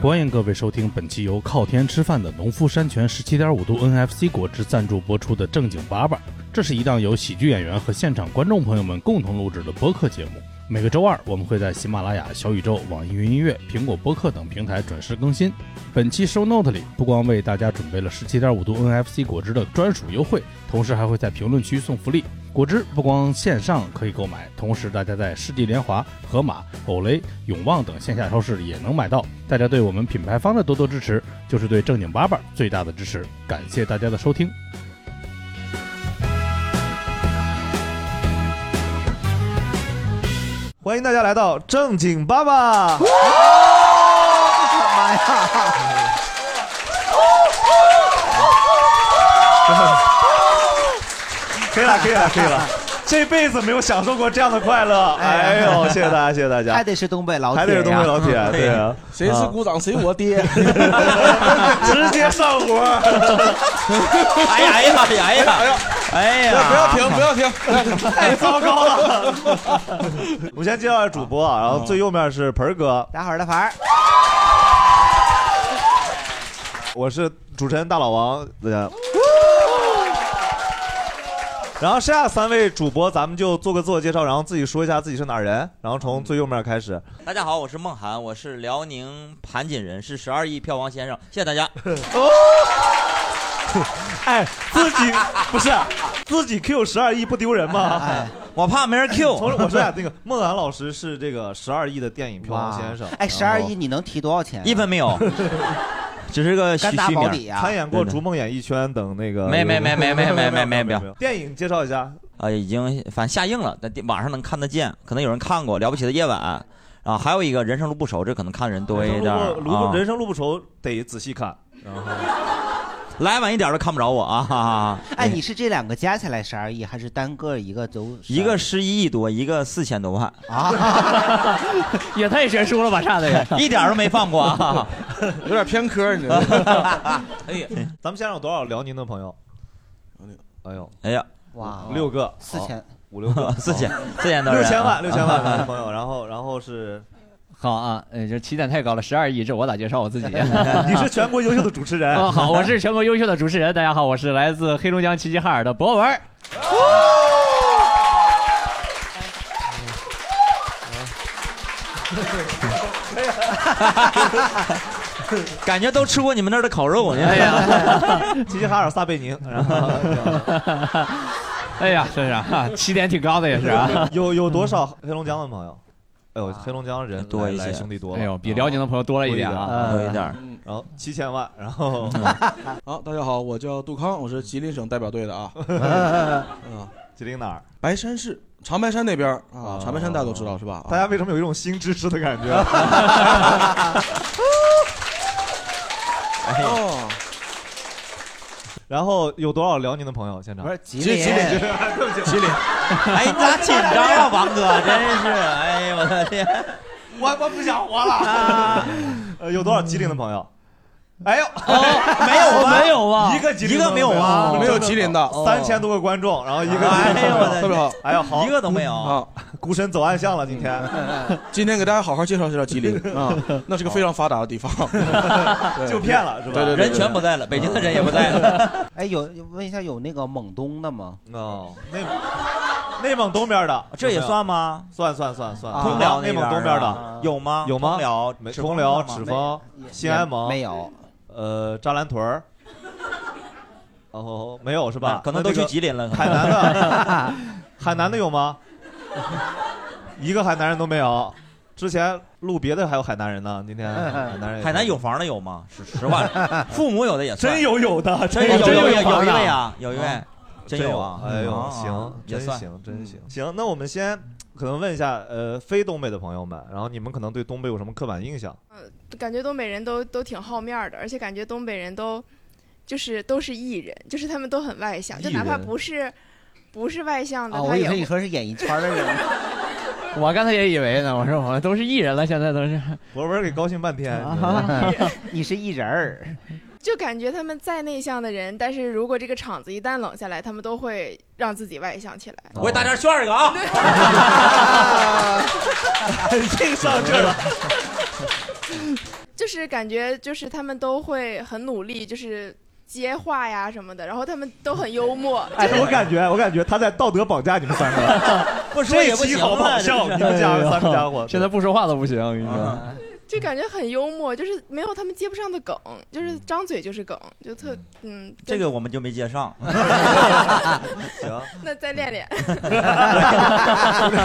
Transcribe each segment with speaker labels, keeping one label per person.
Speaker 1: 欢迎各位收听本期由靠天吃饭的农夫山泉十七点五度 NFC 果汁赞助播出的《正经八百》，这是一档由喜剧演员和现场观众朋友们共同录制的播客节目。每个周二，我们会在喜马拉雅、小宇宙、网易云音乐、苹果播客等平台准时更新。本期 Show Note 里不光为大家准备了十七点五度 NFC 果汁的专属优惠，同时还会在评论区送福利。果汁不光线上可以购买，同时大家在世纪联华、盒马、欧莱、永旺等线下超市也能买到。大家对我们品牌方的多多支持，就是对正经八百最大的支持。感谢大家的收听。
Speaker 2: 欢迎大家来到正经爸爸。
Speaker 3: 妈呀！
Speaker 2: 可以了，可以了，可以了。这辈子没有享受过这样的快乐，哎呦，谢谢大家，谢谢大家。
Speaker 3: 还得是东北老铁
Speaker 2: 还
Speaker 3: 呀，嗯
Speaker 2: 得是东北老铁对啊
Speaker 4: 谁是鼓掌谁我爹，
Speaker 2: 直接上 火。
Speaker 4: 哎呀哎呀哎呀哎呀哎呀！不要停不要停不 要停！
Speaker 2: 太糟糕了！ 我们先介绍主播啊，然后最右面是盆儿哥，
Speaker 3: 大伙儿的牌 儿，
Speaker 2: 我是主持人大老王，大家。然后剩下三位主播，咱们就做个自我介绍，然后自己说一下自己是哪儿人，然后从最右面开始。
Speaker 5: 大家好，我是梦涵，我是辽宁盘锦人，是十二亿票王先生，谢谢 大家。
Speaker 2: 哎，自己不是自己 Q 十二亿不丢人吗？
Speaker 5: 我怕没人 Q。
Speaker 2: 从我说呀，那个孟兰老师是这个十二亿的电影票房先生。
Speaker 3: 哎，十二亿你能提多少钱？啊
Speaker 5: 一分没有， 只是个虚
Speaker 3: 干打
Speaker 5: 虚
Speaker 3: 保
Speaker 5: 名。
Speaker 3: 底呀！
Speaker 2: 参演过《逐梦演艺圈》等那个。
Speaker 5: 没没没没没没没没没有。
Speaker 2: 电影介绍一下，
Speaker 5: 啊，已经反正下映了，但网上能看得见，可能有人看过《了不起的夜晚》，啊，还有一个《人生路不熟》，这可能看的人多一点儿。
Speaker 2: 哎如
Speaker 5: 啊
Speaker 2: 果人生路不熟，得仔细看。
Speaker 5: 来晚一点都看不着我啊！哈哈哈
Speaker 3: 哎，你是这两个加起来十二亿，还是单个一个都12亿
Speaker 5: 一个
Speaker 6: 啊
Speaker 5: 十一亿多，一个四千多万，
Speaker 6: 也太悬殊了吧，差的也。
Speaker 5: 一点儿都没放 过啊！
Speaker 4: 有点偏科，你知道吗？哎呀，
Speaker 2: 咱们现场有多少辽宁的朋友？哎呦，
Speaker 5: 哎呀，
Speaker 3: 哇，
Speaker 2: 六个，
Speaker 3: 四千，
Speaker 2: 五六 个，
Speaker 5: 四千四千多
Speaker 2: 六
Speaker 5: 人，
Speaker 2: 千万，六千万
Speaker 5: 啊
Speaker 2: 的朋友。然后，然后是，
Speaker 6: 好啊，呃，这起点太高了，十二亿，这我咋介绍我自己？
Speaker 2: 你是全国优秀的主持
Speaker 6: 哎
Speaker 2: 人。
Speaker 6: 哦，好，我是全国优秀的主持人，大家好，我是来自黑龙江齐齐哈尔的博文儿。
Speaker 5: 感觉都吃过你们那儿的烤肉呢。
Speaker 6: 哎呀，
Speaker 2: 齐齐哈尔撒贝宁，然后
Speaker 6: 哎呀，真是啊， 起点挺高的也是 啊。
Speaker 2: 有有多少黑龙江的朋友？哎呦，黑龙江人
Speaker 5: 多
Speaker 2: 来
Speaker 5: 一些
Speaker 2: 来兄弟多了，
Speaker 6: 哎呦，比辽宁的朋友多了一点啊。
Speaker 5: 有一点儿，
Speaker 2: 嗯然后七千万，然后
Speaker 4: 好，大家好，我叫杜康，我是吉林省代表队的啊，嗯，
Speaker 2: 吉林哪儿？
Speaker 4: 白山市长白山那边儿
Speaker 2: 啊
Speaker 4: 啊，长白山大家都知道是吧？啊
Speaker 2: 大家为什么有一种新知识的感 觉？哎
Speaker 4: 哦，
Speaker 2: 然后有多少辽宁的朋友现场
Speaker 3: 不？是吉
Speaker 4: 吉
Speaker 3: 林
Speaker 4: 林，吉林，
Speaker 5: 哎，你咋紧张啊，王哥？真是，哎呦我的天！
Speaker 2: 我我不想 活了。
Speaker 6: 哦
Speaker 2: 呃，有多少吉林的朋友？哎呦，
Speaker 5: 哦没有
Speaker 4: 哦
Speaker 5: 吧？
Speaker 6: 没有啊
Speaker 2: 一个吉林
Speaker 5: 一个
Speaker 2: 都
Speaker 5: 没有啊
Speaker 2: 哦
Speaker 4: 没有吉林的，哦
Speaker 2: 三千多个观众，然后一个吉
Speaker 5: 哎
Speaker 2: 林
Speaker 5: 呦
Speaker 2: 的
Speaker 5: 我
Speaker 2: 朋友，
Speaker 5: 的
Speaker 4: 特别好
Speaker 2: 哎呦好
Speaker 5: 一，个都没有。
Speaker 4: 啊！
Speaker 2: 孤身走暗巷了，今天
Speaker 4: 嗯今天给大家好好介绍介绍吉 林啊，那是个非常发达的地方，
Speaker 2: 哦就骗了是吧？
Speaker 4: 对啊对对
Speaker 5: 人全不
Speaker 2: 嗯
Speaker 5: 在了，北京的人也不在了。
Speaker 3: 哎，有问一下有那个蒙东的吗？
Speaker 2: 哦，内蒙内蒙东边的，
Speaker 5: 这也算吗？
Speaker 2: 算 算算算，
Speaker 3: 啊
Speaker 5: 通
Speaker 2: 辽
Speaker 5: 辽那
Speaker 2: 内
Speaker 5: 边
Speaker 2: 蒙
Speaker 5: 儿啊
Speaker 2: 东边的，
Speaker 5: 有吗？
Speaker 2: 有吗
Speaker 5: 通辽、
Speaker 2: 没
Speaker 5: 赤
Speaker 2: 通
Speaker 5: 峰
Speaker 2: 辽、
Speaker 5: 的吗
Speaker 2: 赤峰、新安盟
Speaker 3: 没有，
Speaker 2: 呃，扎兰屯儿，哦，没有是
Speaker 5: 是吧
Speaker 2: 吧？？
Speaker 5: 啊可能都
Speaker 2: 那
Speaker 5: 去
Speaker 2: 这个
Speaker 5: 吉林了。可能
Speaker 2: 海南的，海南的有吗？一个海南人都没有。之前录别的还有海南人呢，今天海南人，
Speaker 5: 海南有房的有吗？是实话， 父母有的也算
Speaker 2: 真有有的，
Speaker 5: 真
Speaker 2: 有
Speaker 5: 有
Speaker 6: 真
Speaker 5: 有
Speaker 6: 有
Speaker 5: 有有
Speaker 6: 房
Speaker 5: 一
Speaker 6: 的
Speaker 5: 位啊，有一位
Speaker 2: 真
Speaker 5: 有啊。
Speaker 2: 哎呦，
Speaker 5: 啊
Speaker 2: 行，
Speaker 5: 也
Speaker 2: 真
Speaker 5: 算。嗯
Speaker 2: 行，真行，行。那我们先可能问一下，呃，非东北的朋友们，然后你们可能对东北有什么刻板印象？
Speaker 7: 感觉东北人都都挺好面儿的，而且感觉东北人都就是都是艺人，就是他们都很外向，就
Speaker 4: 艺
Speaker 7: 哪怕
Speaker 4: 人
Speaker 7: 不是不是外向的，
Speaker 2: 哦
Speaker 3: 啊，
Speaker 7: 他
Speaker 3: 我以
Speaker 7: 也
Speaker 3: 为你
Speaker 7: 会
Speaker 3: 说是演艺圈的人，
Speaker 6: 我刚才也以为呢，我说我们都是艺人了，现在都是。啊
Speaker 2: 博文给高兴半天，你知道吗
Speaker 3: 你是艺人儿，
Speaker 7: 就感觉他们再内向的人，但是如果这个场子一旦冷下来，他们都会让自己外向起来。
Speaker 5: 我给大家炫一 个啊！
Speaker 2: 已经上这了。
Speaker 7: 就就是感觉就是他们都会很努力，就是接话呀什么的，然后他们都很幽默。
Speaker 2: 哎，我感觉，我感觉他在道德绑架你们三个。
Speaker 5: 不
Speaker 2: 说也不行吧这期啊好不好笑这是你们家三个家伙 嗯
Speaker 6: 现在不说话都不行，我跟你说。
Speaker 7: 就感觉很幽默，就是没有他们接不上的梗，就是张嘴就是梗，就特嗯。
Speaker 5: 这啊个我们就没接 上。行，
Speaker 7: 那再练 练。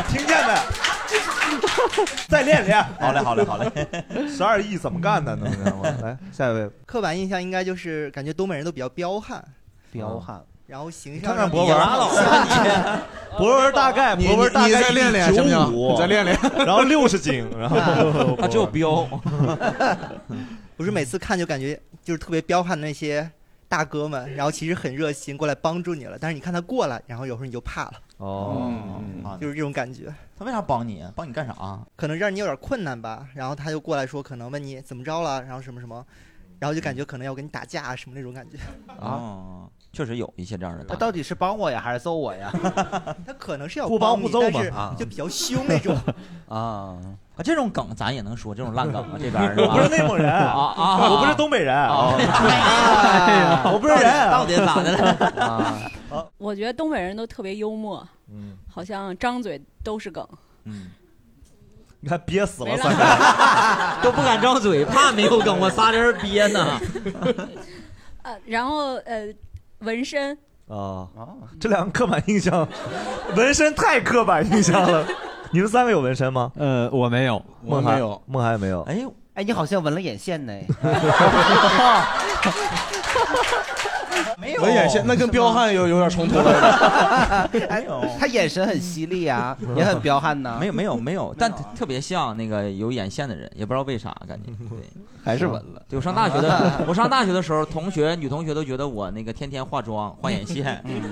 Speaker 2: 听见没？ 再练练。
Speaker 5: 好嘞，好嘞，好嘞。
Speaker 2: 十二亿怎么干的？ 能不能我来下一位？
Speaker 8: 刻板印象应该就是感觉东北人都比较彪悍，
Speaker 2: 彪悍，
Speaker 8: 然后形
Speaker 2: 你
Speaker 8: 象
Speaker 2: 看
Speaker 8: 上
Speaker 2: 看
Speaker 8: 比
Speaker 2: 博
Speaker 8: 较
Speaker 2: 文，啊 博文大概，
Speaker 8: 你
Speaker 2: 博文大概
Speaker 8: 你再练练行
Speaker 2: 九
Speaker 8: 不行
Speaker 2: 五，啊
Speaker 8: 你再练练
Speaker 2: 然后六十斤， 然 后
Speaker 8: 他只有
Speaker 5: 彪。
Speaker 8: 我是每次看就感觉就是特别彪悍的那些大哥们，然后其实很热心过来帮助你了，但是你看他过来，然后有时候你就怕了。
Speaker 2: 哦
Speaker 5: 嗯
Speaker 8: 就是这种感觉。
Speaker 5: 他为啥帮你？帮你干啥？
Speaker 8: 可能让你有点困难吧，然后他就过来说，可能问你怎么着了，然后什么什么，然后就感觉可能要跟你打架啊什啊么那种感觉。
Speaker 5: 啊，确实有一些这样的
Speaker 3: 他
Speaker 5: 大。
Speaker 3: 到底是帮我呀，还是揍我呀？
Speaker 8: 他可能是要
Speaker 3: 互帮
Speaker 8: 你
Speaker 3: 互揍嘛
Speaker 8: 但是
Speaker 3: 啊
Speaker 8: 就比较凶 那种。
Speaker 5: 啊啊，这种梗咱也能说，这种烂梗啊，这边儿
Speaker 2: 我
Speaker 5: 吧
Speaker 2: 不是内蒙人
Speaker 5: 啊啊， 哦
Speaker 2: 我不是东北人， 哎
Speaker 5: 啊
Speaker 2: 我不 是人，
Speaker 8: 哎
Speaker 5: 到底到底咋的了？
Speaker 2: 啊
Speaker 9: 我觉得东北人都特别幽默，
Speaker 2: 嗯，
Speaker 9: 好像张嘴都是 梗。
Speaker 2: 你看憋死了
Speaker 9: 没
Speaker 2: 三
Speaker 9: 了
Speaker 2: 个，
Speaker 5: 都不敢张嘴，怕没有梗，我仨人 憋呢。
Speaker 9: 呃，然后呃，纹身，
Speaker 2: 啊，这两个刻板印象，纹身太刻板印象了。你们三个有纹身吗？
Speaker 6: 呃，我没有，
Speaker 2: 梦
Speaker 3: 我
Speaker 2: 涵
Speaker 3: 没有
Speaker 2: 梦涵也没有。
Speaker 5: 哎，
Speaker 3: 哎，你好像纹了眼 线呢。
Speaker 5: 没
Speaker 3: 有
Speaker 10: 我眼线那跟彪悍有有点冲突了。
Speaker 3: 他眼神很犀利啊， 也很彪悍呐。啊
Speaker 5: 没有没有没 有，但特别像那个有眼线的人，也不知道为啥，感觉对，
Speaker 3: 还是纹了。
Speaker 5: 对我上大学 的，我上大学的时候，同学女同学都觉得我那个天天化妆画眼线，
Speaker 3: 嗯
Speaker 5: 嗯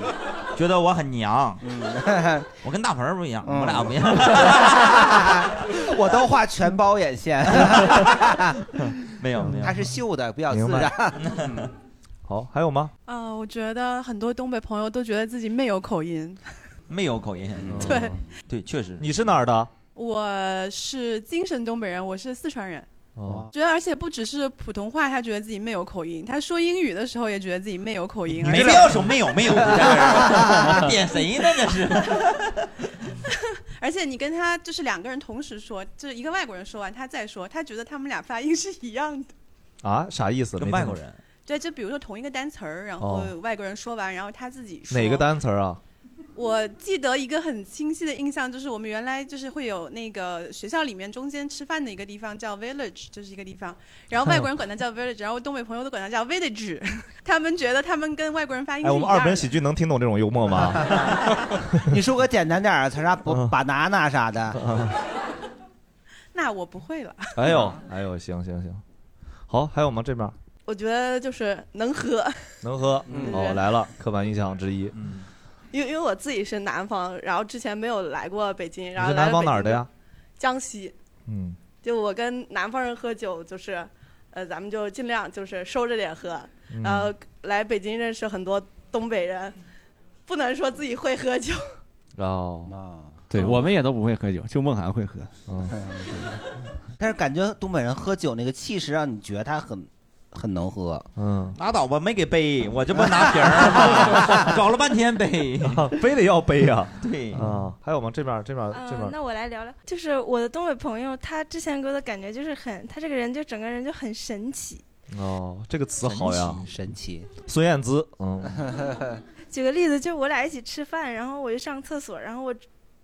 Speaker 5: 觉得我很娘。 我跟大鹏儿不一样，我俩不一样。
Speaker 3: 嗯 我都画全包眼线，
Speaker 5: 没有没有
Speaker 3: 它是绣的，比较
Speaker 2: 明
Speaker 3: 自
Speaker 2: 白
Speaker 3: 然。
Speaker 2: 好，还有吗？
Speaker 11: 呃，我觉得很多东北朋友都觉得自己没有口音。
Speaker 5: 没有口音。嗯
Speaker 11: 对，
Speaker 5: 对，确实。
Speaker 2: 你是哪儿的？
Speaker 11: 我是精神东北人，我是四川人。
Speaker 2: 哦，
Speaker 11: 觉得，而且不只是普通话，他觉得自己没有口音，他说英语的时候也觉得自己没有口音。而
Speaker 5: 没
Speaker 11: 且
Speaker 5: 必要说没有没有， 点谁呢？这是
Speaker 11: 而且你跟他就是两个人同时说，就是一个外国人说完，他再说，他觉得他们俩发音是一样的。
Speaker 2: 啊，啥意思？
Speaker 5: 跟
Speaker 2: 没听
Speaker 5: 外国
Speaker 2: 懂
Speaker 5: 人
Speaker 11: 对，就比如说同一个单词儿，然后
Speaker 2: 哦
Speaker 11: 外国人说完，然后他自己说
Speaker 2: 哪个单词儿啊？
Speaker 11: 我记得一个很清晰的印象，就是我们原来就是会有那个学校里面中间吃饭的一个地方叫 village，就是一个地方，然 后外国人管它叫 village，然后东北朋友都管它叫 village，他 们觉得他们跟外国人发音
Speaker 2: 哎，
Speaker 11: 是
Speaker 2: 我
Speaker 11: 一
Speaker 2: 们二
Speaker 11: 样
Speaker 2: 本
Speaker 11: 的。
Speaker 2: 喜剧能听懂这种幽默吗？ 嗯
Speaker 3: 你说个简单点儿的词儿啥不把拿拿啥的，
Speaker 11: 那我不会了，
Speaker 2: 哎呦，哎呦，行行行，好，还有吗？这边儿
Speaker 12: 我觉得就是能喝，
Speaker 2: 能喝哦，
Speaker 12: 对
Speaker 2: 来了，刻板印象之一。
Speaker 12: 因为因为我自己是南方，然后之前没有来过北京，
Speaker 2: 你
Speaker 12: 然后
Speaker 2: 是
Speaker 12: 来
Speaker 2: 南
Speaker 12: 了
Speaker 2: 方
Speaker 12: 北
Speaker 2: 哪儿的
Speaker 12: 京
Speaker 2: 呀？
Speaker 12: 就？江西。
Speaker 2: 嗯，
Speaker 12: 就我跟南方人喝酒，就是，呃，咱们就尽量就是收着点喝，
Speaker 2: 嗯
Speaker 12: 然后来北京认识很多东北人，不能说自己会喝 酒，
Speaker 6: 哦，
Speaker 5: 嗯
Speaker 6: 对，我们也都不会喝酒，就梦涵会喝。
Speaker 3: 但是感觉东北人喝酒那个气势让你觉得他很很能喝。
Speaker 2: 嗯，
Speaker 5: 拉倒吧，没给杯，我这不拿瓶儿吗？找了 半天杯，
Speaker 2: 非得要杯啊？
Speaker 5: 对
Speaker 2: 啊，还有吗？这边儿这边儿这边
Speaker 13: 嗯，
Speaker 2: 儿
Speaker 13: 那我来聊聊，就是我的东北朋友，他之前给我的感觉就是很，他这个人就整个人就很神奇。
Speaker 2: 哦，这个词好呀，
Speaker 3: 神奇。
Speaker 2: 孙燕姿，嗯，
Speaker 13: 举个例子，就我俩一起吃饭，然后我就上厕所，然后我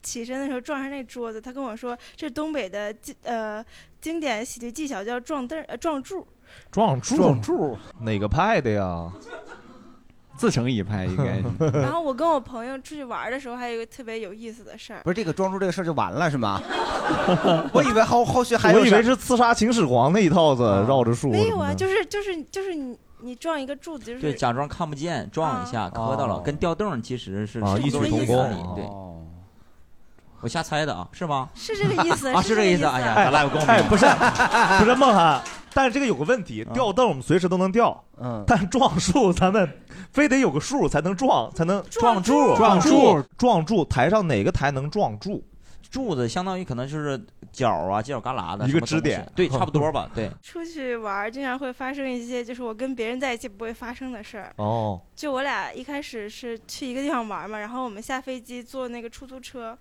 Speaker 13: 起身的时候撞上那桌子，他跟我说这是东北的经呃经典喜剧技巧叫撞凳儿呃撞柱儿，
Speaker 2: 撞柱，撞柱，哪个派的呀？
Speaker 6: 自成一派，应 该。
Speaker 13: 然后我跟我朋友出去玩儿的时候，还有一个特别有意思的事儿
Speaker 3: 不，是这个装住这个事儿就完了是 吗？我以为后后续还
Speaker 2: 我
Speaker 3: 有
Speaker 2: 以
Speaker 3: 啥
Speaker 2: 为是刺杀秦始皇那一套子，绕着树。
Speaker 13: 没有啊，就是就是就是你你撞一个柱子，就是啊
Speaker 5: 对，假装看不见，撞一下，磕到了，跟吊凳其实是
Speaker 2: 啊
Speaker 5: 是
Speaker 2: 异曲
Speaker 5: 都是
Speaker 2: 同
Speaker 5: 一个
Speaker 2: 工
Speaker 5: 原理对，我瞎猜的啊，是吗？
Speaker 13: 是这个意 思
Speaker 5: 啊，
Speaker 13: 是
Speaker 5: 是这
Speaker 13: 这个
Speaker 5: 个
Speaker 13: 意
Speaker 5: 意
Speaker 13: 思
Speaker 5: 思。哎呀，
Speaker 2: 哎
Speaker 5: 咱俩有共鸣。
Speaker 2: 哎不 是不是梦涵，但是这个有个问题，吊凳我们随时都能吊，
Speaker 3: 嗯，
Speaker 2: 但撞树咱们非得有个数才能撞，才能
Speaker 13: 撞柱
Speaker 2: 撞
Speaker 13: 撞
Speaker 2: 柱，撞柱，台上哪个台能撞柱？
Speaker 5: 柱子相当于可能就是角啊、犄角旮旯的
Speaker 2: 一
Speaker 5: 什
Speaker 2: 个
Speaker 5: 么
Speaker 2: 支
Speaker 5: 东西
Speaker 2: 点
Speaker 5: 对，差不多 吧，对。
Speaker 13: 出去玩儿经常会发生一些就是我跟别人在一起不会发生的事儿。
Speaker 5: 哦，
Speaker 13: 就我俩一开始是去一个地方玩嘛，然后我们下飞机坐那个出租车，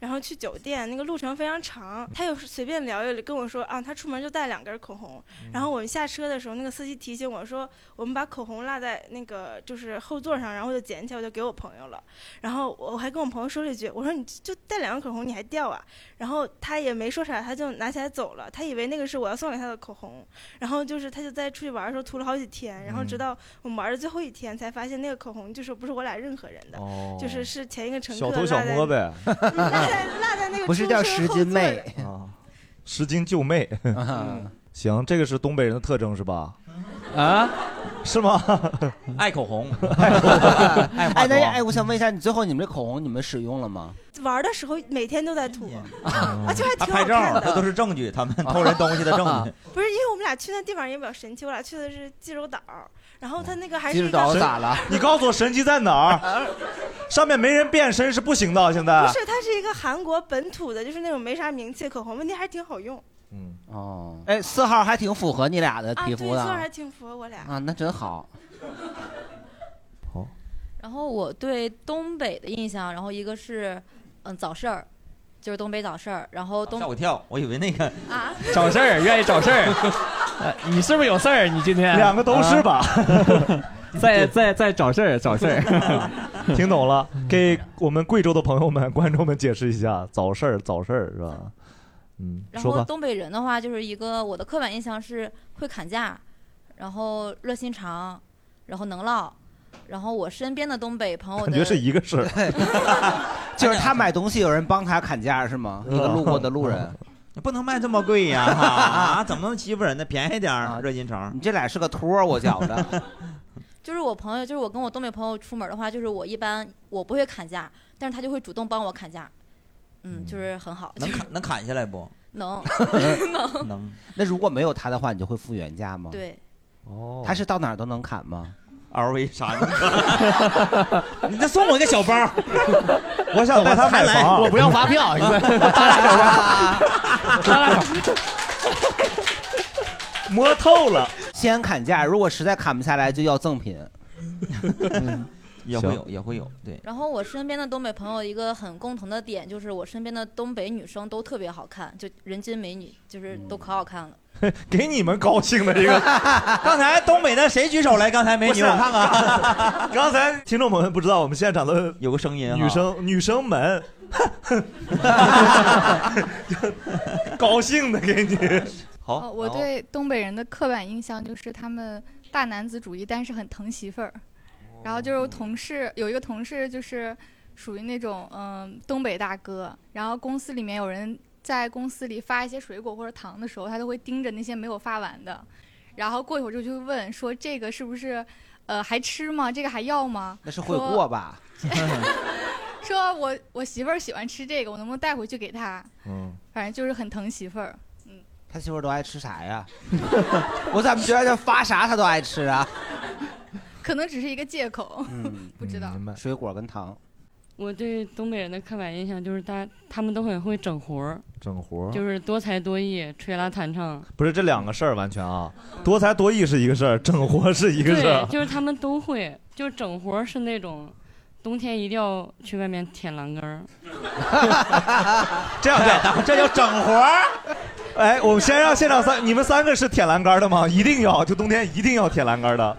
Speaker 13: 然后去酒店，那个路程非常
Speaker 2: 嗯
Speaker 13: 长。他有时随便聊一聊跟我说啊，他出门就带两根口红。
Speaker 2: 嗯
Speaker 13: 然后我们下车的时候，那个司机提醒我说，我们把口红落在那个就是后座上，然后我就捡起来，我就给我朋友了。然后我还跟我朋友说了一句，我说你就带两根口红，你还掉啊？然后他也没说啥，他就拿起来走了。他以为那个是我要送给他的口红，然后就是他就在出去玩的时候涂了好几天，然后
Speaker 2: 嗯
Speaker 13: 直到我们玩的最后一天才发现那个口红就是不是我俩任何人的，
Speaker 2: 哦
Speaker 13: 就是是前一个乘客
Speaker 2: 小偷小
Speaker 13: 落在
Speaker 2: 摸呗，
Speaker 13: 落在那个
Speaker 2: 不是
Speaker 13: 出租
Speaker 2: 叫
Speaker 13: 车
Speaker 2: 拾
Speaker 13: 后
Speaker 2: 金
Speaker 13: 座
Speaker 2: 妹
Speaker 13: 里
Speaker 2: 拾啊金救妹。
Speaker 3: 嗯
Speaker 2: 行，这个是东北人的特征是吧？
Speaker 6: 啊，
Speaker 2: 是吗？
Speaker 5: 爱口 红，
Speaker 3: 哎，那哎，我想问一下，你最后你们这口红你们使用了吗？
Speaker 13: 玩的时候每天都在涂，
Speaker 5: 而
Speaker 13: 且还
Speaker 2: 啊
Speaker 5: 他
Speaker 13: 挺
Speaker 5: 拍
Speaker 13: 好
Speaker 5: 照
Speaker 13: 看
Speaker 5: 了，
Speaker 13: 的。
Speaker 5: 这 都是证据，他们 偷人东西的
Speaker 6: 啊
Speaker 5: 证据。
Speaker 13: 不是因为我们俩去那地方也比较神奇，我俩去的是济州岛，然后他那个还是
Speaker 2: 济
Speaker 13: 一
Speaker 2: 州
Speaker 13: 个啊
Speaker 2: 岛咋了？你告诉我神奇在哪儿？上面没人变身是不行的，现在
Speaker 13: 不是，它是一个韩国本土的，就是那种没啥名气的口红，问题还挺好用
Speaker 3: 哦，哎，四号还挺符合你俩的
Speaker 13: 啊，
Speaker 3: 皮
Speaker 13: 对，
Speaker 3: 肤
Speaker 13: 座
Speaker 3: 的
Speaker 13: 还挺符合我俩。
Speaker 3: 啊，那真好。
Speaker 14: 然后我对东北的印象，然后一个是嗯早市儿，就是东北早市儿，然后东
Speaker 5: 吓我一跳，我以为那个
Speaker 14: 啊
Speaker 6: 找事儿，愿意找事儿。 呃你是不是有事儿？你今天
Speaker 2: 两个都是吧？
Speaker 6: 在在在找事儿，找事儿。
Speaker 2: 听懂了，给我们贵州的朋友们、观众们解释一下，早事儿早事儿是吧？嗯，
Speaker 14: 然
Speaker 2: 说
Speaker 14: 后
Speaker 2: 吧。
Speaker 14: 东北人的话，就是一个我的刻板印象是会砍价，然后热心肠，然后能唠。然后我身边的东北朋友的，
Speaker 3: 感觉是
Speaker 2: 一个事儿 嗯
Speaker 3: 就是他买东西有人帮他砍价是吗？一个路过的路人，
Speaker 5: 你不能卖这么贵呀！啊，怎么能欺负人呢？便宜点儿，热心肠。
Speaker 3: 你这俩是个托儿，我觉 着。
Speaker 14: 就是我朋友，就是我跟我东北朋友出门的话，就是我一般我不会砍价，但是他就会主动帮我砍价，嗯，就是很好，就
Speaker 5: 能
Speaker 14: 是
Speaker 5: 砍能砍下来不？
Speaker 14: 能能
Speaker 5: 能。
Speaker 3: 那如果没有他的话，你就会付原价吗？，
Speaker 14: 对，
Speaker 2: 哦
Speaker 3: 他是到哪儿都能砍吗
Speaker 5: ？LV 啥？
Speaker 3: 你再送我一个小包，
Speaker 2: 我想带他买房，
Speaker 3: 我不要 发票
Speaker 2: 摸透了。
Speaker 3: 先砍价，如果实在砍不下来，就要赠品。嗯
Speaker 5: 也会有，也会有，对。
Speaker 14: 然后我身边的东北朋友一个很共同的点就是，我身边的东北女生都特别好看，就人均美女，就是都可好看了。
Speaker 2: 给你们高兴的这 个，
Speaker 5: 刚才东北的谁举手来？刚才美
Speaker 2: 不
Speaker 5: 女，
Speaker 2: 是啊
Speaker 5: 我看看。
Speaker 2: 刚才听众朋友们不知道，我们现场的
Speaker 5: 有个声音，
Speaker 2: 女生女生 们，高兴的给你。
Speaker 3: 哦
Speaker 5: 好
Speaker 15: 哦
Speaker 16: 哦我对东北人的刻板印象就是他们大男子主义，但是很疼媳妇儿。然后就是我同事有一个同事就是属于那种嗯、东北大哥，然后公司里面有人在公司里发一些水果或者糖的时候，他都会盯着那些没有发完的，然后过一会儿就去问说这个是不是呃还吃吗？这个还要吗？
Speaker 3: 那是会
Speaker 16: 说
Speaker 3: 过吧？
Speaker 16: 说我我媳妇儿喜欢吃这个，我能不能带回去给她？
Speaker 2: 嗯，
Speaker 16: 反正就是很疼媳妇儿。
Speaker 3: 他媳妇儿都爱吃啥呀？ 我咋么觉得发啥他都爱吃啊？
Speaker 16: 可能只是一个借口，
Speaker 3: 嗯
Speaker 16: 不知道。
Speaker 3: 水果跟糖，
Speaker 15: 我对东北人的刻板印象就是他他们都很会整活儿，
Speaker 2: 整活儿
Speaker 15: 就是多才多艺、吹拉弹唱。
Speaker 2: 不是这两个事儿完全啊，多才多艺是一个事儿，整活是一个啊事儿
Speaker 15: 对，。就是他们都会，就是整活儿是那种冬天一定要去外面舔栏杆儿。
Speaker 2: 这样这
Speaker 15: 哎
Speaker 2: 样，这叫整活儿。哎，我们先让现场三，你们三个是舔栏杆的吗？一定要，就冬天一定要舔栏杆的。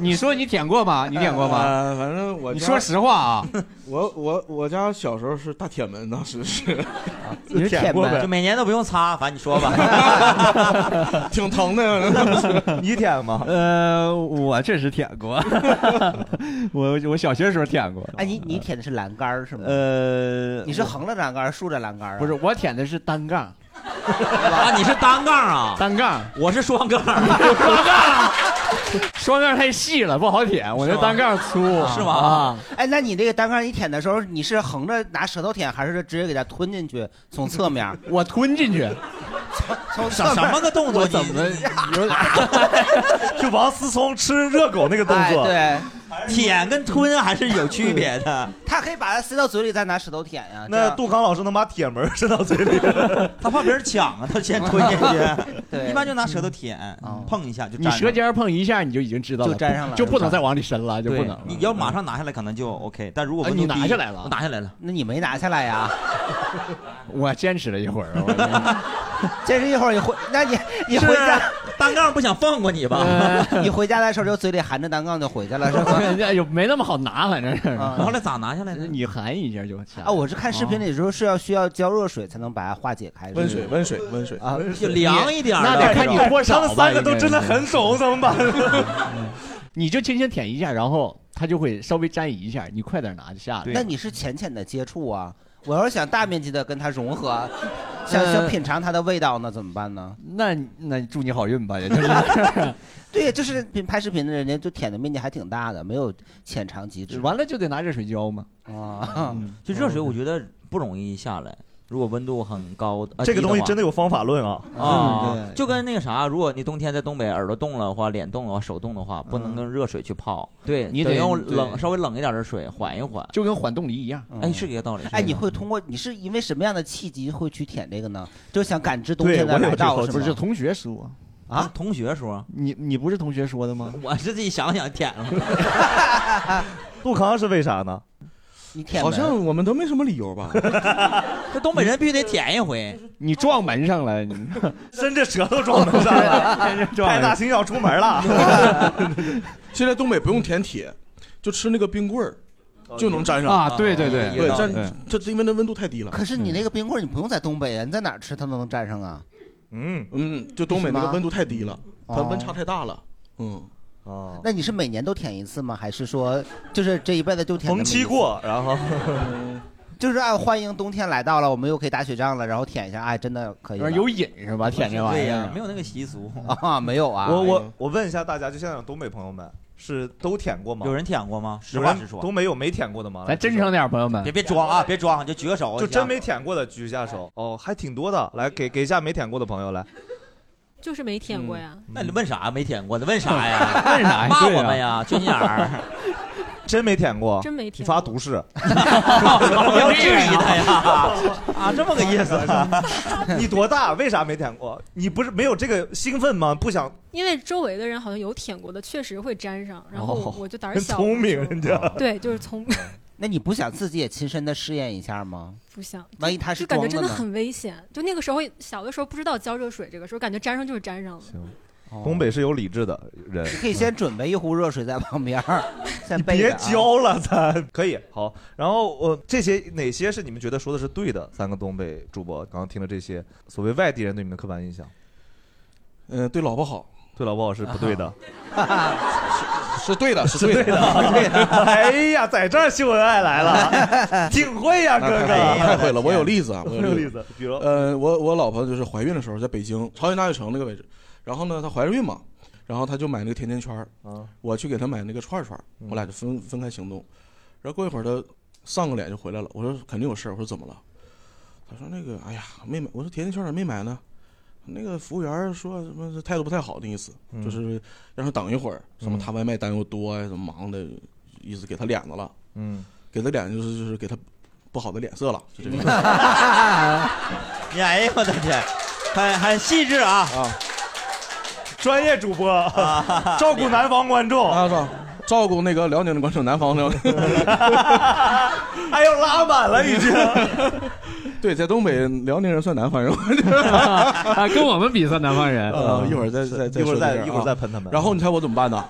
Speaker 6: 你说你舔过吗？你舔过吗？
Speaker 4: 呃反正我
Speaker 6: 你
Speaker 4: 家
Speaker 6: 说实话啊，
Speaker 4: 我我我家小时候是大铁门，当时是，
Speaker 5: 啊你是
Speaker 4: 舔过呗
Speaker 5: 就每年都不用擦，反正你说吧。
Speaker 4: 挺疼 的。
Speaker 2: 你舔吗？
Speaker 6: 呃，我确实舔过， 我我小学的时候舔过。
Speaker 3: 哎，你你舔的是栏杆儿是吗？
Speaker 6: 呃，
Speaker 3: 你是横着栏杆儿，竖着栏杆儿啊？
Speaker 6: 不是，我舔的是单杠。
Speaker 5: 啊，你是单杠啊？
Speaker 6: 单杠，
Speaker 5: 我是双杠。
Speaker 6: 双杠太细了，不好舔。我那单杠粗，啊
Speaker 3: 是吗？？哎，那你这个单杠你舔的时候，你是横着拿舌头舔，还是直接给它吞进去？从侧面？
Speaker 6: 我吞进去。
Speaker 3: 从
Speaker 5: 什什么个动作？
Speaker 6: 怎么
Speaker 2: 就王思聪吃热狗那个动作，
Speaker 3: 哎
Speaker 5: 舔跟吞还是有区别 的。
Speaker 3: 他可以把它塞到嘴里，再拿石头舔呀、这
Speaker 2: 那
Speaker 3: 样
Speaker 2: 杜康老师能把铁门伸到嘴里，
Speaker 5: 他怕别人抢啊，他先吞 进去
Speaker 3: 对
Speaker 5: 一般就拿舌头舔，碰一下就
Speaker 6: 你
Speaker 5: 粘
Speaker 6: 舌
Speaker 5: 上。
Speaker 6: 尖碰一下，你就已经知道了，
Speaker 5: 就粘上了
Speaker 6: 就不能再往里伸了，就不能
Speaker 5: 对
Speaker 6: 了。
Speaker 5: 你要马上拿下来可能就 OK，但如果
Speaker 6: 啊
Speaker 5: 温
Speaker 6: 你拿
Speaker 5: 度低
Speaker 6: 下来了
Speaker 5: 我拿下来了。
Speaker 3: 那你没拿下 来呀？
Speaker 6: 我坚持了一会儿，
Speaker 3: 这是一会儿你回，那你你
Speaker 5: 是
Speaker 3: 回家
Speaker 5: 单杠不想 放过你吧？嗯
Speaker 3: 你回家的时候就嘴里含着单杠就回去 了是吧？
Speaker 6: 人家哎又没那么好拿，啊反正是。
Speaker 3: 后
Speaker 5: 来咋拿下来的？
Speaker 6: 你 含一下就下来
Speaker 3: 啊，我是看视频里说是要需要浇热水才能把它化解开，是吗
Speaker 6: 温水温水
Speaker 4: 温水
Speaker 3: 啊，
Speaker 5: 就凉一点儿那
Speaker 6: 得看你多少吧
Speaker 2: 他们三个都真的很怂，怎 么办？
Speaker 5: 嗯
Speaker 6: 你就轻轻舔一下，然后它就会稍微沾一下，你快点拿就下来。
Speaker 3: 那你是浅浅的接触啊，我要是想大面积的跟它融合，想想品尝它的味道，那怎么办呢？
Speaker 6: 呃那那祝你好运吧，也就是
Speaker 3: 对，就是拍视频的人家就舔的面积还挺大的，没有浅 尝即止。
Speaker 6: 完了就得拿热水浇嘛。嗯
Speaker 3: 啊，
Speaker 5: 就热嗯水我觉得不容易下来，如果温度很高的，啊
Speaker 2: 这个东西
Speaker 5: 低
Speaker 2: 真的有方法论啊！
Speaker 5: 话啊
Speaker 2: 嗯，对
Speaker 5: 就跟那个啥，如果你冬天在东北耳朵冻了话、脸冻了话、手冻的话，不
Speaker 3: 嗯
Speaker 5: 能跟热水去泡，对
Speaker 6: 你
Speaker 5: 得
Speaker 6: 得
Speaker 5: 用
Speaker 6: 对
Speaker 5: 冷稍微冷一点的水缓一缓，
Speaker 6: 就跟缓冻梨一样。
Speaker 5: 哎，是这个道理。
Speaker 3: 哎，
Speaker 5: 是这个
Speaker 3: 你
Speaker 5: 道
Speaker 3: 会通过你是因为什么样的契机会去舔这个呢？就想感知冬
Speaker 6: 对，
Speaker 3: 天的来到，
Speaker 6: 不是
Speaker 3: 吗？
Speaker 6: 同学说
Speaker 5: 啊？同 学说，
Speaker 6: 你你不是同学说的 吗？
Speaker 5: 理我是自己想想舔了。
Speaker 2: 杜康是为啥呢？
Speaker 3: 你
Speaker 6: 舔
Speaker 4: 好
Speaker 6: 门
Speaker 4: 像我们都没什么理由吧？
Speaker 5: 这东北人必须得舔一回。
Speaker 6: 你撞门上
Speaker 5: 哎
Speaker 6: 了，你
Speaker 2: 伸着舌头撞门 上了， 派大星要出门了。
Speaker 4: 现在东北不用舔铁，就吃那个冰棍儿。
Speaker 2: 哦
Speaker 4: 就能粘上
Speaker 6: 啊对对对
Speaker 4: 对
Speaker 6: 有，道理
Speaker 4: 粘这这因为那温度太低了。
Speaker 3: 可是
Speaker 5: 嗯
Speaker 3: 你那个冰棍儿你不用在东北啊，你在哪儿吃它都能沾上啊？
Speaker 2: 嗯
Speaker 4: 嗯，就东北那
Speaker 3: 是
Speaker 4: 个
Speaker 3: 吗
Speaker 4: 温度太低了，它温差
Speaker 3: 哦
Speaker 4: 太大了。嗯，
Speaker 2: 哦，
Speaker 3: 那你是每年都舔一次吗？还是说就是这一辈子就舔那么一次？
Speaker 2: 逢期过然 后
Speaker 3: 就是啊，欢迎冬天来到了，我们又可以打雪仗了，然后舔一下，哎，真的可以了。
Speaker 6: 有瘾是 吧？舔这玩意儿
Speaker 5: 对呀，没有那个习俗
Speaker 3: 啊，没有啊。
Speaker 2: 我我我问一下大家，就现在有东北朋友们是都舔过吗？
Speaker 5: 有人舔过吗？实
Speaker 2: 有
Speaker 5: 话
Speaker 2: 人
Speaker 5: 实说，
Speaker 2: 东北有没舔过的吗？
Speaker 6: 咱真诚点，朋友们
Speaker 5: 别。别装啊，别装，就举个手，
Speaker 2: 就真没舔过的举一下手。哦，还挺多的，来给给一下没舔过的朋友来。？
Speaker 9: 就是没舔过呀。
Speaker 5: 那你问啥没舔过的？问啥呀 问啥呀？骂我们呀，缺心眼儿。
Speaker 2: 真没舔过，
Speaker 9: 真没
Speaker 2: 舔，你发毒誓，
Speaker 5: 不 要质疑 他呀！啊，这么个意思啊。
Speaker 2: 你多大？为啥没舔过？你不是没有这个兴奋吗？不想
Speaker 9: 因为周围的人好像有舔过的，确实会粘上，然后我我就胆儿
Speaker 2: 很
Speaker 9: 小，
Speaker 2: 哦聪明人家。
Speaker 9: 对，就是从
Speaker 3: 那你不想自己也亲身的试验一下吗？
Speaker 9: 不想，
Speaker 3: 万一他是
Speaker 9: 就感觉
Speaker 3: 装
Speaker 9: 真
Speaker 3: 的
Speaker 9: 的
Speaker 3: 呢
Speaker 9: 很危险。就那个时候小的时候不知道浇热水这个时候，感觉粘上就是粘上了。
Speaker 5: 哦
Speaker 2: 东北是有理智的人，
Speaker 3: 你可以先准备一壶热水在旁边儿，先备
Speaker 2: 别
Speaker 3: 着啊
Speaker 2: 教了，咱可以好。然后我、这些哪些是你们觉得说的是对的？三个东北主播刚刚听了这些所谓外地人对你们的刻板印象，
Speaker 4: 嗯、对老婆好，
Speaker 2: 对老婆好是不对的，
Speaker 4: 是对的，是
Speaker 2: 是对
Speaker 4: 对
Speaker 2: 的， 哎呀，在这儿秀恩爱来 了，挺会呀、哥
Speaker 4: 那
Speaker 2: 哥，
Speaker 4: 太会了太会了，我有 例子啊，我
Speaker 2: 我有例子，比如
Speaker 4: 呃，我我老婆就是怀孕的时候在北京朝阳大悦城那个位置，然后呢，她怀着孕嘛，然后她就买那个甜甜圈儿
Speaker 2: 啊，嗯
Speaker 4: 我去给她买那个串儿串儿，我俩就分分开行动，然后过一会儿她上个脸就回来了，我说肯定有事儿，我说怎么了？她说那个哎呀没买，我说甜甜圈儿咋没买呢？那个服务员儿说什么态度不太好的意思，
Speaker 2: 嗯
Speaker 4: 就是让她等一会儿，什么
Speaker 2: 嗯
Speaker 4: 她外卖单又多呀、什么忙的，意思给她脸子了，
Speaker 2: 嗯，
Speaker 4: 给她脸就是就是给她不好的脸色了，就这个 意思。
Speaker 5: 哎呀，我的天，很很细致啊！
Speaker 2: 专业主播，照顾南方观众，
Speaker 4: 啊，照照顾那个辽宁的观众，南方的。
Speaker 2: 哎呦，拉满了 已经。
Speaker 4: 对，在东北，辽宁人算南方人吗？
Speaker 6: 啊，跟我们比算南方人。
Speaker 4: 呃，一会儿再再再
Speaker 2: 啊一会儿
Speaker 4: 说这
Speaker 2: 再
Speaker 4: 事啊
Speaker 2: 一会儿再喷他们嗯
Speaker 4: 然后你猜我怎么办呢？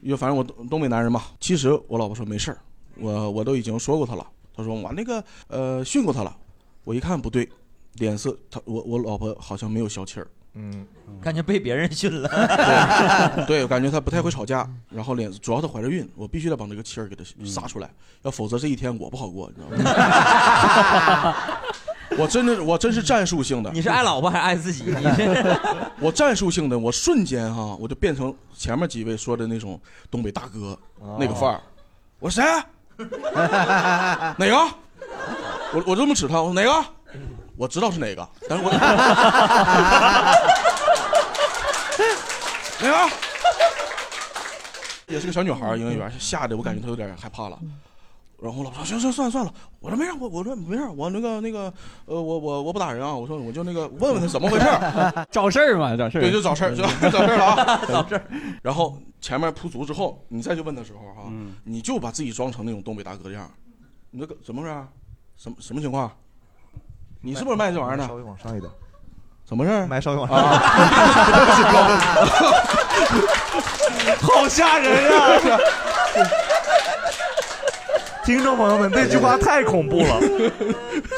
Speaker 4: 因为反正我东东北男人嘛，其实我老婆说没事儿，我我都已经说过她了。她说我那个呃训过她了。我一看不对，脸色，她我我老婆好像没有 消气儿。
Speaker 2: 嗯，
Speaker 5: 感觉被别人训了。
Speaker 4: 对，我感觉她不太会吵架，然后脸主要她怀着孕，我必须得把那个气儿给她
Speaker 6: 嗯
Speaker 4: 撒出来，要否则这一天我不好过，你知道吗？ 我真的，我真是战术性的。
Speaker 5: 你是爱老婆还是爱自己？你是
Speaker 4: 我战术性的，我瞬间哈、我就变成前面几位说的那种东北大哥、那个范儿。我说谁？啊哪个？我我这么指他，我说哪个？我知道是哪个，但是我 哪个？也是个小女孩儿，营业员吓得我感觉她有点害怕了。然后我老婆说：“行行，算了算了。”我说：“没事，我我说没事，我那个那个，呃，我我我不打人啊。”我说：“我就那个问问他怎么回事儿，
Speaker 6: 找事儿嘛，找事儿，嗯
Speaker 4: 对，就找事儿，就 找事儿了啊，找事儿。” 然后前面铺足之后，你再去问的时候哈、你就把自己装成那种东北大哥的样儿你那个怎么回事儿？什么什么情况？你是不是卖这玩意儿的？
Speaker 2: 稍微往上一点。
Speaker 4: 怎么事儿？啊
Speaker 2: 买稍微往上。
Speaker 4: 好吓人 啊！
Speaker 2: 听众朋友们，这句话太恐怖了，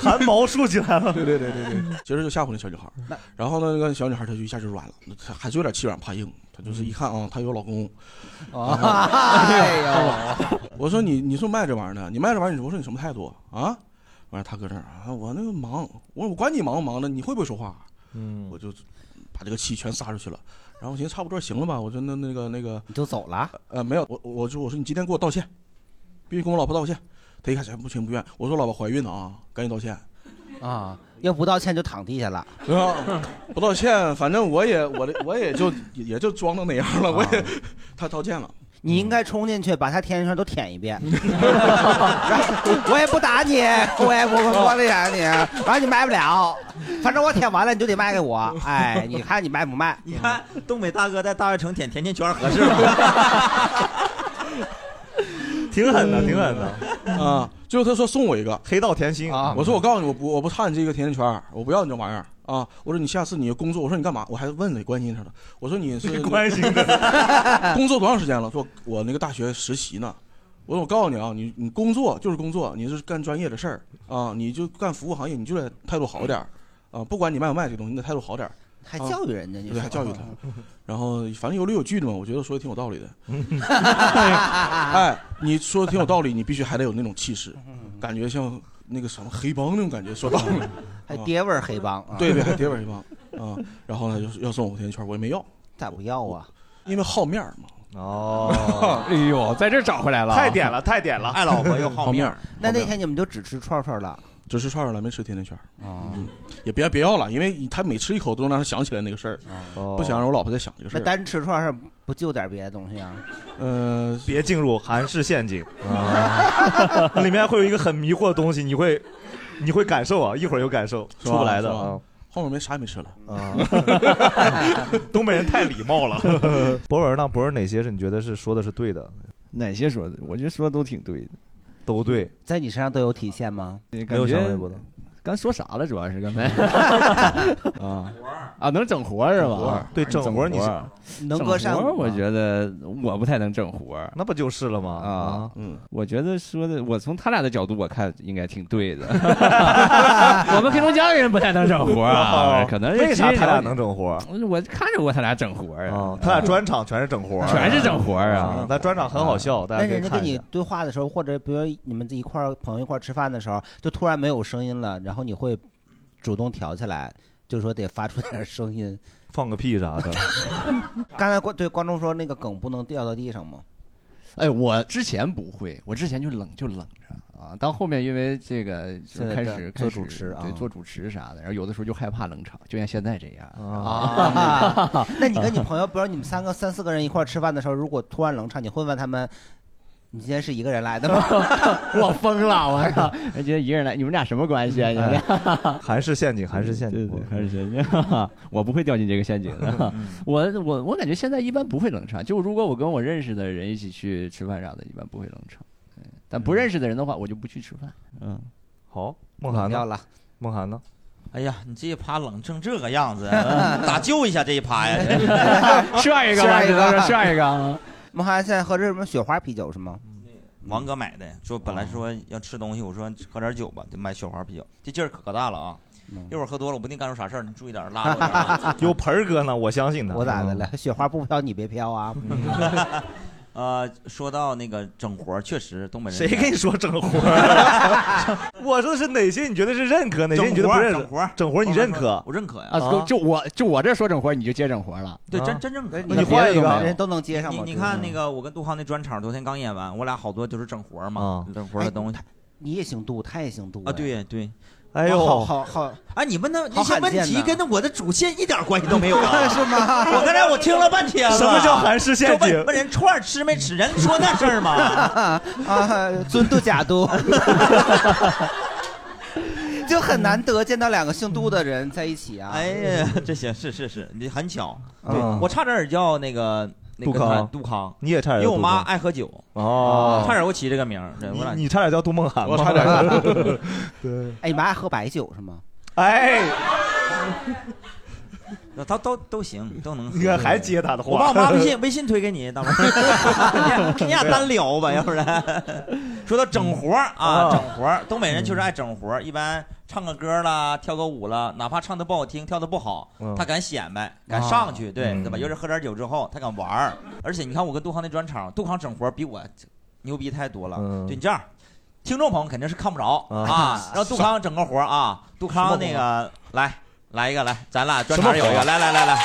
Speaker 2: 汗毛竖起来了。
Speaker 4: 对对对对对，其实就吓唬那小女孩儿。然后呢，那个小女孩儿她就一下就软了，她还是有点欺软怕硬。她就是一看啊，她有老公。
Speaker 3: 哎
Speaker 4: 呦！我说你你是不是卖这玩意儿的？你卖这玩意儿，你我说你什么态度啊？完了，他搁这儿啊，我那个忙，我说我管你忙不忙的，你会不会说话？啊
Speaker 2: 嗯，
Speaker 4: 我就把这个气全撒出去了。然后我寻思差不多行了吧，我说那那个那个，你就走了？呃，没有，我我就我说你今天给我道歉，必须跟我老婆道歉。他一开哎始不情不愿，我说老婆怀孕了啊，赶紧道歉。
Speaker 3: 啊，要不道歉就躺地下了。
Speaker 4: 啊，不道歉，反正我也我的我也就也就装到那样了，我也他道歉了。嗯
Speaker 3: 你应该冲进去把他天上都舔一 遍，我也不打你，我也不我那啥你，完了你卖不了，反正我舔完了你就得卖给我， 哎， 你看你卖不卖？嗯
Speaker 5: 你看东北大哥在大悦城舔甜甜圈合适吗？
Speaker 2: 挺狠的，挺狠的。
Speaker 4: 啊！最后他说送我一个
Speaker 2: 黑道甜心
Speaker 4: 啊！我说我告诉你，我不我不差你这个甜甜圈儿，我不要你这玩意儿啊！我说你下次你工作，我说你干嘛？我还问你关心他呢。我说你 是
Speaker 2: 关心
Speaker 4: 工作多长时间了？说我那个大学实习呢。我说我告诉你啊，你你工作就是工作，你是干专业的事儿啊，你就干服务行业，你就得态度好点儿啊，不管你卖不卖这东西，你得态度好点儿。
Speaker 3: 还
Speaker 4: 啊
Speaker 3: 教育人家你
Speaker 4: 对，还
Speaker 3: 说啊
Speaker 4: 教育他。然后反正有理有据的嘛，我觉得说的挺有道理的。
Speaker 3: 哎，
Speaker 4: 哎，你说的挺有道理，你必须还得有那种气势，
Speaker 3: 嗯
Speaker 4: 感觉像那个什么黑帮那种感觉，说道理，
Speaker 3: 还爹味儿黑帮啊
Speaker 4: 对对，还爹味儿黑帮啊。然后呢，就是要送我甜甜圈，我也没要，
Speaker 3: 咋不要啊？
Speaker 4: 因为好面儿嘛。
Speaker 2: 哦
Speaker 6: 哎呦，在这儿找回来了，
Speaker 2: 太点了，太点了，
Speaker 4: 爱老婆又好面儿
Speaker 3: 那那天你们就只吃串串了，
Speaker 4: 只吃串串了，没吃甜甜圈
Speaker 3: 哦
Speaker 4: 啊，嗯也别别要了，因为他每吃一口都能让他想起来那个事儿，不想让我老婆再想这个事
Speaker 3: 哦那
Speaker 4: 儿。
Speaker 3: 单吃串串不就点别的东西啊？
Speaker 4: 呃，
Speaker 2: 别进入韩式陷阱，里面会有一个很迷惑的东西，你会，你会感受啊，一会儿有感受，
Speaker 4: 是
Speaker 2: 出
Speaker 4: 吧
Speaker 2: 不来的
Speaker 4: 是吧
Speaker 2: 啊。
Speaker 4: 后面没啥也没吃了
Speaker 2: 啊东北人太礼貌了。 博文呢？博文哪些是你觉得是说的是对的？
Speaker 6: 哪些说的？我觉得说的都挺对的，
Speaker 2: 都对，
Speaker 3: 在你身上都有体现吗？
Speaker 6: 感觉刚说啥了？主要是刚 才啊啊，能整活儿是
Speaker 2: 整活儿
Speaker 6: 吧？啊
Speaker 2: 对整活儿你是
Speaker 6: 整活儿
Speaker 2: 能歌善舞
Speaker 6: 整活儿
Speaker 2: 吗
Speaker 6: 我觉得我不太能整活儿
Speaker 2: 那不就是了吗？
Speaker 6: 啊，
Speaker 4: 嗯，
Speaker 6: 我觉得说的，我从他俩的角度我看应该挺对 的。哎我们黑龙江人不太能整活儿啊，
Speaker 2: 哦
Speaker 6: 可能
Speaker 2: 为啥他俩能整活儿？
Speaker 6: 我看着过他俩整活儿啊，
Speaker 2: 他俩专场全是整活儿，啊
Speaker 6: 全是整活儿啊
Speaker 2: 那专场很好笑，大
Speaker 3: 但
Speaker 2: 家可
Speaker 3: 是
Speaker 2: 以
Speaker 3: 人家
Speaker 2: 看
Speaker 3: 跟
Speaker 2: 一
Speaker 3: 你
Speaker 2: 下。
Speaker 3: 对话的时候，或者比如你们一块儿朋友一块儿吃饭的时候，就突然没有声音了，然后你会主动挑起来，就说得发出点声音，
Speaker 2: 放个屁啥的。
Speaker 3: 刚才观对观众说那个梗不能掉到地上吗？
Speaker 6: 哎，我之前不会，我之前就冷就冷着啊。到后面因为这个就
Speaker 3: 现在
Speaker 6: 开
Speaker 3: 这
Speaker 6: 始
Speaker 3: 做
Speaker 6: 开
Speaker 3: 主
Speaker 6: 始
Speaker 3: 持啊
Speaker 6: 对，做主持啥的，然后有的时候就害怕冷场，就像现在这样
Speaker 3: 啊，哦那你跟你朋友，比如你们三个、三四个人一块儿吃饭的时候，如果突然冷场，你会问他们，你今天是一个人来的吗？
Speaker 6: 我疯了，我 操！人家一个人来，你们俩什么关系啊？你们俩
Speaker 2: 韩式陷阱，韩式陷
Speaker 6: 阱，对对，韩式陷阱， 我不会掉进这个陷阱的。 我我我感觉现在一般不会冷场，就如果我跟我认识的人一起去吃饭啥的，一般不会冷场。对但不认识的人的话，我就不去吃饭。嗯，
Speaker 2: 好，梦涵呢
Speaker 5: 掉了
Speaker 2: 梦涵呢？
Speaker 5: 哎呀，你这一趴冷成这个样 子，咋救一下这一趴呀？ 真是
Speaker 3: 涮一个，
Speaker 6: 一个。
Speaker 3: 孟涵现在喝这什么雪花啤酒是吗？
Speaker 5: 王哥买的，说本来说要吃东西，我说喝点酒吧，就买雪花啤酒，这劲儿可大了啊！
Speaker 3: 嗯
Speaker 5: 一会儿喝多了，我不定干出啥事儿，你注意点儿，啊拉着我 点儿。
Speaker 2: 啊有盆儿哥呢，我相信他。嗯
Speaker 3: 我咋的了？雪花不飘你别飘啊！
Speaker 5: 呃，说到那个整活儿，确实东北人
Speaker 2: 谁跟你说整活？ 我说的是哪些你觉得是认可，哪些你觉得不认可？
Speaker 5: 整活儿
Speaker 2: 整活儿你认
Speaker 5: 我刚才说
Speaker 2: 可
Speaker 5: 了？我认可呀
Speaker 6: 啊，就我就我这说整活，你就接整活了。
Speaker 5: 对，真
Speaker 6: 啊
Speaker 5: 真正可以
Speaker 6: 那你换一个
Speaker 5: 别的
Speaker 6: 人都能接上
Speaker 5: 你
Speaker 6: 我
Speaker 5: 你
Speaker 6: 觉得
Speaker 5: 看那个我跟杜康那专场，昨天刚
Speaker 2: 啊
Speaker 3: 哎
Speaker 5: 演完，我俩好多就是整活儿嘛，整活儿的东西。
Speaker 3: 你也姓杜，他也姓杜哦
Speaker 5: 啊，对对，
Speaker 2: 哎呦，
Speaker 5: 好
Speaker 3: 好好，
Speaker 5: 啊，你们那
Speaker 3: 好
Speaker 5: 那些
Speaker 3: 罕
Speaker 5: 问
Speaker 3: 见
Speaker 5: 题
Speaker 3: 呐，
Speaker 5: 跟我的主线一点关系都没有啊
Speaker 3: 是吗
Speaker 5: 我刚才我听了半天了，
Speaker 2: 什么叫韩式陷阱
Speaker 5: 就问问人串儿吃没吃，人说那事儿吗？
Speaker 3: 啊，尊度假度， 就很难得见到两个姓杜的人在一起啊。
Speaker 5: 哎呀，这些是是是，你很巧。
Speaker 3: 嗯
Speaker 5: 对，我差点儿叫那个那
Speaker 2: 杜
Speaker 5: 个
Speaker 2: 康
Speaker 5: 杜康，
Speaker 2: 你也差点儿
Speaker 5: 因为
Speaker 2: 叫
Speaker 5: 我
Speaker 2: 杜
Speaker 5: 妈
Speaker 2: 康
Speaker 5: 爱喝酒，
Speaker 2: 哦
Speaker 5: 差点儿给我起这个名儿，对我俩
Speaker 2: 你你差点叫杜梦涵吗？
Speaker 5: 我 差点儿
Speaker 2: 对，
Speaker 3: 哎，你们爱喝白酒是吗？
Speaker 2: 哎，
Speaker 5: 那都都都行，都能喝。
Speaker 2: 你看还接他的话
Speaker 5: 我把我妈微信 微信推给你， 大妹儿，你俩单聊吧，要不然。说到整活儿啊，
Speaker 2: 啊
Speaker 5: 整活儿，东北人确实爱整活儿，一般唱个歌啦，跳个舞啦，哪怕唱的不好听，跳的不好
Speaker 2: 嗯，
Speaker 5: 他敢显摆，敢
Speaker 2: 啊
Speaker 5: 上去，对
Speaker 2: 嗯
Speaker 5: 对吧？尤其喝点酒之后，他敢玩儿。而且你看我跟杜康那专场，杜康整活儿比我牛逼太多了。就你这样。听众朋友肯定是看不着
Speaker 2: 啊
Speaker 5: 啊，让杜康整个活儿啊，杜康那个来来一个来，咱俩专场有一
Speaker 4: 啊什么活
Speaker 5: 个，
Speaker 4: 儿
Speaker 5: 来
Speaker 4: 啊
Speaker 5: 来来来，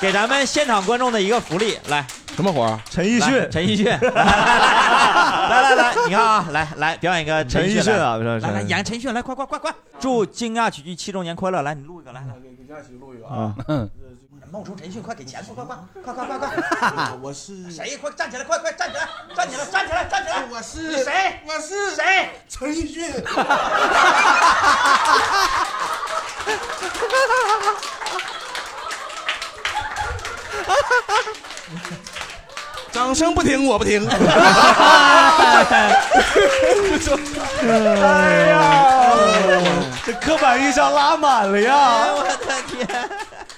Speaker 5: 给咱们现场观众的一个福利，来，
Speaker 4: 什么活儿？啊
Speaker 2: 陈奕
Speaker 5: 来
Speaker 2: 迅，
Speaker 5: 陈奕迅， 来来来来，你看啊，来来表演一个
Speaker 2: 陈
Speaker 5: 奕
Speaker 2: 奕迅啊
Speaker 5: 来
Speaker 2: 陈
Speaker 5: 来来演个陈奕迅，来快快快快，祝惊讶喜剧七周年快乐，来你录一个，来来，惊讶喜剧录一个
Speaker 2: 啊
Speaker 5: 冒充陈奕迅，快给钱，快快快快 快快快！
Speaker 4: 我是
Speaker 5: 谁？快站起来，快快站起来，站起来，站起来，站起来！
Speaker 4: 我是
Speaker 5: 你谁？
Speaker 4: 我是
Speaker 5: 谁？
Speaker 4: 陈奕迅。掌声不停，我不停。
Speaker 2: 哎呀，这刻板印象拉满了呀！
Speaker 5: 嗯哎我的天！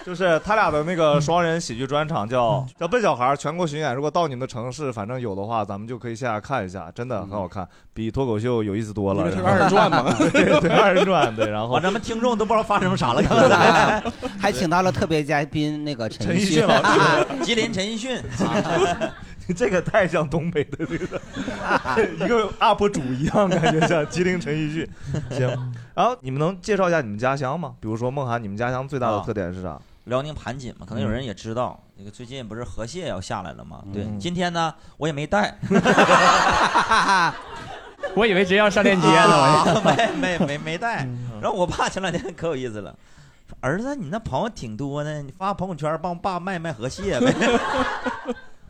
Speaker 2: 就是他俩的那个双人喜剧专场叫叫笨小孩儿全国巡演，如果到你们的城市，反正有的话，咱们就可以线下看一下，真的很好看，比脱口秀有意思多了。
Speaker 4: 因为它是二人转嘛
Speaker 2: 对对，二人转对，然后
Speaker 5: 把咱们听众都不知道发生 啥了，
Speaker 3: 还请到了特别嘉宾那个陈
Speaker 2: 陈
Speaker 3: 奕
Speaker 2: 奕
Speaker 3: 迅
Speaker 2: 迅 老师
Speaker 5: 吉林陈奕迅，
Speaker 2: 这个太像东北的这个 一个 UP 主一样，感觉像吉林陈奕迅。行，然后你们能介绍一下你们家乡吗？比如说梦涵，你们家乡最大的特点是啥？
Speaker 5: 辽宁盘锦嘛，可能有人也知道，那个最近不是河蟹要下来了吗？对，
Speaker 2: 嗯
Speaker 5: 今天呢我也没 带，
Speaker 6: 我以为直接要上链接呢，
Speaker 5: 啊
Speaker 6: 我
Speaker 5: 没 没没没带。然后我爸前两天可有意思了，嗯儿子，你那朋友挺多呢，你发朋友圈帮爸卖卖河蟹 呗。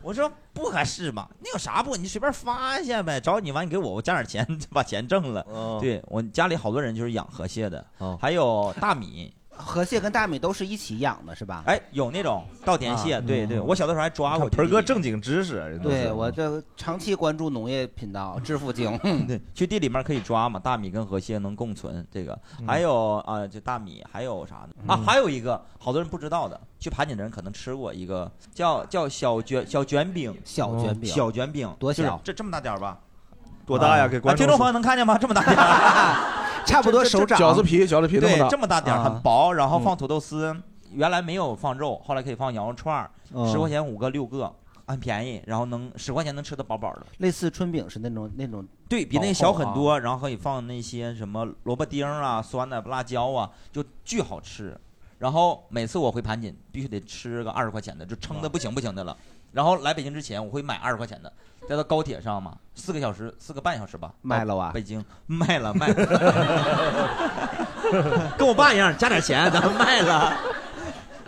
Speaker 5: 我说不合适吧？那有啥不？你随便发一下呗，找你完你给我，我加点钱就把钱挣了。对我家里好多人就是养河蟹的，还有大米。
Speaker 3: 河蟹跟大米都是一起养的，是吧？
Speaker 5: 哎，有那种稻田蟹，
Speaker 3: 啊
Speaker 5: 对对，
Speaker 3: 嗯
Speaker 5: 我小的时候还抓过。
Speaker 2: 盆儿哥正经知识，都是
Speaker 3: 对我这长期关注农业频道，致富经。
Speaker 5: 对， 去地里面可以抓嘛，大米跟河蟹能共存。这个
Speaker 3: 嗯
Speaker 5: 还有啊、就大米，还有啥呢？啊，还有一个好多人不知道的，去盘锦的人可能吃过一个叫叫小卷小卷饼，嗯
Speaker 3: 小卷饼
Speaker 5: 小卷饼，
Speaker 3: 多
Speaker 5: 就是
Speaker 3: 小
Speaker 5: 这这么大点儿吧？
Speaker 2: 多大呀？
Speaker 5: 啊
Speaker 2: 给观
Speaker 5: 啊
Speaker 2: 众
Speaker 5: 听
Speaker 2: 说
Speaker 5: 众朋友能看见吗？这么大点 儿，
Speaker 3: 差不多手掌饺子
Speaker 4: 皮饺子皮这么
Speaker 5: 对
Speaker 4: 大，
Speaker 5: 这么大点儿，
Speaker 4: 啊
Speaker 5: 很薄，然后放土豆丝。原来没有放肉，后来可以放羊肉串儿，
Speaker 3: 嗯
Speaker 5: 十块钱五个六个，很便宜，然后能十块钱能吃得饱饱的。
Speaker 3: 类似春饼是那种那种，
Speaker 5: 对比那个小很多，。然后可以放那些什么萝卜丁儿啊、酸的辣椒啊，就巨好吃。然后每次我回盘锦，必须得吃个二十块钱的，就撑的不行不行的了。然后来北京之前，我会买二十块钱的，再到高铁上嘛，四个小时、四个半小时吧，
Speaker 3: 卖了啊
Speaker 5: 北京卖了卖 了，跟我爸一样，加点钱，咱们卖了。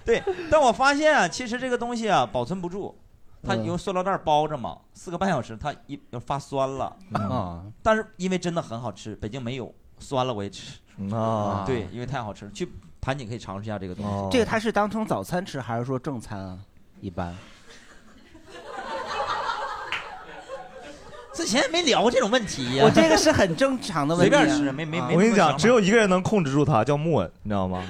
Speaker 5: 对，但我发现啊，其实这个东西啊，保存不住，它
Speaker 3: 嗯
Speaker 5: 用塑料袋包着嘛，四个半小时它一要发酸了
Speaker 3: 啊。
Speaker 2: 嗯
Speaker 5: 但是因为真的很好吃，北京没有，酸了我也吃。
Speaker 2: 啊哦
Speaker 5: 对，因为太好吃了，去盘锦可以尝试一下这个东
Speaker 8: 哦
Speaker 5: 西。
Speaker 3: 这个它是当成早餐吃还是说正餐啊？一般
Speaker 5: 之前没聊这种问题呀、
Speaker 3: 我这个是很正常的问题啊。
Speaker 5: 随便吃没没没
Speaker 2: 我跟你讲，只有一个人能控制住他，叫莫恩，你知道 吗？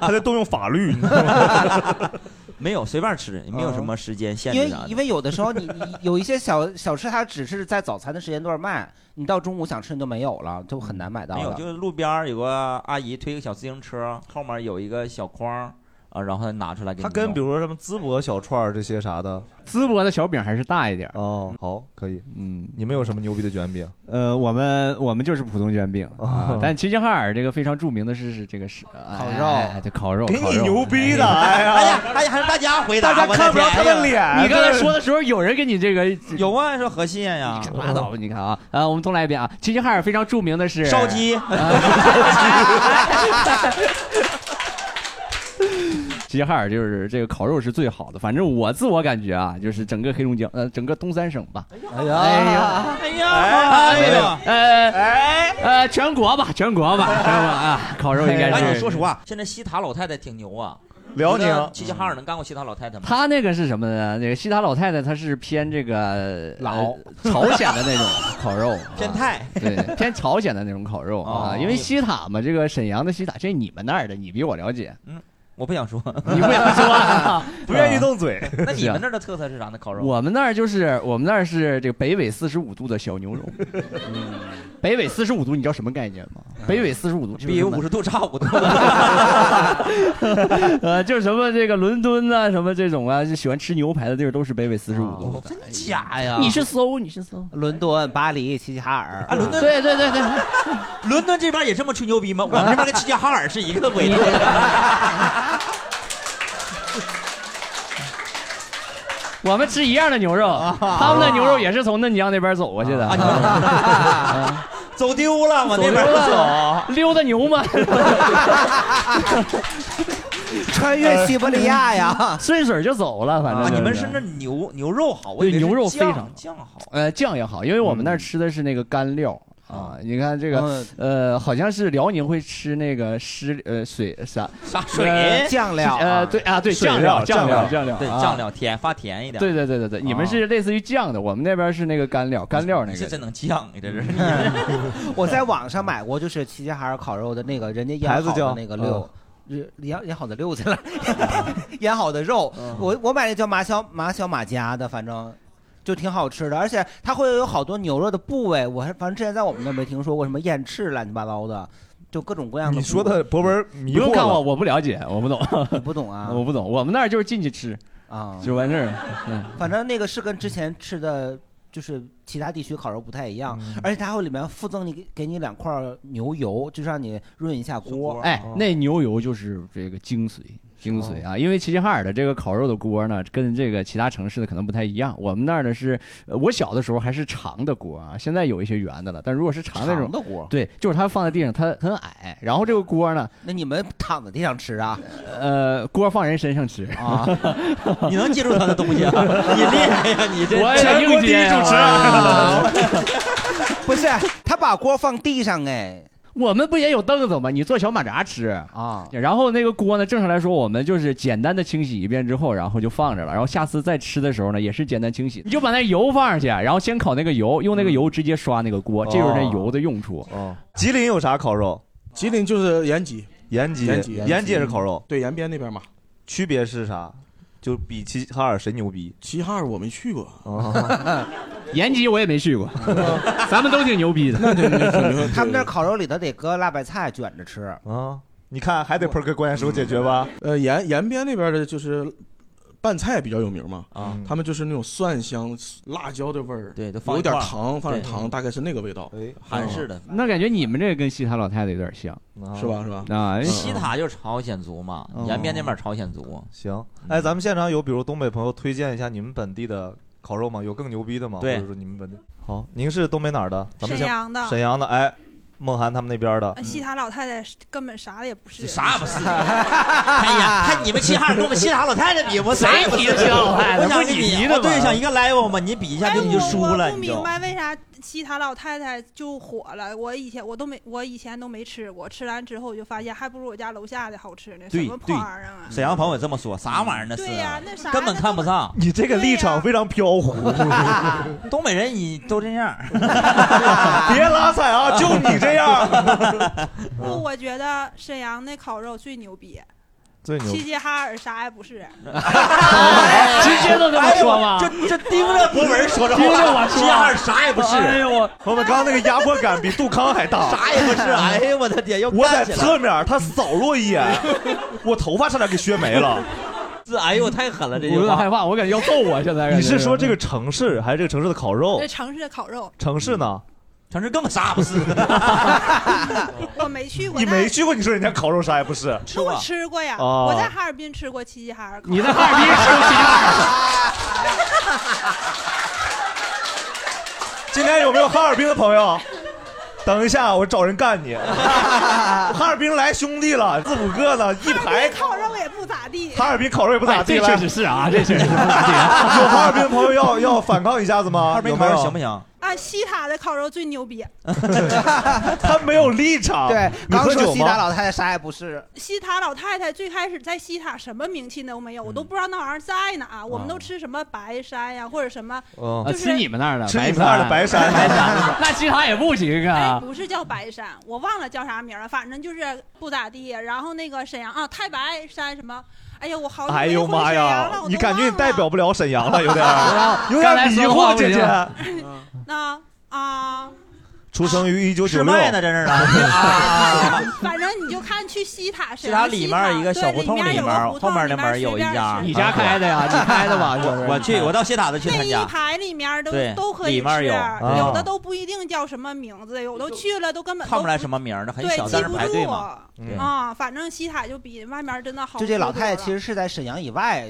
Speaker 2: 他在动用法律，你知道吗？
Speaker 5: 没有随便吃，也没有什么时间限
Speaker 3: 因
Speaker 5: 制
Speaker 3: 为
Speaker 5: 啥
Speaker 8: 啊
Speaker 5: 的。
Speaker 3: 因为有的时候 你你有一些小小吃，它只是在早餐的时间段卖，你到中午想吃你就没有了，就很难买到
Speaker 5: 没有，
Speaker 3: 了。
Speaker 5: 就是路边儿有个阿姨推个小自行车，后面有一个小筐儿，啊、啊，然后拿出来给
Speaker 2: 它
Speaker 5: 你
Speaker 2: 跟
Speaker 5: 弄。
Speaker 2: 比如说什么淄博小串儿这些啥的，
Speaker 6: 淄博的小饼还是大一点
Speaker 2: 哦。好，可以，
Speaker 6: 嗯，
Speaker 2: 你们有什么牛逼的卷饼？
Speaker 6: 呃，我们我们就是普通卷 饼啊，但齐齐哈尔这个非常著名的是是这个是呃哎烤
Speaker 2: 肉
Speaker 6: 这烤肉，
Speaker 2: 给
Speaker 6: 烤
Speaker 2: 你
Speaker 6: 肉
Speaker 2: 牛逼的， 哎呀，
Speaker 5: 哎呀，还是大家回答，
Speaker 6: 大家看不着他的脸哎
Speaker 5: 哎
Speaker 6: 你刚才说的
Speaker 5: 时候，有人给你这个有啊，说何信呀，
Speaker 6: 拉倒吧，你看啊，呃，我们重来一遍啊，齐齐哈尔非常著名的是啊
Speaker 5: 烧 鸡
Speaker 17: 哎
Speaker 6: 齐齐哈尔就是这个烤肉是最好的，反正我自我感觉啊，就是整个黑龙江，呃，整个东三省吧，哎呀，
Speaker 5: 哎呀，哎呀，
Speaker 6: 呃，哎，呃，全国吧，全国吧，全国啊，烤肉应该
Speaker 5: 哎你
Speaker 6: 是。
Speaker 5: 说实话，现在西塔老太太挺牛啊，
Speaker 6: 辽宁
Speaker 5: 你们齐齐哈尔能干过西塔老太太吗？
Speaker 6: 她那个是什么呢？那个西塔老太太，她是偏这个
Speaker 5: 老
Speaker 6: 呃朝鲜的那种烤肉，
Speaker 5: 变态，
Speaker 6: 对，偏朝鲜的那种烤肉啊。
Speaker 5: 哦
Speaker 6: 因为西塔嘛，这个沈阳的西塔，这你们那儿的，你比我了解。
Speaker 5: 嗯，我不想说，，
Speaker 6: 你不想说啊
Speaker 5: 不愿意动嘴
Speaker 6: 啊
Speaker 5: 那你们那儿的特色是啥呢？烤肉？
Speaker 6: 我们那儿就是我们那儿是这个北纬四十五度的小牛肉。北纬四十五度，你知道什么概念吗？北纬四十五度就是
Speaker 5: 比
Speaker 6: 什么
Speaker 5: 五十度差五度。
Speaker 6: 呃，就是什么这个伦敦啊，什么这种啊，就喜欢吃牛排的地儿都是北纬四十五度。
Speaker 5: 啊真假呀
Speaker 6: 你是搜，你是搜。
Speaker 3: 伦敦、巴黎、齐齐哈尔
Speaker 5: 啊，伦敦
Speaker 6: 对对对对，
Speaker 5: 伦敦这边也这么吹牛逼吗？我们这边跟齐齐哈尔是一个纬度的。
Speaker 6: 我们吃一样的牛肉，
Speaker 5: 啊
Speaker 6: 他们的牛肉也是从嫩江那边走过去的。啊
Speaker 5: 走丢了，往那边
Speaker 6: 走， 溜达牛吗？
Speaker 3: 穿越西伯利亚呀，
Speaker 6: 顺水就走了，反正
Speaker 5: 啊，
Speaker 6: 就
Speaker 5: 你们是那牛牛肉好，我以
Speaker 6: 对
Speaker 5: 为是
Speaker 6: 牛肉非
Speaker 5: 酱
Speaker 6: 常
Speaker 5: 酱好。
Speaker 6: 呃酱也好，因为我们那儿吃的是那个干料。啊，你看这个
Speaker 5: 嗯，
Speaker 6: 呃，好像是辽宁会吃那个湿呃水啥
Speaker 5: 啥水
Speaker 6: 呃
Speaker 5: 酱 料
Speaker 6: 呃对啊对酱料酱料酱料
Speaker 5: 对
Speaker 6: 啊
Speaker 5: 酱料甜发甜一点。啊
Speaker 6: 对对对对对，你
Speaker 3: 哦
Speaker 6: 们是类似于酱的，我们那边是那个干料，干料那
Speaker 5: 你是
Speaker 6: 个嗯
Speaker 5: 真能犟，你这是。
Speaker 3: 我在网上买过，就是齐齐哈尔烤肉的那个，人家 腌
Speaker 8: 牌子
Speaker 3: 好的
Speaker 8: 叫
Speaker 6: 嗯
Speaker 8: 嗯
Speaker 3: 那个溜，腌腌好的溜去了， 腌好的肉，我我买的叫麻小麻小马家的，反正。就挺好吃的，而且它会有好多牛肉的部位，我还反正之前在我们那没听说过什么燕翅乱七八糟的，就各种各样的部位。
Speaker 2: 博文
Speaker 6: 不用看我，我不了解，我不懂，
Speaker 3: 不懂啊，
Speaker 6: 我不懂，我们那儿就是进去吃
Speaker 3: 啊
Speaker 6: 就完事儿 了。嗯
Speaker 3: 反正那个是跟之前吃的，就是其他地区烤肉不太一样，而且它会里面附赠你给你两块牛油，就让你润一下锅。嗯
Speaker 6: 哎，那牛油就是这个精髓，精髓
Speaker 3: 哦
Speaker 6: 啊！因为齐齐哈尔的这个烤肉的锅呢，跟这个其他城市的可能不太一样。我们那儿的是，呃我小的时候还是长的锅啊，现在有一些圆的了。但如果是长的那种
Speaker 3: 长的锅
Speaker 6: 对，就是它放在地上，它很矮。然后这个锅呢，
Speaker 3: 那你们躺在地上吃啊？
Speaker 6: 呃，锅放人身上吃
Speaker 3: 啊
Speaker 5: 你能记住他的东西啊？你厉害呀！你这
Speaker 6: 我也得应接啊
Speaker 3: 啊！不是，他把锅放地上哎，
Speaker 6: 我们不也有凳子吗？你坐小马扎吃
Speaker 3: 啊。
Speaker 6: 然后那个锅呢，正常来说我们就是简单的清洗一遍之后，然后就放着了。然后下次再吃的时候呢，也是简单清洗，你就把那油放上去，然后先烤那个油，用那
Speaker 5: 嗯
Speaker 6: 个油直接刷那个锅，这就是那油的用处。
Speaker 2: 哦，吉林有啥烤肉？
Speaker 4: 吉林就是延吉，
Speaker 2: 延吉，
Speaker 4: 延吉
Speaker 2: 延吉也是烤肉，
Speaker 4: 对，延边那边嘛。
Speaker 2: 区别是啥？就比齐齐哈尔谁牛逼？
Speaker 4: 齐齐哈尔我没去过，
Speaker 5: 哦
Speaker 6: 延吉我也没去过，咱们都挺牛逼的。
Speaker 3: 他们那烤肉里头得搁辣白菜卷着吃
Speaker 2: 啊。你看，还得盆给关键时候解决吧。
Speaker 4: 呃，延延边那边的就是拌菜比较有名嘛，啊，他们就是那种蒜香、辣椒的味儿，对，
Speaker 5: 放
Speaker 4: 有
Speaker 5: 一
Speaker 4: 点
Speaker 5: 块儿
Speaker 4: 糖，放点
Speaker 5: 对
Speaker 4: 糖，大概是那个味道，
Speaker 5: 韩式
Speaker 3: 嗯
Speaker 5: 的
Speaker 6: 那感觉你们这个跟西塔老太太有点像，
Speaker 4: 是吧？是吧？
Speaker 6: 啊，
Speaker 5: 西塔就是朝鲜族嘛
Speaker 2: 嗯，
Speaker 5: 延边那边朝鲜族。
Speaker 2: 行，哎，咱们现场有比如东北朋友推荐一下你们本地的烤肉吗？有更牛逼的吗？
Speaker 5: 对
Speaker 2: 或者说你们本地好，您是东北哪儿的？咱们先
Speaker 17: 沈阳的
Speaker 2: 沈阳的，哎，梦涵他们那边的
Speaker 17: 呃，西塔老太太是根本啥也 不是，
Speaker 5: 啥也不是。哎呀，看你们齐齐哈尔 跟我们西塔老太太比，我
Speaker 17: 谁
Speaker 5: 啥也不
Speaker 17: 提
Speaker 5: 是
Speaker 17: 齐齐哈尔老太太
Speaker 5: 我想
Speaker 17: 不是
Speaker 5: 跟
Speaker 17: 你提
Speaker 5: 你
Speaker 17: 的吗
Speaker 5: 我对上一个 level 嘛，你比一下就你就输了，
Speaker 17: 哎不
Speaker 5: 你就
Speaker 17: 明。白为啥西塔老太太就火了。我以前我都没，我以前都没吃过，吃完之后我就发现还不如我家楼下的好吃呢。什
Speaker 5: 对
Speaker 17: 么破
Speaker 5: 对
Speaker 17: 玩意儿啊！
Speaker 5: 沈阳朋友也这么说，啥玩意儿那是？
Speaker 17: 对呀那啥
Speaker 5: 根本看不上。
Speaker 2: 你这个立场非常飘忽，
Speaker 5: 东北人你都这样，
Speaker 2: 别拉踩啊，就你这样。
Speaker 17: 不，哦
Speaker 5: 嗯
Speaker 17: 我觉得沈阳那烤肉最牛逼，
Speaker 2: 最牛
Speaker 17: 齐齐哈尔啥也不是。
Speaker 5: 直
Speaker 6: 接都这么
Speaker 5: 说 吧哎这这盯着博文说这话盯着我说这样啥也不是哎呦
Speaker 2: 我们刚刚那个压迫感比杜康还大，
Speaker 5: 啥也 不是哎呦我的天要
Speaker 2: 我在
Speaker 5: 干起来
Speaker 2: 侧面，他扫了我一眼，我头发差点给削没了。
Speaker 5: 这哎呦我太狠了，这
Speaker 6: 我有点害怕，我感觉要嗯揍我 现在。
Speaker 2: 你是说这个城市还是这个城市的烤肉
Speaker 18: 这？城市的烤 肉，
Speaker 2: 城市呢？
Speaker 6: 嗯
Speaker 5: 城市更啥不是？
Speaker 18: 我没去过，
Speaker 2: 你
Speaker 18: 但
Speaker 2: 没去过，你说人家烤肉啥也不是？
Speaker 18: 我吃过呀，
Speaker 2: 哦
Speaker 18: 我在哈尔滨吃过齐齐哈尔烤。
Speaker 2: 你在哈尔滨吃过齐齐哈今天有没有哈尔滨的朋友？等一下，我找人干你！ 哈尔滨来兄弟了，四五个呢，一排。
Speaker 18: 烤肉也不咋地。
Speaker 2: 哈尔滨烤肉也不咋地了。
Speaker 6: 哎这确实是啊这确实是不咋地啊
Speaker 2: 有哈尔滨朋友要要反抗一下子吗？哈尔
Speaker 5: 滨烤肉行不行？
Speaker 18: 啊，西塔的烤肉最牛逼，
Speaker 2: 他没有立场。
Speaker 3: 对，
Speaker 2: 你
Speaker 3: 刚
Speaker 2: 喝
Speaker 3: 说
Speaker 2: 酒
Speaker 3: 西达老
Speaker 2: 吗？
Speaker 3: 太太啥也不是，
Speaker 18: 西塔老太太最开始在西塔什么名气都没有，我都不知道那玩意儿在哪儿。我们都吃什么白山呀，或者什么，
Speaker 5: 嗯
Speaker 6: 啊
Speaker 18: 就是
Speaker 6: 吃你们那儿的，
Speaker 2: 吃你们那儿的白山
Speaker 6: 白山，那其他也不行啊。
Speaker 18: 哎不是叫白山，我忘了叫啥名儿了，反正就是不咋地。然后那个沈阳啊，太白山什么，哎呀，我好久
Speaker 2: 哎
Speaker 18: 没
Speaker 2: 呦
Speaker 18: 回沈
Speaker 2: 妈
Speaker 18: 阳
Speaker 2: 呀
Speaker 18: 了，我
Speaker 2: 你
Speaker 18: 都
Speaker 2: 感觉你代表不了沈阳了，有点有
Speaker 6: 刚
Speaker 2: 点
Speaker 6: 才
Speaker 2: 迷
Speaker 6: 说话
Speaker 2: 惑，
Speaker 6: 不
Speaker 2: 姐
Speaker 6: 行啊
Speaker 2: 姐。
Speaker 18: 那啊，
Speaker 2: 出生于一九九
Speaker 5: 吃
Speaker 2: 六
Speaker 5: 麦呢，在这儿呢。
Speaker 18: 反正你就看去西塔，
Speaker 5: 是
Speaker 18: 沈
Speaker 5: 它
Speaker 18: 阳
Speaker 5: 里
Speaker 18: 西
Speaker 5: 面
Speaker 18: 塔
Speaker 5: 儿一个小
Speaker 18: 对
Speaker 5: 胡同
Speaker 18: 里面
Speaker 5: 里
Speaker 18: 有
Speaker 5: 面
Speaker 18: 个
Speaker 5: 儿，
Speaker 18: 胡
Speaker 5: 后
Speaker 18: 同
Speaker 5: 面
Speaker 18: 里
Speaker 5: 那门儿有一家，
Speaker 6: 你家开的呀？你开的吧？
Speaker 5: 我我去，我到西塔子去
Speaker 18: 那
Speaker 5: 参
Speaker 18: 一
Speaker 5: 加。
Speaker 18: 排里面都
Speaker 5: 对
Speaker 18: 都可以
Speaker 5: 里面
Speaker 18: 吃，
Speaker 5: 有啊
Speaker 18: 有的都不一定叫什么名字，有的去了都根本
Speaker 5: 看不
Speaker 18: 来
Speaker 5: 来什么名儿的，很
Speaker 18: 对
Speaker 5: 小，
Speaker 18: 记
Speaker 5: 在那儿
Speaker 18: 不
Speaker 5: 排
Speaker 18: 住
Speaker 5: 队嘛。对
Speaker 18: 啊。反正西塔就比外面真的好。
Speaker 3: 就嗯这老太太其实是在沈阳以外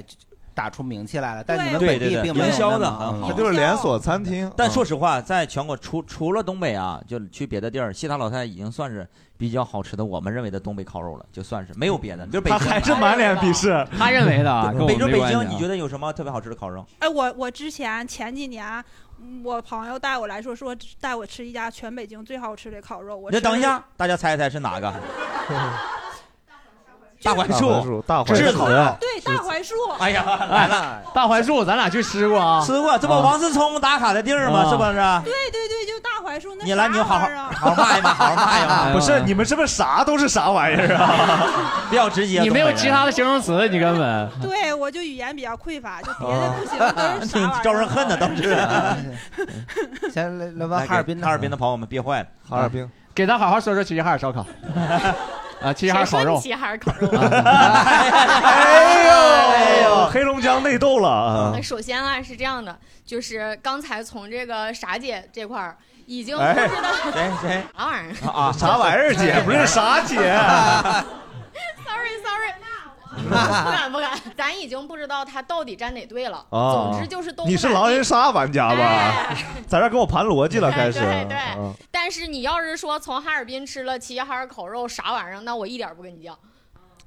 Speaker 3: 打出名气来了，但你们
Speaker 5: 对
Speaker 3: 本
Speaker 5: 对
Speaker 3: 地
Speaker 5: 对，
Speaker 3: 并没有
Speaker 5: 营销的
Speaker 3: 那么
Speaker 5: 很好，
Speaker 3: 嗯
Speaker 2: 锁餐厅。嗯
Speaker 5: 但说实话，在全国除除了东北啊，就去别的地儿，西塔老太太已经算是比较好吃的，我们认为的东北烤肉了，就算是没有别的。就是北京
Speaker 2: 他还是满脸鄙视。
Speaker 6: 他认为的啊跟我们
Speaker 5: 北京
Speaker 6: 没
Speaker 5: 北
Speaker 6: 关系啊
Speaker 5: 京，你觉得有什么特别好吃的烤肉？
Speaker 18: 哎，我我之前前几年，嗯我朋友带我来说说带我吃一家全北京最好吃的烤肉，我
Speaker 5: 你
Speaker 18: 吃
Speaker 5: 等一下，大家猜一猜是 哪个？大
Speaker 2: 大
Speaker 5: 槐
Speaker 2: 槐
Speaker 5: 树
Speaker 2: 树，大槐树
Speaker 5: 栀子
Speaker 18: 啊对大槐树，
Speaker 5: 哎呀，来
Speaker 6: 哎
Speaker 5: 了，
Speaker 6: 大槐树，咱俩去吃过啊，
Speaker 5: 吃过，这不王思聪打卡的地儿吗？
Speaker 6: 啊
Speaker 5: 是不是？
Speaker 18: 哎对对对，就大槐树那
Speaker 5: 你来，你好好
Speaker 18: 啊
Speaker 5: 好好骂一骂，好好骂一
Speaker 6: 哎
Speaker 5: 骂。
Speaker 2: 哎不是你们是不是啥都是啥玩意儿啊？
Speaker 5: 比较直接
Speaker 6: 你没有其他的形容词，你根 本。
Speaker 18: 对我就语言比较 匮乏，就别的
Speaker 5: 啊
Speaker 18: 不行都是啥玩意儿。
Speaker 5: 招人恨呢，当时。
Speaker 3: 先来来
Speaker 5: 问哈尔滨，哈尔滨的朋友们憋坏了，嗯
Speaker 2: 哈尔滨，
Speaker 6: 给他好好说说齐齐哈尔烧 烤，啊，齐齐哈尔烤肉，
Speaker 19: 齐齐哈 尔烤肉。
Speaker 2: 啊哎呦，黑龙江内斗了
Speaker 5: 嗯
Speaker 2: 啊！
Speaker 19: 首先啊，是这样的，就是刚才从这个傻姐这块儿已经不
Speaker 2: 哎
Speaker 19: 知道
Speaker 5: 谁谁
Speaker 19: 啥玩意儿
Speaker 5: 啊
Speaker 2: 啥玩意儿 姐不是啥姐
Speaker 19: ，sorry sorry。不 敢不敢，咱已经不知道他到底站哪队了。
Speaker 5: 哦
Speaker 2: 啊
Speaker 19: 总之就是都不
Speaker 2: 你是
Speaker 19: 敢
Speaker 2: 狼人
Speaker 19: 定
Speaker 2: 杀玩家吧
Speaker 19: 哎？
Speaker 2: 在这儿跟我盘逻辑了，开始。
Speaker 19: 对对对
Speaker 2: 嗯
Speaker 19: 但是你要是说从哈尔滨吃了齐齐哈尔烤肉啥玩意儿，那我一点儿不跟你犟，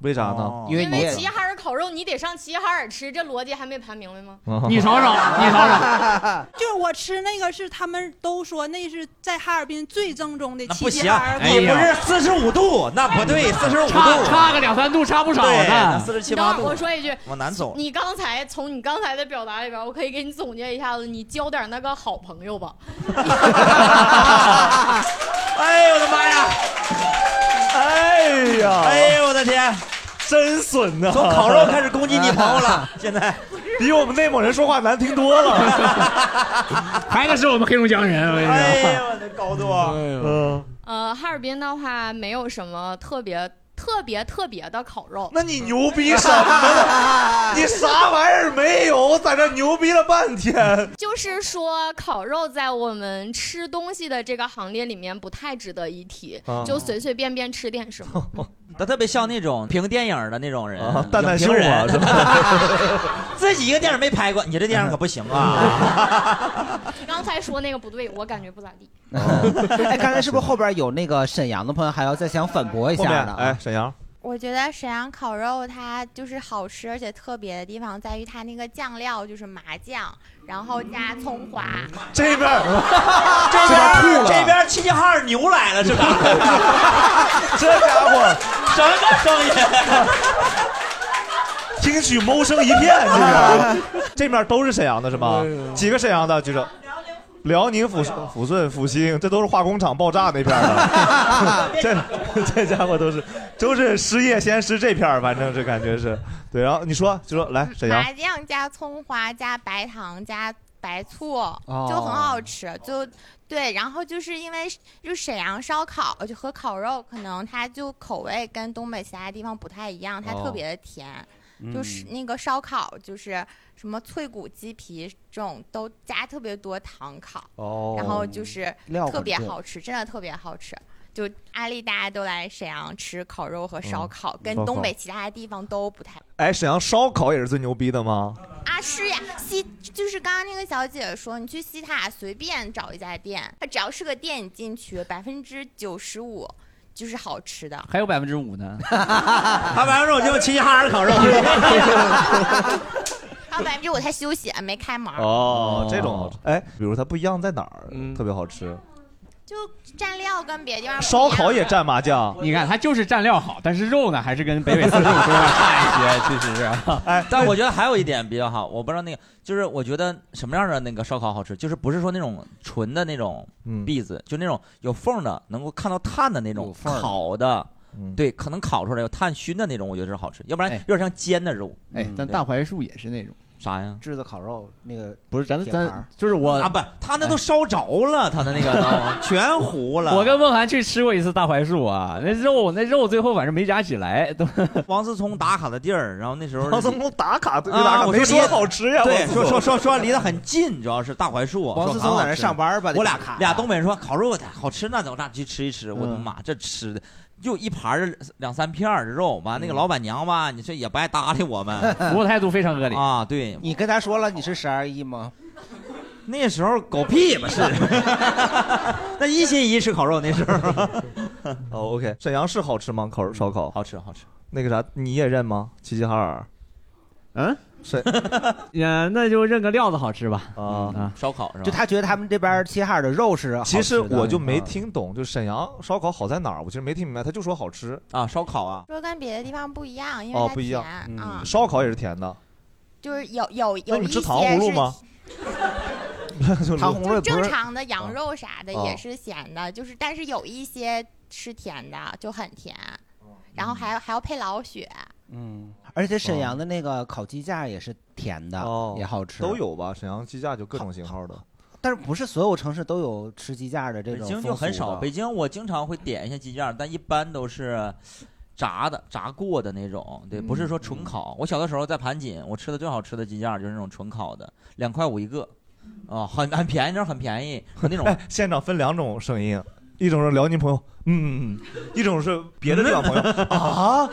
Speaker 2: 为啥呢？
Speaker 5: 哦
Speaker 3: 因为
Speaker 19: 哦因为齐齐哈尔烤肉你得上齐齐哈尔吃，这逻辑还没盘明白吗？
Speaker 6: 你瞅瞅，你瞅瞅，
Speaker 18: 就是我吃那个是他们都说那是在哈尔滨最正宗的
Speaker 5: 那
Speaker 18: 齐
Speaker 5: 不
Speaker 18: 齐
Speaker 5: 行哎
Speaker 18: 哈尔，烤
Speaker 5: 你不
Speaker 18: 肉。
Speaker 5: 是四十五度，那不对，四十五度，
Speaker 6: 差个两三度差不少
Speaker 5: 对那
Speaker 6: 呢。
Speaker 5: 四十七
Speaker 19: 等会
Speaker 5: 八
Speaker 19: 儿
Speaker 5: 度，
Speaker 19: 我说一句，
Speaker 5: 往南走。
Speaker 19: 你刚才从你刚才的表达里边，我可以给你总结一下子，你交点那个好朋友吧。
Speaker 5: 哎呦我的妈呀！
Speaker 2: 哎呀，
Speaker 5: 哎呦我的天，
Speaker 2: 真损呐！
Speaker 5: 从烤肉开始攻击你朋友 了，现在
Speaker 2: 比我们内蒙人说话难听多了。
Speaker 6: 还得是我们黑龙江人，我跟
Speaker 5: 哎
Speaker 6: 你
Speaker 5: 呦
Speaker 6: 说。
Speaker 5: 我的高度，
Speaker 2: 嗯，
Speaker 19: 呃，哈尔滨的话没有什么特别特别特别的烤肉，
Speaker 2: 那你牛逼什么 呢？你啥玩意儿没有？在这牛逼了半天。
Speaker 19: 就是说，烤肉在我们吃东西的这个行列里面不太值得一提，
Speaker 5: 啊
Speaker 19: 就随随便便吃点什么。
Speaker 5: 他特别像那种评电影的那种人，
Speaker 2: 蛋蛋
Speaker 5: 影
Speaker 2: 秀
Speaker 5: 评
Speaker 2: 啊，
Speaker 5: 人
Speaker 2: 是，吧？
Speaker 5: 自己一个电影没拍过，你这电影可不 行啊！
Speaker 19: 刚才说那个不对，我感觉不咋地。
Speaker 3: 哎，刚才是不是后边有那个沈阳的朋友还要再想反驳一
Speaker 2: 后
Speaker 3: 下
Speaker 2: 面
Speaker 3: 呢？
Speaker 2: 哎，沈 阳，
Speaker 20: 我觉得沈阳烤肉它就是好吃，而且特别的地方在于它那个酱料就是麻酱，然后加葱花。
Speaker 2: 这边儿
Speaker 5: 这
Speaker 2: 这边儿
Speaker 5: 边
Speaker 2: 吐了
Speaker 5: 这边齐齐哈尔牛来了是吧？
Speaker 2: 这家伙
Speaker 5: 什么声音？
Speaker 2: 听取
Speaker 5: 哎
Speaker 2: 谋声一片，这边儿这面都是沈阳的是吗？几个沈阳的举手？辽宁抚顺、抚顺、阜新，这都是化工厂爆炸那片儿 的，这这家伙都是都是失业先失这片儿，反正这感觉是对。然后你说，就说来沈阳
Speaker 20: 麻酱加葱花加白糖加白醋，
Speaker 2: 哦
Speaker 20: 就很好吃。就对，然后就是因为就沈阳烧烤就和烤肉，可能它就口味跟东北其他地方不太一样，它
Speaker 21: 哦
Speaker 20: 特别的甜。
Speaker 21: 嗯
Speaker 20: 就是那个烧烤，就是什么脆骨鸡皮这种都加特别多糖烤，
Speaker 2: 哦
Speaker 20: 然后就是
Speaker 2: 料
Speaker 20: 特
Speaker 2: 很
Speaker 20: 别
Speaker 2: 重
Speaker 20: 好吃，真的特别好吃。就安利大家都来沈阳吃烤肉和烧
Speaker 2: 嗯
Speaker 20: 烤，跟
Speaker 2: 烧
Speaker 20: 东
Speaker 2: 烤
Speaker 20: 北其他地方都不太
Speaker 2: 哎，沈阳烧烤也是最牛逼的吗？
Speaker 20: 啊，是呀，西就是刚刚那个小姐说，你去西塔随便找一家店，它只要是个店，你进去百分之九十五就是好吃的。
Speaker 6: 还有百分之五呢。
Speaker 5: 他完了之后就齐齐哈尔烤肉。
Speaker 20: 还有百分之五他休息没开门。
Speaker 2: 哦，这种好吃。哎，比如它不一样在哪儿？特别好吃。
Speaker 20: 就蘸料跟别的地方不一
Speaker 2: 烧
Speaker 20: 样啊
Speaker 2: 烤也蘸麻酱，
Speaker 6: 你看，它就是蘸料好，但是肉呢，还是跟北纬四十五度差一些，其实是。啊
Speaker 5: 哎，但我觉得还有一点比较好，我不知道那个，就是我觉得什么样的那个烧烤好吃，就是不是说那种纯的那种
Speaker 2: 嗯
Speaker 5: 篦子，就那种有缝的，能够看到炭的那种
Speaker 6: 缝儿的
Speaker 5: 烤的
Speaker 2: 嗯，
Speaker 5: 对，可能烤出来有炭熏的那种，我觉得是好吃，要不然有点像煎的肉。嗯
Speaker 6: 哎，但大槐树也是那种
Speaker 5: 啥呀？
Speaker 8: 炙子烤肉那个
Speaker 6: 不是咱
Speaker 8: 铁盘
Speaker 6: 咱
Speaker 8: 儿
Speaker 6: 就是我哎
Speaker 5: 啊，不，他那都烧着了，他的 那个全糊了。
Speaker 6: 我跟梦涵去吃过一次大槐树啊，那肉那肉最后反正没夹起来，都
Speaker 5: 王思聪打卡的地儿，然后那时候
Speaker 2: 王思聪 打卡对打
Speaker 5: 啊，
Speaker 2: 卡，
Speaker 5: 我
Speaker 2: 没
Speaker 5: 离
Speaker 2: 说好吃呀。
Speaker 5: 对，
Speaker 2: 王思
Speaker 5: 说
Speaker 2: 聪
Speaker 5: 说说说离得很近，主要是大槐树。啊
Speaker 8: 王
Speaker 5: 说
Speaker 8: 思聪
Speaker 5: 很好
Speaker 8: 在那
Speaker 5: 吃
Speaker 8: 上班吧得
Speaker 5: 我俩
Speaker 8: 打卡
Speaker 5: 俩东北人说烤肉好吃，那走，那去吃一吃。我的妈，这吃的就一盘儿两三片儿的肉，完那个老板娘吧，你说也不爱搭理我 们，
Speaker 6: 服务态度非常恶劣
Speaker 5: 啊。对，
Speaker 8: 你跟他说了你是十二亿吗？
Speaker 5: 那时候狗屁 吧是，那一心一意吃烤肉那时候。
Speaker 2: 哦，OK，沈阳是好吃吗？烤肉烧烤
Speaker 5: 好吃，好吃。
Speaker 2: 那个啥，你也认吗？齐齐哈尔？
Speaker 6: 嗯，
Speaker 2: 沈
Speaker 6: 嗯，那就认个料子好吃吧。嗯
Speaker 2: 啊，
Speaker 5: 烧烤是
Speaker 8: 就他觉得他们这边齐齐哈尔的肉是好吃
Speaker 2: 其
Speaker 8: 的，
Speaker 2: 实我
Speaker 6: 嗯
Speaker 2: 就没听懂，就沈阳烧烤好在哪儿？我其实没听明白，他就说好吃
Speaker 5: 啊，烧烤啊，
Speaker 20: 说跟别的地方不一样，因为它
Speaker 2: 哦
Speaker 20: 甜
Speaker 2: 不一样，
Speaker 20: 啊，
Speaker 2: 烧烤也是甜的。
Speaker 20: 就是有有
Speaker 2: 那
Speaker 20: 有
Speaker 2: 你
Speaker 20: 一
Speaker 2: 们
Speaker 20: 些
Speaker 2: 吃糖葫芦吗？
Speaker 20: 是？
Speaker 2: 糖葫芦也不
Speaker 20: 正
Speaker 2: 是
Speaker 20: 常的羊肉啥的
Speaker 2: 哦
Speaker 20: 也是咸的，就是但是有一些是甜的，就很甜，然后还要还要配老雪。
Speaker 8: 嗯，而且沈阳的那个烤鸡架也是甜的，
Speaker 2: 哦，
Speaker 8: 也好吃，
Speaker 2: 都。有吧？沈阳鸡架就各种型号的。
Speaker 8: 但是不是所有城市都有吃鸡架的这
Speaker 5: 北
Speaker 8: 种？
Speaker 5: 京就很少，北京我经常会点一下鸡架，但一般都是炸的、炸过的那种，对，不是说
Speaker 2: 嗯
Speaker 5: 纯烤。我小的时候在盘锦，我吃的最好吃的鸡架就是那种纯烤的，两块五一个，啊，很很便宜，那很便宜，和那种。
Speaker 2: 哎， 现场分两种声音，一种是辽宁朋友，嗯，嗯嗯一种是别的地方朋 友啊，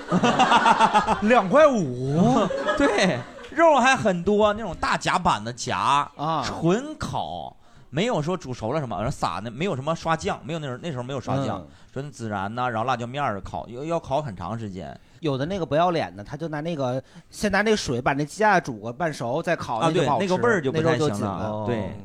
Speaker 2: 两块五，
Speaker 5: 对，肉还很多，那种大夹板的夹
Speaker 8: 啊，
Speaker 5: 纯烤，没有说煮熟了什么，然后撒那没有什么刷酱，没有那时候那时候没有刷酱
Speaker 8: 嗯，
Speaker 5: 说那孜然呐、然后辣椒面儿烤，要要烤很长时间。
Speaker 8: 有的那个不要脸的，他就拿那个先拿那个水把那鸡架煮个半熟，再烤，
Speaker 5: 啊，
Speaker 8: 那就
Speaker 5: 对
Speaker 8: 不，好
Speaker 5: 那个
Speaker 8: 吃
Speaker 5: 味儿就不
Speaker 8: 那肉
Speaker 5: 太行
Speaker 8: 紧了。
Speaker 2: 哦
Speaker 5: 对，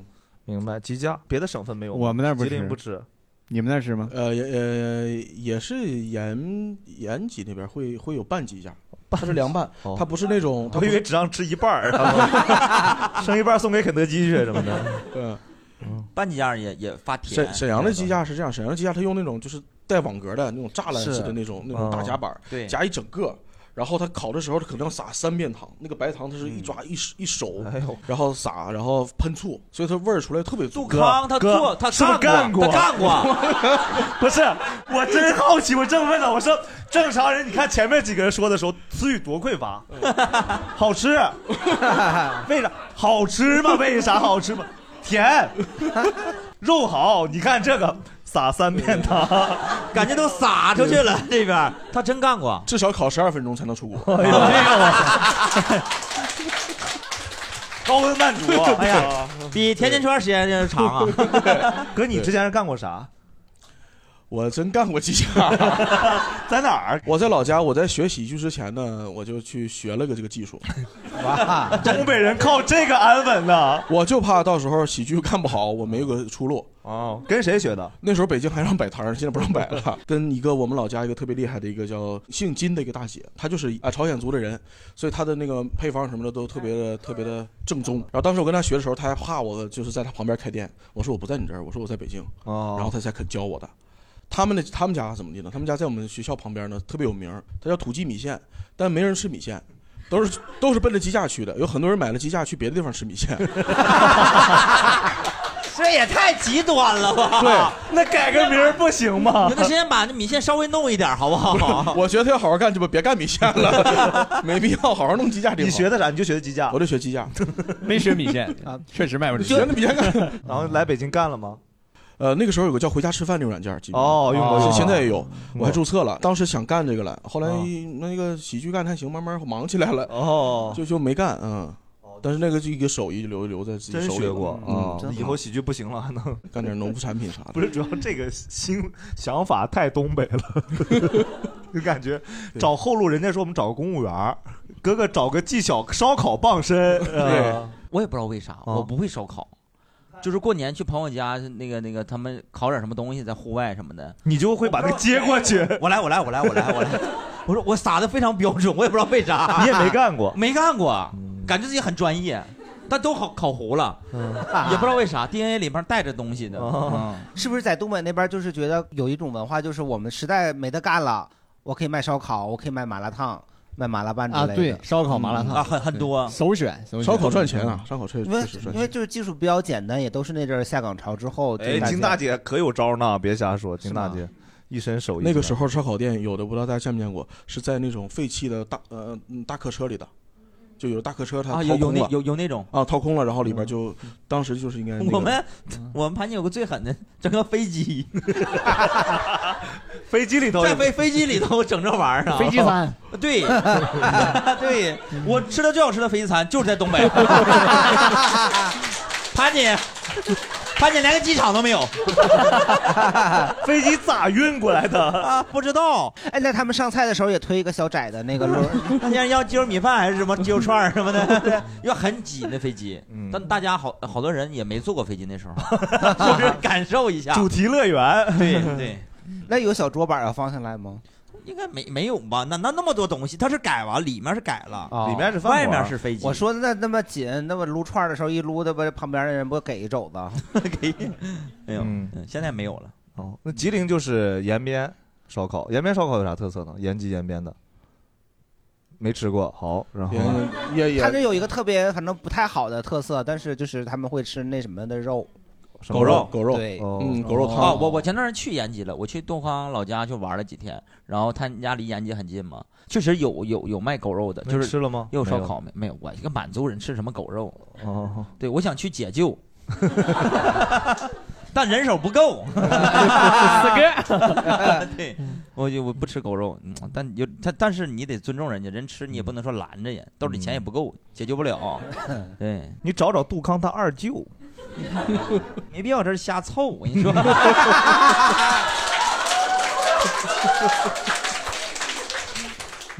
Speaker 2: 明白？鸡架，别的省份没有吗，
Speaker 6: 我们那儿不
Speaker 2: 吉林
Speaker 6: 吃
Speaker 2: 不吃。
Speaker 6: 你们那是吗？
Speaker 4: 呃，也呃也是延延吉那边会会有拌鸡架，它是凉拌，它不是那种，它
Speaker 2: 我
Speaker 4: 不
Speaker 2: 以
Speaker 4: 是
Speaker 2: 为只让吃一半儿然后 剩一半儿送给肯德基去什么的。
Speaker 4: 对，
Speaker 5: 拌鸡架也也发甜。
Speaker 4: 嗯沈沈阳的鸡架是这样，沈阳鸡架它用那种就是带网格的那种栅栏
Speaker 5: 是
Speaker 4: 式的那种那
Speaker 1: 哦
Speaker 4: 种大夹板儿，
Speaker 1: 嗯
Speaker 5: 对
Speaker 4: 夹一整个。然后它烤的时候，它可能要撒三遍糖，那个白糖它是一抓一手一手，然后撒，然后喷醋，所以它味儿出来特别足。杜
Speaker 2: 哥康他哥做他是不是干过干过他干 不是，我真好奇，我正问呢，我说正常人，你看前面几个人说的时候，词语多匮乏，
Speaker 5: 嗯
Speaker 2: 好 吃，为啥好吃吗？为啥好吃吗？甜，肉好，你看这个撒三遍糖，
Speaker 5: 感觉都撒出去了这边他真干过，
Speaker 4: 至少烤十二分钟才能出 锅。
Speaker 2: 哎高温慢煮，哎 呀，
Speaker 5: 比甜甜圈时间就长啊。
Speaker 2: 哥，你之前是干过啥？
Speaker 4: 我真干过鸡架，
Speaker 2: 在哪儿？
Speaker 4: 我在老家，我在学喜剧之前呢，我就去学了个这个技术。
Speaker 2: 哇，东北人靠这个安稳呢。
Speaker 4: 我就怕到时候喜剧干不好，我没有个出路。
Speaker 2: 哦，跟谁学的？
Speaker 4: 那时候北京还让摆摊儿，现在不让摆了。跟一个我们老家一个特别厉害的一个叫姓金的一个大姐，她就是啊朝鲜族的人，所以她的那个配方什么的都特别的特别的正宗。然后当时我跟她学的时候，她还怕我就是在她旁边开店，我说我不在你这儿，我说我在北京，
Speaker 2: 哦
Speaker 4: 然后她才肯教我的。他们的他们家怎么的呢？他们家在我们学校旁边呢，特别有名儿，它叫土鸡米线，但没人吃米线，都是 都是奔着鸡架去的。有很多人买了鸡架去别的地方吃米线。
Speaker 5: 这也太极端了吧？
Speaker 2: 对，那改个名儿不行吗？
Speaker 5: 有段时间把那米线稍微弄一点，好不好？
Speaker 4: 我觉得要好好干就别别干米线了， 没必要，好好弄鸡架。
Speaker 2: 你学的啥？你就学的鸡架？
Speaker 4: 我就学鸡架，
Speaker 6: 没学米线 啊，确实卖不出去。
Speaker 4: 学的米线干，
Speaker 2: 然后来北京干了吗？
Speaker 4: 呃，那个时候有个叫“回家吃饭”这个软件，记得吗
Speaker 2: 哦用过用过嗯
Speaker 4: 是现在也有，我还注册了。当时想干这个了，后来
Speaker 1: 嗯
Speaker 4: 那个喜剧干得还行，慢慢忙起来了，
Speaker 2: 哦，
Speaker 4: 就就没干，嗯。
Speaker 5: 哦
Speaker 4: 但是那个这个手艺留留在自己
Speaker 2: 真
Speaker 4: 手里
Speaker 2: 学
Speaker 4: 了
Speaker 2: 过
Speaker 4: 啊，
Speaker 2: 嗯以后喜剧不行了，还能
Speaker 4: 干点农副产品啥的。
Speaker 2: 不是，主要这个新想法太东北 了，就感觉找后路。人家说我们找个公务员儿，哥哥找个技巧烧烤傍身。嗯
Speaker 5: 对，我也不知道为啥，我不会烧烤。就是过年去朋友家，那个那个，他们烤点什么东西在户外什么的，
Speaker 2: 你就会把那接过去。
Speaker 5: 我来，我来，我来，我来，我来。我说我撒的非常标准，我也不知道为啥。
Speaker 2: 你也没干过，嗯
Speaker 5: 没干过，感觉自己很专业，但都烤烤糊了，也不知道为啥 DNA 里面带着东西的。
Speaker 2: 哦
Speaker 5: 嗯
Speaker 8: 是不是在东北那边就是觉得有一种文化，就是我们实在没得干了，我可以卖烧烤，我可以卖麻辣烫，卖麻辣拌之类
Speaker 5: 啊
Speaker 8: 的。嗯
Speaker 6: 首选，首选
Speaker 4: 烧烤赚钱啊，烧烤确实
Speaker 8: 因为
Speaker 4: 确实赚
Speaker 8: 因
Speaker 4: 钱。
Speaker 8: 为就是技术比较简单，也都是那阵儿下岗潮之
Speaker 3: 哦
Speaker 8: 后。
Speaker 2: 哎，
Speaker 8: 就
Speaker 2: 金大姐可有招呢，别瞎说，金大姐一身 手艺。啊
Speaker 4: 那个时候烧烤店有的不知道大家见没见过，是在那种废弃的大呃嗯大客车里的，就有大客车它
Speaker 5: 啊，
Speaker 4: 掏
Speaker 5: 有有
Speaker 4: 空
Speaker 5: 那
Speaker 4: 了，
Speaker 5: 有有那种。嗯
Speaker 4: 啊掏空了，然后里边就当时就是
Speaker 2: 嗯
Speaker 4: 应该那个
Speaker 5: 我们我们盘锦有个最狠的，整个飞机，
Speaker 2: 飞机里头
Speaker 5: 在飞飞机里头整这玩意儿啊，
Speaker 6: 飞机 餐，
Speaker 5: 对对，我吃的最好吃的飞机餐就是在 东北，盘锦，盘锦连个机场都没有，
Speaker 2: 飞机咋运过来的？
Speaker 5: 啊，不知道。
Speaker 8: 哎，那他们上菜的时候也推一个小窄的 那个轮儿。
Speaker 5: 那像要鸡肉米饭还是什么鸡肉串儿什么的， 对要很挤那飞机。
Speaker 2: 嗯
Speaker 5: 但大家好好多人也没坐过飞机，那时候 就是感受一下。
Speaker 2: 题乐园，
Speaker 5: 对对，
Speaker 8: 那有小桌板要放下来吗？
Speaker 5: 应该没没有吧？那那那么多东西，它是改完，里面是改了，
Speaker 8: 哦
Speaker 5: 外面是飞机。
Speaker 8: 我说那那么紧，那么撸串儿的时候一撸的，不旁边的人不给一肘子？
Speaker 5: 给，没有，
Speaker 2: 嗯
Speaker 5: 嗯现在没有了。
Speaker 2: 哦，那吉林就是延边烧烤，延边烧烤有啥特色呢？延吉延边的，没吃过。好，然后
Speaker 4: 也
Speaker 8: 他这有一个特别反正不太好的特色，但是就是他们会吃那什么的肉，
Speaker 2: 什么肉
Speaker 4: 狗肉
Speaker 8: 对，
Speaker 4: 嗯狗肉汤
Speaker 5: 啊！我我前段时间去延吉了，我去东方老家去玩了几天，然后他家离延吉很近嘛，确实有有有卖狗肉的，
Speaker 2: 那
Speaker 5: 就是
Speaker 2: 吃了吗
Speaker 5: 也有烧
Speaker 2: 没有
Speaker 5: 烤没？没有，我一个满族人吃什么狗肉？
Speaker 2: 哦，
Speaker 5: 对，我想去解救， 但人手不够，四
Speaker 6: 个
Speaker 5: 对，我就我不吃狗肉，嗯但有但但是你得尊重人家，人吃你也不能说拦着人，兜里钱也不够，解救不了。
Speaker 2: 嗯
Speaker 5: 对
Speaker 2: 你找找杜康他二舅，
Speaker 5: 没必要这是瞎凑，我跟你说。。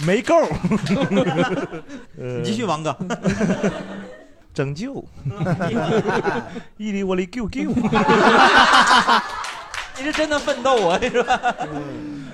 Speaker 2: 没够呃
Speaker 5: 你继续王哥
Speaker 2: 拯救，一里我里救救。
Speaker 5: 你是真的奋斗啊，你说。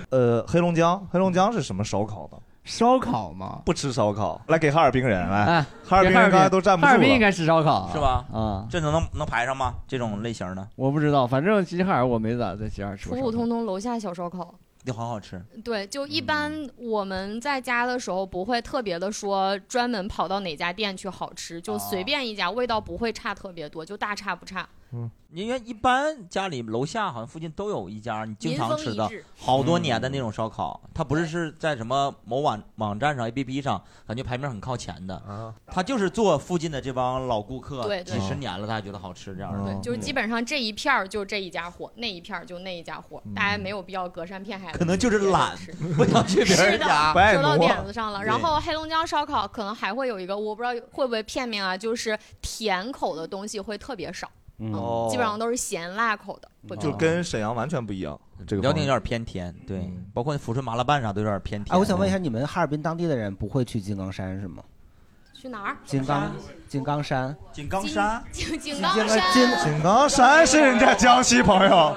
Speaker 2: 呃，黑龙江，黑龙江是什么烧烤呢？
Speaker 6: 烧烤吗？
Speaker 2: 不吃烧烤，来给哈尔滨人来
Speaker 6: 哎，
Speaker 2: 哈尔滨
Speaker 6: 给哈尔滨
Speaker 2: 人刚才都站不住了。
Speaker 6: 哈尔滨应该吃烧烤
Speaker 5: 是吧？
Speaker 6: 啊，
Speaker 5: 这能能能排上吗？这种类型的，
Speaker 6: 我不知道，反正齐齐哈尔我没咋在齐齐哈尔吃
Speaker 19: 普
Speaker 6: 过烧
Speaker 19: 普
Speaker 6: 烤。
Speaker 19: 通通楼下小烧烤。
Speaker 5: 就好好吃。
Speaker 19: 对，就一
Speaker 5: 嗯
Speaker 19: 般我们在家的时候不会特别的说专门跑到哪家店去好吃，
Speaker 5: 啊
Speaker 19: 就随便一家，味道不会差特别多，就大差不差。
Speaker 2: 嗯
Speaker 5: 因为一般家里楼下好像附近都有一家你经常吃
Speaker 19: 民
Speaker 5: 的
Speaker 19: 风一致，
Speaker 5: 好多年
Speaker 2: 嗯
Speaker 5: 的那种烧烤，它不是是在什么某网网站上、APP 上，感觉排名很靠前
Speaker 2: 啊
Speaker 5: 的，它就是做附近的这帮老顾客
Speaker 19: 对对
Speaker 5: 几十年了，他还觉得好吃这样
Speaker 2: 嗯
Speaker 5: 的，
Speaker 19: 对，就是基本上这一片儿就这一家火，那一片儿就那一家火，大家没有必要隔山片海的。
Speaker 5: 嗯可
Speaker 2: 嗯
Speaker 5: 能就是懒，不想去别
Speaker 19: 是
Speaker 5: 人
Speaker 19: 的，
Speaker 5: 家，
Speaker 19: 说到点子上了。然
Speaker 5: 对
Speaker 19: 后黑龙江烧烤可能还会有一个，我不知道会不会片面啊，就是甜口的东西会特别少，
Speaker 2: 嗯
Speaker 19: 嗯
Speaker 2: 哦
Speaker 19: 基本上都是嗯咸辣口的。
Speaker 5: 哦
Speaker 19: 会比较
Speaker 2: 就跟沈阳完全不一样。这个
Speaker 5: 辽宁
Speaker 2: 方嗯
Speaker 5: 有点偏甜，对，包
Speaker 2: 哎
Speaker 5: 括抚顺麻辣拌啥都有点偏甜。
Speaker 8: 哎，我想问一下，你们哈尔滨当地的人不会去金刚山是吗？
Speaker 19: 去哪儿？
Speaker 8: 井冈井冈山，
Speaker 5: 井冈山，
Speaker 19: 井井
Speaker 8: 冈山
Speaker 2: 井冈山是人家江西朋友，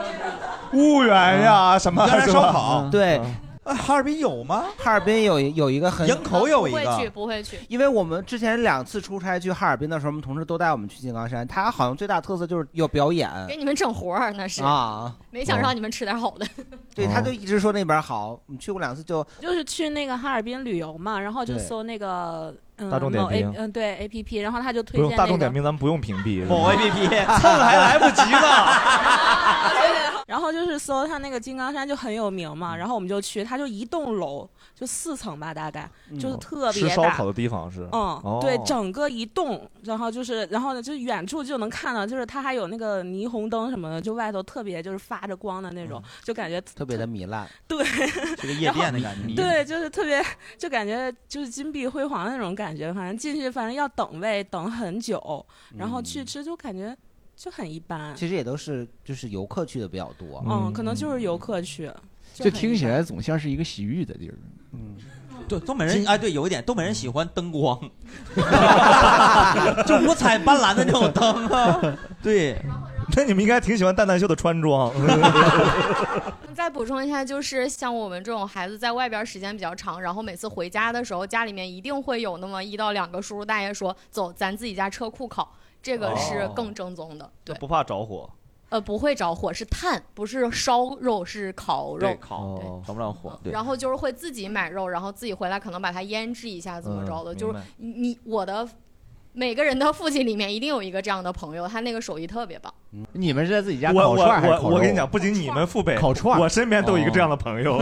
Speaker 2: 婺源哎呀
Speaker 3: 嗯
Speaker 2: 什么
Speaker 5: 原来
Speaker 2: 是
Speaker 5: 嗯烧
Speaker 2: 吧
Speaker 5: 烤
Speaker 2: 嗯
Speaker 8: 对，
Speaker 5: 啊哈尔滨有吗？
Speaker 8: 哈尔滨有有一个很
Speaker 5: 营口有一个不会去
Speaker 19: 不会去，
Speaker 8: 因为我们之前两次出差去哈尔滨的时候，我们同事都带我们去井冈山，它好像最大特色就是有表演
Speaker 3: 嗯
Speaker 19: 给你们整活儿那是
Speaker 8: 啊，
Speaker 19: 没想
Speaker 3: 哦
Speaker 19: 让你们吃点好的。
Speaker 8: 对，
Speaker 2: 哦
Speaker 8: 他就一直说那边好，我们去过两次就
Speaker 22: 就是去那个哈尔滨旅游嘛，然后就
Speaker 2: 对
Speaker 22: 搜那个嗯
Speaker 2: 大众点
Speaker 22: 某 A
Speaker 2: 评
Speaker 22: 嗯对 A P P，然后他就推
Speaker 2: 不
Speaker 22: 荐
Speaker 2: 用大众
Speaker 22: 那
Speaker 2: 点
Speaker 22: 个
Speaker 2: 评，咱们不用屏蔽。
Speaker 5: 某 APP 蹭
Speaker 2: 还来不及呢。
Speaker 22: 然后就是搜它那个金刚山就很有名嘛，然后我们就去，它就一栋楼，就四层吧，大概 就是特
Speaker 2: 嗯哦吃
Speaker 22: 别
Speaker 2: 烧
Speaker 22: 大。
Speaker 2: 烤的地方是，
Speaker 22: 嗯，对，
Speaker 2: 哦
Speaker 22: 整个一栋，然后就是，然后呢，就远处就能看到，就是它还有那个霓虹灯什么的，就外头特别就是发着光的那
Speaker 2: 嗯
Speaker 22: 种，就感觉
Speaker 8: 特别的糜烂，
Speaker 22: 对，
Speaker 5: 这个夜店的感觉。
Speaker 22: 对，就是特别，就感觉就是金碧辉煌的那种感觉。反正进去，反正要等位，等很久，然后去吃就感觉就很一般。
Speaker 8: 其实也都是就是游客去的比较多，
Speaker 22: 嗯，可能就是游客去，
Speaker 6: 就
Speaker 22: 很
Speaker 6: 听
Speaker 22: 一
Speaker 6: 起
Speaker 22: 般
Speaker 6: 来总像是一个洗浴的地儿。
Speaker 8: 嗯
Speaker 5: 对，东北人哎，对，有一点，东北人喜欢灯光， 就五彩斑斓的那种灯啊。对，
Speaker 2: 那你们应该挺喜欢蛋蛋秀的穿装。
Speaker 19: 再补充一下，就是像我们这种孩子在外边时间比较长，然后每次回家的时候，家里面一定会有那么一到两个叔叔大爷说：“走，咱自己家车库烤。”这个是
Speaker 2: 哦
Speaker 19: 更正宗的，对，
Speaker 2: 不怕着火，
Speaker 19: 呃，不会着火，是炭，不是烧肉，是烤肉。
Speaker 2: 哦
Speaker 5: 烤，着不了火。对
Speaker 19: 然后 就是会自己买肉，然后自己回来可能把它腌制一下，怎么着的？
Speaker 5: 嗯
Speaker 19: 就是
Speaker 5: 明白
Speaker 19: 你你我的每个人的父亲里面一定有一个这样的朋友，他那个手艺特别棒。
Speaker 6: 你们是在自己家
Speaker 2: 我
Speaker 6: 烤
Speaker 2: 我
Speaker 6: 串儿还是
Speaker 2: 我
Speaker 6: 烤肉？啊
Speaker 2: 我跟你讲，不仅你们父辈
Speaker 6: 烤串哦儿
Speaker 2: 我身边都有一个这样的朋友。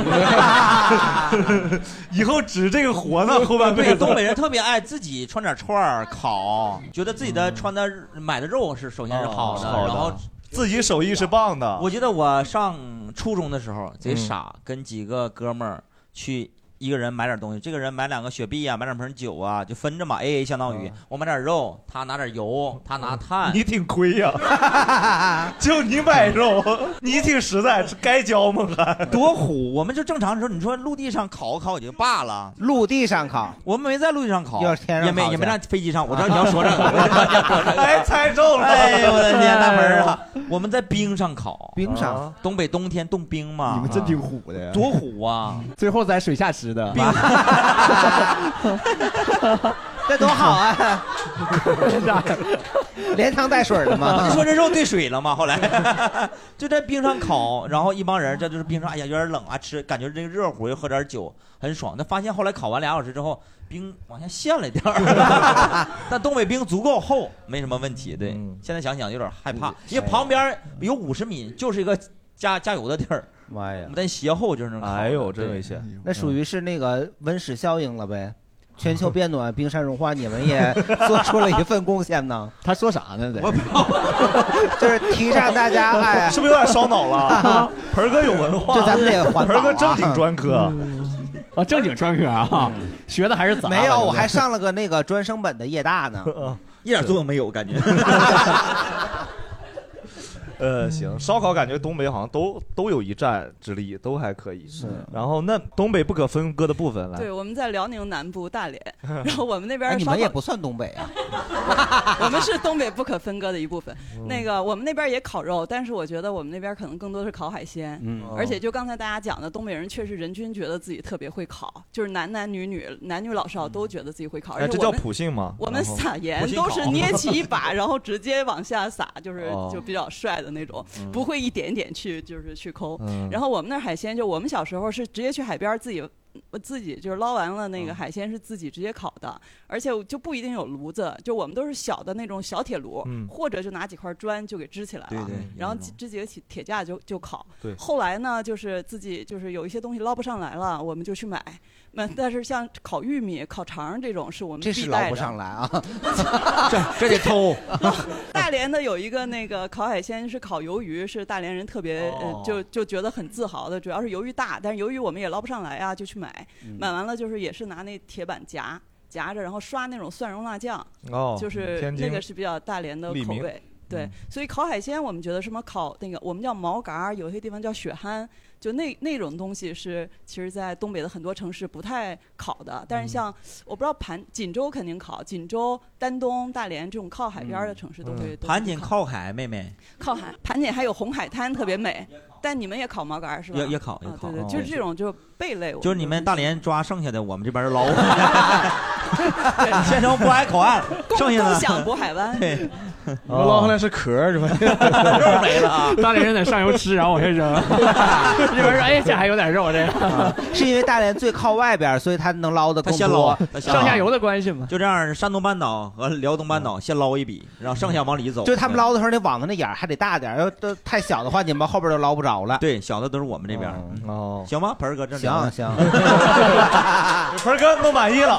Speaker 2: 以后指这个 活呢，后半辈
Speaker 5: 对，
Speaker 2: 子。
Speaker 5: 东北人特别爱自己穿点串儿烤，觉得自己的穿的买的肉是首先是好的，
Speaker 2: 嗯哦好的
Speaker 5: 然后
Speaker 2: 自己手艺是棒的。
Speaker 5: 我记得我上初中的时候贼傻，跟几个哥们儿去。一个人买点东西，这个人买两个雪碧啊，买两瓶酒啊，就分着嘛，A A 相当于、我买点肉，他拿点油，他拿炭。
Speaker 2: 你挺亏呀、 就你买肉， 你挺实在，该交吗？还
Speaker 5: 多虎，我们就正常的时候，你说陆地上烤烤也就罢了，
Speaker 8: 陆地上烤，
Speaker 5: 我们没在陆地上烤，
Speaker 8: 要是天上
Speaker 5: 也没
Speaker 8: 烤
Speaker 5: 也没
Speaker 8: 去
Speaker 5: 在飞机上。我知道你要说这个，
Speaker 2: 哎，猜中了！
Speaker 5: 哎呦我的天，大门 啊！我们在冰上烤，
Speaker 6: 冰上
Speaker 5: 啊东北冬天冻冰嘛，
Speaker 6: 你们真挺虎的呀
Speaker 5: 啊多虎啊！
Speaker 6: 最后在水下吃的，
Speaker 8: 这多好 啊！ 连汤带水的 嘛。
Speaker 5: 你说这肉兑水了吗？后来 就在冰上烤，然后一帮人这就是冰上，哎呀有点冷啊，吃感觉这个热乎，又喝点酒，很爽。那发现后来烤完俩小时之后，冰往下陷了一点 儿，但东北冰足够厚，没什么问题。对，
Speaker 8: 嗯
Speaker 5: 现在想想有点害怕，因为旁边有五十米就是一个加加油的地儿。
Speaker 8: 妈呀！
Speaker 5: 我们在斜后就是能烤的。
Speaker 2: 哎呦真
Speaker 5: 对嗯
Speaker 2: 危险
Speaker 8: 那
Speaker 6: 嗯
Speaker 8: 属于是那个温室效应了呗。全球变暖，冰山融化，你们也做出了一份贡献呢。
Speaker 6: 他说啥呢？
Speaker 8: 我就是提倡大家，哎，
Speaker 2: 是不是有点烧 脑
Speaker 6: 啊
Speaker 2: 了？盆儿哥有文化，
Speaker 8: 这咱们得环保啊
Speaker 2: 盆儿哥正经专
Speaker 5: 嗯
Speaker 2: 科，嗯
Speaker 6: 啊，正经专科啊，学的还是杂的。
Speaker 8: 没
Speaker 6: 对
Speaker 8: 有，
Speaker 6: 不对嗯
Speaker 8: 我还上了个那个专升本的夜大 呢。
Speaker 5: 一点作用没有，感觉。
Speaker 2: 呃，行，烧烤感觉东北好像都都有一站之力，都还可以。是，然后那东北不可分割的部分来，哎
Speaker 23: 对，我们在辽宁南部大连，然后我们那边
Speaker 8: 哎你
Speaker 23: 烧
Speaker 8: 们也
Speaker 23: 烤，
Speaker 8: 不算东北啊，
Speaker 23: 我们是东北不可分割的一部分。那个我们那边也烤肉，但是我觉得我们那边可能更多是烤海鲜。
Speaker 8: 嗯
Speaker 6: 哦
Speaker 23: 而且就刚才大家讲的，东北人确实人均觉得自己特别会烤，就是男男女女、男女老少都觉得自己会烤。
Speaker 2: 哎，
Speaker 23: 而且
Speaker 2: 这
Speaker 23: 我
Speaker 2: 叫
Speaker 23: 们
Speaker 2: 普信
Speaker 24: 啊
Speaker 2: 吗？
Speaker 23: 我们撒
Speaker 2: 普
Speaker 23: 盐
Speaker 2: 信
Speaker 23: 都
Speaker 2: 烤
Speaker 23: 是捏起 一把，然后直接往下撒，就是
Speaker 2: 哦
Speaker 23: 就比较帅的那种，
Speaker 2: 嗯
Speaker 23: 不会一点一点去就是去抠
Speaker 2: 嗯。
Speaker 23: 然后我们那儿海鲜，就我们小时候是直接去海边儿自己。我自己就是捞完了那
Speaker 24: 嗯
Speaker 23: 个海鲜是自己直接烤的，而且就不一定有炉子，就我们都是小的那种小铁炉，
Speaker 24: 嗯
Speaker 23: 或者就拿几块砖就给支起来了，
Speaker 24: 对对
Speaker 23: 然
Speaker 24: 有那
Speaker 23: 后
Speaker 24: 种
Speaker 23: 支几个铁铁架就就烤。
Speaker 5: 嗯
Speaker 24: 对
Speaker 23: 后来呢，就是自己就是有一些东西捞不上来了，我们就去买。那但是像烤玉米、烤肠这种是我们
Speaker 8: 这是
Speaker 23: 必
Speaker 8: 捞
Speaker 23: 带
Speaker 8: 不
Speaker 23: 的
Speaker 8: 上来啊。
Speaker 5: 这这得偷。
Speaker 23: 大连的有一个那个烤海鲜是烤鱿鱼，是大连人特别、
Speaker 5: 哦
Speaker 23: 呃就就觉得很自豪的，主要是鱿鱼大，但是鱿鱼我们也捞不上来啊，就去买，
Speaker 5: 嗯
Speaker 23: 买完了就是也是拿那铁板夹夹着，然后刷那种蒜蓉辣酱，
Speaker 2: 哦
Speaker 23: 就是
Speaker 2: 天津
Speaker 23: 那个是比较大连的
Speaker 2: 利
Speaker 23: 口
Speaker 2: 民
Speaker 23: 味。
Speaker 5: 嗯
Speaker 23: 对，所以烤海鲜，我们觉得什么烤那个，我们叫毛嘎儿，有些地方叫血蚶，就那那种东西是，其实，在东北的很多城市不太烤的。但
Speaker 5: 嗯
Speaker 23: 是像我不知道盘锦州肯定烤，锦州、丹东、大连这种靠海边儿的城市都会。都会
Speaker 5: 嗯盘锦
Speaker 23: 烤
Speaker 5: 靠海，妹妹
Speaker 23: 靠海，盘锦还有红海滩特别美，但你们也烤毛杆儿是吧？
Speaker 5: 也也烤也
Speaker 23: 啊
Speaker 5: 烤
Speaker 23: 对
Speaker 5: 哦
Speaker 23: 对，就是这种就是贝类，我
Speaker 5: 就是你们大连抓剩下的，我们这边儿捞。县城渤海口 岸，
Speaker 23: 共
Speaker 5: 剩下的
Speaker 23: 共 享渤海湾。
Speaker 5: 对，
Speaker 25: 我们捞上来是壳儿是吧？
Speaker 5: 肉没了
Speaker 6: 大连人在上游吃，然后往下扔。这边说，哎，这还有点
Speaker 5: 哦
Speaker 6: 肉，这个。
Speaker 3: 是因为大连最靠外边，所以他能捞的
Speaker 5: 啊他
Speaker 3: 更
Speaker 5: 先捞
Speaker 3: 多，
Speaker 5: 他先捞上下游
Speaker 6: 的关系嘛。
Speaker 5: 就这样，山东半岛和辽东半岛先捞一笔，然后剩下往里走。
Speaker 3: 嗯
Speaker 5: 嗯
Speaker 3: 就他们捞的时候，那网子那眼儿还得大点儿，要都太小的话，你们后边都 捞不着了。
Speaker 5: 对，小的都是我们这边嗯
Speaker 3: 哦，
Speaker 5: 行吗？盆儿哥这
Speaker 3: 行
Speaker 5: 聊的
Speaker 3: 行
Speaker 2: 盆儿哥都满意了。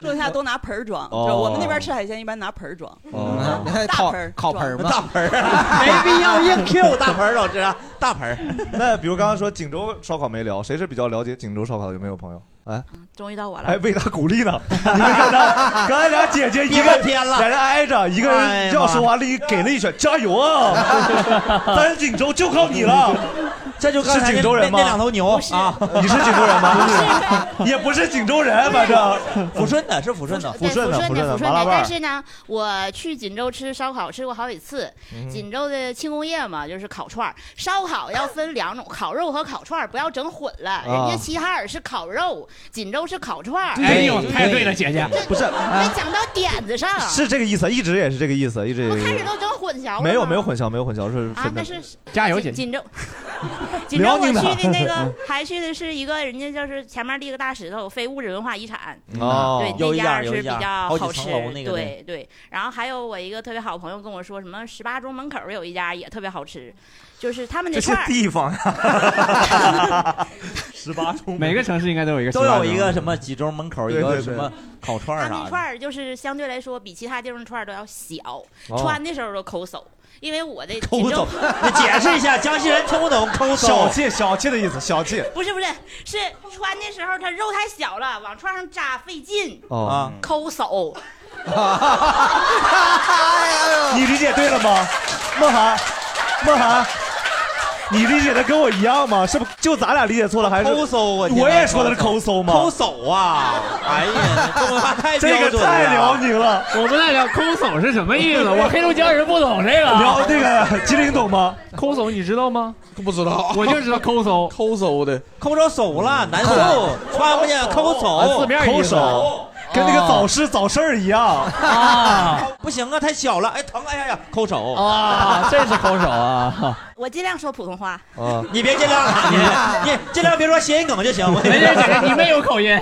Speaker 23: 剩下都拿盆儿装，
Speaker 5: 哦
Speaker 23: 就我们那边吃海鲜一般拿盆儿装，
Speaker 5: 哦
Speaker 23: 大盆儿
Speaker 3: 烤盆儿
Speaker 5: 吗？大 盆
Speaker 23: 哎
Speaker 5: 儿，没必要硬哎 Q 大盆儿，老师，啊大盆儿。
Speaker 2: 那比如刚刚说锦州烧烤没聊，谁是比较了解锦州烧烤的？有没有朋友？哎，
Speaker 9: 终于到我了。
Speaker 2: 哎，为他鼓 励呢。你们看他，刚才俩姐姐一个
Speaker 5: 别偏了
Speaker 2: 在这挨着，一个人
Speaker 5: 哎呀
Speaker 2: 要说完了，一给了一拳，加油 啊！咱锦州就靠你了。
Speaker 5: 这就刚才那
Speaker 2: 是锦州人吗？
Speaker 5: 那那两头牛啊，
Speaker 2: 你是锦州人 吗？也不是锦州人，反正
Speaker 5: 抚顺的，是抚顺的，
Speaker 2: 抚顺
Speaker 26: 对
Speaker 2: 的，
Speaker 26: 抚
Speaker 2: 顺
Speaker 26: 的，
Speaker 2: 的，
Speaker 26: 抚
Speaker 2: 麻
Speaker 26: 顺
Speaker 2: 辣
Speaker 26: 的。
Speaker 2: 拌
Speaker 26: 但
Speaker 2: 儿。
Speaker 26: 是呢，我去锦州吃烧烤吃过好几次。
Speaker 2: 嗯
Speaker 26: 锦州的庆功宴嘛，就是烤串儿烧烤要分两 种，烤肉和烤串儿不要整混了。人
Speaker 2: 啊
Speaker 26: 家齐哈尔是烤肉，锦州是烤串儿。
Speaker 6: 哎呦，太对了，姐姐。
Speaker 2: 不是，啊
Speaker 26: 没讲到点子上，
Speaker 2: 是这个意思，一直也是这个意思，一直也是这
Speaker 26: 开
Speaker 2: 个意
Speaker 26: 始
Speaker 2: 思。
Speaker 26: 都整混淆了吗。
Speaker 2: 没有没有混淆，没有混淆，是
Speaker 26: 啊，那是锦 锦州。锦州
Speaker 2: 辽
Speaker 26: 我
Speaker 2: 宁的
Speaker 26: 去的 那个还去的是一个人家就是前面立个大石头，非物质文化遗产。啊
Speaker 5: 哦
Speaker 26: 对，
Speaker 5: 有一
Speaker 26: 那
Speaker 5: 家
Speaker 26: 儿
Speaker 5: 有一
Speaker 26: 是比
Speaker 5: 家
Speaker 26: 较
Speaker 5: 好几
Speaker 26: 好
Speaker 5: 层
Speaker 26: 吃。
Speaker 5: 楼那个
Speaker 26: 对对，然后还有我一个特别好朋友跟我说，什么十八中门口有一家也特别好吃，就是他们
Speaker 2: 这
Speaker 26: 那串
Speaker 2: 些
Speaker 26: 儿。
Speaker 2: 地方呀， 十八中
Speaker 6: 每个城市应该都有一个，
Speaker 5: 都有一个什么几中门口一
Speaker 6: 对
Speaker 5: 个
Speaker 6: 对
Speaker 5: 什
Speaker 6: 对
Speaker 5: 么烤串儿
Speaker 26: 他
Speaker 5: 啥
Speaker 26: 那
Speaker 5: 的。
Speaker 26: 串儿就是相对来说比其他地方串儿都要小，
Speaker 5: 哦
Speaker 26: 穿的时候都抠搜。因为我的
Speaker 5: 抠
Speaker 26: 锦州
Speaker 5: 搜，你解释一下，江西人听不懂抠搜。
Speaker 2: 小气小气的意思，小气。
Speaker 26: 不是不是，是穿的时候它肉太小了，往串上扎费劲，
Speaker 2: 哦啊
Speaker 26: 抠手。
Speaker 2: 你理解对了吗？梦涵，梦涵，你理解的跟我一样吗？是不就咱俩理解错了，还是
Speaker 5: 抠搜我
Speaker 2: 我也说的是抠搜吗？
Speaker 5: 抠搜啊！哎呀，中文化太标
Speaker 2: 这
Speaker 5: 准
Speaker 2: 个
Speaker 5: 了
Speaker 2: 太辽宁了，
Speaker 6: 我不太了解抠手是什么意思，我黑龙江人不懂这个。
Speaker 2: 辽那个吉林懂吗？
Speaker 6: 抠手你知道吗？
Speaker 4: 不知道，
Speaker 6: 我就知道抠搜，
Speaker 4: 抠搜的，
Speaker 5: 抠着手了，难受，穿不见抠手，
Speaker 2: 抠手，跟
Speaker 6: 啊
Speaker 2: 那个早市早市儿一样。
Speaker 5: 啊，不行啊，太小了，哎疼，哎呀呀，抠手
Speaker 6: 啊这是抠手啊！
Speaker 26: 我尽量说普通话，
Speaker 2: 啊，
Speaker 5: 你别尽量了，你你尽量别说谐音梗就行。我
Speaker 6: 没事姐姐你没有口音。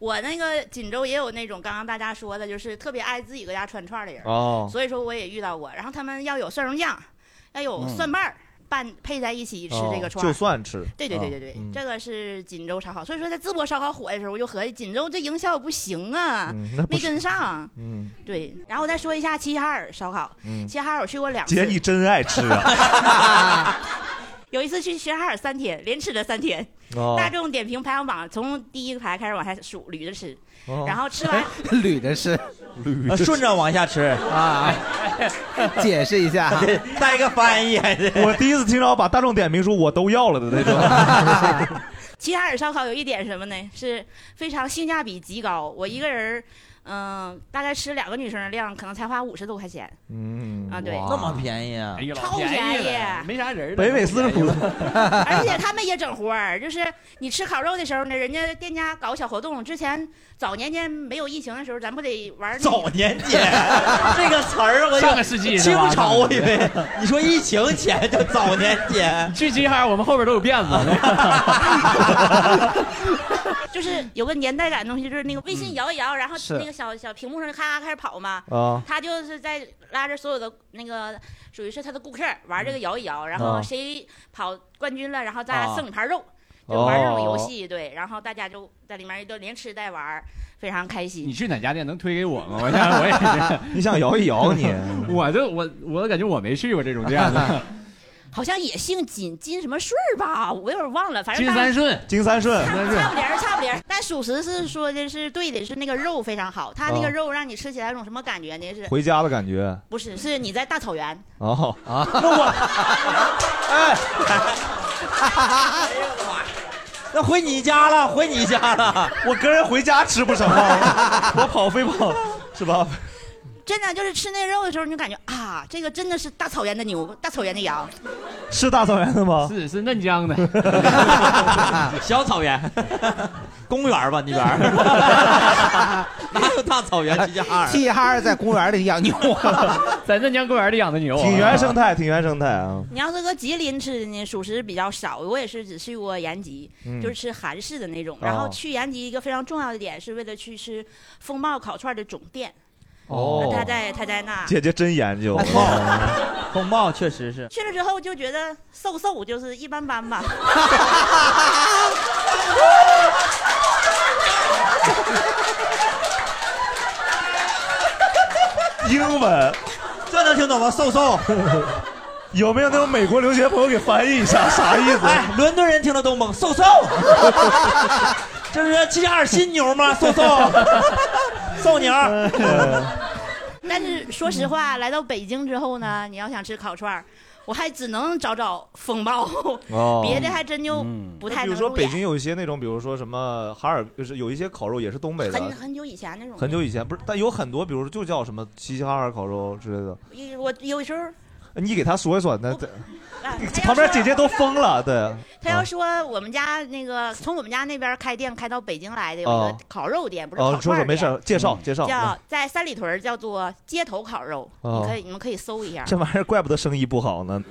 Speaker 26: 我那个锦州也有那种刚刚大家说的，就是特别爱自己搁家串串的人，
Speaker 2: 哦
Speaker 26: 所以说我也遇到过。然后他们要有蒜蓉酱，要有
Speaker 2: 嗯
Speaker 26: 蒜瓣儿拌配在一起吃这个串儿，
Speaker 2: 哦就蒜吃。啊嗯
Speaker 26: 对对对对对，这个是锦州烧烤。所以说在淄博烧烤火的时候，我就合计锦州这营销不行啊，
Speaker 2: 嗯那不
Speaker 26: 没
Speaker 2: 是
Speaker 26: 跟上。
Speaker 2: 嗯，
Speaker 26: 对，然后再说一下齐齐哈尔烧烤，
Speaker 2: 嗯
Speaker 26: 齐齐哈尔我去过两次，
Speaker 2: 姐你真爱吃啊！
Speaker 26: 有一次去齐齐哈尔三天，连吃了三天。
Speaker 2: 哦
Speaker 26: 大众点评排行榜从第一个排开始往下数，捋着吃，
Speaker 2: 哦
Speaker 26: 然后吃 完
Speaker 3: 捋的是
Speaker 5: 啊顺着往下吃 啊
Speaker 3: 啊， 解释一下，
Speaker 5: 带一个翻译还是？
Speaker 2: 我第一次听到把大众点评说我都要了的那 种。
Speaker 26: 齐齐哈尔烧烤有一点什么呢？是非常性价比极高。我一个人儿，嗯、大概吃两个女生的量，可能才花五十多块钱，
Speaker 2: 嗯
Speaker 26: 啊对
Speaker 5: 那么便宜啊！哎呀
Speaker 26: 超便宜，
Speaker 6: 没啥人
Speaker 2: 北纬四十度，
Speaker 26: 而且他们也整活儿，就是你吃烤肉的时候呢，人家店家搞小活动。之前早年间没有疫情的时候，咱不得玩那个
Speaker 5: 早年间 这个词儿，我就
Speaker 6: 上个世纪是
Speaker 5: 清
Speaker 6: 吧
Speaker 5: 朝，我以为你说疫情前就早年间。
Speaker 6: 去齐齐哈尔，我们后边都有辫子。
Speaker 26: 就是有个年代感的东西，就是那个微
Speaker 2: 嗯
Speaker 26: 信摇一摇，然后
Speaker 6: 是
Speaker 26: 那个小小屏幕上咔咔开始跑嘛。
Speaker 6: 啊
Speaker 26: 他就是在拉着所有的那个属于是他的顾客玩这个摇一摇，然
Speaker 2: 啊
Speaker 26: 后谁跑冠军了，然后大家
Speaker 2: 啊
Speaker 26: 送一盘肉，就
Speaker 2: 哦
Speaker 26: 玩这种游戏。对，然后大家就在里面都连吃带玩，非常开心。
Speaker 6: 你去哪家店能推给我吗？我 想我也是。
Speaker 2: 你想摇一摇你？
Speaker 6: 啊我就我我感觉我没去过这种店呢。
Speaker 26: 好像也姓金，金什么顺儿吧，我有点忘了，反正
Speaker 2: 金
Speaker 26: 大
Speaker 2: 三顺金三顺
Speaker 26: 差
Speaker 2: 金三顺
Speaker 26: 差不离儿，差不离儿。但属实是说的是对的，是那个肉非常好，它那
Speaker 2: 哦
Speaker 26: 个肉让你吃起来有种什么感觉呢？是
Speaker 2: 回家的感觉。
Speaker 26: 不是，是你在大草原。
Speaker 2: 哦啊，那我
Speaker 5: 那回你家了，回你家了。
Speaker 2: 我跟人回家吃不成吗？ 我跑飞跑是吧？
Speaker 26: 真的就是吃那肉的时候，你就感觉啊，这个真的是大草原的牛，大草原的羊。
Speaker 2: 是大草原的吗？
Speaker 6: 是是嫩 江的，
Speaker 5: 小草原，公园吧那边儿，哪有大草原齐齐哈尔？
Speaker 3: 齐齐哈尔在公园里养牛，
Speaker 6: 在嫩江公园里养的牛，
Speaker 2: 挺原生 态，挺原生态啊。
Speaker 26: 你要是搁吉林吃的呢，属实比较少。我也是只去过延吉，
Speaker 2: 嗯
Speaker 26: 就是吃韩式的那种。
Speaker 2: 哦
Speaker 26: 然后去延吉一个非常重要的点，是为了去吃风貌烤串的总店。
Speaker 5: 哦
Speaker 26: 他在他在那。
Speaker 2: 姐姐真研究，哦
Speaker 5: 风暴确实是。
Speaker 26: 去了之后就觉得瘦瘦就是一般般吧，
Speaker 2: 英文，
Speaker 5: 这能听懂吗？瘦瘦，
Speaker 2: 有没有那种美国留学朋友给翻译一 下啥意思？
Speaker 5: 哎，伦敦人听了都懵，瘦瘦，这是齐齐哈尔新牛吗？瘦瘦， 瘦牛。
Speaker 26: 但是说实话，来到北京之后呢，你要想吃烤串儿，我还只能找找风暴，
Speaker 2: 哦 嗯
Speaker 26: 别的还真就不太
Speaker 2: 比
Speaker 26: 能
Speaker 2: 如说
Speaker 26: 入
Speaker 2: 北
Speaker 26: 眼。
Speaker 2: 京有一些那种，比如说什么哈尔，就是有一些烤肉也是东北的
Speaker 26: 很，很久以前那种，
Speaker 2: 很久以前不是，但有很多，比如说就叫什么齐齐哈尔烤肉之类的。
Speaker 26: 一我有时候
Speaker 2: 你给他说一说，那这
Speaker 26: 哎
Speaker 2: 旁边姐姐都疯了，对。
Speaker 26: 他要说我们家那个从我们家那边开店开到北京来的有一
Speaker 2: 哦
Speaker 26: 个烤肉店，不是
Speaker 2: 哦
Speaker 26: 烤
Speaker 2: 说
Speaker 26: 串
Speaker 2: 说
Speaker 26: 儿
Speaker 2: 没
Speaker 26: 店，
Speaker 2: 事儿，介绍介绍。嗯
Speaker 26: 叫在三里屯儿叫做街头烤肉，
Speaker 2: 哦
Speaker 26: 你可以你们可以搜一下。
Speaker 2: 这玩意儿怪不得生意不好 呢，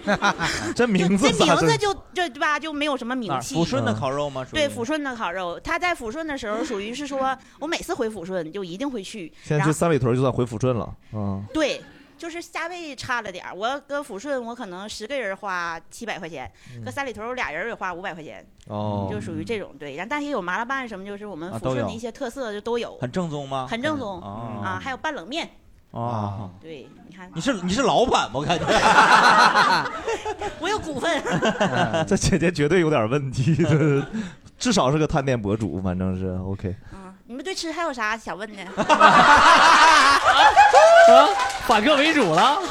Speaker 2: 这名字
Speaker 26: 这
Speaker 2: 咋嗯
Speaker 26: 名
Speaker 2: 整
Speaker 26: 字就这对吧，就没有什么名气。
Speaker 5: 抚顺的烤肉吗？属于
Speaker 26: 对抚顺的烤肉，他在抚顺的时候属于 是说，我每次回抚顺就一定会去。
Speaker 2: 现在
Speaker 26: 然
Speaker 2: 去
Speaker 26: 后
Speaker 2: 三里屯就算回抚顺了，嗯，
Speaker 26: 对，就是价位差了点儿。我搁抚顺，我可能十个人花七百块钱，
Speaker 5: 嗯
Speaker 26: 搁三里屯儿我俩人儿也花五百块钱，
Speaker 5: 哦
Speaker 26: 就属于这种对。然后但也有麻辣拌什么，就是我们
Speaker 5: 啊
Speaker 26: 抚
Speaker 5: 都
Speaker 26: 顺的
Speaker 5: 有
Speaker 26: 一些特色就都有，
Speaker 5: 很正宗吗？
Speaker 26: 很正宗
Speaker 5: 哦
Speaker 26: 啊，还有拌冷面。
Speaker 6: 哦
Speaker 5: 啊。
Speaker 26: 对，你看
Speaker 5: 你是你是老板吗？我感觉
Speaker 26: 我有 股份，
Speaker 5: 嗯
Speaker 2: 这姐姐绝对有点问题，这至少是个探店博主，反正是 OK。
Speaker 26: 你们对吃还有啥想问的？
Speaker 2: 啊，反客为主了。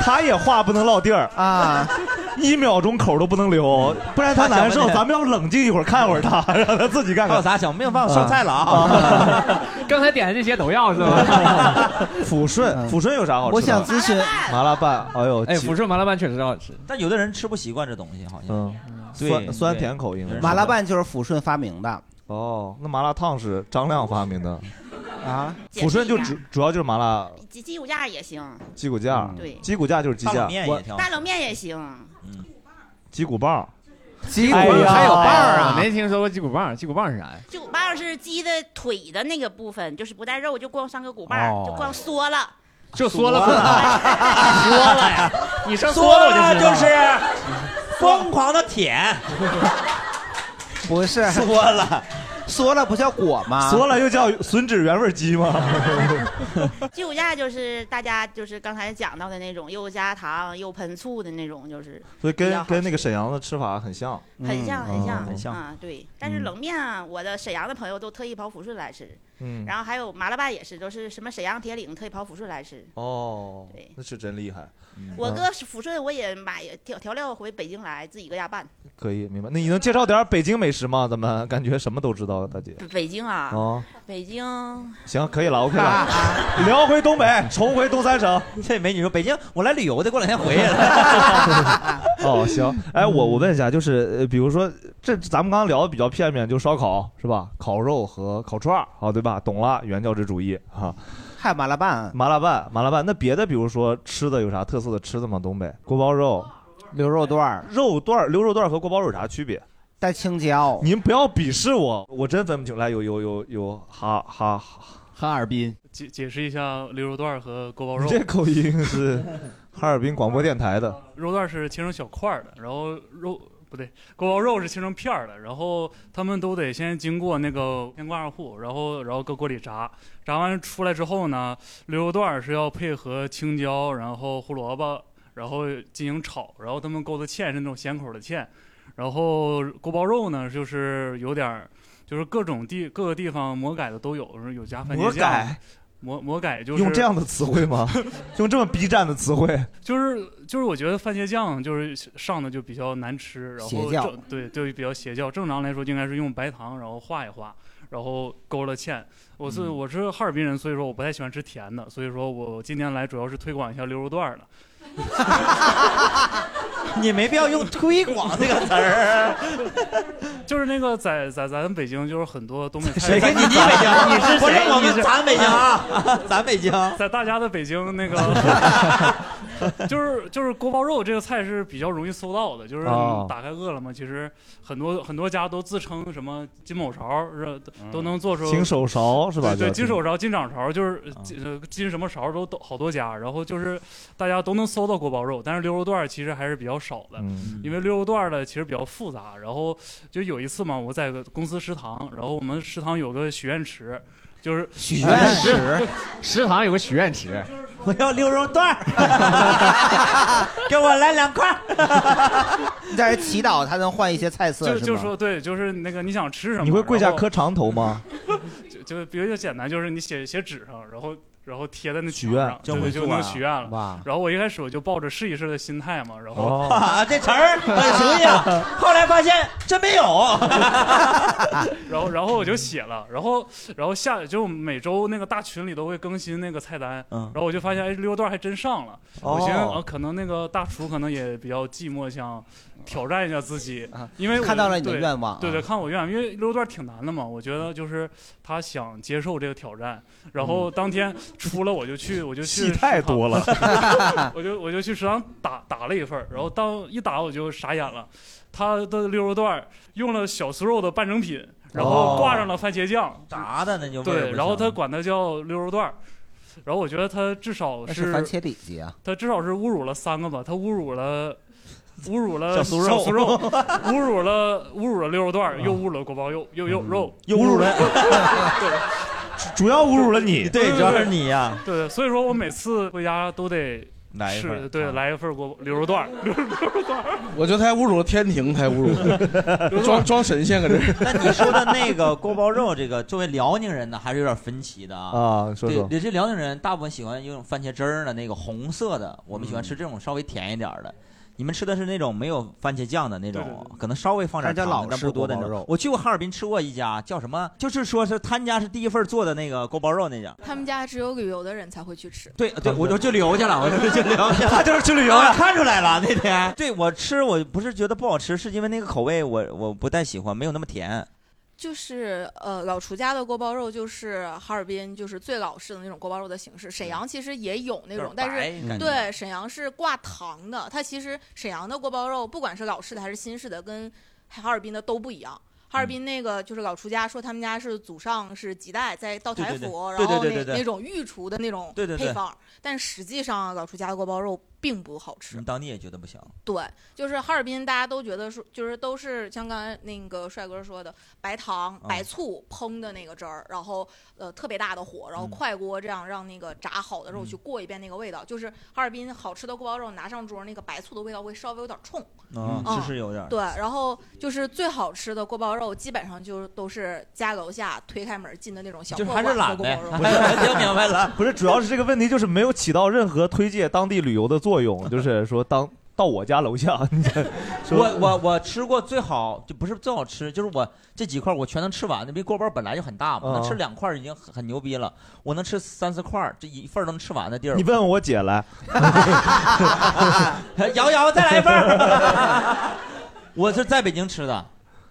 Speaker 2: 他也话不能落地儿啊，一秒钟口都不能留，不然他难受。咱们要冷静一会儿，看会儿 他，让他自己看看。还有
Speaker 5: 啥想没有办法上菜了啊？
Speaker 6: 刚才点的这些都要是吧？
Speaker 2: 抚顺，抚顺有啥好吃 的？
Speaker 6: 我想咨询
Speaker 2: 麻辣拌。哎呦，
Speaker 6: 哎，
Speaker 2: 其
Speaker 6: 抚顺麻辣拌确实好吃，
Speaker 5: 但有的人吃不习惯这东西，好像。
Speaker 2: 嗯，
Speaker 5: 对
Speaker 2: 酸酸甜口音
Speaker 5: 对
Speaker 3: 麻辣拌就是抚顺发明的
Speaker 2: 哦，那麻辣烫是张亮发明的
Speaker 3: 啊。
Speaker 2: 抚顺就主主要就是麻辣
Speaker 26: 鸡鸡骨架也行，
Speaker 2: 鸡骨架，
Speaker 26: 嗯对
Speaker 2: 啊鸡骨架就是鸡架，我
Speaker 26: 大冷面也嗯行。
Speaker 2: 鸡骨棒儿，
Speaker 6: 鸡骨棒
Speaker 2: 哎呀
Speaker 6: 还有棒儿啊？没听说过鸡骨棒，鸡骨棒是啥呀？
Speaker 26: 就骨棒是鸡的腿的那个部分，就是不带肉，就光上个骨棒，
Speaker 6: 哦
Speaker 26: 就光缩了。
Speaker 6: 就缩了，缩了呀！你上
Speaker 5: 说
Speaker 6: 我
Speaker 5: 了
Speaker 6: 知道
Speaker 5: 就是疯狂的舔，
Speaker 3: 不是
Speaker 5: 缩了，
Speaker 3: 缩了不叫果吗？
Speaker 2: 缩了又叫吮指原味鸡吗？
Speaker 26: 鸡骨架就是大家就是刚才讲到的那种，又加糖又喷醋的那种，就是
Speaker 2: 所以
Speaker 26: 比较
Speaker 2: 跟
Speaker 26: 好
Speaker 2: 跟那个沈阳的吃法很像，
Speaker 26: 很像很
Speaker 2: 嗯
Speaker 26: 像、啊，对。但是冷面啊，我的沈阳的朋友都特意跑抚顺来吃，
Speaker 2: 嗯
Speaker 26: 然后还有麻辣拌也是，都是什么沈阳铁岭特意跑抚顺来吃。
Speaker 2: 哦，那是真厉害。
Speaker 26: 我
Speaker 2: 嗯
Speaker 26: 搁抚顺我也买调调料回北京来自己搁家拌。
Speaker 2: 可以明白，那你能介绍点北京美食吗？咱们感觉什么都知道，大姐。
Speaker 26: 北京啊，
Speaker 2: 哦
Speaker 26: 北京
Speaker 2: 行，可以了，OK 了。 聊回东北，重回东三省。
Speaker 5: 这美女说：“北京，我来旅游的，过两天回来了。
Speaker 2: 哦，行，哎，我我问一下，就是呃，比如说这咱们刚刚聊的比较片面，就烧烤是吧？烤肉和烤串儿，好对吧？懂了，原教旨主义哈。
Speaker 3: 还有麻辣拌，
Speaker 2: 麻辣拌，麻辣拌。那别的，比如说吃的有啥特色的吃的吗？东北锅包肉、
Speaker 3: 牛肉段、
Speaker 2: 肉段儿、牛肉段儿和锅包肉有啥区别？
Speaker 3: 带青椒。
Speaker 2: 您不要鄙视我，我真分不清。来，有有有有哈哈
Speaker 6: 哈尔滨，
Speaker 27: 解解释一下牛肉段儿和锅包肉。啊
Speaker 2: 你这口音是哈尔滨广播电台的。
Speaker 27: 肉段儿是切成小块儿的，然后肉不对，锅包肉是切成片儿的，然后他们都得先经过那个先挂上糊，然后然后搁锅里炸，炸完出来之后呢，牛肉段儿是要配合青椒，然后胡萝卜。然后进行炒，然后他们勾的芡是那种咸口的芡，然后锅包肉呢就是有点儿就是各种地各个地方魔改的都有，有加番
Speaker 2: 魔
Speaker 27: 茄酱
Speaker 2: 改。
Speaker 27: 魔魔改就是
Speaker 2: 用这样的词汇 吗？用这么逼站的词汇？
Speaker 27: 就是就是，我觉得番茄酱就是上的就比较难吃，然
Speaker 2: 邪
Speaker 27: 后
Speaker 2: 教
Speaker 27: 正对对比较邪教。正常来说应该是用白糖，然后化一化，然后勾了芡。我是、
Speaker 2: 嗯
Speaker 27: 我是哈尔滨人，所以说我不太喜欢吃甜的，所以说我今天来主要是推广一下溜肉段儿的。
Speaker 5: 你没必要用“推广”这个词儿，
Speaker 27: 就是那个在在咱北京，就是很多东北菜。
Speaker 5: 谁跟你你北京你是谁不是我们
Speaker 27: 你
Speaker 5: 咱北京 啊咱北京
Speaker 27: 在大家的北 京那个，就是就是锅包肉这个菜是比较容易搜到的，就是
Speaker 2: 哦
Speaker 27: 打开饿了么，其实很多很多家都自称什么金某勺是
Speaker 6: 嗯
Speaker 27: 都能做出
Speaker 2: 金手勺是吧啊
Speaker 27: 对，对
Speaker 2: 叫
Speaker 27: 金手勺、金掌勺，就是金呃金什么勺都都好多家，然后就是大家都能搜到锅包肉，但是溜肉段儿其实还是比较少的。
Speaker 2: 嗯
Speaker 27: 因为溜肉段儿的其实比较复杂。然后就有一次嘛，我在公司食堂，然后我们食堂有个许愿池，就是哎许
Speaker 6: 愿池，食堂有个许愿 池，
Speaker 5: 我要溜肉段儿， 给我来两块儿。
Speaker 3: 你在这祈祷他能换一些菜色，
Speaker 27: 就是
Speaker 3: 吗
Speaker 27: 就说对，就是那个你想吃什么，
Speaker 2: 你会跪下
Speaker 27: 然后
Speaker 2: 磕长头吗？
Speaker 27: 就就比较简单，就是你写写纸上，然后然后贴在那
Speaker 2: 许
Speaker 27: 墙
Speaker 2: 愿
Speaker 27: 上
Speaker 2: 这
Speaker 27: 对
Speaker 2: 么
Speaker 27: 就
Speaker 2: 做
Speaker 27: 能
Speaker 2: 啊
Speaker 27: 许愿了
Speaker 2: 哇。
Speaker 27: 然后我一开始我就抱着试一试的心态嘛，然后
Speaker 2: 哦
Speaker 5: 啊，这词儿很熟悉啊。后来发现真没有。
Speaker 27: 然后然后我就写了，然后然后下就每周那个大群里都会更新那个菜单，
Speaker 5: 嗯
Speaker 27: 然后我就发现哎溜段还真上了，
Speaker 5: 哦
Speaker 27: 我寻思呃可能那个大厨可能也比较寂寞，想挑战一下自己，因为我
Speaker 3: 啊看到了你的
Speaker 27: 对
Speaker 3: 愿望啊
Speaker 27: 对对，看我愿望，因为溜段挺难的嘛，我觉得就是他想接受这个挑战，然后当天出了我就去我就
Speaker 2: 嗯
Speaker 27: 去
Speaker 2: 戏太多了
Speaker 27: 我就我就去食堂打打了一份儿，然后当一打我就傻眼了，他的溜肉段儿用了小酥肉的半成品，然
Speaker 2: 哦
Speaker 27: 后挂上了番茄酱，
Speaker 5: 炸的那就味儿不
Speaker 27: 对，
Speaker 5: 行
Speaker 27: 然后他管它叫溜肉段儿，然后我觉得他至少
Speaker 3: 那是番茄里脊啊。
Speaker 27: 他至少是侮辱了三个吧，他侮辱了。侮辱了
Speaker 3: 小酥肉
Speaker 27: 酥肉，侮辱了侮辱了溜肉段儿，又侮辱了锅包肉，又又肉，
Speaker 2: 又侮辱了主要侮辱了你，
Speaker 27: 对主要是
Speaker 5: 你嗯呀。
Speaker 27: 对，所以说我每次回家都得
Speaker 2: 来一份
Speaker 27: 是对，来一份锅溜肉段儿，溜肉溜肉段儿。
Speaker 4: 我觉得他还侮辱了天庭，他还侮辱 了装装神仙搁这儿。
Speaker 5: 那你说的那个锅包肉，这个作为辽宁人呢，还是有点分歧的啊。
Speaker 2: 啊说说
Speaker 5: 对，这辽宁人大部分喜欢用番茄汁儿的那个红色的，我们喜欢吃这种稍微甜一点儿的。你们吃的是那种没有番茄酱的那种，
Speaker 2: 对对
Speaker 5: 可能稍微放点
Speaker 2: 他
Speaker 5: 糖
Speaker 2: 家
Speaker 5: 的
Speaker 2: 老，
Speaker 5: 但
Speaker 2: 式
Speaker 5: 不多的
Speaker 2: 锅
Speaker 5: 那
Speaker 2: 包
Speaker 5: 种
Speaker 2: 肉。
Speaker 5: 我去过哈尔滨吃过一家叫什么，就是说是他们家是第一份做的那个锅包肉那家。
Speaker 28: 他们家只有旅游的人才会去吃。
Speaker 5: 对对，我就去旅游去了，我就是去旅游 去了，他就是去旅游
Speaker 2: 啊
Speaker 5: 了， 看出来了那天。对我吃，我不是觉得不好吃，是因为那个口味我我不太喜欢，没有那么甜。
Speaker 28: 就是呃，老厨家的锅包肉就是哈尔滨就是最老式的那种锅包肉的形式。沈阳其实也有那种种，但但是是嗯对沈阳是挂糖的。它其实沈阳的锅包肉，不管是老式的还是新式的，跟哈尔滨的都不一样。哈尔
Speaker 5: 嗯
Speaker 28: 滨那个就是老厨家说他们家是祖上是几代在道台
Speaker 5: 对对
Speaker 28: 府，
Speaker 5: 对
Speaker 28: 然后
Speaker 5: 对对对对
Speaker 28: 那那种御厨的那种
Speaker 5: 对对对
Speaker 28: 配方，但实际上老厨家的锅包肉并不好吃
Speaker 5: 你。当地也觉得不行。
Speaker 28: 对，就是哈尔滨，大家都觉得说，就是都是像刚才那个帅哥说的，白糖、
Speaker 5: 嗯
Speaker 28: 白醋烹的那个汁儿，然后呃特别大的火，然后
Speaker 5: 嗯
Speaker 28: 快锅这样让那个炸好的肉去过一遍那个味道。就是哈尔滨好吃的锅包肉拿上桌，那个白醋的味道会稍微有点冲，
Speaker 5: 啊
Speaker 28: 嗯
Speaker 5: 是是有点儿
Speaker 28: 对，然后就是最好吃的锅包肉，基本上就都是家楼下推开门进的那种小
Speaker 5: 就
Speaker 28: 破
Speaker 5: 是
Speaker 28: 馆
Speaker 5: 还是
Speaker 28: 的
Speaker 5: 懒
Speaker 28: 锅
Speaker 5: 呗
Speaker 28: 包 肉。，
Speaker 5: 听明白了。
Speaker 2: 不是，主要是这个问题就是没有起到任何推介当地旅游的作用，就是说当到我家楼下，你 这说
Speaker 5: 我啊我我吃过最好就不是最好吃，就是我这几块我全能吃完的，因为锅包本来就很大嘛，
Speaker 2: 嗯
Speaker 5: 能吃两块已经很很牛逼了。我能吃三四块，这一份儿都能吃完的地儿。
Speaker 2: 你问我姐 来，
Speaker 5: 瑶瑶再来一 份儿。我是在北京吃的，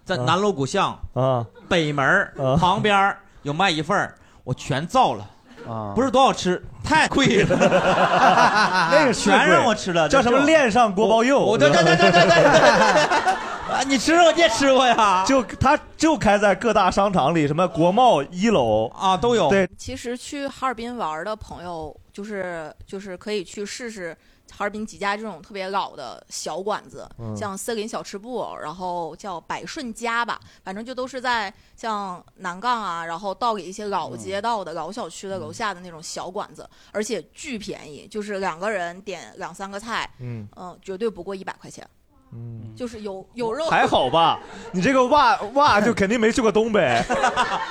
Speaker 5: 在南锣鼓巷
Speaker 2: 啊
Speaker 5: 北门儿旁边儿有卖一份儿，我全造了。
Speaker 2: 啊
Speaker 5: 不是多好吃，太贵了， 那
Speaker 2: 个是贵
Speaker 5: 全让我吃了，
Speaker 2: 叫什么恋上锅包肉
Speaker 5: 我我对对对对对对对， 啊，你吃我也吃过呀，
Speaker 2: 就他就开在各大商场里，什么国贸一楼
Speaker 5: 啊都有
Speaker 2: 对，
Speaker 28: 其实去哈尔滨玩儿的朋友，就是就是可以去试试哈尔滨几家这种特别老的小馆子，
Speaker 11: 嗯
Speaker 28: 像森林小吃部，然后叫百顺家吧，反正就都是在像南杠啊，然后到给一些老街道的、老小区的
Speaker 2: 嗯
Speaker 28: 楼下的那种小馆子，而且巨便宜，就是两个人点两三个菜，
Speaker 2: 嗯
Speaker 28: 嗯，绝对不过一百块钱，
Speaker 2: 嗯，
Speaker 28: 就是有有肉
Speaker 2: 还好吧？你这个哇哇就肯定没去过东 北，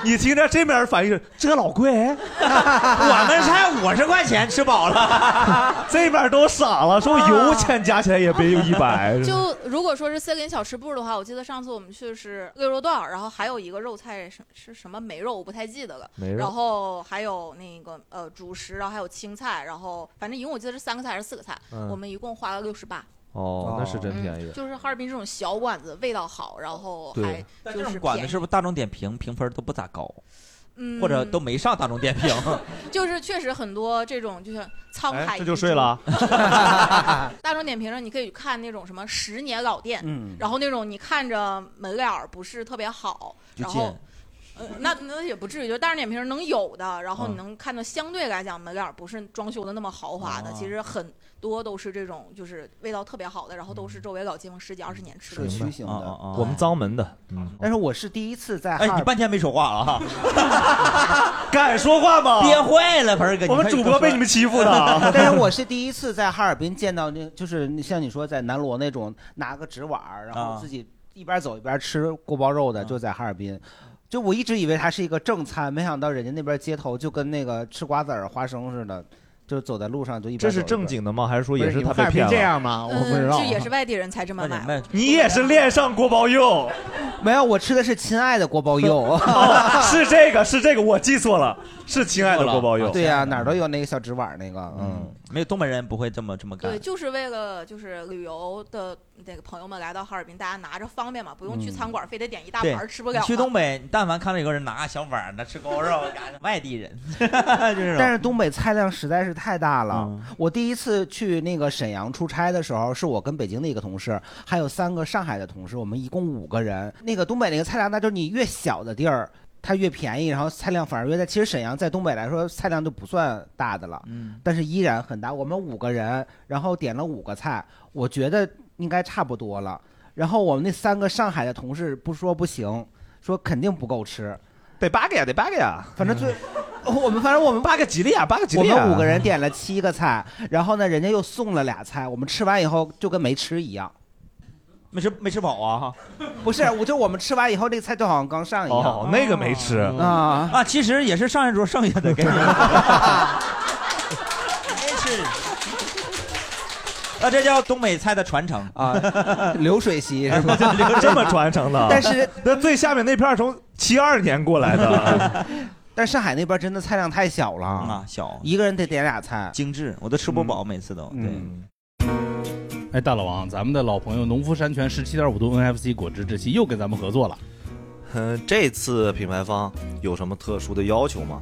Speaker 2: 你听着这面反应是这老贵，哎 我
Speaker 5: 们才五十块钱吃饱了， 啊
Speaker 2: 这边都傻了，说油钱加起来也别有一百，
Speaker 28: 就如果说是森林小吃部的话，我记得上次我们去是溜肉段儿，然后还有一个肉菜是是什么梅肉，我不太记得了
Speaker 2: 梅。肉
Speaker 28: 然后还有那个呃主食，然后还有青菜，然后反正一共我记得是三个菜还是四个菜，
Speaker 2: 嗯
Speaker 28: 我们一共花了六十八。
Speaker 2: 哦，那是真便 宜。
Speaker 28: 就是哈尔滨这种小馆子，味道好，然后 还
Speaker 5: 对，但这
Speaker 28: 就
Speaker 5: 种
Speaker 28: 是
Speaker 5: 馆
Speaker 28: 便
Speaker 5: 子
Speaker 28: 宜
Speaker 5: 是不是大众点评评分都不咋高，
Speaker 28: 嗯
Speaker 5: 或者都没上大众点 评？
Speaker 28: 就是确实很多这种就是沧海、
Speaker 5: 哎这就睡了。啊
Speaker 28: 大众点评上你可以看那种什么十年老店，
Speaker 5: 嗯
Speaker 28: 然后那种你看着门脸儿不是特别好，
Speaker 5: 就
Speaker 28: 然后
Speaker 5: 见。
Speaker 28: 呃， 那那也不至于，就是大众点评上能有的，然后
Speaker 5: 嗯
Speaker 28: 你能看到相对来讲门脸儿不是装修的那么豪华的，
Speaker 5: 哦
Speaker 28: 其实很多都是这种就是味道特别好的，然后都
Speaker 5: 嗯
Speaker 28: 是周围老街坊十几二十年吃的。
Speaker 3: 区型的啊
Speaker 5: 啊啊啊
Speaker 2: 我们脏门的，嗯
Speaker 3: 但是我是第一次在
Speaker 5: 哎，
Speaker 3: 哈
Speaker 5: 你
Speaker 3: 尔
Speaker 5: 半天没说话了 哈，
Speaker 2: 敢说话吗？
Speaker 5: 憋坏了，盆儿哥。你看都说
Speaker 3: 但是我是第一次在哈尔滨见到那，就是像你说在南锣那种拿个纸碗儿，然后自己一边走一边吃锅包肉
Speaker 5: 嗯
Speaker 3: 的，就在哈尔滨。就我一直以为它是一个正餐，没想到人家那边街头就跟那个吃瓜子儿、花生似的，就走在路上就一边
Speaker 2: 这是正经的吗？还是说也
Speaker 3: 不是
Speaker 2: 他
Speaker 3: 你们
Speaker 2: 被
Speaker 3: 哈尔
Speaker 2: 骗了？
Speaker 3: 嗯滨这样吗我不知道啊
Speaker 28: 这
Speaker 5: 啊
Speaker 28: 也是外地人才这么买。
Speaker 2: 你也是恋上锅包肉？
Speaker 3: 没有，我吃的是亲爱的锅包 肉，
Speaker 2: 是这个， 是这个，我记错了，是亲爱的锅包肉。
Speaker 3: 啊对
Speaker 5: 啊
Speaker 3: 呀、哪 儿都有那个小纸碗儿那个，嗯，
Speaker 5: 没有东北人不会这么这么干
Speaker 28: 对，。就是为了就是旅游的那个朋友们来到哈尔滨，大家拿着方便嘛，不用
Speaker 5: 嗯
Speaker 28: 去餐馆非得点一大
Speaker 5: 对
Speaker 28: 盘儿吃不了
Speaker 5: 你
Speaker 28: 嘛。
Speaker 5: 去东北，你但凡看到有个人拿小碗儿那吃锅包肉，感觉外地 人
Speaker 2: 啊
Speaker 5: 就是这
Speaker 3: 但
Speaker 5: 种。
Speaker 3: 是东北菜量实在是太大了。
Speaker 2: 嗯
Speaker 3: 我第一次去那个沈阳出差的时候，是我跟北京的一个同事，还有三个上海的同事，我们一共五个人。那个东北那个菜量大，就是你越小的地儿。它越便宜，然后菜量反而越大。其实沈阳在东北来说，菜量就不算大的了，
Speaker 5: 嗯，
Speaker 3: 但是依然很大。我们五个人，然后点了五个菜，我觉得应该差不多了。然后我们那三个上海的同事不说不行，说肯定不够吃，
Speaker 2: 得八个呀，得八个呀。
Speaker 3: 反正最，我们反正我们
Speaker 2: 八个吉利啊，八个吉
Speaker 3: 我
Speaker 2: 利啊。
Speaker 3: 们五个人点了七个菜，然后呢，人家又送了俩菜，我们吃完以后就跟没吃一样。
Speaker 5: 没吃没吃饱啊？
Speaker 3: 不是，我就我们吃完以后，那个菜就好像刚上一样。
Speaker 2: 哦，那个没吃
Speaker 3: 哎啊
Speaker 5: 啊，其实也是上一桌剩下的 给你。那啊这叫东北菜的传承
Speaker 3: 啊，流水 席
Speaker 2: 是 这么传承的。
Speaker 3: 但是
Speaker 2: 那最下面那片儿从七 二年过来的，
Speaker 3: 但上海那边真的菜量太 小了
Speaker 5: 啊，小
Speaker 3: 一个人得点俩嗯菜，
Speaker 5: 精致，我都吃不饱，每次都对。
Speaker 1: 嗯哎，大老王，咱们的老朋友农夫山泉十七点五度 NFC 果汁这期又跟咱们合作了。
Speaker 24: 嗯，这次品牌方有什么特殊的要求吗？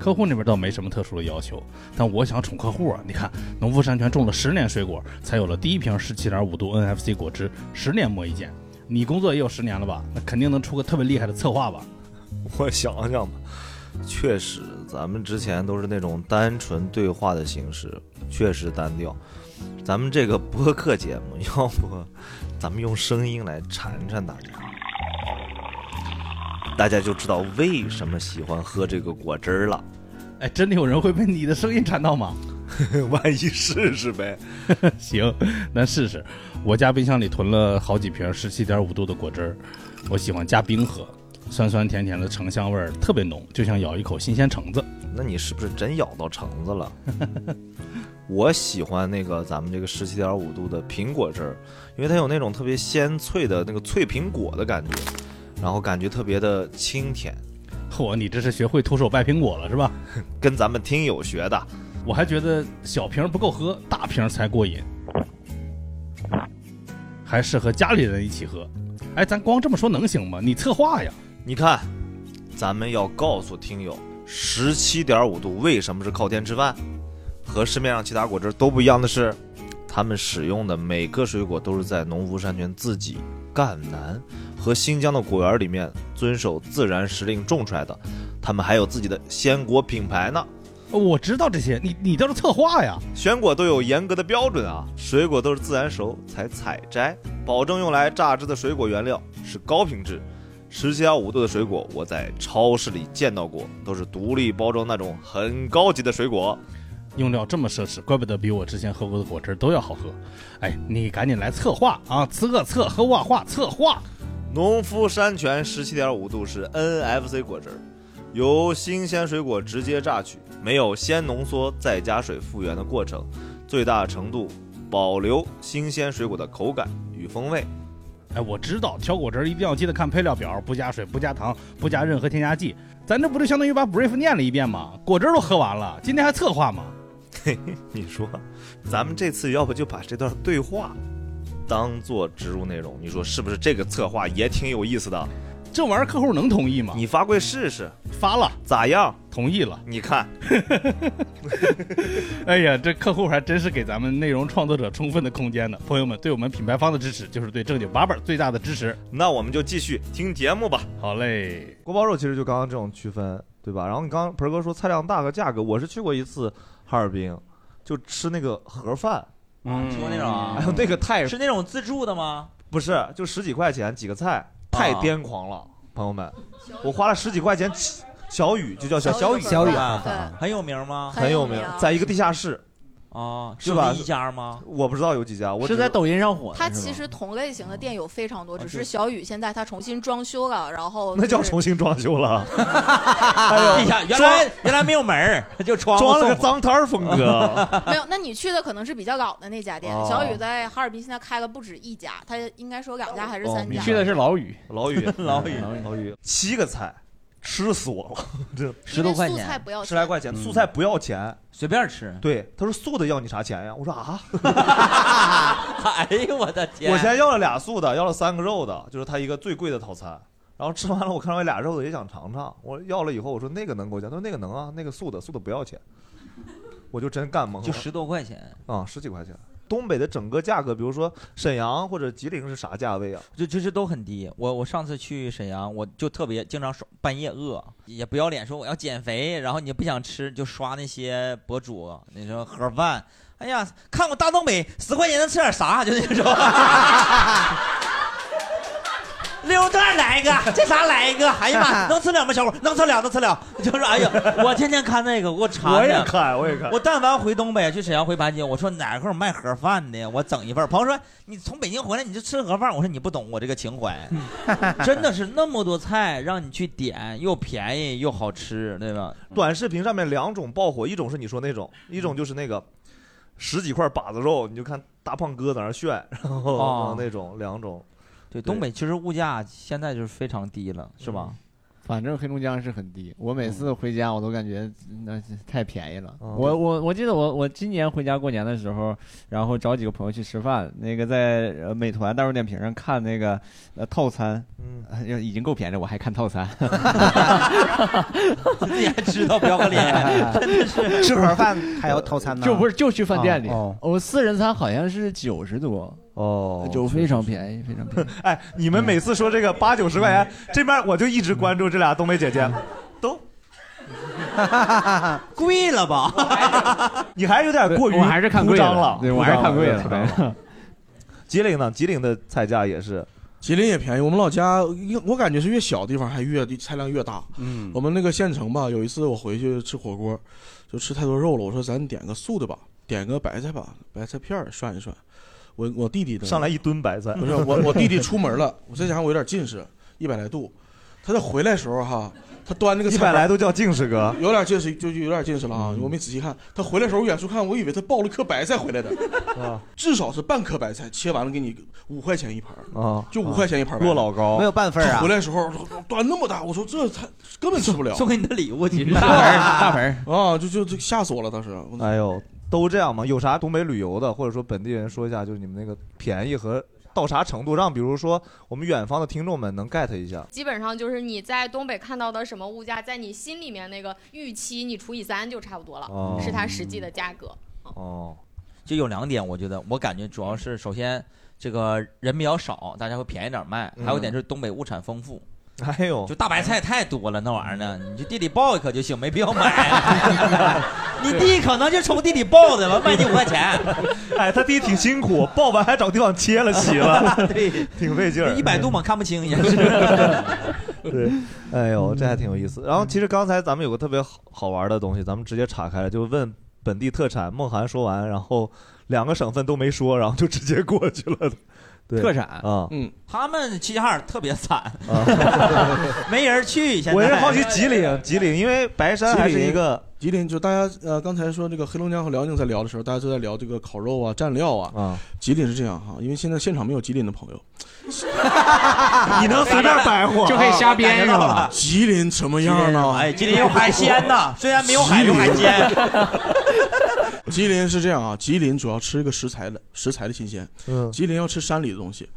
Speaker 1: 客户那边倒没什么特殊的要求，但我想宠客户啊。你看，农夫山泉种了十年水果，才有了第一瓶十七点五度 NFC 果汁，十年磨一剑。你工作也有十年了吧？那肯定能出个特别厉害的策划吧？
Speaker 24: 我想想吧，确实，咱们之前都是那种单纯对话的形式，确实单调。咱们这个播客节目，要不咱们用声音来缠缠大家，大家就知道为什么喜欢喝这个果汁儿了。
Speaker 1: 哎，真的有人会被你的声音馋到吗？
Speaker 24: 万一试试呗。
Speaker 1: 行，那试试。我家冰箱里囤了好几瓶十七点五度的果汁儿，我喜欢加冰喝，酸酸甜甜的橙香味儿特别浓，就像咬一口新鲜橙子。
Speaker 24: 那你是不是真咬到橙子了？ 我喜欢那个咱们这个十七点五度的苹果汁儿，因为它有那种特别鲜脆的那个脆苹果的感觉，然后感觉特别的清甜。
Speaker 1: 嚯，你这是学会徒手掰苹果了是吧？
Speaker 24: 跟咱们听友学的。
Speaker 1: 我还觉得小瓶儿不够喝，大瓶儿才过瘾，还适合家里人一起喝。哎，咱光这么说能行吗？你策划呀！
Speaker 24: 你看，咱们要告诉听友，十七点五度为什么是靠天吃饭？和市面上其他果汁都不一样的是，他们使用的每个水果都是在农夫山泉自己赣南和新疆的果园里面遵守自然时令种出来的，他们还有自己的鲜果品牌呢。
Speaker 1: 我知道这些，你你倒是策划呀。
Speaker 24: 选果都有严格的标准啊，水果都是自然熟才采摘，保证用来榨汁的水果原料是高品质。十七幺五度的水果，我在超市里见到过，都是独立包装那种很高级的水果。
Speaker 1: 用料这么奢侈，怪不得比我之前喝过的果汁都要好喝。哎，你赶紧来策划啊，策策和画画策划。
Speaker 24: 农夫山泉十七点五度是 NFC 果汁儿，由新鲜水果直接榨取，没有先浓缩再加水复原的过程，最大程度保留新鲜水果的口感与风味。
Speaker 1: 哎，我知道挑果汁儿一定要记得看配料表，不加水，不加糖，不加任何添加剂。咱这不就相当于把 brief 念了一遍吗？果汁儿都喝完了，今天还策划 吗？
Speaker 24: 嘿， 你说，咱们这次要不就把这段对话当做植入内容？你说是不是？这个策划也挺有意思的。
Speaker 1: 这玩意儿客户能同意吗？
Speaker 24: 你发过去试试，
Speaker 1: 发了
Speaker 24: 咋样？
Speaker 1: 同意了。
Speaker 24: 你看，
Speaker 1: 哎呀，这客户还真是给咱们内容创作者充分的空间呢。朋友们，对我们品牌方的支持就是对正经八百最大的支持。
Speaker 24: 那我们就继续听节目吧。
Speaker 1: 好嘞，
Speaker 2: 锅包肉其实就刚刚这种区分，对吧？然后你刚刚盆儿哥说菜量大和价格，我是去过一次哈尔滨，就吃那个盒饭，
Speaker 5: 嗯，吃过那种啊
Speaker 2: 哎呦，那个太
Speaker 5: 是那种自助的吗？
Speaker 2: 不是，就十几块钱几个菜，
Speaker 5: 啊
Speaker 2: 太癫狂了，朋友们，我花了十几块钱起。小雨就叫小
Speaker 5: 小
Speaker 2: 雨，
Speaker 5: 雨小雨啊很有名吗
Speaker 2: 很有名
Speaker 5: 很有，名
Speaker 2: 在一个地下室，
Speaker 5: 啊，
Speaker 2: 是吧？
Speaker 5: 就一家吗？
Speaker 2: 我不知道有几家，我
Speaker 5: 是在哦抖音上火
Speaker 28: 它其实同类型的店有非常多，只
Speaker 2: 就是
Speaker 28: 小雨现在它重新装修了，然后
Speaker 2: 那叫
Speaker 28: 就是
Speaker 2: 重新装修 了，
Speaker 5: 地下哎原来原来没有门儿，就窗户
Speaker 2: 哎装了个
Speaker 5: 送，
Speaker 2: 脏摊儿风格。
Speaker 28: 没有，那你去的可能是比较老的那家店。
Speaker 2: 哦
Speaker 28: 小雨在哈尔滨现在开了不止一家，他应该说两家还是
Speaker 2: 哦
Speaker 28: 三家。
Speaker 1: 是老雨，
Speaker 2: 老雨
Speaker 5: 老雨
Speaker 2: 嗯老雨，七个菜，吃死我了，这
Speaker 5: 10多块钱因为素菜
Speaker 28: 不要钱
Speaker 2: 十来块钱，
Speaker 5: 嗯
Speaker 2: 素菜不要钱，
Speaker 5: 随便吃。
Speaker 2: 对，他说素的要你啥钱呀？我说啊，
Speaker 5: 哎呦我的天！
Speaker 2: 我先要了俩素的，要了三个肉的，就是他一个最贵的套餐。然后吃完了，我看到有俩肉的也想尝尝，我要了以后我说那个能给我钱，他说那个能啊，那个素的素的不要钱，我就真干懵了，
Speaker 5: 就十多块钱，
Speaker 2: 啊、十几块钱。东北的整个价格，比如说沈阳或者吉林是啥价位啊？
Speaker 5: 就其实都很低。我我上次去沈阳，我就特别经常说半夜饿，也不要脸说我要减肥，然后你不想吃就刷那些博主，你说盒饭，哎呀，看我大东北十块钱能吃点啥，就那种。溜段来一个， 这啥来一个？哎呀妈，能吃两吗？小伙，能吃两，能吃两。 就是哎呀，我天天看那个，我馋的。
Speaker 2: 我也看我也看
Speaker 5: 我但凡回东北去沈阳回盘锦，我说哪块儿有卖盒饭的，我整一份儿。朋友说你从北京回来你就吃盒饭，我说你不懂我这个情怀，真的是那么多菜让你去点，又便宜又好吃，对吧？
Speaker 2: 短视频上面两种爆火，一种是你说那种，一种就是那个十几块把子肉，你就看大胖哥在那儿炫，然后、
Speaker 11: 啊
Speaker 5: 哦
Speaker 2: 那种两种。
Speaker 5: 对，东北其实物价现在就是非常低了，是
Speaker 2: 嗯
Speaker 5: 吧？
Speaker 11: 反正黑龙江是很低，我每次回家我都感觉那是太便宜了。
Speaker 5: 哦
Speaker 11: 我我我记得我我今年回家过年的时候，然后找几个朋友去吃饭，那个在呃美团大众点评上看那个呃套餐，嗯，已经够便宜了，我还看套餐，
Speaker 5: 自己还知道不要个 脸，真的是
Speaker 3: 吃盒饭还要套餐呢？
Speaker 11: 就不是就去饭店里，
Speaker 3: 啊哦
Speaker 11: 我四人餐好像是九十多
Speaker 2: 哦
Speaker 11: 就非常便宜，非常便宜。
Speaker 2: 哎，你们每次说这个八九十块钱，
Speaker 11: 嗯
Speaker 2: 这边我就一直关注这俩东北姐姐，都
Speaker 5: 贵了吧？
Speaker 2: 你还是有点过于
Speaker 11: 我还是看贵
Speaker 2: 铺
Speaker 11: 了
Speaker 2: 张了，
Speaker 11: 对我还是看贵了
Speaker 2: 铺张铺张 了吉林呢？吉林的菜价也是，
Speaker 4: 吉林也便宜。我们老家，越我感觉是越小地方还越菜量越大。
Speaker 2: 嗯
Speaker 4: 我们那个县城吧，有一次我回去吃火锅，就吃太多肉了，我说咱点个素的吧，点个白菜吧，白菜片儿涮一涮。我我弟弟的
Speaker 2: 上来一吨白菜，
Speaker 4: 不是我我弟弟出门了，我这家伙我有点近视，一百来度，他在回来的时候哈，他端那个
Speaker 2: 一
Speaker 4: 菜盘
Speaker 2: 百来都叫近视哥，嗯
Speaker 4: 有点近视，就就有点近视了啊！我没仔细看，他回来的时候，我远处看，我以为他抱了颗白 菜回来的，
Speaker 2: 啊，
Speaker 4: 至少是半颗白菜，切完了给你五块钱一盘儿
Speaker 2: 啊
Speaker 4: 就五块钱一盘儿白菜，
Speaker 2: 落老高没有半份儿啊
Speaker 4: 他回来的时候端那么大，我说这菜根本吃不 了，
Speaker 5: 送给你的礼物 其 实
Speaker 4: 盆啊，就就就吓死我了，当时我
Speaker 2: 哎呦，都这样吗？有啥东北旅游的，或者说本地人说一下，就是你们那个便宜和到啥程度，让比如说我们远方的听众们能 get 一下。
Speaker 19: 基本上就是你在东北看到的什么物价，在你心里面那个预期，你除以三就差不多了，
Speaker 5: 哦
Speaker 19: 是它实际的价格。
Speaker 2: 哦，
Speaker 5: 就有两点，我觉得我感觉主要是首先这个人比较少，大家会便宜点卖，
Speaker 2: 嗯
Speaker 5: 还有一点就是东北物产丰富。
Speaker 2: 哎呦，嗯
Speaker 5: 就大白菜太多了，那玩意儿呢，你就地里抱一颗就行，没必要买。 你地可能就从地里抱的，完卖你五块钱，
Speaker 2: 哎，他弟挺辛苦，抱完还找地方切了洗了，
Speaker 5: 对，
Speaker 2: 挺费劲儿。嗯
Speaker 5: 一百度嘛看不清也是。
Speaker 2: 对，哎呦，这还挺有意思。然后其实刚才咱们有个特别好好玩的东西，咱们直接岔开了，就问本地特产。梦涵说完，然后两个省份都没说，然后就直接过去了。对，
Speaker 11: 特产
Speaker 2: 啊，嗯，
Speaker 5: 他们齐齐哈尔特别惨， 没人去。现在
Speaker 2: 哦我是好奇吉林，吉林，因为白山还是一个
Speaker 4: 吉林，就大家呃刚才说这个黑龙江和辽宁在聊的时候，大家都在聊这个烤肉啊、蘸料啊。
Speaker 2: 啊，
Speaker 4: 吉林是这样哈，因为现在现场没有吉林的朋友，
Speaker 2: 你能随便摆
Speaker 4: 啊
Speaker 2: 火
Speaker 5: 啊
Speaker 2: 啊
Speaker 5: 就可以瞎编上了
Speaker 4: 吉林什么样呢？
Speaker 5: 哎，吉林有海鲜 呐，虽然没有海，有海鲜。
Speaker 4: 吉林 是这样啊，吉林主要吃一个食材的食材的新鲜，
Speaker 2: 嗯
Speaker 4: 吉林要吃山里的东西，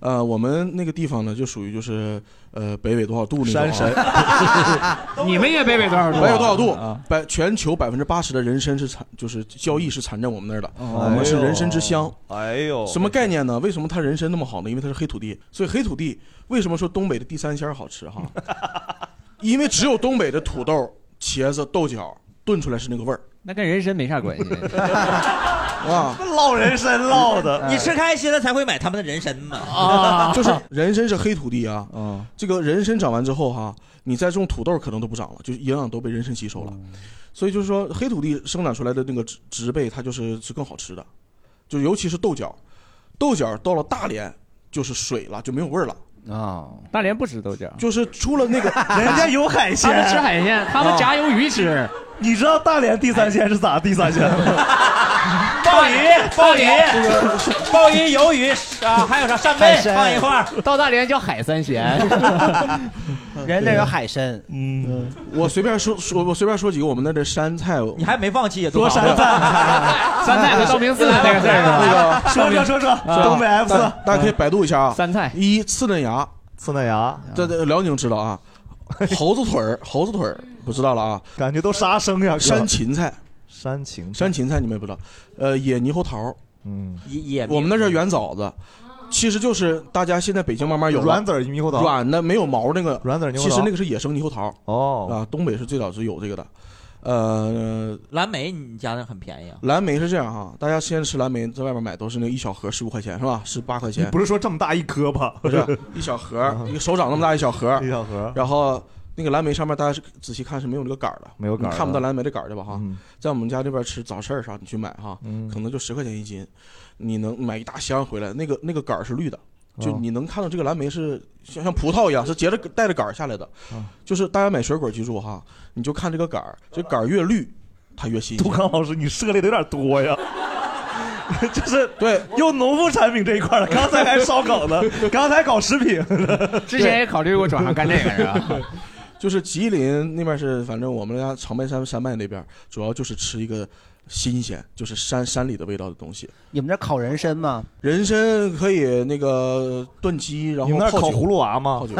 Speaker 4: 呃，我们那个地方呢就属于就是呃北纬多少度那种、啊、
Speaker 2: 山神
Speaker 11: 你们也北纬多少度？啊
Speaker 4: 北纬多少度？
Speaker 5: 啊
Speaker 4: 百全球百分之八十的人参是产，就是交易是产在我们那儿的，
Speaker 5: 哦
Speaker 4: 我们是人参之乡。
Speaker 2: 哎呦，
Speaker 4: 什么概念呢？为什么它人参那么好呢？因为它是黑土地，所以黑土地为什么说东北的地三鲜好吃哈？因为只有东北的土豆、茄子、豆角炖出来是那个味儿。
Speaker 11: 那跟人参没啥关 系
Speaker 4: 啊！
Speaker 5: 唠人参唠的，
Speaker 4: 哎
Speaker 5: 你吃开心了才会买他们的人参嘛。
Speaker 2: 啊
Speaker 4: 就是人参是黑土 地啊，
Speaker 2: 嗯
Speaker 4: 这个人参长完之后哈，你再种土豆可能都不长了，就是营养都被人参吸收
Speaker 2: 嗯
Speaker 4: 了，所以就是说黑土地生长出来的那个植植被，它就是是更好吃的，就尤其是豆角，豆角到了大连就是水了，就没有味儿了。
Speaker 11: 啊！大连不吃豆角，
Speaker 4: 就是出了那个 啊
Speaker 2: 人家有海鲜啊
Speaker 11: 他们吃海鲜，他们炸鱿鱼吃。
Speaker 2: 你知道大连地三鲜是咋地三鲜吗？
Speaker 5: 鲍鱼、鲍鱼、鲍鱼、鱿鱼啊，还有啥扇贝放一块儿。
Speaker 11: 到大连叫海三鲜，
Speaker 3: 人那有海参，
Speaker 2: 嗯，
Speaker 4: 我随便说说，我随便说几个我们那儿的山菜，你
Speaker 5: 还没放弃也
Speaker 2: 说山 菜，
Speaker 11: 山菜和道明寺那个事儿
Speaker 2: 那个啊说说说说
Speaker 11: 啊
Speaker 2: 东北 F 四，
Speaker 4: 大家可以百度一下啊。
Speaker 11: 山菜
Speaker 4: 一刺嫩芽，
Speaker 2: 刺嫩芽，
Speaker 4: 这这辽宁知 道啊，猴子腿儿，猴子腿儿不知道了啊，
Speaker 2: 感觉都杀生呀。
Speaker 4: 山芹菜，
Speaker 2: 山芹，
Speaker 4: 山芹菜你们也不知道，呃，野猕猴桃，
Speaker 2: 嗯，
Speaker 5: 也也
Speaker 4: 我们那是圆枣
Speaker 11: 啊
Speaker 4: 子，其实就是大家现在北京慢慢有了
Speaker 2: 软籽儿猕猴桃
Speaker 4: 软的没有毛那个
Speaker 2: 软籽儿猕猴桃
Speaker 4: 其实那个是野生猕猴桃
Speaker 2: 哦
Speaker 4: 啊，东北是最早是有这个的，呃，
Speaker 5: 蓝莓你家那很便宜啊，
Speaker 4: 蓝莓是这样哈，大家现在吃蓝莓在外边买都是那一小盒十五块钱是吧？十八块
Speaker 2: 你
Speaker 4: 钱，
Speaker 2: 不是说这么大一颗吧？
Speaker 4: 不是一小盒 儿，一个手掌那么大一小盒儿，
Speaker 2: 一小盒儿
Speaker 4: 然后那个蓝莓上面大家是仔细看是没有那个杆儿的，
Speaker 2: 没有杆儿
Speaker 4: 你
Speaker 2: 的
Speaker 4: 看不到蓝莓的杆儿对吧？哈
Speaker 2: 嗯，
Speaker 4: 在我们家这边吃早市儿啥，你去买哈，可能就十块钱一斤，你能买一大箱回来，那个那个杆儿是绿的。就
Speaker 2: 哦
Speaker 4: 你能看到这个蓝莓是像像葡萄一样，是结着带着杆儿下来的，
Speaker 5: 嗯
Speaker 4: 就是大家买水果记住哈，你就看这个杆儿，这杆儿越绿，它越新鲜。
Speaker 2: 杜康老师，你涉猎的有点多呀。就是
Speaker 4: 对
Speaker 2: 用农副产品这一块儿了，刚才还烧烤呢，刚才搞食品，
Speaker 11: 之前也考虑过转行干这个是吧？
Speaker 4: 就是吉林那边是，反正我们家长白山山脉那边，主要就是吃一个新鲜，就是山山里的味道的东西。
Speaker 3: 你们这烤人参吗？
Speaker 4: 人参可以那个炖鸡，然后
Speaker 2: 你们那儿
Speaker 4: 泡
Speaker 2: 烤
Speaker 4: 酒
Speaker 2: 葫芦娃吗
Speaker 4: 泡酒，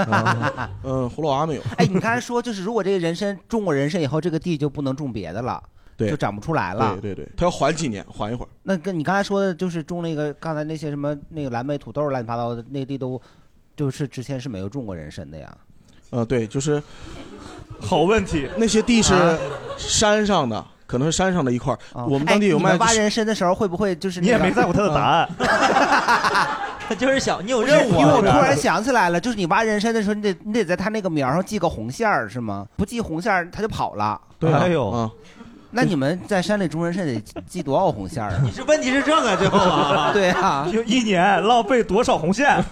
Speaker 4: 嗯，葫芦娃没有。
Speaker 3: 哎，你刚才说就是，如果这个人参种过人参以后，这个地就不能种别的了，
Speaker 4: 对
Speaker 3: 就长不出来了。
Speaker 4: 对对对，它要缓几年，缓一会儿。
Speaker 3: 那跟你刚才说的，就是种那个刚才那些什么那个蓝莓、土豆乱七八糟的，那地都就是之前是没有种过人参的呀。
Speaker 4: 呃，对，就是
Speaker 2: 好问题。
Speaker 4: 那些地是
Speaker 3: 啊
Speaker 4: 山上的，可能是山上的一块儿。我们当地有
Speaker 3: 哎
Speaker 4: 卖
Speaker 3: 你们挖人参的时候，会不会就是、
Speaker 2: 你也没在乎他的答案，
Speaker 5: 他 就是想你有
Speaker 3: 因
Speaker 5: 任
Speaker 3: 为
Speaker 5: 务啊。
Speaker 3: 我突然想起来了，就是你挖人参的时候，你得你得在它那个苗上系个红线儿，是吗？不系红线儿，它就跑了。
Speaker 4: 对啊
Speaker 2: 哎呦
Speaker 5: 嗯
Speaker 4: 啊
Speaker 3: 那你们在山里种人参得系多少红线儿啊？，
Speaker 5: 这 问题是这 个最后啊
Speaker 3: 对啊，
Speaker 2: 就一年浪费多少红线？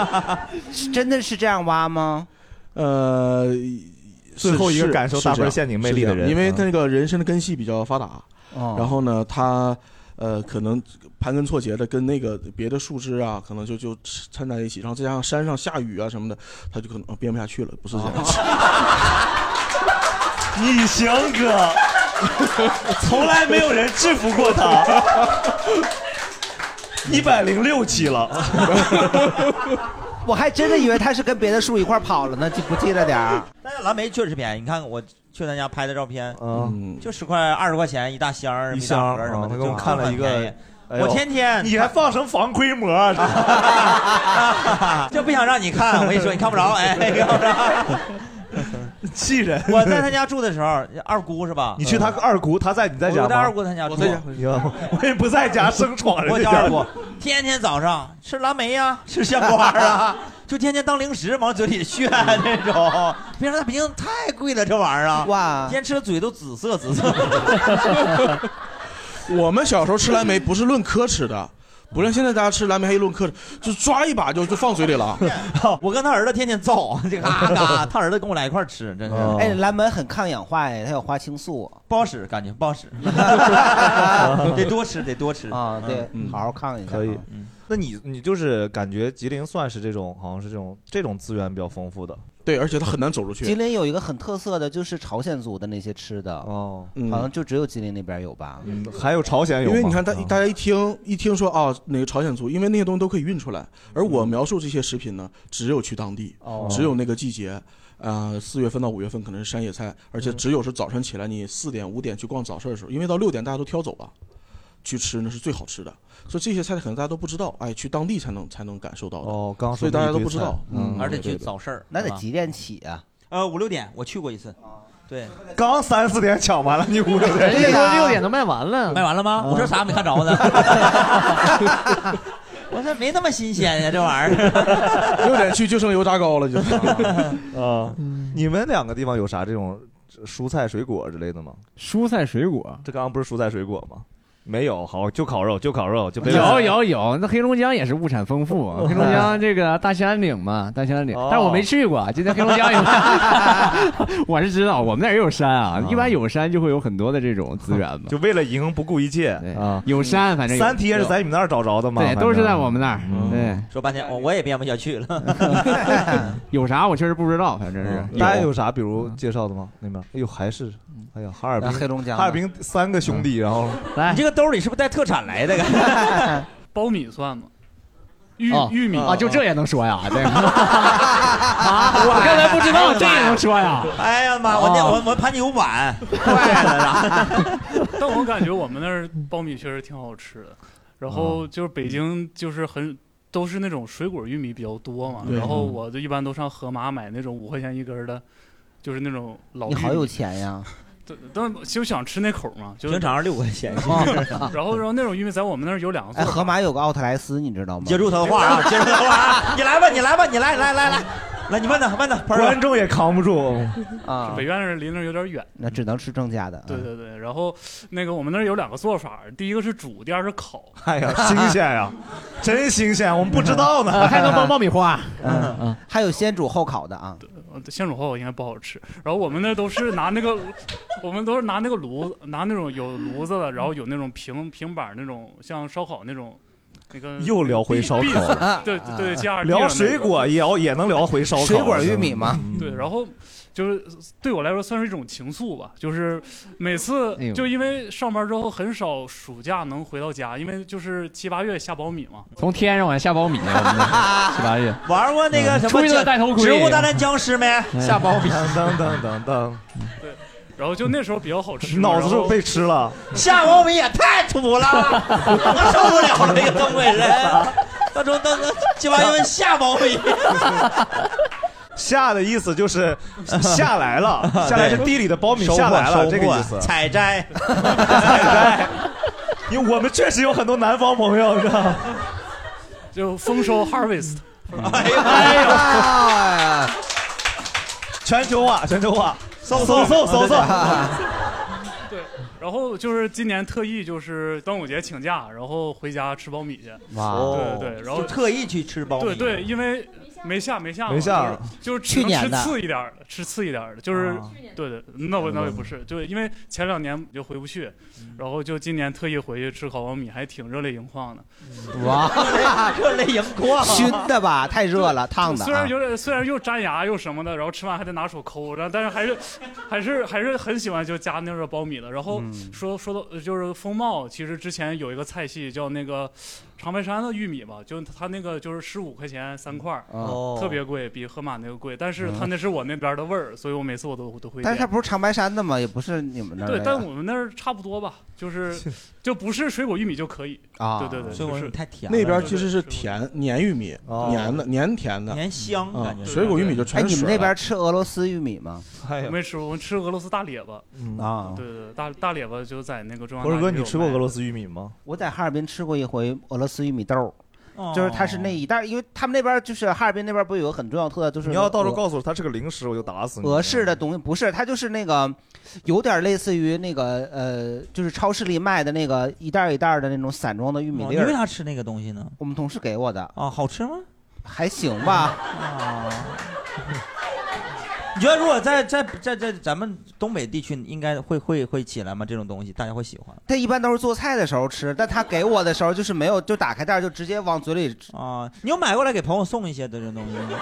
Speaker 3: 是真的是这样 挖吗？
Speaker 4: 呃，
Speaker 2: 最后一个感受大
Speaker 4: 是
Speaker 2: 波
Speaker 4: 这样
Speaker 2: 陷阱魅力的人嗯
Speaker 4: 是这样因为他那个人参的根系比较发达，
Speaker 3: 哦
Speaker 4: 然后呢，它呃可能盘根错节的跟那个别的树枝啊，可能就就掺在一起，然后再加上山上下雨啊什么的，它就可能、哦编不下去了，不是这样。
Speaker 2: 哦你行哥，从来没有人制服过他。一百零六期了，
Speaker 3: 我还真的以为它是跟别的树一块儿跑了呢，就不记着点儿。啊
Speaker 5: 但是蓝莓确实便宜，你看我去他家拍的照片，
Speaker 2: 嗯
Speaker 5: 就十块二十块钱一大箱儿
Speaker 2: 一箱
Speaker 5: 一大盒
Speaker 2: 儿
Speaker 5: 儿什么
Speaker 2: 啊他
Speaker 5: 的，
Speaker 2: 给我
Speaker 5: 就
Speaker 2: 看了一个
Speaker 5: 很便宜哎呦我天天
Speaker 2: 你还放什么防窥膜啊？
Speaker 5: 就不想让你看。我跟你说，你看不着，哎， 你看不着，
Speaker 2: 气人。
Speaker 5: 我在他家住的时候，二姑是吧？
Speaker 2: 你去他二姑，他在你在家吗？
Speaker 5: 我在二姑他家住
Speaker 2: 我在家，你看我也不在家，生闯
Speaker 5: 我
Speaker 2: 人
Speaker 5: 家
Speaker 2: 家
Speaker 5: 二姑天天早上吃蓝莓呀、吃 香瓜啊，就天天当零食往嘴里炫那种。别说在北京太贵了，这玩意儿啊，
Speaker 3: 哇，
Speaker 5: 天吃的嘴都紫色紫色。
Speaker 4: 我们小时候吃蓝莓不是论颗吃的，不像现在大家吃蓝莓还一论颗，就抓一把就就放嘴里 了。
Speaker 5: 我跟他儿子天天造，啊这嘎嘎，他儿子跟我俩一块儿吃，真是。
Speaker 2: 哦
Speaker 3: 哎，蓝莓很抗氧化哎，它有花青素，
Speaker 5: 不好使，感觉不好 使，得多吃， 得多吃嗯
Speaker 3: 啊！对，好好抗一下。
Speaker 2: 可以，嗯那你你就是感觉吉林算是这种，好像是这种这种资源比较丰富的。
Speaker 4: 对，而且它很难走出去
Speaker 3: 吉林有一个很特色的，就是朝鲜族的那些吃的
Speaker 2: 哦，
Speaker 5: 嗯
Speaker 3: 好像就只有吉林那边有吧？
Speaker 2: 嗯，还有嗯朝鲜
Speaker 4: 因为你看，大大家一听一听说啊，哪个朝鲜族，因为那些东西都可以运出来。而我描述这些食品呢，只有去当地，
Speaker 2: 嗯哦
Speaker 4: 只有那个季节，呃，四月份到五月份可能是山野菜，
Speaker 2: 嗯
Speaker 4: 而且只有是早晨起来，你四点五点去逛早市的时候，因为到六点大家都挑走了，去吃那是最好吃的。所以这些菜可能大家都不知道，哎，去当地才能才能感受到的。
Speaker 2: 哦，刚
Speaker 4: 所以大家都不知道，嗯
Speaker 2: 嗯
Speaker 5: 而且
Speaker 4: 对
Speaker 5: 去
Speaker 4: 对对
Speaker 5: 早市儿，
Speaker 3: 那得
Speaker 5: 是吧
Speaker 3: 几点起啊？
Speaker 5: 呃，五六点我去过一次，对，
Speaker 2: 刚三四点抢完了，你 五六点，啊
Speaker 5: 人家都六点
Speaker 2: 都卖完了
Speaker 5: 卖完了吗？我说啥没看着呢？ 我说没那么新鲜呀，这玩意儿。
Speaker 4: 六点去就剩油炸糕了，就是。
Speaker 2: 啊，
Speaker 5: 嗯
Speaker 2: 你们两个地方有啥这种蔬菜水果之类的吗？
Speaker 11: 蔬菜水果，
Speaker 2: 这刚刚不是蔬菜水果吗？没有，好，就烤肉，就烤肉， 就别
Speaker 11: 有有有，那黑龙江也是物产丰富，啊黑龙江这个大兴安岭嘛，大兴安
Speaker 5: 哦
Speaker 11: 岭，但我没去过。啊今天黑龙 江有， 我是知道，我们那儿也有山
Speaker 5: 哦
Speaker 11: 啊，一般有山就会有很多的这种资源嘛。
Speaker 2: 就为了赢不顾一切啊！
Speaker 11: 有山反正有
Speaker 2: 三体也是在你们那儿找着的嘛，
Speaker 11: 对，
Speaker 2: 反
Speaker 11: 都是
Speaker 2: 正嗯
Speaker 11: 在我们那儿。对，
Speaker 5: 说半天，我我也变不下去了。
Speaker 11: 有啥我确实不知道，反正是
Speaker 2: 嗯大家有啥比如介绍的吗？那边，哎呦，还是，哎呀，哈尔滨、
Speaker 11: 啊黑龙江的
Speaker 2: 哈尔滨三个兄弟，然后
Speaker 11: 嗯来，
Speaker 5: 你这个兜里是不是带特产来的？
Speaker 27: 苞米算吗？玉
Speaker 11: 哦
Speaker 27: 玉米
Speaker 11: 啊，就这也能 说呀？这个
Speaker 5: 啊
Speaker 11: 我刚才 不知
Speaker 6: 哎
Speaker 11: 道这也能说
Speaker 3: 啊
Speaker 11: 呀？
Speaker 5: 哎呀妈，我那
Speaker 11: 哦
Speaker 5: 我我盘牛 板，
Speaker 27: 但我感觉我们那儿苞米确实挺好吃的，然
Speaker 3: 嗯
Speaker 27: 后就是北京就是很。都是那种水果玉米比较多嘛，
Speaker 3: 对嗯
Speaker 27: 然后我就一般都上盒马买那种五块钱一根儿的，就是那种
Speaker 5: 哦
Speaker 27: 老。
Speaker 3: 你好有！钱呀！
Speaker 27: 对，但就想吃那口儿嘛，就是
Speaker 5: 平常六块钱。
Speaker 3: 哦
Speaker 27: 啊 然后，然后那种玉米在我们那儿有 两个
Speaker 3: 哎，
Speaker 27: 做法，
Speaker 3: 河马有个奥特莱斯，你知道吗？
Speaker 5: 接住他的话 啊，接住他的话啊！你来吧，你来吧，你来来来来来，你问他问他，盆 儿
Speaker 2: 观众也扛不住
Speaker 3: 啊
Speaker 27: 是北！院儿离那儿有点远。
Speaker 3: 那只能吃正
Speaker 2: 嗯
Speaker 3: 价的。啊
Speaker 27: 对对对，然后那个我们那儿有两个做法，第一个是煮，第二是烤。
Speaker 2: 哎呀，新鲜呀，真新鲜，我们不知道 呢，
Speaker 27: 啊还能包爆
Speaker 11: 米花，
Speaker 3: 嗯嗯，还有先煮后烤的啊。
Speaker 27: 呃鲜煮后应该不好吃。然后我们那都是拿那个，我们都是拿那个炉子，拿那种有炉子的，然后有那种平平板儿那种，像烧烤那种，那个
Speaker 2: 又聊回烧烤
Speaker 27: 篦子
Speaker 2: 了
Speaker 27: 对 对，加点
Speaker 2: 聊水果也要也能聊回烧烤，
Speaker 27: 水果玉
Speaker 3: 米吗？
Speaker 27: 嗯对，然后就是对我来说算是一种情愫吧，就是每次
Speaker 11: 哎呦
Speaker 27: 就因为上班之后很少暑假能回到家，因为就是七八月下苞米嘛，
Speaker 11: 从天上往下苞米，啊我们那是吧？也
Speaker 5: 玩过 那
Speaker 27: 嗯
Speaker 5: 个什么
Speaker 11: 出去了戴头盔
Speaker 5: 植物大战僵尸没？
Speaker 2: 嗯
Speaker 5: 下包皮，
Speaker 2: 当当当 当，
Speaker 27: 然后就那时候比较好吃嘛，
Speaker 2: 脑子是
Speaker 27: 然
Speaker 2: 不
Speaker 27: 后
Speaker 2: 是被吃 了？
Speaker 5: 下包皮也太土了，我受不了了，这个东北人。那种当鸡巴因为下包皮，，
Speaker 2: 下的意思就是下来 了下来是地里的苞米下来了，这个意思。
Speaker 5: 采摘，
Speaker 2: 因为我们确实有很多南方朋友，你知道吗？
Speaker 27: 就丰收 harvest。
Speaker 3: 哎
Speaker 2: 呦，全球化，全球化，搜搜搜搜 搜。
Speaker 27: 然后就是今年特意就是端午节请假，然后回家吃苞米去。
Speaker 5: 哇
Speaker 27: 对对，然后
Speaker 5: 就特意去吃苞米
Speaker 27: 对对，因为没下没下嘛
Speaker 2: 没下
Speaker 27: 就是就是
Speaker 2: 去
Speaker 27: 只能
Speaker 2: 年
Speaker 27: 吃
Speaker 2: 的
Speaker 27: 次一点儿的，吃次一点儿的，就是
Speaker 5: 啊
Speaker 27: 对对，那我那也不
Speaker 5: 嗯
Speaker 27: 是，就是因为前两年就回不去，然后就今年特意回去吃烤苞米，还挺热泪盈眶的。
Speaker 3: 哇
Speaker 5: 热泪盈眶
Speaker 3: 熏的吧？太热了，烫的
Speaker 27: 虽
Speaker 3: 啊
Speaker 27: 然。有点，虽然又粘牙又什么的，然后吃完还得拿手抠，然后但是还是，还是还是很喜欢就加那个苞米的。然后
Speaker 3: 嗯
Speaker 27: 说、说到呃就是风貌，其实之前有一个菜系叫那个长白山的玉米吧，就它那个就是十五块钱三块儿，
Speaker 3: 啊
Speaker 5: 哦
Speaker 24: 哦
Speaker 27: 特别贵，比盒马那个贵。但是它那是我那边的味儿，所以我每次我都我都会点。
Speaker 3: 嗯但是它不是长白山的吗？也不是你们那儿的
Speaker 27: 对
Speaker 3: 呀。，
Speaker 27: 但我们那儿差不多吧，就是 就不是水果玉米就可以
Speaker 3: 啊
Speaker 27: 对对对，
Speaker 3: 水果
Speaker 27: 就是
Speaker 3: 玉米太甜
Speaker 4: 那边其实是甜黏玉米，
Speaker 2: 哦
Speaker 4: 黏的黏甜的，
Speaker 27: 黏香
Speaker 4: 啊
Speaker 27: 感觉
Speaker 4: 水果玉米就
Speaker 3: 哎，
Speaker 4: 全是
Speaker 3: 你们
Speaker 4: 水
Speaker 3: 那
Speaker 4: 了
Speaker 3: 边吃俄罗斯玉米吗？
Speaker 27: 我没吃过，我们吃俄罗斯大列巴。
Speaker 3: 嗯哎啊
Speaker 27: 对对对，大大列巴就在那个中央。
Speaker 3: 博士哥你吃过俄罗
Speaker 2: 斯玉米吗？
Speaker 3: 我在哈尔滨吃过一回俄罗斯玉米豆儿
Speaker 2: 哦，
Speaker 3: 就是它是那一袋儿，因为他们那边就是哈尔滨那边不是有个很重要的特色，就是
Speaker 2: 你要到时候
Speaker 3: 俄
Speaker 2: 告诉我它是个零食，我就打死你。
Speaker 3: 俄式的东西，不是它就是那个有点类似于那个呃，就是超市里卖的那个一袋儿一袋儿的那种散装的玉米
Speaker 5: 哦
Speaker 3: 粒
Speaker 5: 你
Speaker 3: 儿。
Speaker 5: 为啥吃那个东西呢？
Speaker 3: 我们同事给我的
Speaker 5: 啊，好吃吗？
Speaker 3: 还行吧。
Speaker 5: 啊， 你觉得如果在在在在咱们东北地区，应该会会会起来吗？这种东西大家会喜欢
Speaker 3: 他一般都是做菜的时候吃，但他给我的时候就是没有，就打开袋儿就直接往嘴里
Speaker 5: 啊。你有买过来给朋友送一些的这种东西吗？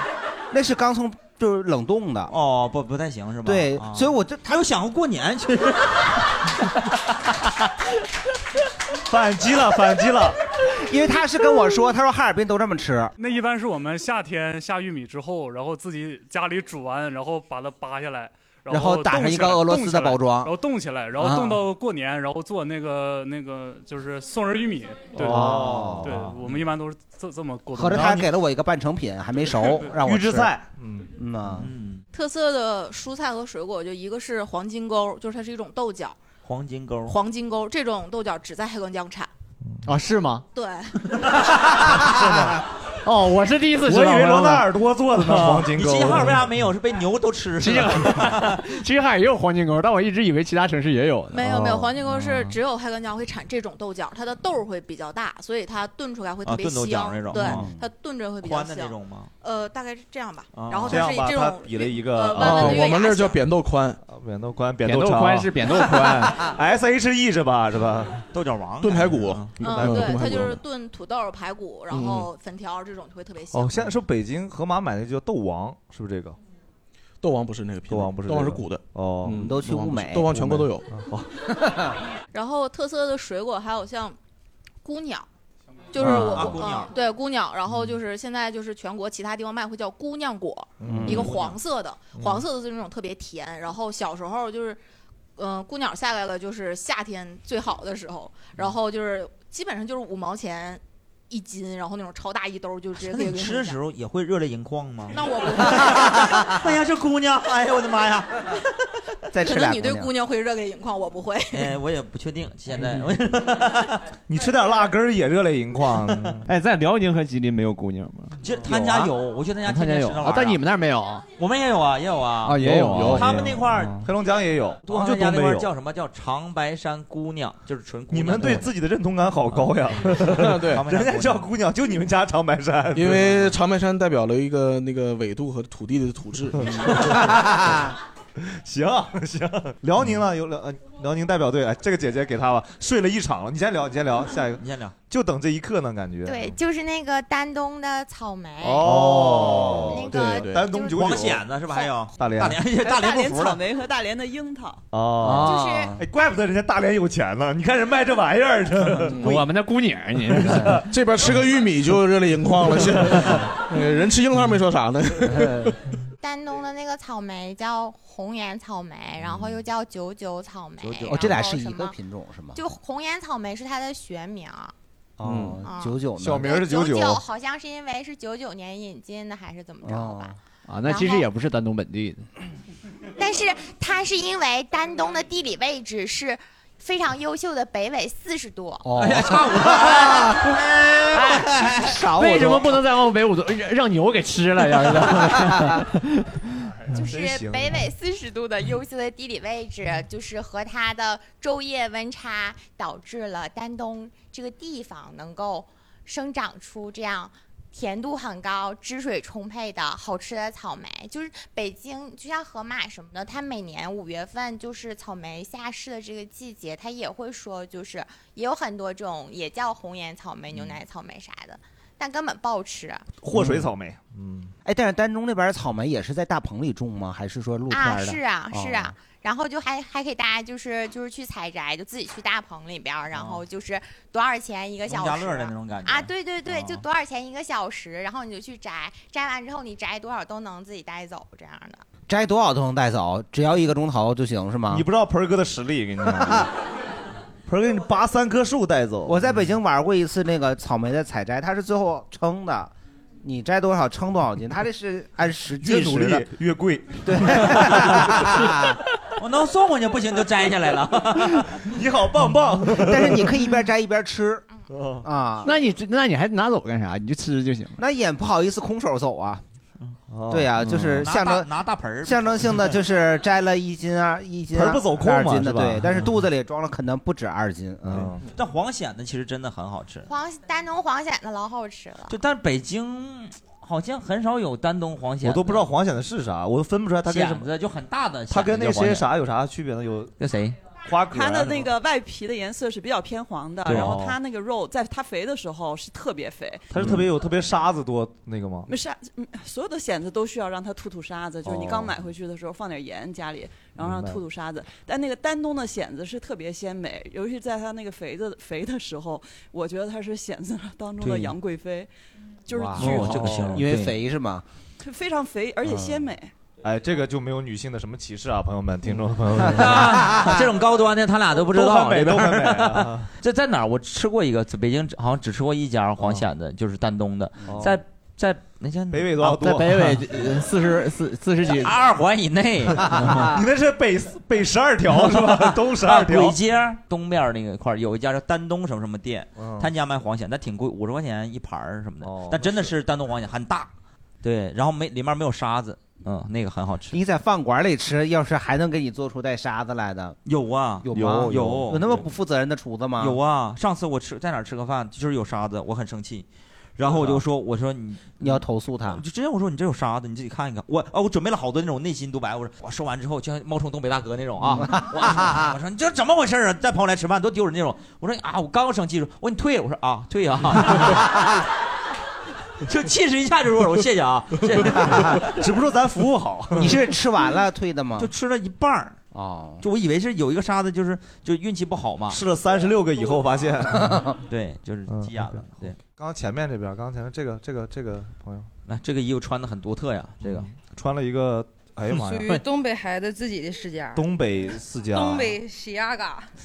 Speaker 3: 那是刚从就是冷冻的
Speaker 5: 哦，不不太行是吧？
Speaker 3: 对，
Speaker 5: 啊
Speaker 3: 所以我这他
Speaker 5: 有想过过年去。
Speaker 2: 反击了，反击了，
Speaker 3: 因为他是跟我说，他说哈尔滨都这么吃。
Speaker 27: 那一般是我们夏天下玉米之后，然后自己家里煮完，然后把它扒下来，
Speaker 3: 然后
Speaker 27: 后
Speaker 3: 打上
Speaker 27: 冻
Speaker 3: 一
Speaker 27: 起
Speaker 3: 个
Speaker 27: 来
Speaker 3: 俄罗斯的包装啊
Speaker 27: 冻起来然后冻起来，然后冻到过年，然后做那个那个就是送人玉米。对，
Speaker 3: 哦
Speaker 27: 对，我们一般都是这这么过冬。
Speaker 3: 合着
Speaker 27: 然后
Speaker 3: 他
Speaker 27: 你，
Speaker 3: 给了我一个半成品，还没 熟让我
Speaker 27: 预制
Speaker 3: 吃
Speaker 27: 菜。
Speaker 2: 嗯
Speaker 3: 嗯呐，
Speaker 28: 特色的蔬菜和水果，就一个是黄金钩，就是它是一种豆角，
Speaker 5: 黄金钩，
Speaker 28: 黄金钩这种豆角只在黑龙江产。
Speaker 5: 哦
Speaker 11: 啊，是吗？
Speaker 28: 对，
Speaker 11: 哦，我是第一次知道。
Speaker 5: 我
Speaker 11: 哦
Speaker 5: 以为罗纳尔
Speaker 2: 多做
Speaker 5: 的
Speaker 27: 啊
Speaker 5: 呢黄金钩你齐齐哈尔为啥
Speaker 11: 没
Speaker 5: 有？是被牛都 吃
Speaker 11: 齐齐哈尔 齐齐哈尔也有黄金钩，但我一直以为其他城市也有呢。
Speaker 28: 没有
Speaker 5: 哦
Speaker 28: 没有，黄
Speaker 11: 金
Speaker 28: 金钩是只有黑龙江会产这种豆角，它的豆儿会比较大，所以它炖出来会特
Speaker 5: 啊
Speaker 28: 别
Speaker 5: 炖豆
Speaker 28: 香
Speaker 5: 角。那种
Speaker 28: 对
Speaker 5: 嗯，
Speaker 28: 它炖着会比较
Speaker 5: 宽的那
Speaker 28: 香。
Speaker 5: 种吗？哦
Speaker 28: 呃，大概是这样吧。
Speaker 2: 啊
Speaker 28: 然后
Speaker 2: 这样
Speaker 28: 它是以
Speaker 2: 吧，
Speaker 28: 这
Speaker 2: 他
Speaker 28: 种
Speaker 2: 比了一个，
Speaker 28: 呃弯弯的月
Speaker 4: 哦我
Speaker 28: 牙
Speaker 4: 们那儿叫扁豆 宽，
Speaker 2: 扁豆宽，扁
Speaker 4: 扁
Speaker 2: 豆
Speaker 4: 豆
Speaker 2: 长
Speaker 4: 宽 是扁豆宽
Speaker 2: ，S H E 是吧？是吧？豆角王，
Speaker 4: 炖排骨，
Speaker 28: 嗯，对，它就是炖土豆、排骨，
Speaker 5: 嗯
Speaker 28: 然后粉条这种会特别香。
Speaker 2: 哦，现在说北京河马买的叫豆王，是不是这个？
Speaker 4: 豆王不是那个品
Speaker 2: 豆王不是
Speaker 4: 豆王
Speaker 2: 这个
Speaker 4: 是鼓的
Speaker 2: 哦，
Speaker 4: 嗯都去豆王不是物美豆王全国都有
Speaker 2: 物美啊哦，
Speaker 28: 然后特色的水果还有像姑鸟，就是
Speaker 2: 啊
Speaker 28: 我、
Speaker 2: 啊
Speaker 28: 我
Speaker 2: 姑鸟
Speaker 28: 嗯对姑鸟，然后就是现在就是全国其他地方卖会叫姑娘果，
Speaker 2: 嗯
Speaker 28: 一个黄色的，
Speaker 2: 嗯
Speaker 28: 黄色的就是那种特别甜。然后小时候就是，嗯、姑鸟下来了就是夏天最好的时候，
Speaker 5: 嗯
Speaker 28: 然后就是基本上就是五毛钱。一斤，然后那种超大一兜就直接
Speaker 5: 那
Speaker 28: 可以
Speaker 5: 你
Speaker 28: 给
Speaker 5: 吃的
Speaker 28: 下
Speaker 5: 时候也会热泪盈眶吗？
Speaker 28: 那我不
Speaker 5: 哎呀，这姑娘，哎呀，我的妈呀！
Speaker 3: 再
Speaker 28: 可能你对姑娘会热泪盈眶，我不会。
Speaker 5: 哎，我也不确定，现在
Speaker 2: 你吃点辣根儿也热泪盈 眶。
Speaker 11: 哎，在辽宁和吉林没有姑娘吗？
Speaker 5: 这他们家有，我去他家
Speaker 11: 他
Speaker 5: 天
Speaker 11: 家
Speaker 5: 天
Speaker 11: 有
Speaker 5: 吃那玩意儿，
Speaker 11: 啊但你们那儿没有。
Speaker 5: 我们也有啊，也有啊，
Speaker 11: 啊也有啊有
Speaker 5: 他们那块儿，
Speaker 2: 黑龙江也有，
Speaker 5: 东
Speaker 2: 嗯啊就
Speaker 5: 航家
Speaker 2: 东
Speaker 5: 那
Speaker 2: 北
Speaker 5: 块儿
Speaker 2: 有。
Speaker 5: 叫什么？叫长白山姑娘，就是纯 姑
Speaker 2: 你
Speaker 5: 娘。
Speaker 2: 们对自己的认同感好高呀！
Speaker 4: 对
Speaker 2: 人家叫姑娘，就你们家长白山，
Speaker 4: 因为长白山代表了一个那个纬度和土地的土质。
Speaker 2: 行行，辽宁呢有辽呃辽宁代表队，哎，这个姐姐给她吧，睡了一场了，你先聊，你先聊下一个，
Speaker 5: 你先聊，
Speaker 2: 就等这一刻呢，感觉
Speaker 20: 对，就是那个丹东的草莓。
Speaker 2: 哦，
Speaker 20: 哎那个
Speaker 2: 对，丹东九九
Speaker 5: 光显子是吧？还有
Speaker 2: 大连，
Speaker 5: 大连，
Speaker 2: 大
Speaker 5: 大
Speaker 2: 连
Speaker 5: 连
Speaker 2: 不
Speaker 5: 不
Speaker 2: 服
Speaker 5: 服
Speaker 2: 了
Speaker 5: 了
Speaker 23: 草。莓和哎大连的樱桃。
Speaker 2: 哦，
Speaker 23: 就是
Speaker 2: 哎，怪不得人家大连有钱呢，你看人卖这玩意儿，
Speaker 11: 我们的姑娘， 你
Speaker 4: 这边吃个玉米就热泪盈眶了，现在 呃人吃樱桃没说啥呢。
Speaker 20: 丹东的那个草莓叫红眼草莓，然后又叫九九草莓。
Speaker 3: 哦，这俩
Speaker 20: 然后
Speaker 3: 是
Speaker 20: 什
Speaker 3: 一个
Speaker 20: 么
Speaker 3: 品种是吗？
Speaker 20: 就红眼草莓是它的学名儿，
Speaker 3: 哦
Speaker 20: 啊，
Speaker 3: 九九呢？
Speaker 2: 小名是
Speaker 20: 九
Speaker 2: 九
Speaker 20: 好像是因为是九九年引进的，还是怎么着？
Speaker 6: 哦
Speaker 11: 啊啊，那其实也不是丹东本地的。
Speaker 20: 但是它是因为丹东的地理位置是非常优秀的北纬四十度。
Speaker 11: 哦，
Speaker 3: 哎少
Speaker 11: 为什么不能再往北五度，让让牛给吃了？要是
Speaker 20: 就是北纬四十度的优秀的地理位置，就是和它的昼夜温差导致了丹东这个地方能够生长出这样甜度很高、汁水充沛的好吃的草莓。就是北京，就像河马什么的，它每年五月份就是草莓下市的这个季节，它也会说，就是也有很多种，也叫红颜草莓、牛奶草莓啥的。但根本不好吃。
Speaker 2: 祸水草莓，
Speaker 3: 嗯，哎，但是丹中那边草莓也是在大棚里种吗？还是说露天
Speaker 20: 啊，
Speaker 3: 的？
Speaker 20: 是啊，
Speaker 3: 哦
Speaker 20: 是啊。。然后就还还给大家就是就是去采摘，就自己去大棚里边儿，然后就是多少钱一个小
Speaker 5: 哦农
Speaker 20: 时？
Speaker 5: 家乐的那种感觉哦
Speaker 20: 啊，对对对，就多少钱一个小时，然后你就去摘，摘完之后你摘多少都能自己带走这样的。
Speaker 3: 摘多少都能带走，只要一个钟头就行，是吗？
Speaker 2: 你不知道盆儿哥的实力，跟你 讲，盆儿哥给你拔三棵树带走。
Speaker 3: 我在北京玩过一次那个草莓的采摘，它是最后称的，你摘多少称多少斤，它这是按实
Speaker 2: 越
Speaker 3: 际
Speaker 2: 努
Speaker 3: 实的
Speaker 2: 力。越贵。
Speaker 3: 对，
Speaker 5: 我能送过去不行就摘下 来了。
Speaker 2: 你好棒棒，
Speaker 3: 嗯但是你可以一边摘一边吃
Speaker 2: 哦
Speaker 3: 啊。
Speaker 11: 那你那你还拿走干啥？你就吃就行了。
Speaker 3: 那也不好意思空手走啊。
Speaker 2: 哦
Speaker 3: 对呀、
Speaker 11: 嗯
Speaker 3: 就是象征
Speaker 5: 拿大盆儿，
Speaker 3: 象征性的就是摘了一斤啊，一斤
Speaker 5: 盆
Speaker 3: 啊
Speaker 5: 儿不走空嘛
Speaker 3: 二斤的
Speaker 5: 是吧
Speaker 3: 对，
Speaker 2: 嗯
Speaker 3: 但是肚子里装了可能不止二斤
Speaker 2: 哦
Speaker 3: 嗯，
Speaker 5: 但黄蚬子其实真的很好吃，
Speaker 20: 黄丹东黄蚬子老好吃了，
Speaker 5: 就嗯但北京好像很少有丹东黄蚬，
Speaker 2: 我都不知道黄蚬子是啥，啊我都分不出来它跟什
Speaker 5: 蚬
Speaker 2: 么。
Speaker 5: 子就很大的蚬子
Speaker 2: 它
Speaker 5: 叫黄蚬，
Speaker 2: 跟那些啥有啥区别呢？有
Speaker 5: 跟谁？
Speaker 2: 花蛤啊
Speaker 23: 它
Speaker 2: 什么。
Speaker 23: 的那个外皮的颜色是比较偏黄的，
Speaker 2: 对
Speaker 23: 然后
Speaker 2: 哦
Speaker 23: 它那个肉在它肥的时候是特别肥，
Speaker 2: 它是特别有特别沙子多那个吗？
Speaker 23: 没沙，嗯所有的蚬子都需要让它吐吐沙子，就是你
Speaker 2: 哦
Speaker 23: 刚买回去的时候放点盐家里，然后让
Speaker 2: 明
Speaker 23: 它
Speaker 2: 白
Speaker 23: 吐吐沙子。但那个丹东的蚬子是特别鲜美，尤其在它那个肥的肥的时候，我觉得它是蚬子 当中的
Speaker 3: 对
Speaker 23: 杨贵妃，就是
Speaker 3: 哇
Speaker 23: 巨
Speaker 3: 哦
Speaker 23: 好
Speaker 3: 这个形容因为对肥是吗？
Speaker 23: 就非常肥，而且
Speaker 2: 嗯
Speaker 23: 鲜美。
Speaker 2: 哎，这个就没有女性的什么歧视啊，朋友们，听 众朋友们。
Speaker 5: 嗯啊这种高端的他俩都不知道。
Speaker 2: 都很美
Speaker 5: 这边
Speaker 2: 都很美啊
Speaker 5: 这 在哪儿？我吃过一个，在北京好像只吃过一家
Speaker 2: 哦
Speaker 5: 黄蚬子，就是丹东的，在在那叫
Speaker 2: 北纬多少度
Speaker 5: 啊
Speaker 2: 在北 纬
Speaker 11: 四十四四十几
Speaker 5: 二环以 内。
Speaker 2: 你
Speaker 5: 嗯
Speaker 2: 那是北北十二 条是吧？东十二条。
Speaker 5: 啊簋街儿东边儿那个块儿有一家叫丹东什么什么店，
Speaker 2: 嗯
Speaker 5: 他家卖黄蚬，但挺贵，五十块钱一盘儿什么
Speaker 2: 哦
Speaker 5: 的，但真的是丹东黄蚬，很大，对，然后没里面没有沙子，嗯，那个很好吃。
Speaker 3: 你在饭馆里吃，要是还能给你做出带沙子来的，
Speaker 5: 有啊，
Speaker 3: 有吗？
Speaker 5: 有
Speaker 3: 有那么不负责任的厨子吗？
Speaker 5: 有，啊，上次我吃在哪儿吃个饭，就是有沙子，我很生气，然后我就说，我说你
Speaker 3: 啊你要投诉他，
Speaker 5: 就直接我说你这有沙子，你自己看一看。我啊，我准备了好多那种内心独白，我说我说完之后就像冒充东北大哥那种
Speaker 3: 嗯
Speaker 5: 啊，我我说你这怎么回事啊？带朋友来吃饭多丢人那种。我说啊，我刚刚生气，我说你退，我说啊退啊。 就气势一下就说，我说谢谢啊，谢谢。
Speaker 2: 只不过咱服务 好
Speaker 3: 你是吃 完了退的吗？
Speaker 5: 就吃了一半儿
Speaker 2: 啊
Speaker 3: 哦，
Speaker 5: 就我以为是有一个沙子，就是就运气不好嘛。
Speaker 2: 试了三十六个以后发 现嗯
Speaker 5: 对，就是急眼了。对，
Speaker 2: 刚刚前面这边，刚刚前面这个这个这个朋友嗯
Speaker 5: 来这个衣服穿的很独特呀，这个
Speaker 2: 穿了一个， 哎呀妈
Speaker 13: 属于
Speaker 2: 呀，
Speaker 13: 东北孩子自己的世家，
Speaker 2: 东北四家，
Speaker 13: 东北喜亚嘎，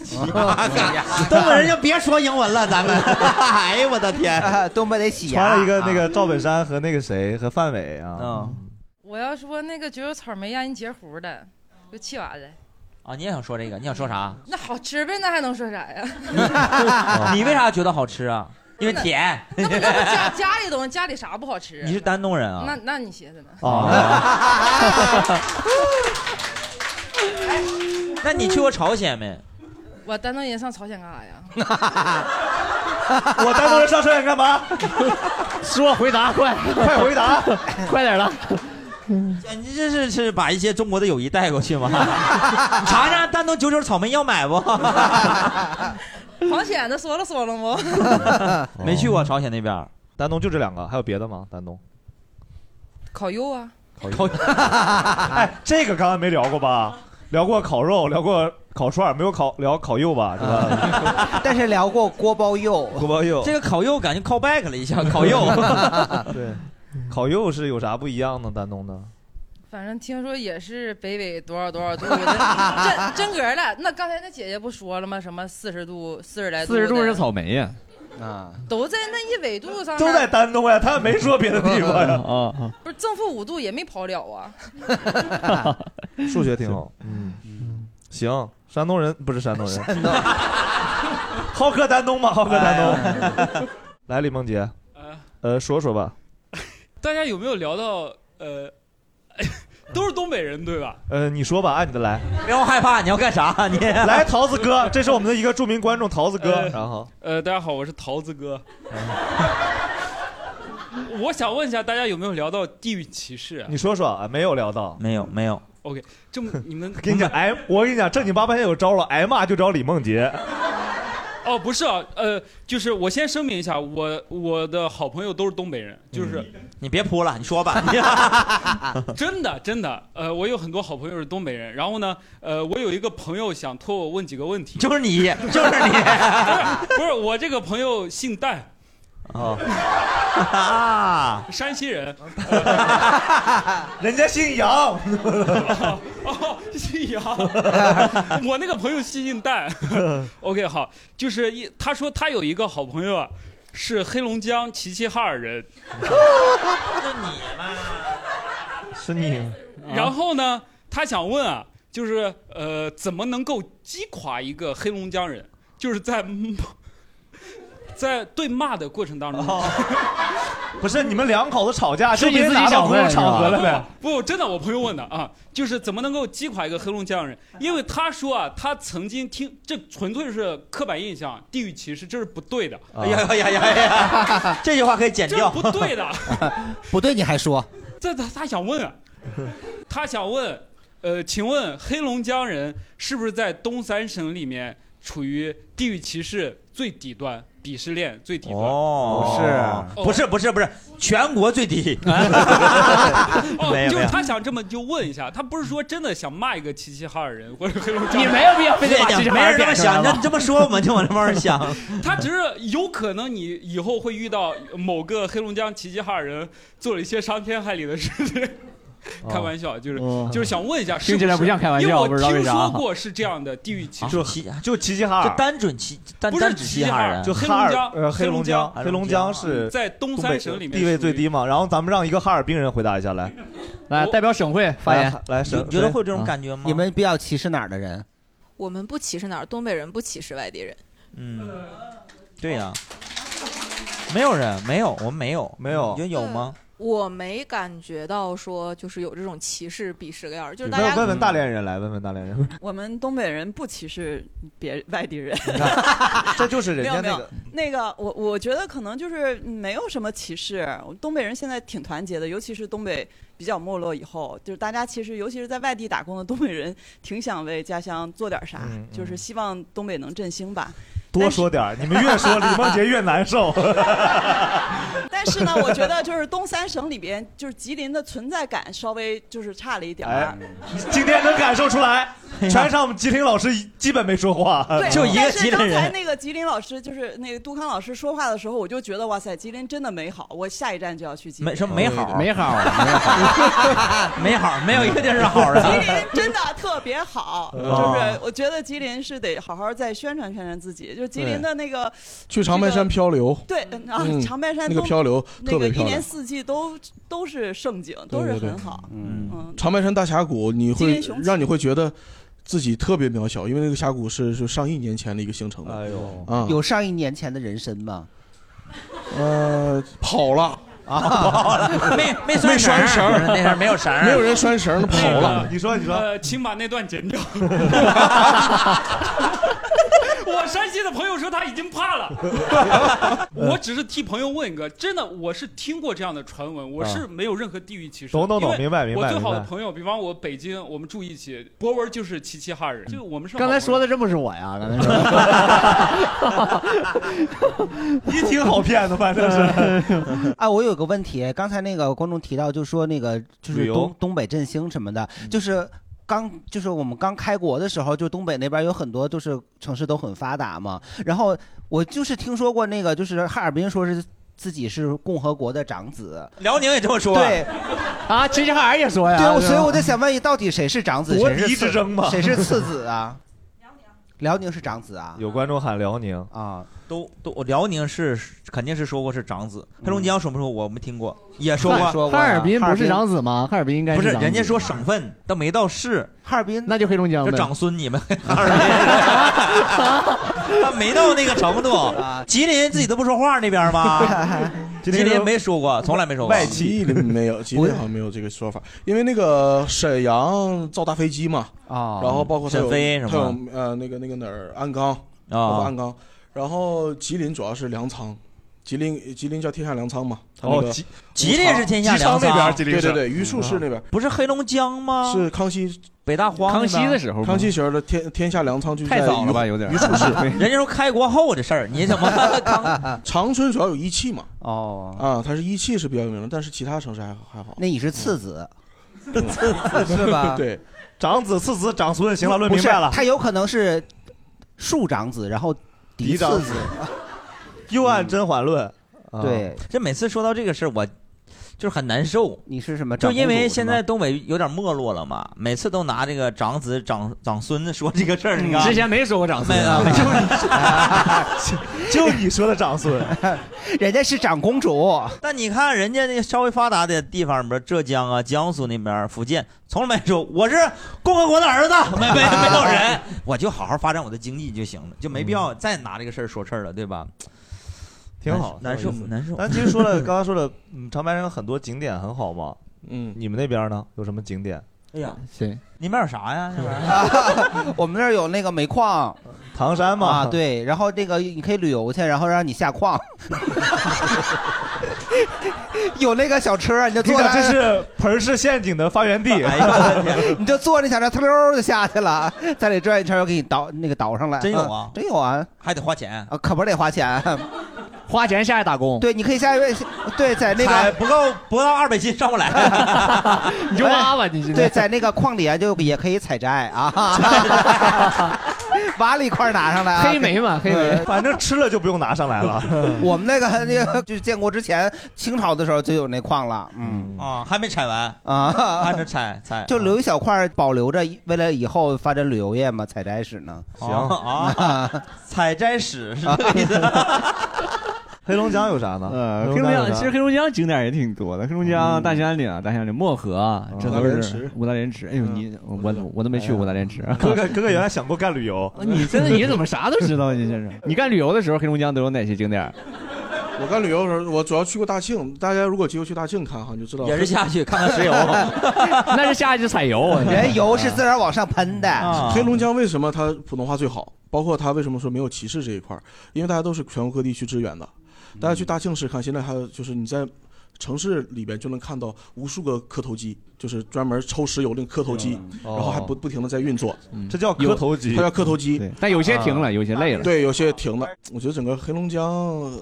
Speaker 5: 东北人就别说英文了，咱 们，哎呀我的天，
Speaker 3: 东北得洗牙。
Speaker 2: 穿了一个那
Speaker 3: 啊
Speaker 2: 个赵本山和那个谁和范伟啊，
Speaker 13: 我要说那个只有草莓让人截胡的，就气娃子，
Speaker 5: 啊，你也想说这个？你想说啥？
Speaker 13: 那好吃呗，那还能说啥呀？
Speaker 5: 你为啥觉得好吃啊？因为甜。
Speaker 13: 那 不家家里东西，家里啥不好吃？
Speaker 5: 你是丹东人啊
Speaker 13: 那那你寻思呢？
Speaker 5: 啊
Speaker 2: 啊
Speaker 5: 那你去过朝 鲜没？
Speaker 13: 我丹东人上朝鲜干啥呀？
Speaker 2: 我丹东人上朝鲜干 嘛？
Speaker 11: 说回答快，
Speaker 2: 快回答，
Speaker 11: 快 点了。
Speaker 5: 你这是是把一些中国的友谊带过 去吗？你尝尝丹东九九草莓要买不？
Speaker 13: 黄蚬子说了说了不？
Speaker 5: 嗯没去过朝鲜那边，
Speaker 2: 丹东就这两个，还有别的吗？丹东，
Speaker 13: 烤肉啊，
Speaker 2: 烤，哎，这个刚才没聊过吧？聊过烤肉，聊过烤串儿，没有烤聊烤肉吧？是吧？
Speaker 3: 但是聊过锅包肉，
Speaker 2: 啊锅包肉，
Speaker 5: 这个烤肉感觉 call back 了一下，烤肉。
Speaker 2: 对，烤肉是有啥不一样呢？丹东的
Speaker 13: 反正听说也是北纬多少多少度的，真真 格的。那刚才那姐姐不说了吗？什么四十度、四十来度
Speaker 11: 四
Speaker 13: 的，
Speaker 11: 十度是草莓呀，
Speaker 3: 啊，
Speaker 13: 都在那一纬度上面，
Speaker 2: 都在丹东呀，他没说别的地 方呀。
Speaker 11: 啊，
Speaker 13: 不是正负五度也没跑了啊。
Speaker 2: 哎数学挺好，嗯行，山东人不是山东人，好客丹东嘛，好客
Speaker 5: 哎
Speaker 2: 丹东。 来，李梦洁，呃，说说吧，
Speaker 29: 大家有没有聊到呃， 都是东北人对吧？
Speaker 2: 呃，你说吧，按你的来。
Speaker 5: 不要害怕，你要干啥？你
Speaker 2: 来，桃子哥，这是我们的一个著名观众桃子哥，然后
Speaker 29: 呃，大家好，我是桃 子哥。我想问一下，大家有没有聊到地域歧视啊
Speaker 2: 你说说啊，没有聊到，
Speaker 5: 没有没有。
Speaker 29: ？OK，这么你们
Speaker 2: 哎跟你讲，挨我跟你讲，正经八百也有招了，挨骂就找李梦洁。
Speaker 29: 哦，不是啊，呃，就是我先声明一下，我我的好朋友都是东北人，就是、
Speaker 5: 你别扑哎了，你说吧。
Speaker 29: 真的真的，呃，我有很多好朋友是东北人，然后呢，呃，我有一个朋友想托我问几个问 题，
Speaker 5: 就是你，就是你，
Speaker 29: 不是我这个朋友姓戴，
Speaker 5: 哦，啊，
Speaker 29: 山西人，
Speaker 2: 人家姓杨，
Speaker 29: 哦，姓杨，我那个朋友姓戴 ，OK，好，就是一他说他有一个好朋友啊，是黑龙江齐齐哈尔人，
Speaker 2: 是你。
Speaker 29: 嗯然后呢，他想问啊，就是呃，怎么能够击垮一个黑龙江人？就是在在对骂的过程当中，
Speaker 2: 不是你们两口子吵架，啊就别拿到公共场合了呗。
Speaker 29: 不，真的，我朋友问的啊，就是怎么能够击垮一个黑龙江人？因为他说啊，他曾经听，这纯粹是刻板印象，地域歧视，这是不对的。
Speaker 5: 哎呀呀呀呀呀！ 这句话可以剪
Speaker 29: 这
Speaker 5: 掉。
Speaker 29: 不对的，
Speaker 3: 不对，你还说
Speaker 29: 这他他想问啊，他想问，呃，请问黑龙江人是不是在东三省里面处于地域歧视最底端、鄙视链最底端？
Speaker 2: 啊
Speaker 5: 哦，不是不是不是，全国最 低。 没有没
Speaker 29: 哦，就是
Speaker 5: 有，
Speaker 29: 他想这么就问一下，他不是说真的想骂一个齐齐哈尔人或者黑龙江人，
Speaker 5: 你没有必要非得把齐齐哈尔人贬出来吧没人这么想你这么说我们就往这方面想。
Speaker 29: 他只是有可能你以后会遇到某个黑龙江齐齐哈尔人做了一些伤天害理的事情。 开玩笑，就是、
Speaker 11: 哦
Speaker 29: 就是想问一下是是，
Speaker 11: 听起来不像开玩笑
Speaker 29: 因为我
Speaker 11: 不知道为
Speaker 29: 听
Speaker 11: 啥
Speaker 29: 说过是这样的地域歧视，
Speaker 2: 就就齐齐哈尔，
Speaker 29: 就
Speaker 5: 啊单准齐，单
Speaker 29: 不是单指齐齐哈尔人
Speaker 2: 就 黑龙江，呃，黑龙江，黑龙江是
Speaker 29: 在东三
Speaker 2: 北
Speaker 29: 省里面
Speaker 2: 地位最低嘛。然后咱们让一个哈尔滨人回答一下，来，
Speaker 6: 来代表省会
Speaker 2: 发言来
Speaker 3: 你
Speaker 2: 省
Speaker 3: 觉得
Speaker 2: 谁啊
Speaker 3: 会有这种感
Speaker 5: 觉吗
Speaker 3: 你们比较歧视哪儿的人？
Speaker 28: 我们不歧视哪儿，东北人不歧视外地人。
Speaker 5: 嗯，对呀，没有人，没有，我们没有，
Speaker 2: 没有
Speaker 5: 你觉得有吗？
Speaker 28: 我没感觉到说就是有这种歧视鄙视链儿，就是大
Speaker 2: 问
Speaker 28: 家嗯
Speaker 2: 问问大连人来，问问大连人，
Speaker 23: 我们东北人不歧视别外地人，
Speaker 2: 这就是人
Speaker 23: 没
Speaker 2: 家
Speaker 23: 有没
Speaker 2: 那
Speaker 23: 有
Speaker 2: 个。
Speaker 23: 那个，我我觉得可能就是没有什么歧视。东北人现在挺团结的，尤其是东北比较没落以后，就是大家其实尤其是在外地打工的东北人，挺想为家乡做点啥，
Speaker 2: 嗯嗯
Speaker 23: 就是希望东北能振兴吧。
Speaker 2: 多说点儿，你们越说李梦洁越难受。
Speaker 23: 但是呢，我觉得就是东三省里边，就是吉林的存在感稍微就是差了一点儿
Speaker 2: 哎。，今天能感受出来，全场我们吉林老师基本没说话，
Speaker 5: 呃
Speaker 23: 对，但是刚才那个吉林老师，就是那个杜康老师说话的时候，我就觉得哇塞，吉林真的美好，我下一站就要去吉林。
Speaker 5: 没什么美好，啊
Speaker 23: 没
Speaker 11: 好，
Speaker 5: 没好，没有一个地儿是好的。
Speaker 23: 吉林真的特别好，
Speaker 4: 嗯
Speaker 5: 哦
Speaker 23: 就是我觉得吉林是得好好再宣传宣传自己，就是吉林的那个
Speaker 4: 去长白山漂流，
Speaker 23: 对嗯啊
Speaker 4: 嗯，
Speaker 23: 长白山
Speaker 4: 那个
Speaker 23: 都
Speaker 4: 漂流
Speaker 23: 那
Speaker 4: 特
Speaker 23: 个
Speaker 4: 别
Speaker 23: 一
Speaker 4: 漂
Speaker 23: 年
Speaker 4: 亮
Speaker 23: 四季都都是盛景，
Speaker 4: 对
Speaker 23: 都是
Speaker 4: 对对
Speaker 23: 很好。
Speaker 4: 嗯，长白山大峡谷，你
Speaker 23: 金
Speaker 4: 会
Speaker 23: 人雄起
Speaker 4: 让你会觉得自己特别渺小，因为那个峡谷是是上亿年前的一个形成的。哎呦啊，
Speaker 3: 有上一年前的人参吗？
Speaker 4: 呃，跑了
Speaker 3: 啊，
Speaker 5: 跑 了没
Speaker 4: 没
Speaker 5: 拴绳儿
Speaker 4: 拴绳儿，
Speaker 5: 那时候没有绳儿
Speaker 4: 没有人拴绳儿，那跑了。
Speaker 2: 你说你说，
Speaker 29: 呃，请把那段剪掉。我山西的朋友说他已经怕了，
Speaker 2: 嗯
Speaker 29: 我只是替朋友问一个，真的，我是听过这样的传闻，我是没有任何地域歧视。
Speaker 2: 嗯懂懂懂
Speaker 29: 因为
Speaker 2: 明白明白
Speaker 29: 我最好的
Speaker 2: 明白
Speaker 29: 朋友，比方我北京，我们住一起，博文就是齐齐哈尔人，就我们是好
Speaker 11: 刚才
Speaker 29: 朋友
Speaker 11: 说的这不是我呀，刚才说
Speaker 2: 你挺好骗的，反正是。
Speaker 3: 啊，我有个问题，刚才那个观众提到，就说那个就
Speaker 2: 旅
Speaker 3: 是
Speaker 2: 游嗯
Speaker 3: 东东北振兴什么的，就是刚就是我们刚开国的时候，就东北那边有很多就是城市都很发达嘛。然后我就是听说过那个，就是哈尔滨说是自己是共和国的长子，
Speaker 5: 辽宁也这么说，
Speaker 3: 对，
Speaker 11: 啊，齐齐哈尔也说呀，
Speaker 3: 对，我
Speaker 11: 是
Speaker 3: 所
Speaker 11: 吧
Speaker 3: 以我就想问，到底谁是长子，
Speaker 11: 国
Speaker 3: 谁是
Speaker 11: 敌
Speaker 3: 次
Speaker 11: 之争嘛
Speaker 3: 谁是次子 啊？辽宁，辽宁是长子啊？
Speaker 2: 有观众喊辽宁
Speaker 3: 啊，
Speaker 5: 都都辽宁是肯定是说过是长子，黑龙江说没说过？我没听过， 也说过。
Speaker 11: 哈尔滨不是长子吗？哈尔滨应该
Speaker 5: 不是，
Speaker 11: 长子
Speaker 5: 人家说省份都没到市，
Speaker 3: 哈尔滨
Speaker 11: 那就黑龙江
Speaker 5: 就
Speaker 11: 呗。
Speaker 5: 长孙 你们哈尔滨，他没到那个程度。
Speaker 11: 啊
Speaker 5: 吉林自己都不说话那边 吗？
Speaker 4: 吉
Speaker 5: 吉
Speaker 4: 林
Speaker 5: 林没说过，从来没说过。
Speaker 4: 吉林没有，吉林好像没有这个说法，因为那个沈阳造大飞机嘛，
Speaker 3: 啊
Speaker 4: 然后包括它有
Speaker 5: 沈飞什啊么
Speaker 4: 它有呃那个那个哪儿鞍钢，包括鞍钢，然后吉林主要是粮仓，吉林吉林叫天下粮仓嘛。它
Speaker 5: 哦
Speaker 4: 那个
Speaker 5: 吉吉林是天下粮仓
Speaker 4: 吉昌那边，
Speaker 5: 吉林
Speaker 4: 对对
Speaker 5: 是
Speaker 4: 对，榆树市那边
Speaker 5: 不是黑龙江吗？
Speaker 4: 是康熙
Speaker 5: 北大荒那边
Speaker 4: 康熙时候的天天下粮仓就
Speaker 5: 太
Speaker 4: 在
Speaker 5: 早了
Speaker 4: 榆
Speaker 5: 吧，有点，
Speaker 4: 榆树市
Speaker 5: 人家说开国后的事儿，你怎么康？
Speaker 4: 长春主要有一汽嘛。
Speaker 3: 哦
Speaker 4: 啊，它是一汽是比较有名的，但是其他城市还还好。嗯
Speaker 3: 那你是次子，
Speaker 4: 是吧对，
Speaker 2: 长子、次子、长孙，行了，论
Speaker 3: 不
Speaker 2: 明
Speaker 3: 是
Speaker 2: 白了。
Speaker 3: 他 有可能是庶长子，然后嫡
Speaker 2: 嫡长
Speaker 3: 次
Speaker 2: 子
Speaker 3: 子。
Speaker 2: 又按《甄嬛论》
Speaker 5: 啊
Speaker 3: 对，
Speaker 5: 这每次说到这个事儿，我就是很难受。
Speaker 3: 你是什么？
Speaker 5: 就
Speaker 3: 长公
Speaker 5: 因为
Speaker 3: 主
Speaker 5: 现在东北有点没落了嘛，每次都拿这个长子、长长孙子说这个事儿，你看
Speaker 6: 嗯之前没说过长孙
Speaker 5: 啊，
Speaker 2: 就你说的长孙，
Speaker 3: 人家是长公主。
Speaker 5: 但你看人家那稍微发达的地方，比如浙江啊、江苏那边儿、福建，从来没说我是共和国的儿子，没没没有
Speaker 3: 哎
Speaker 5: 人，我就好好发展我的经济就行了，就没必要再拿这个事儿说事儿了，对吧？
Speaker 2: 挺好，
Speaker 5: 难受难受。
Speaker 2: 咱其实说了，刚刚说了，嗯，长白山有很多景点很好嘛。
Speaker 4: 嗯，
Speaker 2: 你们那边呢？有什么景点？
Speaker 5: 哎呀，
Speaker 6: 行，
Speaker 5: 你们有啥呀？这玩意儿
Speaker 3: 我们那儿有那个煤矿，
Speaker 2: 唐山嘛
Speaker 3: 啊，对，然后这个你可以旅游去，然后让你下矿， 有那个小车，你就
Speaker 2: 你
Speaker 3: 坐
Speaker 2: 看，这
Speaker 3: 那
Speaker 2: 是盆式陷阱的发源地。哎
Speaker 3: 你就坐那小车，呲溜就下去了，在里转一圈，又给你倒那个倒上来。
Speaker 5: 真有啊
Speaker 3: 真有啊，
Speaker 5: 还得花钱。
Speaker 3: 啊，可不是得花钱，
Speaker 6: 花钱下去打工。
Speaker 3: 对，你可以下一位，对，在那
Speaker 5: 哎
Speaker 3: 个哎
Speaker 5: 不够不到二百斤上不来，
Speaker 6: 你就挖吧，你
Speaker 3: 对，在那个矿里啊，就也可以采摘啊， 挖了一块儿拿上来啊，
Speaker 2: 嗯 反正吃了就不用拿上来了。
Speaker 3: 我们那个那个就是建国之前清朝的时候就有那矿了，嗯
Speaker 5: 啊，还没拆完
Speaker 3: 啊
Speaker 5: 按着拆拆，
Speaker 3: 就留一小块儿保留着，为了以后发展旅游业嘛，采摘使呢。
Speaker 5: 行 啊，采摘史是
Speaker 3: 啊
Speaker 5: 这个意思。
Speaker 2: 黑龙江 有啥呢？
Speaker 6: 呃，黑
Speaker 2: 黑
Speaker 6: 龙
Speaker 2: 龙江
Speaker 6: 江
Speaker 2: 有啥
Speaker 6: 其实黑龙江景点也挺多的，黑龙
Speaker 11: 嗯
Speaker 6: 江大兴安岭、啊大兴安岭、漠河，啊这都
Speaker 2: 五大连
Speaker 6: 是
Speaker 2: 池
Speaker 6: 五大连池。哎
Speaker 11: 嗯
Speaker 6: 呦，你我我都没
Speaker 11: 哎
Speaker 6: 去过五大连池。啊
Speaker 2: 哥 哥哥哥原来想过干旅游，
Speaker 6: 哦 你真的你怎么啥都知道？你这是？你干旅游的时候，黑龙江都有哪些景点？
Speaker 4: 我干旅游的时候，我主要去过大庆。大家如果有机会去大庆看哈，你就知道
Speaker 6: 也是下去看
Speaker 5: 看 石油
Speaker 6: 那 是下去采
Speaker 2: 哦
Speaker 6: 油啊
Speaker 3: 人油是自然往上喷的。
Speaker 2: 啊
Speaker 4: 黑龙江为什么它普通话最好？包括它为什么说没有歧视这一块儿？因为大家都是全国各地去支援的。
Speaker 6: 嗯
Speaker 4: 大家去大庆市看，现在还有就是你在城市里边就能看到无数个磕头机，就是专门抽石油那个磕头机，
Speaker 6: 哦
Speaker 4: 然后还不不停的在运作。
Speaker 2: 这叫磕头机
Speaker 4: 它叫磕头机
Speaker 6: 对。但有些停了有些累了
Speaker 4: 对，有些停了。我觉得整个黑龙江，呃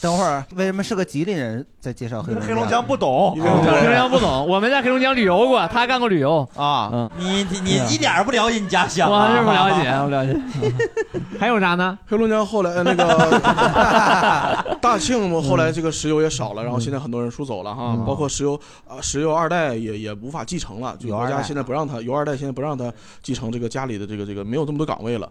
Speaker 3: 等会儿为什么是个吉林人在介绍黑龙江？
Speaker 6: 黑龙江
Speaker 2: 不懂
Speaker 6: 黑龙江不懂，我们在黑龙江旅游过，他干过旅游
Speaker 3: 啊。
Speaker 6: 嗯，
Speaker 5: 你你一点儿不了解你家乡
Speaker 6: 我
Speaker 5: 啊，
Speaker 6: 是不了 解，我不了解。 还有啥呢？
Speaker 4: 黑龙江后来呃那个大庆嘛，后来这个石油也少了，然后现在很多人输走了哈，包括石油啊、石油二代也也无法继承了，就
Speaker 3: 油
Speaker 4: 国
Speaker 3: 二代
Speaker 4: 家现在不让他油二代现在不让他继承这个家里的这个这个没有这么多岗位了，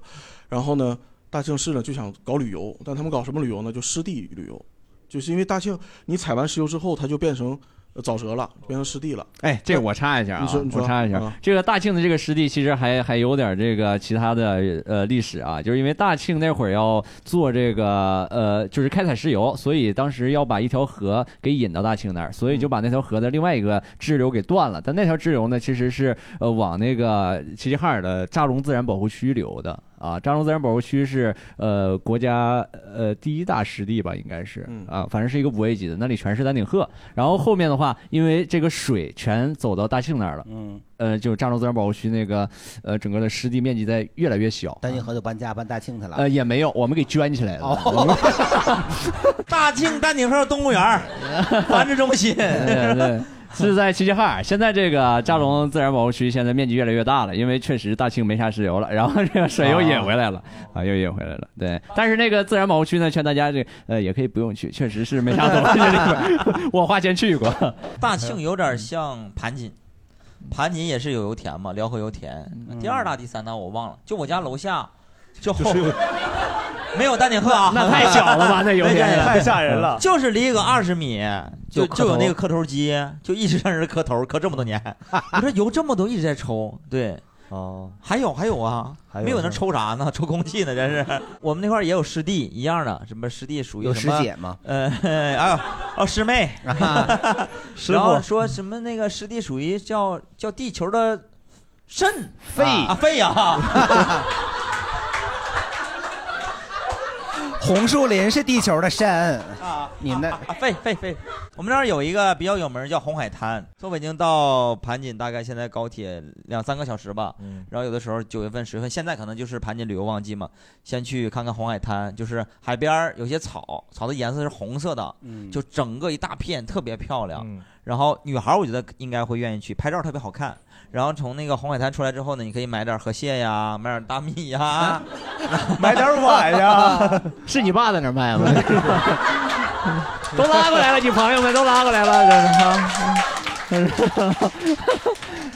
Speaker 4: 然后呢，大庆市呢就想搞旅游，但他们搞什么旅游呢？就湿地旅游，就是因为大庆你采完石油之后，它就变成呃沼泽了，变成湿地了。
Speaker 6: 哎，这个我插一下啊
Speaker 4: 你说你，说
Speaker 6: 我插一下
Speaker 4: 啊，
Speaker 6: 这个大庆的这个湿地其实还还有点这个其他的呃历史啊，就是因为大庆那会儿要做这个呃就是开采石油，所以当时要把一条河给引到大庆那儿，所以就呃把那条河的另外一个支流给断了，但那条支流呢其实是呃往那个齐齐哈尔的扎龙自然保护区流的。啊，扎龙自然保护区是呃国家呃第一大湿地吧，应该是啊，反正是一个五 A 级的，那里全是丹顶鹤。然后后面的话，因为这个水全走到大庆那儿了，
Speaker 3: 嗯，
Speaker 6: 呃，就是扎龙自然保护区那个呃整个的湿地面积在越来越小。
Speaker 3: 丹顶河就搬家搬大庆去了。
Speaker 6: 呃，也没有，我们给圈起来了。我们
Speaker 11: 哦
Speaker 5: 大庆丹顶鹤动物 园儿繁殖中心。
Speaker 6: 对 对，是在齐齐哈尔。现在这个扎龙自然保护区现在面积越来越大了，因为确实大庆没啥石油了，然后这个水又引回来了
Speaker 11: 哦
Speaker 6: 啊，又引回来了。对，但是那个自然保护区呢，劝大家这呃也可以不用去，确实是没啥东西。这 里边我花钱去过。
Speaker 5: 大 庆有
Speaker 6: 嗯
Speaker 5: 点像盘锦，盘锦也是有油田嘛，辽河油田，
Speaker 6: 嗯
Speaker 5: 第二大、第三大我忘了。就我家楼下，就后 没有丹顶鹤啊，
Speaker 6: 那那太小了吧那油田
Speaker 5: 没有
Speaker 6: 太吓人了
Speaker 5: 就是离个二十米，就
Speaker 6: 有磕头
Speaker 5: 就有那个磕头机，就一直让人磕头，磕这么 多年，我说油这么多一直在抽，对。
Speaker 2: 哦，
Speaker 5: 还有还有啊，
Speaker 2: 有
Speaker 5: 没有那抽啥呢？抽空气呢，真是。我们那块儿也有师弟一样的，什么师弟属于
Speaker 3: 有
Speaker 5: 什么
Speaker 3: 师姐吗
Speaker 5: 呃， 啊哦，师妹，
Speaker 3: 啊 师
Speaker 5: 然后
Speaker 3: 傅
Speaker 5: 说什么那个师弟属于叫叫地球的肾啊
Speaker 3: 肺
Speaker 5: 啊肺呀、
Speaker 8: 红树林是地球的深，你们
Speaker 5: 啊，废废废！我们那儿有一个比较有名儿叫红海滩，从北京到盘锦大概现在高铁两三个小时吧。
Speaker 2: 嗯
Speaker 5: 然后有的时候九月份、十月份，现在可能就是盘锦旅游旺季嘛，先去看看红海滩，就是海边儿有些草，草的颜色是红色的，
Speaker 2: 嗯
Speaker 5: 就整个一大片特别漂亮。然后女孩儿我觉得应该会愿意去，拍照特别好看。然后从那个红海滩出来之后呢，你可以买点河蟹呀，买点大米呀，
Speaker 2: 买点 碗呀。
Speaker 11: 是你爸在那儿 卖吗？都拉过来了，你朋友们都拉过来了，这是啊。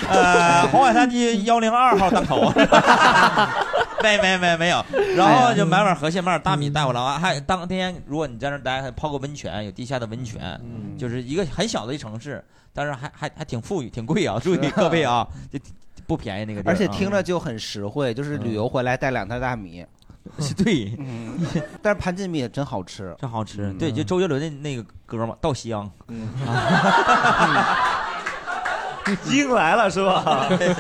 Speaker 5: 呃，红海滩街幺零二号档口。 没没没没有，然后就买碗河蟹，买碗大
Speaker 8: 嗯
Speaker 5: 米带回来啊。还当天如果你在那儿待，还泡个温泉，有地下的温泉，
Speaker 8: 嗯
Speaker 5: 就是一个很小的一城市，但是还还还挺富裕，挺贵啊，注意各位啊，这不便宜那个地儿啊。
Speaker 8: 而且听着就很实惠，就是旅游回来带两袋大米。
Speaker 5: 对，
Speaker 3: 嗯
Speaker 5: 嗯
Speaker 8: 但是盘锦米也真好吃，嗯
Speaker 5: 真好吃。对，就周杰伦的那个歌嘛，《稻香》。
Speaker 2: 硬来了是 吧
Speaker 5: 对？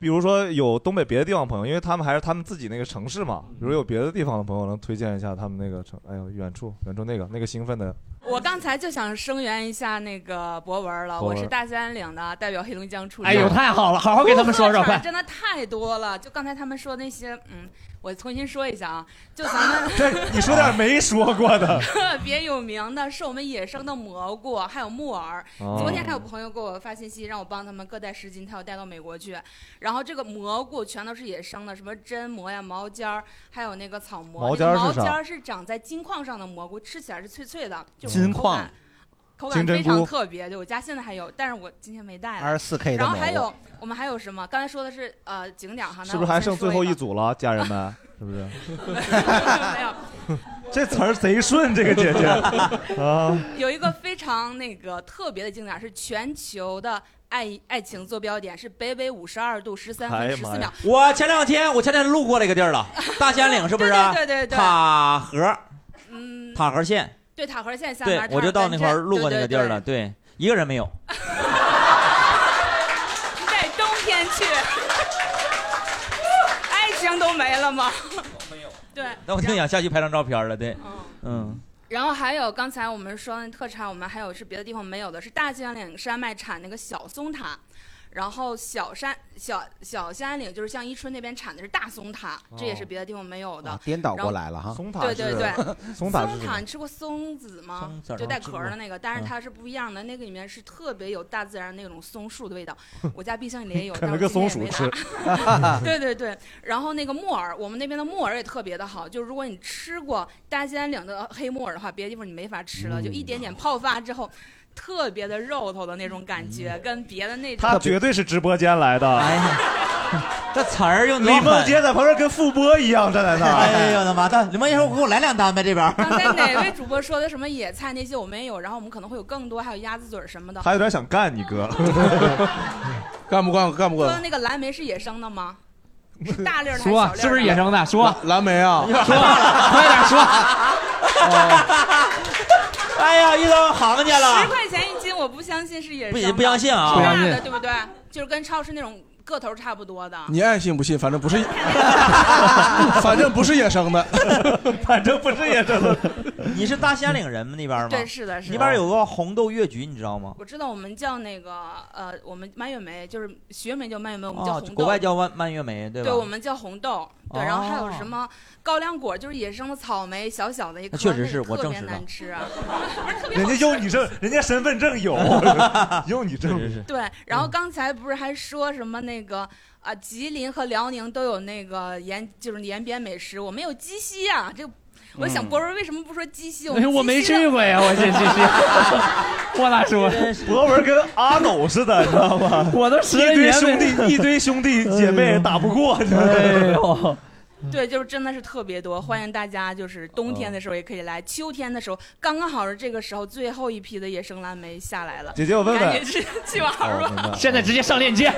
Speaker 2: 比如说有东北别的地方朋友，因为他们还是他们自己那个城市嘛。比如有别的地方的朋友，能推荐一下他们那个城？哎呦，远处远处那个那个兴奋的
Speaker 21: 我刚才就想声援一下那个博文了，
Speaker 2: 博文
Speaker 21: 我是大兴安岭的，代表黑龙江出征。
Speaker 11: 哎呦太好了好好给他们说说
Speaker 21: 故事
Speaker 11: 快
Speaker 21: 真的太多了，就刚才他们说那些，嗯，我重新说一下啊，就咱们
Speaker 2: 你说点没说过的。
Speaker 21: 特别有名的是我们野生的蘑菇，还有木耳。
Speaker 2: 哦
Speaker 21: 昨天还有朋友给我发信息，让我帮他们各带十斤，他要带到美国去。然后这个蘑菇全都是野生的，什么榛蘑呀、毛尖儿，还有那个草蘑。
Speaker 2: 毛尖儿是
Speaker 21: 那个毛
Speaker 2: 啥
Speaker 21: 尖儿是长在金矿上的蘑菇，吃起来是脆脆的，就
Speaker 8: 金
Speaker 21: 口
Speaker 8: 矿
Speaker 21: 感口
Speaker 8: 金
Speaker 21: 感
Speaker 8: 针
Speaker 21: 非常
Speaker 8: 菇
Speaker 21: 特别。对我家现在还有，但是我今天没带了。
Speaker 8: 24K 的
Speaker 21: 然后还
Speaker 2: 蘑
Speaker 21: 有我们还有什么？刚才说的是呃景点儿哈，那
Speaker 2: 是不
Speaker 21: 我
Speaker 2: 是还
Speaker 21: 先
Speaker 2: 剩
Speaker 21: 说
Speaker 2: 最后
Speaker 21: 个
Speaker 2: 一组了，家人们？是 不是？
Speaker 21: 没有。
Speaker 2: 这词儿贼顺，这个姐 姐啊，
Speaker 21: 有一个非常那个特别的景点是全球的爱爱情坐标点，是北纬五十二度十三
Speaker 2: 哎
Speaker 21: 分十四秒。！
Speaker 5: 我前两天我前两天路过了一个地儿 了，大兴安岭是不是？啊
Speaker 21: 对对对对对
Speaker 5: 塔河，
Speaker 21: 嗯，
Speaker 5: 塔河县，
Speaker 21: 对塔河县下面
Speaker 5: 对
Speaker 21: 塔，
Speaker 5: 我就到那块儿路过那个地儿了，
Speaker 21: 对
Speaker 5: 对一个人没有。
Speaker 21: 对对在冬天去， 爱情都没了吗？没有。对，
Speaker 5: 那我就想下去拍张照片了，对，
Speaker 21: 哦
Speaker 5: 嗯，
Speaker 21: 然后还有刚才我们说的特产，我们还有是别的地方没有的，是大兴安岭山脉产那个小松塔，然后小山小小兴安岭就是像伊春那边产的是大松塔，这也是别的地方没有的。
Speaker 8: 啊哦颠倒
Speaker 21: 然后
Speaker 8: 过来了哈松塔
Speaker 21: 对
Speaker 8: 是
Speaker 21: 对对，
Speaker 8: 松塔是什么
Speaker 21: 你吃过松子吗
Speaker 8: 松子？
Speaker 21: 就带
Speaker 8: 吃
Speaker 21: 壳
Speaker 8: 过
Speaker 21: 儿的那个，但是
Speaker 8: 嗯
Speaker 21: 它是不一样的，那个里面是特别有大自然那种松树的味道。我家冰箱里也有，
Speaker 2: 啃
Speaker 21: 但
Speaker 2: 了
Speaker 21: 是
Speaker 2: 个
Speaker 21: 今天
Speaker 2: 松
Speaker 21: 也
Speaker 2: 鼠
Speaker 21: 没
Speaker 2: 吃
Speaker 21: 拿。对对对，然后那个木耳，我们那边的木耳也特别的好，就是如果你吃过大兴安岭的黑木耳的话，别的地方你没法吃了，就一点点泡发之后，特别的肉头的那种感觉，跟别的那种
Speaker 2: 她绝对是直播间来的。哎
Speaker 5: 呀， 这词儿用
Speaker 2: 李梦洁在旁边跟副播一样站在那儿。
Speaker 5: 哎呦我的妈！但李梦洁说：“我给我来两单呗，这边。”
Speaker 21: 刚才哪位主播说的什么野菜那些我没有，然后我们可能会有更多，还有鸭子嘴儿什么的。
Speaker 2: 他有点想干你哥，
Speaker 4: 干不干？干不
Speaker 21: 说
Speaker 4: 干
Speaker 21: 的？那个蓝莓是野生 的吗？是大粒儿的还是
Speaker 11: 说
Speaker 5: 啊
Speaker 21: 小粒儿的？
Speaker 11: 是不是野生的？说
Speaker 4: 蓝莓啊，
Speaker 11: 说快点说。哦
Speaker 5: 哎呀，遇到行家
Speaker 21: 十
Speaker 5: 了。
Speaker 21: 块钱一斤，我不相信是野
Speaker 5: 不
Speaker 21: 生
Speaker 5: 也
Speaker 21: 的，
Speaker 5: 不相信啊
Speaker 21: 是
Speaker 4: 不相
Speaker 21: 大的
Speaker 4: 信
Speaker 21: 对不对？就是跟超市那种个头差不多的。
Speaker 4: 你爱信不信，反正不 是， 反正不是野 生的，
Speaker 2: 反正不是野生的。
Speaker 5: 你是大兴安岭人吗？那边吗？
Speaker 21: 对是的是的
Speaker 5: 那边有个红豆越橘，你知道吗？
Speaker 21: 我知道我们叫那个呃，我们蔓越莓就是学名叫蔓越莓，我们叫
Speaker 5: 啊
Speaker 21: 红豆。
Speaker 5: 国外叫蔓蔓越莓，对
Speaker 18: 对
Speaker 5: 吧？
Speaker 21: 我们叫红豆，对，然后还有
Speaker 5: 哦
Speaker 21: 什么高粱果，就是野生的草莓，小小的一颗，
Speaker 5: 那确实
Speaker 21: 那
Speaker 5: 是
Speaker 21: 也
Speaker 5: 我
Speaker 21: 特
Speaker 5: 正
Speaker 21: 别
Speaker 5: 知道
Speaker 21: 难吃啊。
Speaker 2: 人家用你证，人家身份证 有，用你证。
Speaker 21: 对，然后
Speaker 11: 嗯
Speaker 21: 刚才不是还说什么那个啊，吉林和辽宁都有那个沿就是沿边美食，我们有鸡西啊，这我想博文为什么不说鸡西？我们
Speaker 11: 嗯哎我
Speaker 21: 鸡
Speaker 11: 没
Speaker 21: 西的
Speaker 11: 去过呀，我这这 是，我哪说？
Speaker 2: 博文跟阿斗似的，你知道吗？
Speaker 11: 我都十
Speaker 2: 一
Speaker 11: 来
Speaker 2: 堆
Speaker 11: 年
Speaker 2: 兄 弟，一堆兄 弟
Speaker 4: 嗯
Speaker 2: 姐妹打不过，你知道吗
Speaker 11: 哎呦
Speaker 21: 对，就是真的是特别多，欢迎大家就是冬天的时候也可以来，秋天的时候刚刚好是这个时候最后一批的野生蓝莓下来了。
Speaker 2: 姐姐我问问
Speaker 21: 赶紧去去玩
Speaker 11: 哦
Speaker 21: 儿
Speaker 5: 哦
Speaker 21: 吧，
Speaker 11: 现在直接上链接。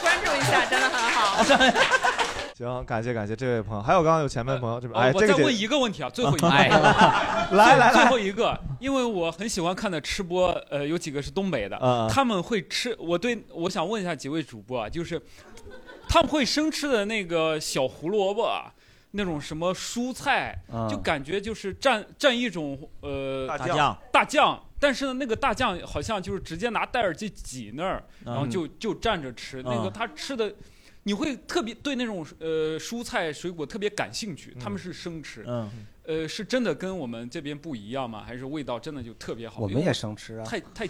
Speaker 21: 关注一下，真的很好。
Speaker 2: 行，感谢感谢这位朋友，还有刚刚有前面朋友这边，
Speaker 29: 哦
Speaker 2: 哎，
Speaker 29: 我
Speaker 2: 这个
Speaker 29: 再
Speaker 2: 姐
Speaker 29: 问一个问题啊，最 后一个，
Speaker 2: 哎来
Speaker 29: 最
Speaker 2: 来
Speaker 29: 最
Speaker 2: 来
Speaker 29: 后一个，因为我很喜欢看的吃播，呃，有几个是东北的，
Speaker 2: 嗯嗯
Speaker 29: 他们会吃。我对我想问一下几位主播啊，就是他们会生吃的那个小胡萝卜啊，那种什么蔬菜，
Speaker 5: 嗯
Speaker 29: 就感觉就是蘸蘸一种呃
Speaker 5: 大酱
Speaker 29: 大酱，但是呢那个大酱好像就是直接拿戴耳机挤那儿，
Speaker 5: 嗯
Speaker 29: 然后就就蘸着吃，那个
Speaker 5: 嗯
Speaker 29: 他吃的。你会特别对那种呃蔬菜水果特别感兴趣，他们是生吃，
Speaker 5: 嗯
Speaker 29: 呃，是真的跟我们这边不一样吗？还是味道真的就特别好？
Speaker 3: 我们
Speaker 29: 因为
Speaker 3: 也生吃啊
Speaker 29: 太太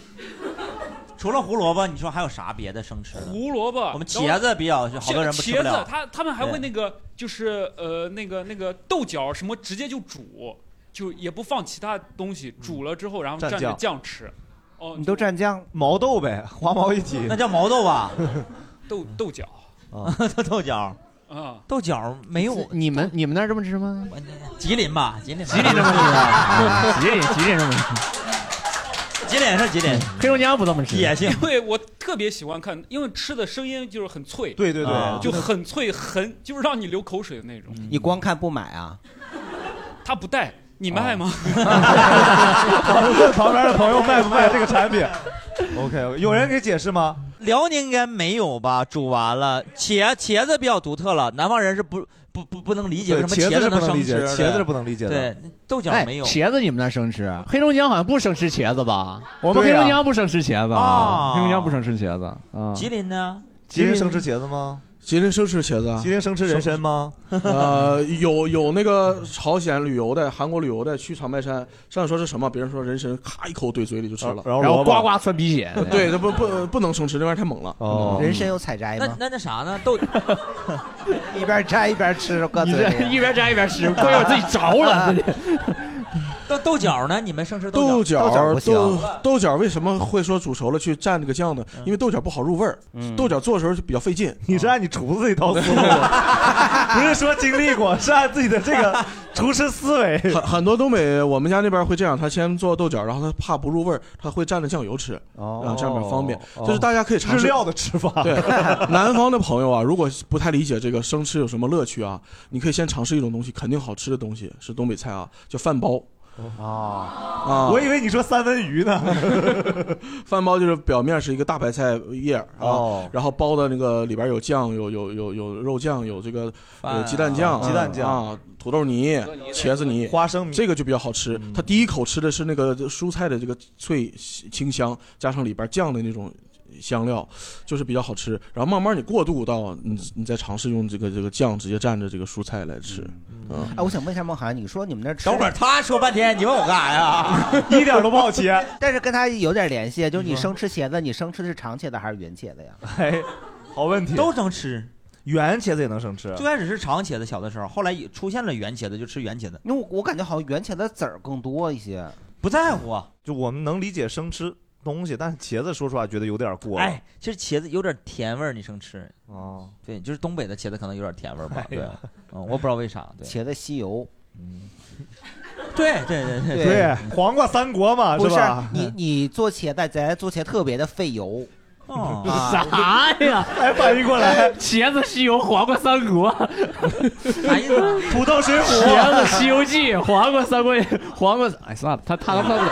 Speaker 5: 除了胡萝卜，你说还有啥别的生吃的？
Speaker 29: 胡萝卜，
Speaker 5: 我们茄子比较，好多人不吃不
Speaker 29: 茄
Speaker 5: 了
Speaker 29: 子，。他他们还
Speaker 5: 对
Speaker 29: 会那个，就是呃，那个那个豆角什么，直接就煮，就也不放其他东
Speaker 5: 嗯
Speaker 29: 西，煮了之后然后
Speaker 2: 蘸
Speaker 29: 蘸着
Speaker 2: 酱
Speaker 29: 酱吃。哦，
Speaker 3: 你都蘸酱，
Speaker 2: 毛豆呗，花毛一体，
Speaker 5: 那叫毛豆吧？
Speaker 29: 豆
Speaker 5: 嗯
Speaker 29: 豆角
Speaker 5: 啊， 豆角，
Speaker 29: 啊，
Speaker 5: 豆角没有。
Speaker 11: 你们你们那儿这么吃吗？
Speaker 5: 吉林吧，吉林，吉
Speaker 11: 林这么吃啊 吉林吉林这么
Speaker 5: 吃，吉林是吉林，
Speaker 11: 黑龙江不这么吃，
Speaker 5: 也行
Speaker 29: 因为我特别喜欢看，因为吃的声音就是很脆，
Speaker 2: 对对对
Speaker 29: 啊就
Speaker 2: 真的
Speaker 29: 很脆，很就是让你流口水的那种。
Speaker 3: 你光看不买啊？
Speaker 29: 他不带，你卖吗？
Speaker 3: 哦
Speaker 2: 旁边的朋友卖不卖这个产品？OK，有人给解释吗？
Speaker 5: 辽宁应该没有吧？煮完了，茄茄子比较独特了，南方人是不不不不能理解为什么
Speaker 2: 对茄子是
Speaker 5: 能
Speaker 2: 不能
Speaker 5: 生
Speaker 2: 理解
Speaker 5: 吃，
Speaker 2: 茄
Speaker 5: 对
Speaker 2: 子是不能理解的
Speaker 5: 对，豆角
Speaker 11: 哎
Speaker 5: 没有。
Speaker 11: 茄子你们那儿生吃，啊黑龙江好像不生吃茄子吧？我们
Speaker 5: 对
Speaker 11: 黑
Speaker 5: 呀
Speaker 11: 龙江不生吃茄子
Speaker 5: 啊
Speaker 11: 黑龙江不生吃茄子啊。
Speaker 5: 吉林呢？
Speaker 2: 吉林生吃茄子吗？
Speaker 4: 吉林生吃茄子啊？
Speaker 2: 吉林生吃人参吗？
Speaker 4: 呃，有有那个朝鲜旅游的、韩国旅游的去长白山，上来说是什么？别人说人参，咔一口怼嘴里就吃了，
Speaker 2: 然后然后呱呱
Speaker 11: 窜鼻血
Speaker 4: 对，这不不不能生吃，这玩意儿太猛了。
Speaker 2: 哦
Speaker 3: 人参有采摘
Speaker 5: 那
Speaker 3: 吗？
Speaker 5: 那那啥呢？ 豆
Speaker 3: 一边摘一边吃，搁嘴
Speaker 5: 你这
Speaker 3: 里
Speaker 5: 一边摘一边吃过一会儿自己着了啊 豆豆角呢？你们生吃
Speaker 4: 豆
Speaker 5: 角？
Speaker 4: 角豆豆角为什么会说煮熟了去蘸那个酱呢？因为豆角不好入味儿，豆角做的时候就比较费劲。
Speaker 2: 你是按你厨子一套思路 吗，不是说经历过，是按自己的这个厨师思维。
Speaker 4: 很很多东北，我们家那边会这样，他先做豆角，然后他怕不入味儿，他会蘸着酱油吃，然后这样比较方便。
Speaker 2: 哦
Speaker 4: 就是大家可以尝试
Speaker 2: 日料的吃法
Speaker 4: 对，南方的朋友啊，如果不太理解这个生吃有什么乐趣啊，你可以先尝试一种东西，肯定好吃的东西是东北菜啊，叫饭包。
Speaker 3: 啊
Speaker 4: 啊，
Speaker 2: 哦我以为你说三文鱼 呢。
Speaker 4: 饭包就是表面是一个大白菜叶儿啊，
Speaker 2: 哦
Speaker 4: 然后包的那个里边有酱，有有有有肉酱，有这个
Speaker 2: 饭啊
Speaker 4: 有鸡蛋酱、
Speaker 2: 鸡蛋酱
Speaker 4: 啊，土豆泥、茄子泥、
Speaker 2: 花生米，嗯
Speaker 4: 这个就比较好吃。它第一口吃的是那个蔬菜的这个脆清香，加上里边酱的那种。香料就是比较好吃，然后慢慢你过渡到你你再尝试用这个这个酱直接蘸着这个蔬菜来吃，嗯，
Speaker 3: 哎，我想问一下孟涵，你说你们那吃
Speaker 5: 等会儿他说 半天，你问我干啥 呀？
Speaker 2: 一点都不好切。
Speaker 3: 但是跟他有点联系，就是你
Speaker 2: 嗯
Speaker 3: 生吃茄子，你生吃的是长茄子还是圆茄子呀？
Speaker 2: 哎，好问题，
Speaker 5: 都能吃，
Speaker 2: 圆茄子也能生吃。
Speaker 5: 最开始是长茄子，小的时候，后来也出现了圆茄子，就吃圆茄子。
Speaker 3: 因为我我感觉好像圆茄子籽儿更多一些，
Speaker 5: 不在乎啊。
Speaker 2: 就我们能理解生吃东西，但是茄子说实话觉得有点过了。
Speaker 5: 哎，其实茄子有点甜味儿，你生吃哦。对，就是东北的茄子可能有点甜味儿吧。
Speaker 3: 哎
Speaker 5: 对
Speaker 3: 呀，
Speaker 5: 嗯，我不知道为啥。对，
Speaker 3: 茄子吸油。
Speaker 5: 对对对对
Speaker 2: 对，黄瓜三国嘛，
Speaker 3: 不是
Speaker 2: 吧？
Speaker 3: 你你做茄子，咱做茄特别的费油。啊
Speaker 5: 哦
Speaker 11: 啥呀？
Speaker 2: 哎，反应过来，
Speaker 11: 茄子吸油，黄瓜三国，
Speaker 2: 土豆水浒
Speaker 11: 啊茄子西游记，黄瓜三国，黄瓜，哎，算了，他他他他不了，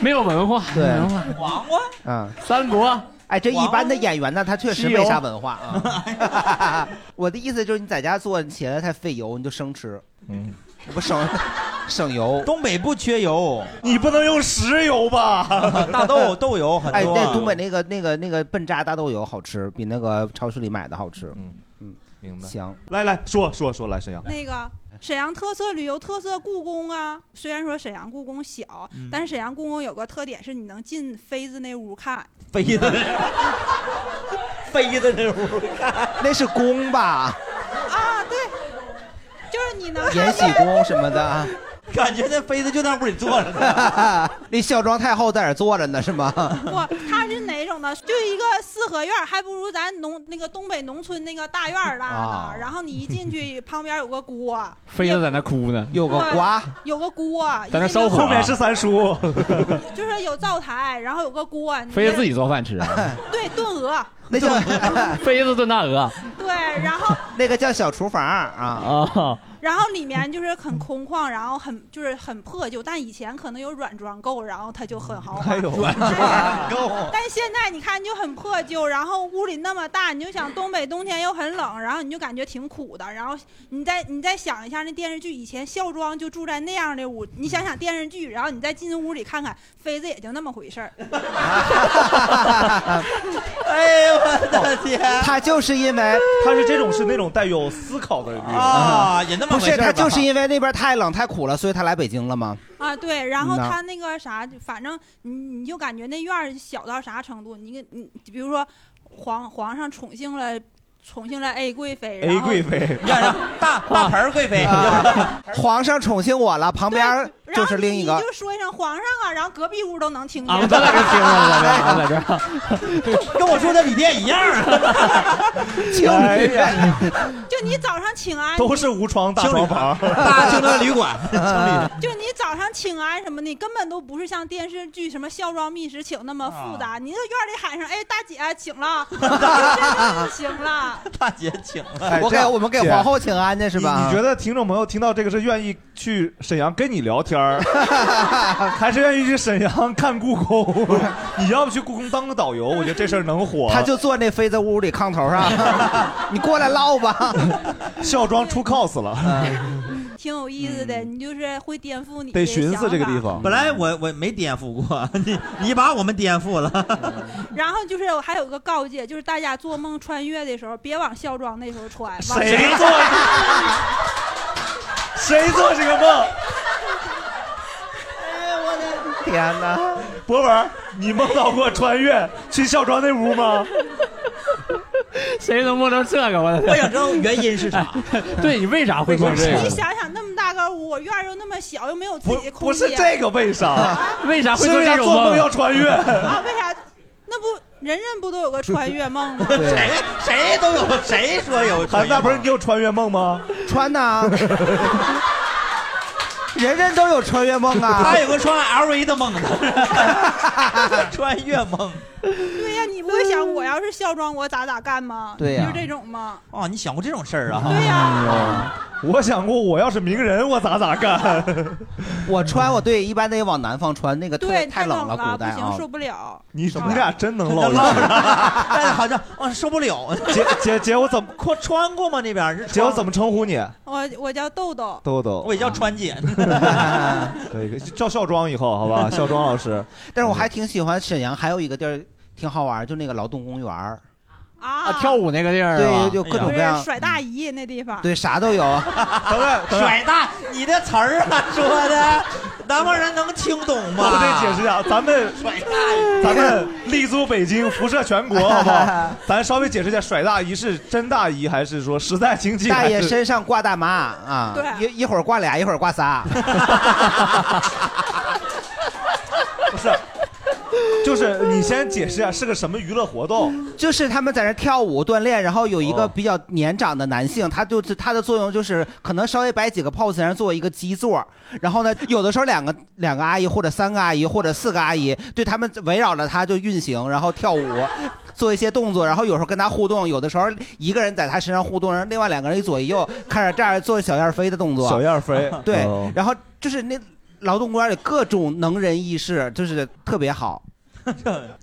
Speaker 11: 没有文化，
Speaker 3: 对
Speaker 11: 没文化，
Speaker 5: 黄瓜，
Speaker 3: 嗯，
Speaker 11: 三国。
Speaker 3: 哎，这一般的演员呢，他确实
Speaker 11: 西游
Speaker 3: 没啥文化 啊。我的意思就是，你在家做茄子太费油，你就生吃，
Speaker 5: 嗯，
Speaker 3: 不省省油。
Speaker 5: 东北不缺油，
Speaker 2: 你不能用石油吧？
Speaker 5: 大 豆豆油很
Speaker 3: 哎，
Speaker 5: 多。啊
Speaker 3: 那东北那个那个那个笨渣大豆油好吃，比那个超市里买的好吃。嗯嗯，
Speaker 2: 明白。
Speaker 3: 行，
Speaker 2: 来来说说说来沈阳，
Speaker 18: 那个沈阳特色旅游特色故宫啊，虽然说沈阳故宫小，
Speaker 2: 嗯
Speaker 18: 但是沈阳故宫有个特点是你能进妃子那屋看。
Speaker 5: 飞的飞的那屋，
Speaker 3: 那是宫吧？
Speaker 18: 啊，对，就是你能
Speaker 3: 延
Speaker 18: 看
Speaker 3: 禧
Speaker 18: 见
Speaker 3: 宫什么的啊。
Speaker 5: 感 觉那妃子就在屋里坐着
Speaker 3: 呢， 那孝庄太后在那儿坐着呢，是吗？
Speaker 18: 不，它是哪种呢？就一个四合院儿，还不如咱农那个东北农村那个大院儿大呢。
Speaker 11: 啊
Speaker 18: 然后你一进去，旁边有个锅，
Speaker 11: 妃子在那哭呢，
Speaker 3: 有啊
Speaker 18: 对，有个锅，
Speaker 11: 在那烧火，啊
Speaker 18: 后面
Speaker 2: 是 三叔，
Speaker 18: 就是有灶台，然后有个锅，你
Speaker 11: 妃
Speaker 18: 那
Speaker 11: 子自己做饭吃啊，
Speaker 18: 对炖鹅，
Speaker 3: 那叫
Speaker 11: 杯子炖大鹅
Speaker 18: 对，然后
Speaker 3: 那个叫小厨房啊
Speaker 11: 啊。
Speaker 18: 然后里面就是很空旷，然后很就是很破旧，但以前可能有软装够，然后它就很豪华。
Speaker 3: 哎呦
Speaker 18: 但是
Speaker 3: 软 装
Speaker 18: 但现在你看就很破旧，然后屋里那么大，你就想东北冬天又很冷，然后你就感觉挺苦的。然后你再你再想一下那电视剧，以前孝庄就住在那样的屋，你想想电视剧，然后你再进屋里看看，妃子也就那么回事儿。
Speaker 5: 哎呦我的天！
Speaker 3: 他 就是因为
Speaker 2: 他是这种是那种带有思考的
Speaker 5: 啊也那么
Speaker 3: 不
Speaker 5: 回事
Speaker 3: 是
Speaker 5: 儿吧
Speaker 3: 他就是因为那边太冷太苦了，所以他来北京了吗？
Speaker 18: 啊，对，然后
Speaker 3: 嗯呐
Speaker 18: 他那个啥，就反正你你就感觉那院儿小到啥程度，你你比如说皇皇上宠幸了宠幸了 A 贵妃，然
Speaker 5: 哎
Speaker 3: A
Speaker 18: 后
Speaker 3: 贵妃
Speaker 5: 让让大大盆儿贵妃，
Speaker 3: 啊 皇上宠幸我了，旁边
Speaker 18: 然后
Speaker 3: 就是另一个
Speaker 18: 你就说一声皇上啊，然后隔壁屋都能听见。
Speaker 3: 啊咱俩就听着了咱俩咱俩
Speaker 5: 跟我住的旅店一样
Speaker 2: 哎呀，
Speaker 18: 就你早上请安，
Speaker 2: 都是无床大床房，
Speaker 5: 大青年 旅馆
Speaker 3: 嗯
Speaker 18: 就你早上请安什么的，你根本都不是像电视剧什么孝庄秘史请那么复
Speaker 3: 啊
Speaker 18: 杂，你这院里喊上，哎，大姐请 了，这就行了。
Speaker 5: 大姐请
Speaker 2: 哎
Speaker 5: 了。
Speaker 2: 这样姐
Speaker 3: 安去是吧
Speaker 2: 你你觉得听众朋友听到这个是愿意去沈阳跟你聊天 儿，还是愿意去沈阳看故宫？ 你要不去故宫当个导游，我觉得这事儿能火。
Speaker 3: 他就坐那妃子屋里炕头上， 你过来唠吧。
Speaker 2: 孝庄出 cos 了，
Speaker 3: 嗯
Speaker 18: 挺有意思的，你就是会颠覆你
Speaker 5: 得
Speaker 18: 的
Speaker 5: 寻思
Speaker 18: 想
Speaker 5: 这个
Speaker 18: 法
Speaker 5: 地方。本来我我没颠覆过， 你你把我们颠覆 了。
Speaker 18: 然后就是我还有个告诫，就是大家做梦穿越的时候，别往孝庄那时候穿。往
Speaker 2: 谁做 谁做这个梦？
Speaker 3: 哎天哪！
Speaker 2: 博文，你梦到过穿越去孝庄那屋吗？
Speaker 11: 谁能梦到这个？我的天！我
Speaker 5: 想哎知道原因 是啥。
Speaker 11: 对你为啥会梦这
Speaker 18: 你
Speaker 11: 个？
Speaker 18: 想想，那么大个屋，我院儿又那么小，又没有自己的空
Speaker 2: 不
Speaker 18: 间。
Speaker 2: 是这个为啥？
Speaker 11: 为啥会
Speaker 2: 是
Speaker 11: 做
Speaker 2: 为
Speaker 11: 这
Speaker 2: 啥
Speaker 11: 种
Speaker 2: 做
Speaker 11: 梦
Speaker 2: 梦要穿越？
Speaker 18: 啊？为啥？那不人人不都有个穿越梦吗？
Speaker 5: 谁谁都有， 谁说有？
Speaker 2: 韩大鹏，你有穿越梦吗？
Speaker 3: 穿呐，人人都有穿越梦啊。
Speaker 5: 他有个穿 LV 的梦呢， 穿越梦。
Speaker 18: 对呀、你不会想我要是孝庄，我咋咋干吗？
Speaker 5: 对呀
Speaker 18: 就是这种吗？
Speaker 5: 哦，你想过这种事儿啊？
Speaker 18: 对
Speaker 2: 呀。
Speaker 3: 我想过，我要是名人，我咋咋干？ 我穿，我对，一般得往南方穿，那个
Speaker 18: 对，
Speaker 3: 太
Speaker 18: 冷
Speaker 3: 冷了，古代
Speaker 18: 不行，
Speaker 3: 啊
Speaker 18: 受。不了。
Speaker 2: 你你俩真能唠，
Speaker 5: 但是好像 哦受不了。
Speaker 2: 姐姐姐，我怎么
Speaker 5: 过穿过吗？那边是
Speaker 2: 姐我怎么称呼你？
Speaker 18: 我我叫豆豆，
Speaker 2: 豆豆，
Speaker 5: 我也叫川姐。
Speaker 2: 可以，叫孝庄以后好吧？孝庄老 师，
Speaker 3: 但是我还挺喜欢沈阳，还有一个地儿挺好玩儿，就那个劳动公园儿
Speaker 18: 啊，哎
Speaker 11: 跳舞那个地儿是吧
Speaker 3: 对，就各种
Speaker 18: 不
Speaker 3: 各
Speaker 18: 是
Speaker 3: 样，
Speaker 18: 甩大姨那地 方。
Speaker 3: 对，啥都有。啊
Speaker 2: 等等，
Speaker 5: 甩大，你的词儿啊说的，南方人能听懂吗？
Speaker 2: 我得解释一下，咱们
Speaker 5: 甩大，
Speaker 2: 咱们立足北京，辐射全国，好不 好？咱稍微解释一下，甩大姨是真大姨还是说实在经济？
Speaker 3: 大爷身上挂大妈啊，
Speaker 2: 对
Speaker 3: 一一会儿挂俩，一会儿挂仨。
Speaker 2: 不是，就是你先解释一下是个什么娱乐活动。
Speaker 3: 就是他们在那跳舞锻炼，然后有一个
Speaker 2: 哦
Speaker 3: 比较年长的男性，他就是他的作用就是可能稍微摆几个 pose，然后做一个基座。然后呢，有的时候两个两个阿姨或者三个阿姨或者四个阿姨，对他们围绕着他就运行，然后跳舞，做一些动作，然后有时候跟他互动，有的时候一个人在他身上互动，然后另外两个人一左一右看着这样做小燕飞的动作。
Speaker 2: 小燕飞
Speaker 3: 对
Speaker 2: 哦，
Speaker 3: 然后就是那劳动公园里各种能人异士，就是特别好。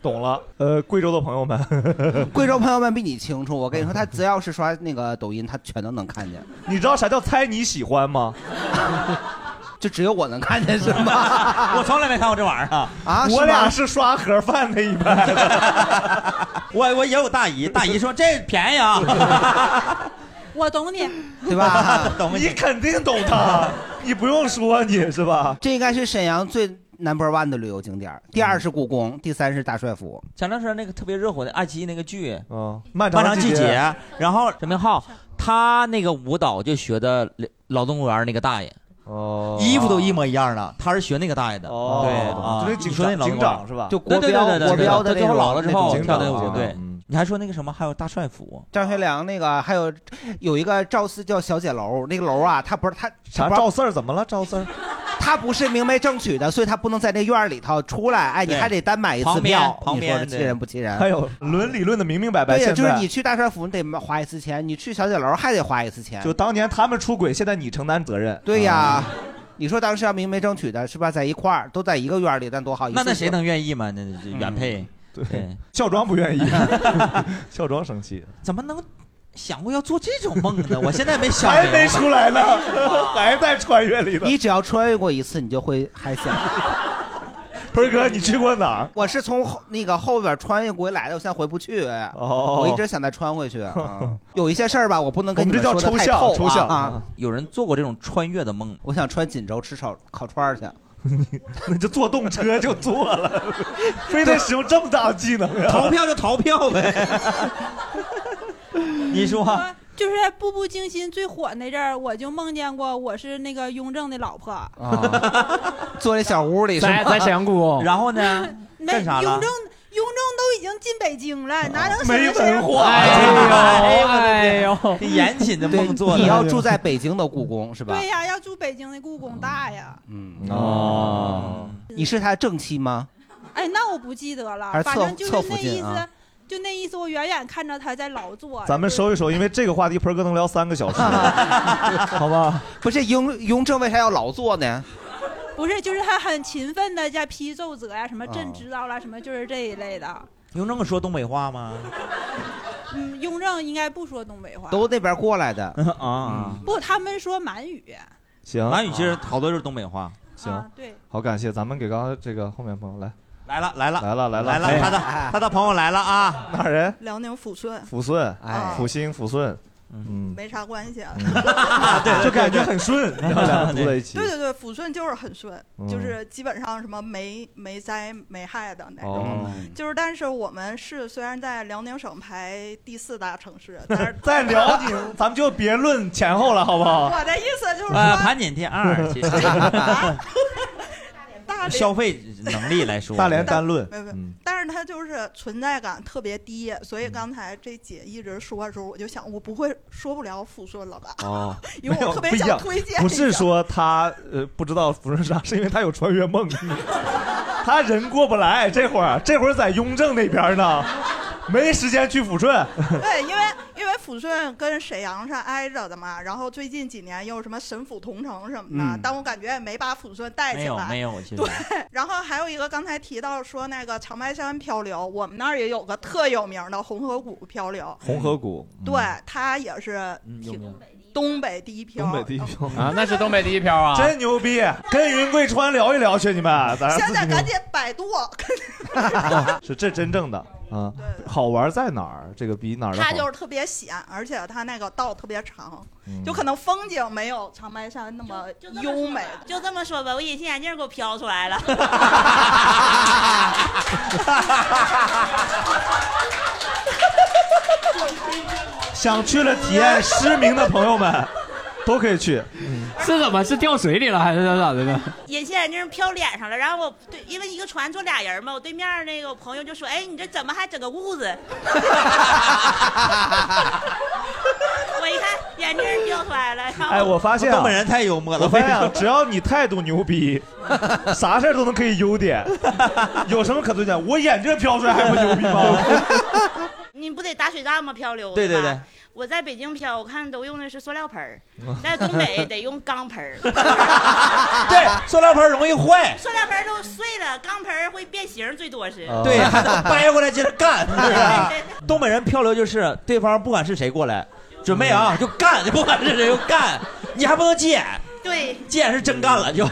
Speaker 2: 懂了，呃，贵州的朋友们，
Speaker 3: 贵州朋友们比你清楚，我跟你说，他只要是刷那个抖音，他全都能看见。
Speaker 2: 你知道啥叫猜你喜欢吗？
Speaker 3: 就只有我能看见是吗？
Speaker 5: 我从来没看过这玩意儿啊！
Speaker 3: 啊
Speaker 2: 我俩是
Speaker 3: 是
Speaker 2: 刷盒饭那一派的。
Speaker 5: 我我也有大姨，大姨说这便宜啊，
Speaker 18: 我懂你，
Speaker 3: 对吧？
Speaker 5: 懂
Speaker 2: 你肯定懂 他，啊你不用说，你是吧？
Speaker 3: 这应该是沈阳最 number one 的旅游景点儿，第二是故宫，第三是大帅府。
Speaker 5: 前段时间那个特别热火的爱奇艺那个剧，嗯，
Speaker 3: 漫长
Speaker 5: 长
Speaker 3: 季
Speaker 5: 季
Speaker 3: 节
Speaker 5: 节，然后陈明
Speaker 3: 哦
Speaker 5: 浩他那个舞蹈就学的劳动公园那个大爷，
Speaker 2: 哦
Speaker 5: 衣服都一模一样的，他是学那个大爷的，
Speaker 2: 哦
Speaker 5: 对啊，
Speaker 2: 就那警
Speaker 5: 你说那
Speaker 2: 长
Speaker 5: 劳动
Speaker 2: 警
Speaker 5: 公园
Speaker 2: 长是吧
Speaker 5: 对
Speaker 2: 就国
Speaker 5: 对对
Speaker 2: 标
Speaker 5: 对对
Speaker 2: 国
Speaker 5: 对
Speaker 2: 标的
Speaker 5: 他最
Speaker 2: 那
Speaker 5: 后
Speaker 2: 种
Speaker 5: 老了之后
Speaker 2: 那种
Speaker 5: 跳那个
Speaker 2: 警
Speaker 5: 舞，
Speaker 2: 长
Speaker 5: 对，你还说那个什么，还有大帅府，
Speaker 3: 张学良那个，还有有一个赵四叫小姐楼，那个楼啊，它不是它
Speaker 2: 啥赵四儿怎么了？赵四儿，
Speaker 3: 他不是明媒正娶的，所以他不能在那院儿里头出来。哎，你
Speaker 2: 对
Speaker 3: 还得单买一次
Speaker 2: 旁边
Speaker 3: 票。
Speaker 2: 旁
Speaker 3: 你说
Speaker 2: 边
Speaker 3: 的
Speaker 2: 对
Speaker 3: 欺人不欺人？
Speaker 2: 还有论理论的明明白白，
Speaker 3: 对呀，
Speaker 2: 现
Speaker 3: 就是
Speaker 2: 在
Speaker 3: 你去大帅府你得花一次钱，你去小酒楼还得花一次钱。
Speaker 2: 就嗯当年他们出轨，现在你承担责任。
Speaker 3: 对呀、你说当时要明媒正娶的，是吧？在一块儿，都在一个院儿里，但多好。
Speaker 5: 那那谁能愿意嘛？那这原配
Speaker 2: 对，孝庄不愿意，孝庄生气，
Speaker 5: 怎么能想过要做这种梦呢？ 我现在没想，
Speaker 2: 还没出来呢，还在穿越里呢。
Speaker 3: 你只要穿越过一次，你就会 还想。
Speaker 2: 鹏哥，你去过哪儿？
Speaker 3: 我是从后那个后边穿越回来的，我现在回不去。哎
Speaker 2: 哦
Speaker 3: 我一直想再穿回 去。啊有一些事儿吧，我不能
Speaker 5: 我
Speaker 3: 跟你
Speaker 5: 们这
Speaker 3: 们
Speaker 5: 叫
Speaker 3: 说
Speaker 5: 抽
Speaker 3: 的太
Speaker 5: 象
Speaker 3: 透
Speaker 5: 抽
Speaker 3: 啊
Speaker 5: 象
Speaker 2: 嗯
Speaker 3: 啊！
Speaker 5: 有人做过这种穿越的梦，
Speaker 3: 我想穿锦州吃炒烤串儿去。
Speaker 2: 那就坐动车就坐 了，非得使用这么大的技能啊！
Speaker 5: 逃票就逃票呗。你说，
Speaker 18: 就是《步步惊心》最火那阵儿，我就梦见过我是那个雍正的老婆。
Speaker 3: 啊坐在小屋里，
Speaker 11: 在
Speaker 3: 是吗
Speaker 11: 在沈阳 故宫
Speaker 5: 然后 呢？
Speaker 18: 没雍正，雍正都已经进北京
Speaker 3: 啊
Speaker 18: 了，哪能
Speaker 2: 没文化
Speaker 18: 啊
Speaker 3: 哎呦
Speaker 11: 哎呦，
Speaker 5: 严谨的
Speaker 3: 梦
Speaker 5: 做的
Speaker 3: 你要住在北京的故宫是吧？
Speaker 18: 对呀，要住北京的故宫大呀。
Speaker 3: 哦，你是他正妻吗？
Speaker 18: 哎，那我不记得了
Speaker 3: 还，是
Speaker 18: 反
Speaker 3: 侧
Speaker 18: 正就是
Speaker 3: 侧福
Speaker 18: 那意
Speaker 3: 晋啊
Speaker 18: 思，就那意思，我远远看着他在劳作。
Speaker 2: 咱们收一收，因为这个话题鹏哥能聊三个小时， 好吧？
Speaker 3: 啊不是雍雍正为啥要老做呢？
Speaker 18: 不是，就是他很勤奋的在批奏折呀，什么
Speaker 3: 啊
Speaker 18: 朕知道了，什么就是这一类的。
Speaker 5: 雍正说东北话吗？
Speaker 18: 嗯，雍正应该不说东北话，
Speaker 3: 都那边过来的
Speaker 5: 啊。
Speaker 18: 不，他们说满语。
Speaker 2: 行，
Speaker 5: 满语其实好多就是东北话。
Speaker 25: 啊
Speaker 2: 行，
Speaker 18: 对，
Speaker 2: 好，感谢咱们给刚刚这个后面朋友来
Speaker 5: 来了来了
Speaker 2: 来了来了哎
Speaker 5: 来了，他的他的朋友来了啊，
Speaker 2: 哪人？
Speaker 25: 辽宁抚顺，
Speaker 2: 抚顺，
Speaker 25: 哎
Speaker 2: 抚兴，抚顺，嗯，
Speaker 25: 没啥关系啊。
Speaker 2: 对嗯 就感觉很 顺，然后两个住在一起，
Speaker 25: 对对对，抚顺就是很顺，
Speaker 2: 嗯
Speaker 25: 就是基本上什么没没灾没害的那
Speaker 2: 哦
Speaker 25: 种。就是，但是我们是虽然在辽宁省排第四大城市，但是
Speaker 2: 在辽 宁，咱们就别论前后了，好不好？
Speaker 25: 我的意思就是啊
Speaker 5: 呃，
Speaker 25: 说，
Speaker 5: 盘锦第 二，其实
Speaker 25: 大连
Speaker 5: 消费能力来说，
Speaker 2: 大连单论嗯
Speaker 25: 没有没有，但是它就是存在感特别低，所以刚才这姐一直说的时候，我就想，我不会说不了抚 顺了吧？
Speaker 2: 哦
Speaker 25: 因为
Speaker 2: 没有
Speaker 25: 我特别
Speaker 2: 不一
Speaker 25: 想
Speaker 2: 样
Speaker 25: 推荐一下
Speaker 2: 不是说他呃不知道福顺啥，是因为他有穿越梦，他人过不来，这会儿这会儿在雍正那边呢，没时间去抚 顺。
Speaker 25: 对，因为因为抚顺跟沈阳是挨着的嘛，然后最近几年又什么沈抚同城什么的，
Speaker 5: 嗯
Speaker 25: 但我感觉也没把抚顺带起
Speaker 5: 没有
Speaker 25: 来。
Speaker 5: 没有，其实
Speaker 25: 对， 然后还有一个刚才提到说那个长白山漂流，我们那儿也有个特有名的红河谷漂流，
Speaker 2: 红河谷，
Speaker 25: 对，它也是挺东北第一漂。
Speaker 2: 东北第一漂
Speaker 11: 嗯啊，那是东北第一漂啊！
Speaker 2: 真牛逼！跟云贵川聊一聊去，你们。啊咱
Speaker 25: 现在赶紧百度，
Speaker 2: 是这真正的啊，好玩在哪儿？这个比哪儿的好？
Speaker 25: 它就是特别险，而且它那个道特别长，
Speaker 2: 嗯
Speaker 25: 就可能风景没有长白山那么优美。
Speaker 26: 就这么说吧，我隐形眼镜给我飘出来了。
Speaker 2: 想去了体验失明的朋友们，都可以去。
Speaker 11: 是怎么？是掉水里了还是咋的呢？
Speaker 26: 隐形眼镜飘脸上了，然后我对，因为一个船坐俩人嘛，我对面那个我朋友就说：“哎，你这怎么还整个痦子？” 我一看眼镜掉出来了，然后
Speaker 2: 哎，我发现、啊、
Speaker 5: 东北人太幽默了
Speaker 2: 我发现、啊、只要你态度牛 逼，啥事儿都能可以优点。 有什么可推荐？我眼睛飘出来还不牛逼 吗？
Speaker 26: 你不得打水仗吗？漂流
Speaker 2: 对对
Speaker 26: 吧
Speaker 2: 对
Speaker 26: 我在北京漂，我看都用的是塑料盆 儿，在东北得用钢盆儿，
Speaker 5: 对，塑料盆容易坏，
Speaker 26: 塑料盆儿都碎了，钢盆儿会变形，最多是。
Speaker 5: 对，还得掰回来接着干，是吧？东北人漂流就是对方不管是谁过来，准备啊就干， 不管是谁就干，你还不能急眼，
Speaker 26: 对，
Speaker 5: 急眼是真干了就。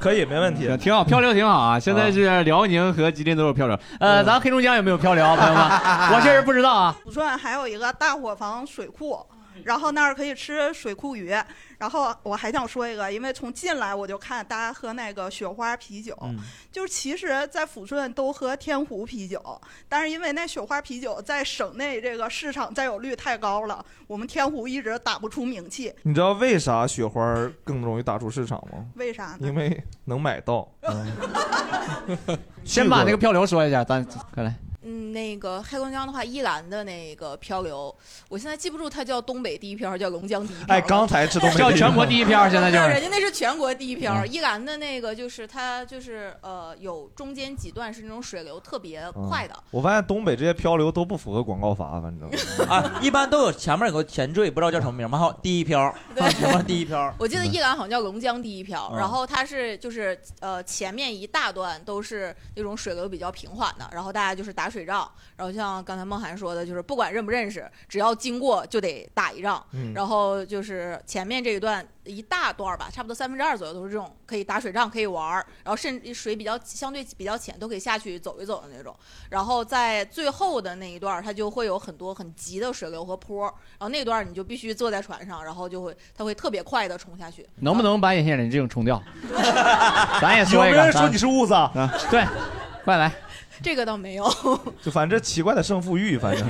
Speaker 2: 可以，没问题，
Speaker 11: 挺好，漂
Speaker 6: 漂流呃挺好啊！现在是辽宁和吉林都有漂流，
Speaker 2: 嗯
Speaker 6: 呃，咱黑龙江有没有漂流，啊朋友们？ 我确实不知道啊。
Speaker 25: 抚顺还有一个大伙房水库，然后那儿可以吃水库鱼。然后我还想说一个，因为从进来我就看大家喝那个雪花啤酒，
Speaker 2: 嗯
Speaker 25: 就是其实，在抚顺都喝天湖啤酒，但是因为那雪花啤酒在省内这个市场占有率太高了，我们天湖一直打不出名气。
Speaker 2: 你知道为啥雪花更容易打出市场吗？
Speaker 25: 为
Speaker 28: 啊
Speaker 25: 啥呢？
Speaker 2: 因
Speaker 28: 嗯
Speaker 2: 为能买到。
Speaker 6: 先把那个漂流说一下，咱快来。
Speaker 28: 嗯，那个黑龙江的话，依兰的那个漂流，我现在记不住它叫东北第一漂还是叫龙江第一漂了。
Speaker 2: 哎，刚才是东北
Speaker 6: 叫全国第一漂现在就是
Speaker 28: 没有人家那是全国第一漂，
Speaker 6: 嗯
Speaker 28: 依兰的那个就是它就是呃有中间几段是那种水流特别
Speaker 2: 嗯
Speaker 28: 快的，
Speaker 2: 我发现东北这些漂流都不符合广告法，反正
Speaker 5: 啊，一般都有前面有个前缀，不知道叫什么名吗？还有第一漂，
Speaker 28: 对
Speaker 5: 前面第一漂。
Speaker 28: 我记得一兰好像叫龙江第一漂，
Speaker 5: 嗯
Speaker 28: 然后它是就是呃前面一大段都是那种水流比较平缓的，然后大家就是打水仗，然后像刚才梦涵说的，就是不管认不认识，只要经过就得打一仗，
Speaker 9: 嗯
Speaker 28: 然后就是前面这一段一大段吧，差不多三分之二左右都是这种可以打水仗可以玩儿，然后甚至水比较相对比较浅，都可以下去走一走的那种，然后在最后的那一段儿，它就会有很多很急的水流和坡儿，然后那段儿你就必须坐在船上，然后就会它会特别快的冲下去。
Speaker 6: 能不能把眼线人这种冲 掉？咱也
Speaker 2: 有
Speaker 6: 说一
Speaker 2: 没
Speaker 6: 个。
Speaker 2: 有人说你是痦子？
Speaker 6: 啊，对，快来！
Speaker 28: 这个倒没有，
Speaker 2: 就反正奇怪的胜负欲，反 正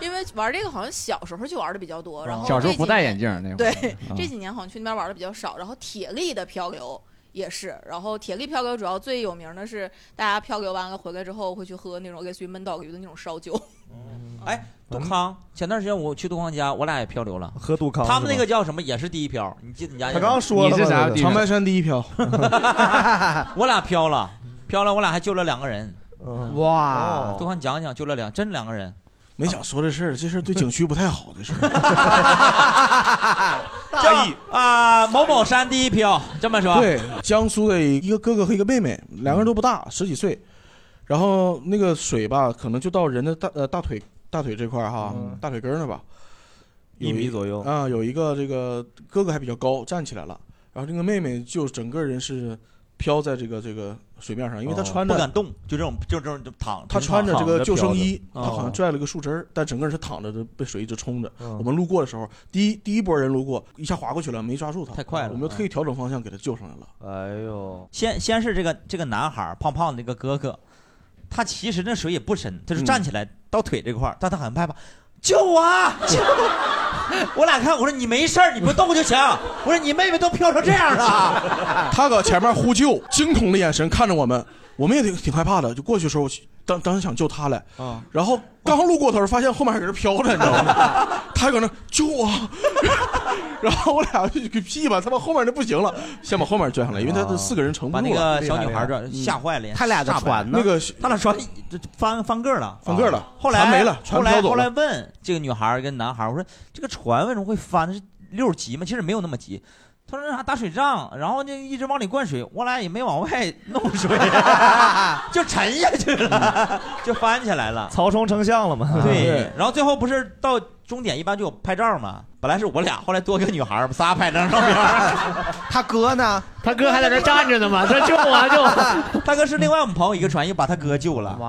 Speaker 28: 因为玩这个好像小时候就玩的比较多，然后
Speaker 6: 小时候
Speaker 28: 这
Speaker 6: 不
Speaker 28: 几
Speaker 6: 戴
Speaker 28: 年
Speaker 6: 眼镜儿那会儿。
Speaker 28: 对
Speaker 6: 啊，
Speaker 28: 这几年好像去那边玩的比较少。然后铁力的漂流也是，然后铁力漂流主要最有名的是大家漂流完了回来之后会去喝那种类似于闷倒鱼的那种烧酒。
Speaker 5: 哎，杜
Speaker 4: 嗯
Speaker 5: 康，前段时间我去杜康家，我俩也漂流了，
Speaker 2: 喝杜康
Speaker 5: 他们
Speaker 2: 是
Speaker 5: 那
Speaker 2: 吧
Speaker 5: 个叫什么？也是第一漂，你记得你家？
Speaker 2: 他刚刚说了你是啥吧地方
Speaker 5: 长
Speaker 2: 长
Speaker 5: 白
Speaker 2: 白
Speaker 5: 山
Speaker 4: 山第一漂，
Speaker 5: 我俩漂了，漂了，我俩还救了两个人。
Speaker 4: 嗯哇
Speaker 5: 杜康，你讲讲，救了两，真两个人。
Speaker 4: 没想说这事儿，这事儿对景区不太好的事儿。
Speaker 5: 叫啊，某某山第一漂，这么说。
Speaker 4: 对，江苏的一个哥哥和一个妹妹，两个人都不大，十几岁。然后那个水吧，可能就到人的大呃大腿大腿这块儿哈，大腿根儿那吧，有
Speaker 2: 一米左右
Speaker 4: 啊、有一个这个哥哥还比较高，站起来了，然后这个妹妹就整个人是飘在这个这个水面上，因为她
Speaker 5: 哦
Speaker 4: 穿着、
Speaker 5: 不敢动，就这种就这种就躺。
Speaker 4: 她穿着这个救生衣，她
Speaker 5: 躺
Speaker 4: 好像
Speaker 5: 着嗯
Speaker 4: 拽了个树枝儿，但整个人是躺着的，被水一直冲着。
Speaker 5: 嗯
Speaker 4: 我们路过的时候，第一第一波人路过，一下划过去了，没抓住她，太快了。我们就特意调整方向给她救上来了。
Speaker 2: 哎呦，
Speaker 5: 先先是这个这个男孩儿胖胖的一个哥哥，他其实那水也不深，
Speaker 2: 嗯
Speaker 5: 他就站起来、到腿这块儿，但他很害怕，救我啊！救我！ 我俩看，我说你没事儿，你不动就行。我说你妹妹都飘成这样了，
Speaker 4: 他搁前面呼救，惊恐的眼神看着我们，我们也挺挺害怕的，就过去的时候，当当时想救他来，
Speaker 2: 啊，
Speaker 4: 然后刚路过的时候，发现后面还搁那飘着，你知道吗？ 他还搁那救我， 然后我俩就给屁吧，他把后面那不行了，先把后面拽上来，因为他这四个人撑不
Speaker 5: 啊把
Speaker 4: 住
Speaker 5: 那
Speaker 4: 了。
Speaker 5: 个小女孩儿这吓坏了。吓坏了
Speaker 4: 嗯那个
Speaker 5: 他俩船这翻翻个儿了，
Speaker 4: 翻个儿了
Speaker 5: 啊后来
Speaker 4: 船没了船
Speaker 5: 后来
Speaker 4: 飘走了
Speaker 5: 后来问这个女孩儿跟男孩儿，我说这个船为什么会翻？是溜儿急吗？其实没有那么急。他说那啥打水仗，然后就一直往里灌水，我俩也没往外弄水， 就沉下去
Speaker 4: 嗯
Speaker 5: 了， 就翻起来了。
Speaker 2: 曹冲丞相了嘛？
Speaker 5: 对，，然后最后不是到终点一般就有拍照嘛？本来是我俩，后来多个女孩儿，仨拍张照片儿。
Speaker 3: 他哥呢？
Speaker 6: 他哥还在这站着呢 嘛，说救我啊救我！
Speaker 5: 他哥是另外我们朋友一个船，又把他哥救了。哇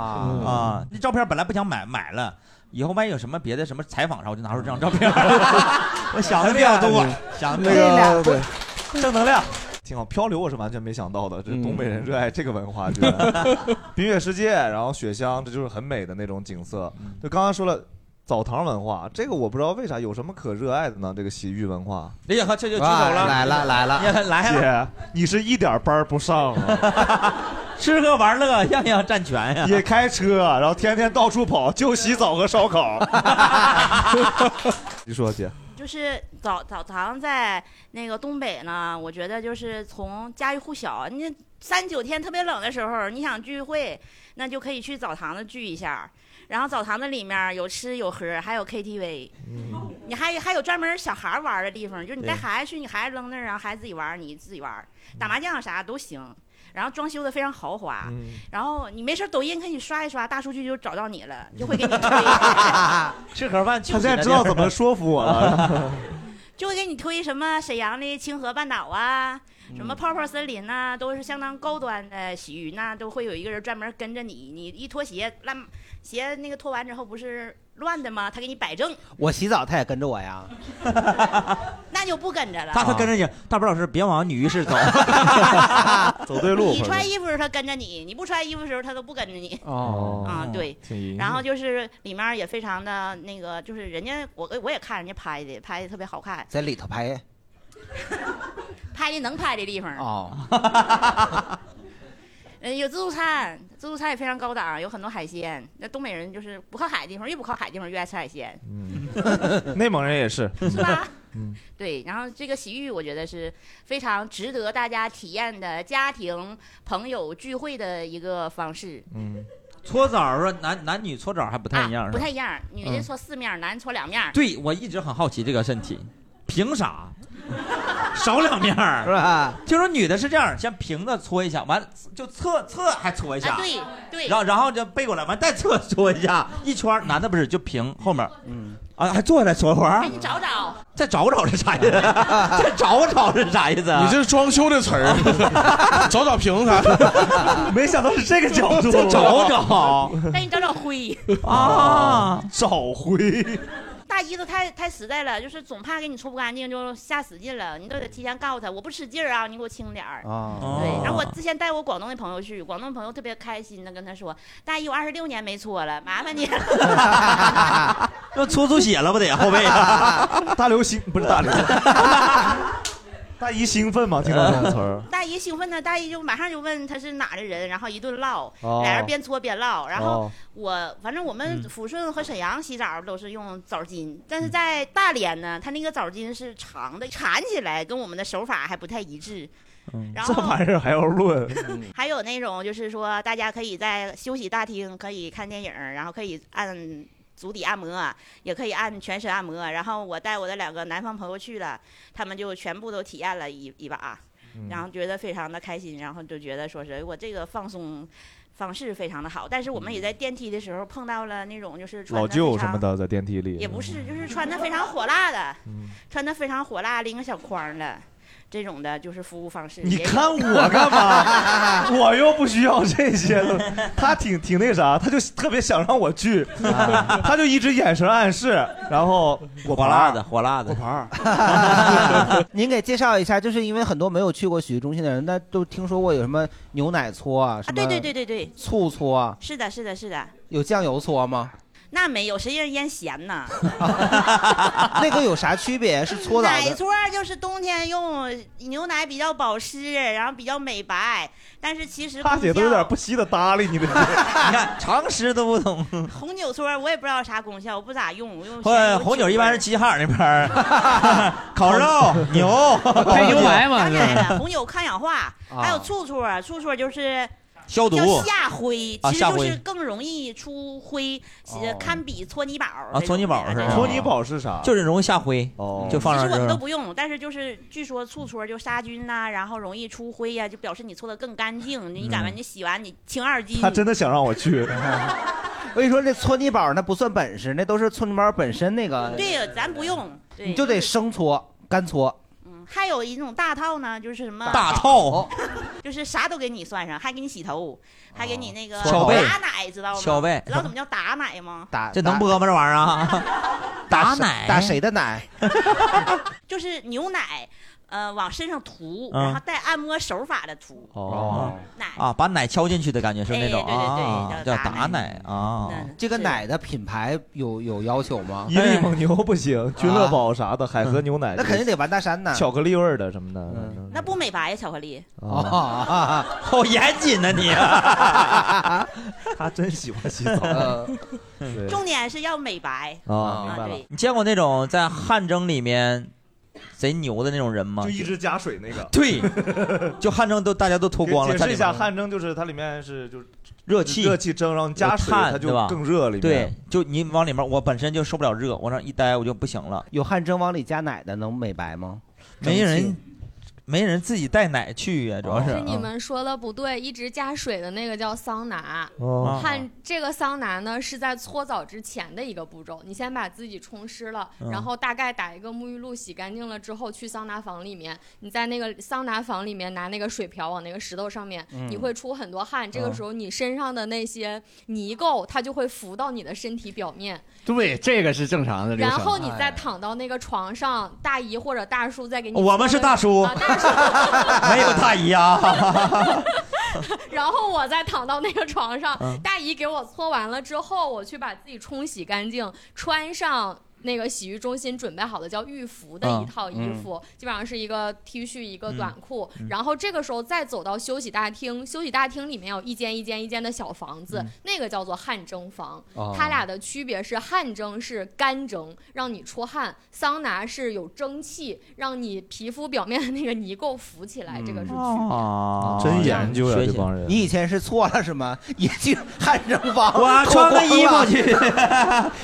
Speaker 5: 啊！那照片本来不想买，买了以后万一有什么别的什么采访啥，我就拿出这张照 片儿。我想的比较多，想
Speaker 2: 那
Speaker 5: 的比较
Speaker 2: 个
Speaker 5: 多。
Speaker 2: 哎对正能量。 挺好，漂流我是完全没想到的，这
Speaker 5: 嗯
Speaker 2: 东北人热爱这个文 化，居然冰雪世界，然后雪乡，这就是很美的那种景色。
Speaker 5: 嗯
Speaker 2: 就刚刚说了澡堂文化，这个我不知道为啥有什么可热爱的呢？这个洗浴文化，
Speaker 5: 李小河哎这就举手了，
Speaker 2: 来了来了
Speaker 5: 你看来了，
Speaker 2: 姐，你是一点班儿不上啊，
Speaker 5: 吃喝玩乐样样占全呀。
Speaker 2: 也开车，然后天天到处跑，就洗澡和烧 烤。你说姐，
Speaker 26: 就是澡澡堂在那个东北呢，我觉得就是从家喻户晓。你三九天特别冷的时候，你想聚会，那就可以去澡堂子聚一下。然后澡堂子里面有吃有喝，还有 KTV，、你还还有专门小孩玩的地方，就是你带
Speaker 5: 对
Speaker 26: 孩子去，你孩子扔那儿，然后孩子自己玩，你自己玩，打麻将啥都行。然后装修的非常豪华，然后你没事儿抖音可以刷一刷，大数据就找到你了，就会给你推。
Speaker 5: 吃盒饭去。
Speaker 2: 他现在知道怎么说服我 了。
Speaker 26: 就会给你推什么沈阳的清河半岛啊，什么泡泡森林呐、都是相当高端的洗浴，那都会有一个人专门跟着你，你一脱鞋，烂鞋那个脱完之后不是乱的吗？他给你摆正，
Speaker 3: 我洗澡他也跟着我呀。
Speaker 26: 那就不跟着了。
Speaker 5: 大哥跟着你，大波老师别往女浴室走，
Speaker 2: 走对路
Speaker 26: 你穿衣服的时候他跟着你，你不穿衣服的时候他都不跟着你。
Speaker 5: 哦
Speaker 26: 啊对
Speaker 5: 挺淫，
Speaker 26: 然后就是里面也非常的那个，就是人家我我也看人家拍的，拍的特别好看，
Speaker 3: 在里头拍
Speaker 26: 拍的能拍的地方。
Speaker 3: 哦，
Speaker 26: 嗯、 呃，有自助餐，自助餐也非常高档，有很多海鲜。那东北人就是不靠海的地方，越不靠海的地方越爱吃海鲜。
Speaker 5: 嗯
Speaker 2: 内蒙人也是，是吧？
Speaker 26: 对，然后这个洗浴我觉得是非常值得大家体验的家庭朋友聚会的一个方式，
Speaker 2: 嗯，
Speaker 5: 搓澡儿啊，男男女搓澡儿还不太一样，是吧
Speaker 26: 啊不太一样，女的
Speaker 5: 嗯
Speaker 26: 搓四面，男搓两面。
Speaker 5: 对，我一直很好奇这个身体，凭啥？少两面儿是
Speaker 3: 吧？
Speaker 5: 听说女的是这样，先平着搓一下，完了就侧侧还搓一下，
Speaker 26: 啊，对对。
Speaker 5: 然后然后就背过来，完再侧搓一 下，一圈儿。男的不是就平后面，嗯啊，还坐下来搓会儿
Speaker 26: 哎，，你找找，
Speaker 5: 再找找是啥意思？ 再找找是 啥意思啊？
Speaker 4: 你这是装修的词 儿，找找凭啥？
Speaker 2: 没想到是这个角度啊
Speaker 4: 再
Speaker 5: 找找
Speaker 26: 带你找找 灰
Speaker 5: 啊，
Speaker 2: 找回。
Speaker 26: 大姨子太太实在了，就是总怕给你搓不干净，就下死劲了。你都得提前告诉她，我不使劲儿啊，你给我轻点儿。
Speaker 2: 哦
Speaker 3: 啊
Speaker 26: 对，然后我之前带我广东的朋友去，广东朋友特别开心的跟他说：“大姨，我二十六年没搓了， 麻烦你。
Speaker 5: 要搓出血了不得后背啊？
Speaker 2: 大刘兴不是 大刘，大姨兴奋吗？听到这种词儿”，
Speaker 26: 大姨兴奋呢，大姨就马上就问他是哪儿的人，然后一顿唠，
Speaker 2: 哦
Speaker 26: 俩人边搓边唠。然后
Speaker 2: 哦
Speaker 26: 我反正我们
Speaker 2: 嗯
Speaker 26: 抚顺和沈阳洗澡都是用澡巾，但是在大连呢，他那个澡巾是长的，缠起来跟我们的手法还不太一致。 然
Speaker 2: 这
Speaker 26: 后
Speaker 2: 玩意儿还要论，
Speaker 26: 还有那种就是说，大家可以在休息大厅可以看电影儿，然后可以按足底按摩，啊也可以按全身按摩。啊然后我带我的两个南方朋友去了，他们就全部都体验了一一把，啊
Speaker 2: 嗯
Speaker 26: 然后觉得非常的开心，然后就觉得说是哎我这个放松。方式非常的好，但是我们也在电梯的时候碰到了那种就是
Speaker 2: 嗯
Speaker 26: 穿
Speaker 2: 老
Speaker 26: 得非
Speaker 2: 舅什
Speaker 26: 常
Speaker 2: 么的在电梯里嗯
Speaker 26: 也不是，就是穿的非常火辣的，穿的非常火辣，拎个小筐的，这种的就是服务方式。
Speaker 2: 你
Speaker 26: 也有
Speaker 2: 看 我干嘛？我又不需要这些了。他挺挺那啥，他就特别想让我去， 他就一直眼神暗示，然后我
Speaker 5: 火辣子，火辣子，
Speaker 8: 您给介绍一下，就是因为很多没有去过洗浴中心的人，那都听说过有什么牛奶搓啊，什么
Speaker 26: 对对对对对，
Speaker 8: 醋搓啊，
Speaker 26: 是的，是的，是的，
Speaker 8: 有酱油搓吗？
Speaker 26: 那没有，谁让人腌 咸呢？
Speaker 8: 那个有啥区别？是搓澡
Speaker 26: 奶
Speaker 8: 的。
Speaker 26: 搓儿就是冬天用牛奶比较保湿，然后比较美白，但是其实
Speaker 2: 大
Speaker 26: 功
Speaker 2: 姐都有点
Speaker 26: 效
Speaker 2: 不惜的搭理你了。 你
Speaker 5: 看常识都不 懂。
Speaker 26: 红酒搓儿我也不知道啥功效，我不咋用，我用
Speaker 5: 呃，红酒一般是齐齐哈尔那边 儿，烤肉、牛、配牛排嘛，
Speaker 26: 红酒抗氧化，
Speaker 5: 啊
Speaker 26: 还有醋搓儿，醋搓儿就是。
Speaker 5: 消毒
Speaker 26: 叫下灰，
Speaker 5: 啊
Speaker 26: 其实
Speaker 5: 下
Speaker 26: 就是
Speaker 5: 灰哦
Speaker 26: 更容易出灰，呃堪比搓泥宝儿
Speaker 5: 啊，
Speaker 26: 这
Speaker 5: 搓泥
Speaker 26: 种
Speaker 5: 宝是吧？
Speaker 2: 搓泥宝是啥？
Speaker 5: 就是容易下灰，就放
Speaker 26: 哦
Speaker 5: 上
Speaker 26: 其实我
Speaker 5: 之
Speaker 26: 们都
Speaker 5: 后。
Speaker 26: 不用，但是就是据说醋搓就杀菌呐、然后容易出灰呀、就表示你搓的更干净。
Speaker 5: 嗯
Speaker 26: 你赶完你洗完你清二斤，
Speaker 8: 他真
Speaker 2: 的想让我去。
Speaker 8: 我跟你说，这搓泥宝那不算本事，那都是搓泥宝本身那个，
Speaker 26: 对呀，咱不用， 对，嗯
Speaker 8: 你就得生搓、干搓。
Speaker 26: 还有一种大套呢，就是什么
Speaker 8: 大套，
Speaker 5: 哦
Speaker 26: 就是啥都给你算上，还给你洗头，还给
Speaker 5: 哦
Speaker 26: 你那个
Speaker 5: 敲背
Speaker 26: 打奶，知道吗？
Speaker 5: 敲背
Speaker 26: 知道怎么叫打 奶吗？
Speaker 8: 打
Speaker 5: 这能播吗？这玩意儿啊？ 打奶？
Speaker 8: 打谁的奶？
Speaker 26: 就是牛奶，呃，往身上涂，
Speaker 5: 嗯
Speaker 26: 然后带按摩手法的涂。
Speaker 5: 哦，啊，把奶敲进去的感觉是那
Speaker 26: 哎
Speaker 5: 种啊，叫打奶啊。
Speaker 26: 嗯
Speaker 8: 这个奶的品牌 有有要求吗？
Speaker 2: 一粒蒙牛不行，君乐宝啥的，海河牛
Speaker 3: 嗯
Speaker 2: 奶，
Speaker 8: 那肯定得完大山呢。
Speaker 2: 巧克力味儿的嗯什么的。
Speaker 26: 嗯那不美白呀，巧 克力。
Speaker 8: 啊，
Speaker 5: 好严谨呐你。啊
Speaker 2: 他真喜欢洗澡。
Speaker 5: 呃对
Speaker 26: 重点是要美白
Speaker 5: 嗯啊，
Speaker 26: 啊对，
Speaker 5: 你见过那种在汗蒸里面贼牛的那种人吗？
Speaker 2: 就一直加水那个。
Speaker 5: 啊对，就汗蒸都大家都脱光了，
Speaker 2: 解
Speaker 5: 它
Speaker 2: 释
Speaker 5: 里
Speaker 2: 一下，
Speaker 5: 面
Speaker 2: 汗蒸就是它里面是就是
Speaker 5: 热气
Speaker 2: 热气蒸，然后你加水
Speaker 5: 有碳
Speaker 2: 它就
Speaker 5: 对吧
Speaker 2: 更热里面。
Speaker 5: 对，就你往里面，我本身就受不了热，往上一待我就不行了。
Speaker 8: 有汗蒸往里加奶的能美白吗？
Speaker 5: 没
Speaker 8: 蒸
Speaker 5: 人
Speaker 8: 汽，
Speaker 5: 没人自己带奶去呀，主要是。嗯
Speaker 19: 哦
Speaker 5: 啊
Speaker 19: 是你们说的不对，一直加水的那个叫桑拿
Speaker 5: 哦。
Speaker 19: 汗这个桑拿呢是在搓澡之前的一个步骤，你先把自己冲湿了，
Speaker 9: 嗯
Speaker 19: 然后大概打一个沐浴露，洗干净了之后去桑拿房里面，你在那个桑拿房里面拿那个水瓢往那个石头上面，
Speaker 9: 嗯
Speaker 19: 你会出很多汗，这个
Speaker 9: 嗯
Speaker 19: 时候你身上的那些泥垢它就会浮到你的身体表面，
Speaker 11: 对，这个是正常的流
Speaker 19: 然
Speaker 11: 程。
Speaker 19: 后你再躺到那个床上，大姨或者大叔再给你
Speaker 11: 哦我们
Speaker 19: 搓
Speaker 11: 是大叔
Speaker 19: 啊大叔
Speaker 5: 没有大姨 啊，
Speaker 19: 然后我再躺到那个床上
Speaker 5: 嗯，
Speaker 19: 大姨给我搓完了之后，我去把自己冲洗干净，穿上那个洗浴中心准备好的叫浴服的
Speaker 9: 啊
Speaker 19: 一套衣服，基本上是一个 T 恤一个短裤，
Speaker 9: 嗯嗯
Speaker 19: 然后这个时候再走到休息大厅，休息大厅里面有一间一间一间的小房子，
Speaker 9: 嗯
Speaker 19: 那个叫做汗蒸房，
Speaker 9: 哦
Speaker 19: 它俩的区别是汗蒸是干蒸，让你出汗；桑拿是有蒸汽，让你皮肤表面的那个泥垢浮起来，这个是区别。
Speaker 3: 啊
Speaker 2: 真研究呀
Speaker 3: 学习
Speaker 2: 这帮人
Speaker 3: 你以前是错了是 吗？也去汗蒸房，
Speaker 5: 我啊
Speaker 3: 脱
Speaker 5: 穿个
Speaker 3: 光
Speaker 5: 衣服
Speaker 3: 了
Speaker 5: 去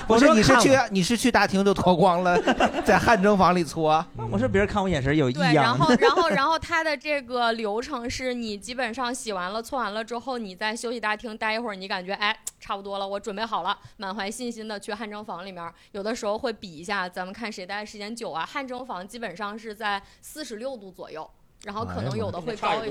Speaker 3: 不
Speaker 5: 我
Speaker 3: 是
Speaker 5: 说
Speaker 3: 你是
Speaker 5: 看
Speaker 3: 去
Speaker 8: 啊
Speaker 5: 我
Speaker 3: 你是去大厅就脱光了， 在汗蒸房里搓。
Speaker 5: 我说别人看我眼神有异
Speaker 19: 对，
Speaker 5: 样。
Speaker 19: 然 后，然后，然后它的这个流程是你基本上洗完了、搓完了之后，你在休息大厅待一会儿，你感觉哎差不多了，我准备好了，满怀信心的去汗蒸房里面。有的时候会比一下，咱们看谁待的时间久啊。汗蒸房基本上是在四十六度左右，然后可
Speaker 2: 哎
Speaker 19: 能有的会高一，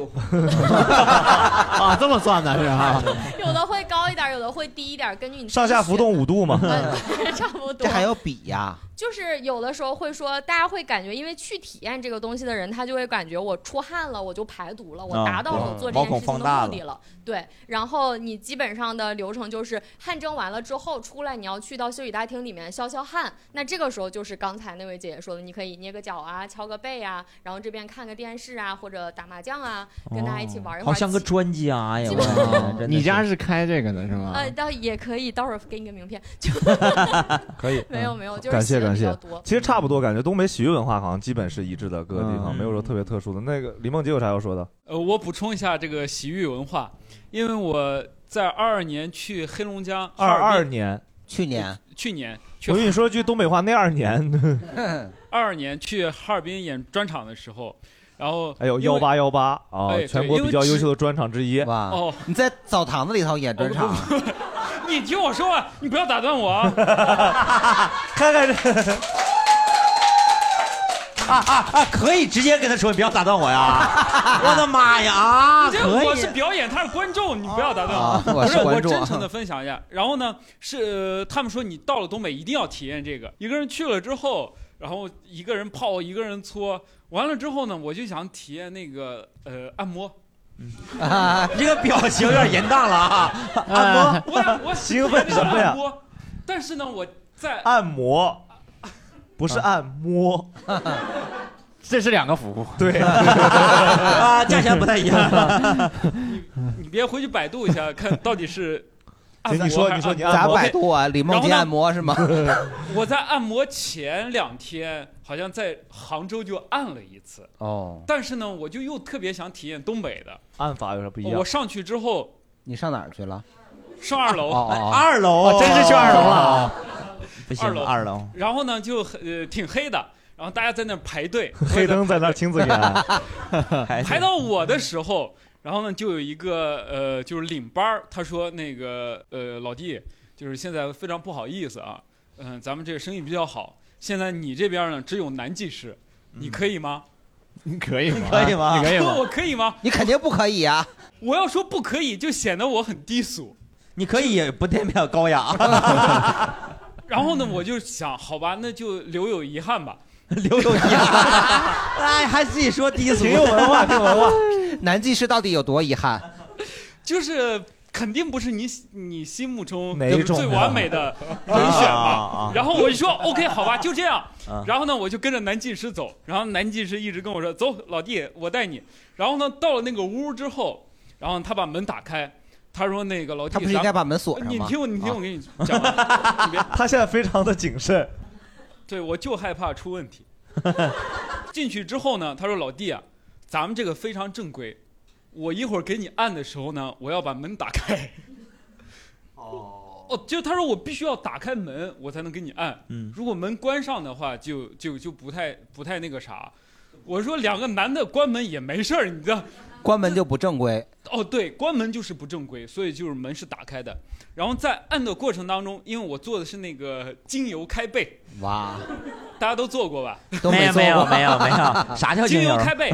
Speaker 9: 啊，这么算的是哈，
Speaker 19: 有的会高一点，有的会低一点，根 据你
Speaker 2: 上下浮动五度嘛。
Speaker 19: 对差不多。
Speaker 3: 这还要比呀？
Speaker 19: 就是有的时候会说，大家会感觉，因为去体验这个东西的人，他就会感觉我出汗了，我就排毒了，我达到
Speaker 5: 嗯
Speaker 19: 我做这件事情的目的了。对，然后你基本上的流程就是汗蒸完了之后出来，你要去到休息大厅里面消消汗。那这个时候就是刚才那位姐姐说的，你可以捏个脚啊，敲个背啊，然后这边看个电视啊，或者打麻将啊，跟大家一起玩一玩。
Speaker 5: 哦好像个专家呀！我
Speaker 11: 你家是开这个的是吗？
Speaker 19: 呃，倒也可以，到时候给你个名片。就
Speaker 2: 可以，
Speaker 19: 没
Speaker 29: 嗯
Speaker 19: 有没有，就是
Speaker 2: 感谢
Speaker 19: 洗得
Speaker 2: 感
Speaker 19: 比较
Speaker 2: 谢
Speaker 19: 多。
Speaker 2: 其实差不多，感觉东北洗浴文化好像基本是一致的，各个地方
Speaker 29: 嗯
Speaker 2: 没有说特别特殊的。那个李梦洁有啥要说的？
Speaker 29: 呃，我补充一下这个洗浴文化，因为我在二二年去黑龙江，哈
Speaker 2: 二
Speaker 29: 尔
Speaker 2: 二
Speaker 29: 滨，
Speaker 2: 年，
Speaker 3: 去
Speaker 29: 年去年去
Speaker 2: 我跟你说句东北话，那二年，
Speaker 29: 二二年去哈尔滨演专场的时候，然后
Speaker 2: 哎呦
Speaker 29: 因为
Speaker 2: 幺八幺八啊
Speaker 29: 哎，对
Speaker 2: 全国比较优秀的专场之一
Speaker 3: 哇
Speaker 29: 哦
Speaker 3: 你在澡堂子里头演专场，
Speaker 8: 啊
Speaker 29: 你听我说完，你不要打断我啊！
Speaker 5: 看看这。 啊啊啊！可以直接跟他说，你不要打断我呀！ 我的妈 呀！啊，
Speaker 29: 你这
Speaker 5: 可
Speaker 29: 我
Speaker 5: 以
Speaker 29: 是。表演，他是观众，你不要打断
Speaker 5: 啊
Speaker 29: 我。
Speaker 5: 我
Speaker 29: 不
Speaker 5: 是
Speaker 29: 是，我
Speaker 5: 观众
Speaker 29: 真诚的分享一下。然后呢，是、呃他们说你到了东北一定要体验这个。一个人去了之后，然后一个人泡，一个人搓，完了之后呢，我就想体验那个呃 按摩。
Speaker 5: 啊，你这个表情有点淫荡了啊！ 按
Speaker 29: 我想我喜欢这个
Speaker 2: 什么呀
Speaker 29: 按摩？但是呢，我在
Speaker 2: 按摩，不
Speaker 5: 嗯
Speaker 2: 是按 摩，
Speaker 11: 这是两个服务。
Speaker 2: 对
Speaker 5: 啊价钱不太一样
Speaker 29: 你别回去百度一下，看到底是按摩
Speaker 3: 你说你
Speaker 29: 还是
Speaker 3: 说你
Speaker 29: 按摩
Speaker 3: 咋
Speaker 29: 我
Speaker 3: 百度啊？
Speaker 29: 然
Speaker 3: 李梦
Speaker 29: 后
Speaker 3: 洁
Speaker 29: 呢
Speaker 3: 按摩是吗？
Speaker 29: 我在按摩前两天，好像在杭州就按了一次，
Speaker 3: 哦，
Speaker 29: 但是呢，我就又特别想体验东北的。
Speaker 2: 按法有啥不一样？
Speaker 29: 我上去之后，
Speaker 3: 你上哪儿去了？
Speaker 29: 上二楼，
Speaker 3: 哦哦哦
Speaker 5: 二楼哦真是去二楼
Speaker 3: 啊
Speaker 5: 了不行
Speaker 29: 二楼，
Speaker 5: 二楼。
Speaker 29: 然后呢，就很呃挺黑的，然后大家在那儿排队，
Speaker 2: 黑灯在那儿亲自给 按，
Speaker 29: 排到我的时候，然后呢，就有一个呃，就是领班儿，他说那个呃，老弟，就是现在非常不好意思啊，嗯、咱们这个生意比较好，现在你这边呢只有男技师，你可以吗？？
Speaker 11: 你可以吗？
Speaker 3: 可以吗
Speaker 11: 你可以吗
Speaker 29: 我可以吗？
Speaker 3: 你肯定不可以啊！
Speaker 29: 我要说不可以，就显得我很低俗。
Speaker 5: 你可以不代表高 雅，
Speaker 29: 然后呢，我就想，好吧，那就留有遗憾吧。
Speaker 5: 哎，还自己说低俗，
Speaker 29: 挺有文化挺有文化。
Speaker 3: 男技师到底有多遗憾？
Speaker 29: 就是肯定不是你你心目中
Speaker 3: 哪一种啊
Speaker 29: 最完 美的人选
Speaker 5: 啊啊
Speaker 29: 嘛
Speaker 5: 啊。
Speaker 29: 然后我就说 OK，好吧，就这样
Speaker 5: 啊。
Speaker 29: 然后呢，我就跟着男技师走，然后男技师一直跟我说：“走，老弟，我带你。”然后呢，到了那个屋之后，然后他把门打开，他说：“那个老弟，
Speaker 3: 他不是应
Speaker 29: 咱呃
Speaker 3: 该把门锁上吗
Speaker 29: 你听我，你听我，
Speaker 3: 啊
Speaker 29: 给你讲完。
Speaker 2: 他现在非常的谨慎，
Speaker 29: 对，我就害怕出问题。进去之后呢，他说：“老弟啊，咱们这个非常正规，我一会儿给你按的时候呢，我要把门打开。”哦， 哦，就他说我必须要打开门，我才能给你按。
Speaker 5: 嗯
Speaker 29: 如果门关上的话，就就就不太不太那个啥。我说两个男的关门也没事儿，你知道。
Speaker 3: 关门就不正规。
Speaker 29: 哦，对，关门就是不正规，所以就是门是打开的。然后在按的过程当中，因为我做的是那个精油开背，
Speaker 3: 哇，
Speaker 29: 大家都做过吧？
Speaker 3: 都没没有做过没有没
Speaker 5: 有啥叫精
Speaker 29: 精
Speaker 5: 油
Speaker 29: 开背？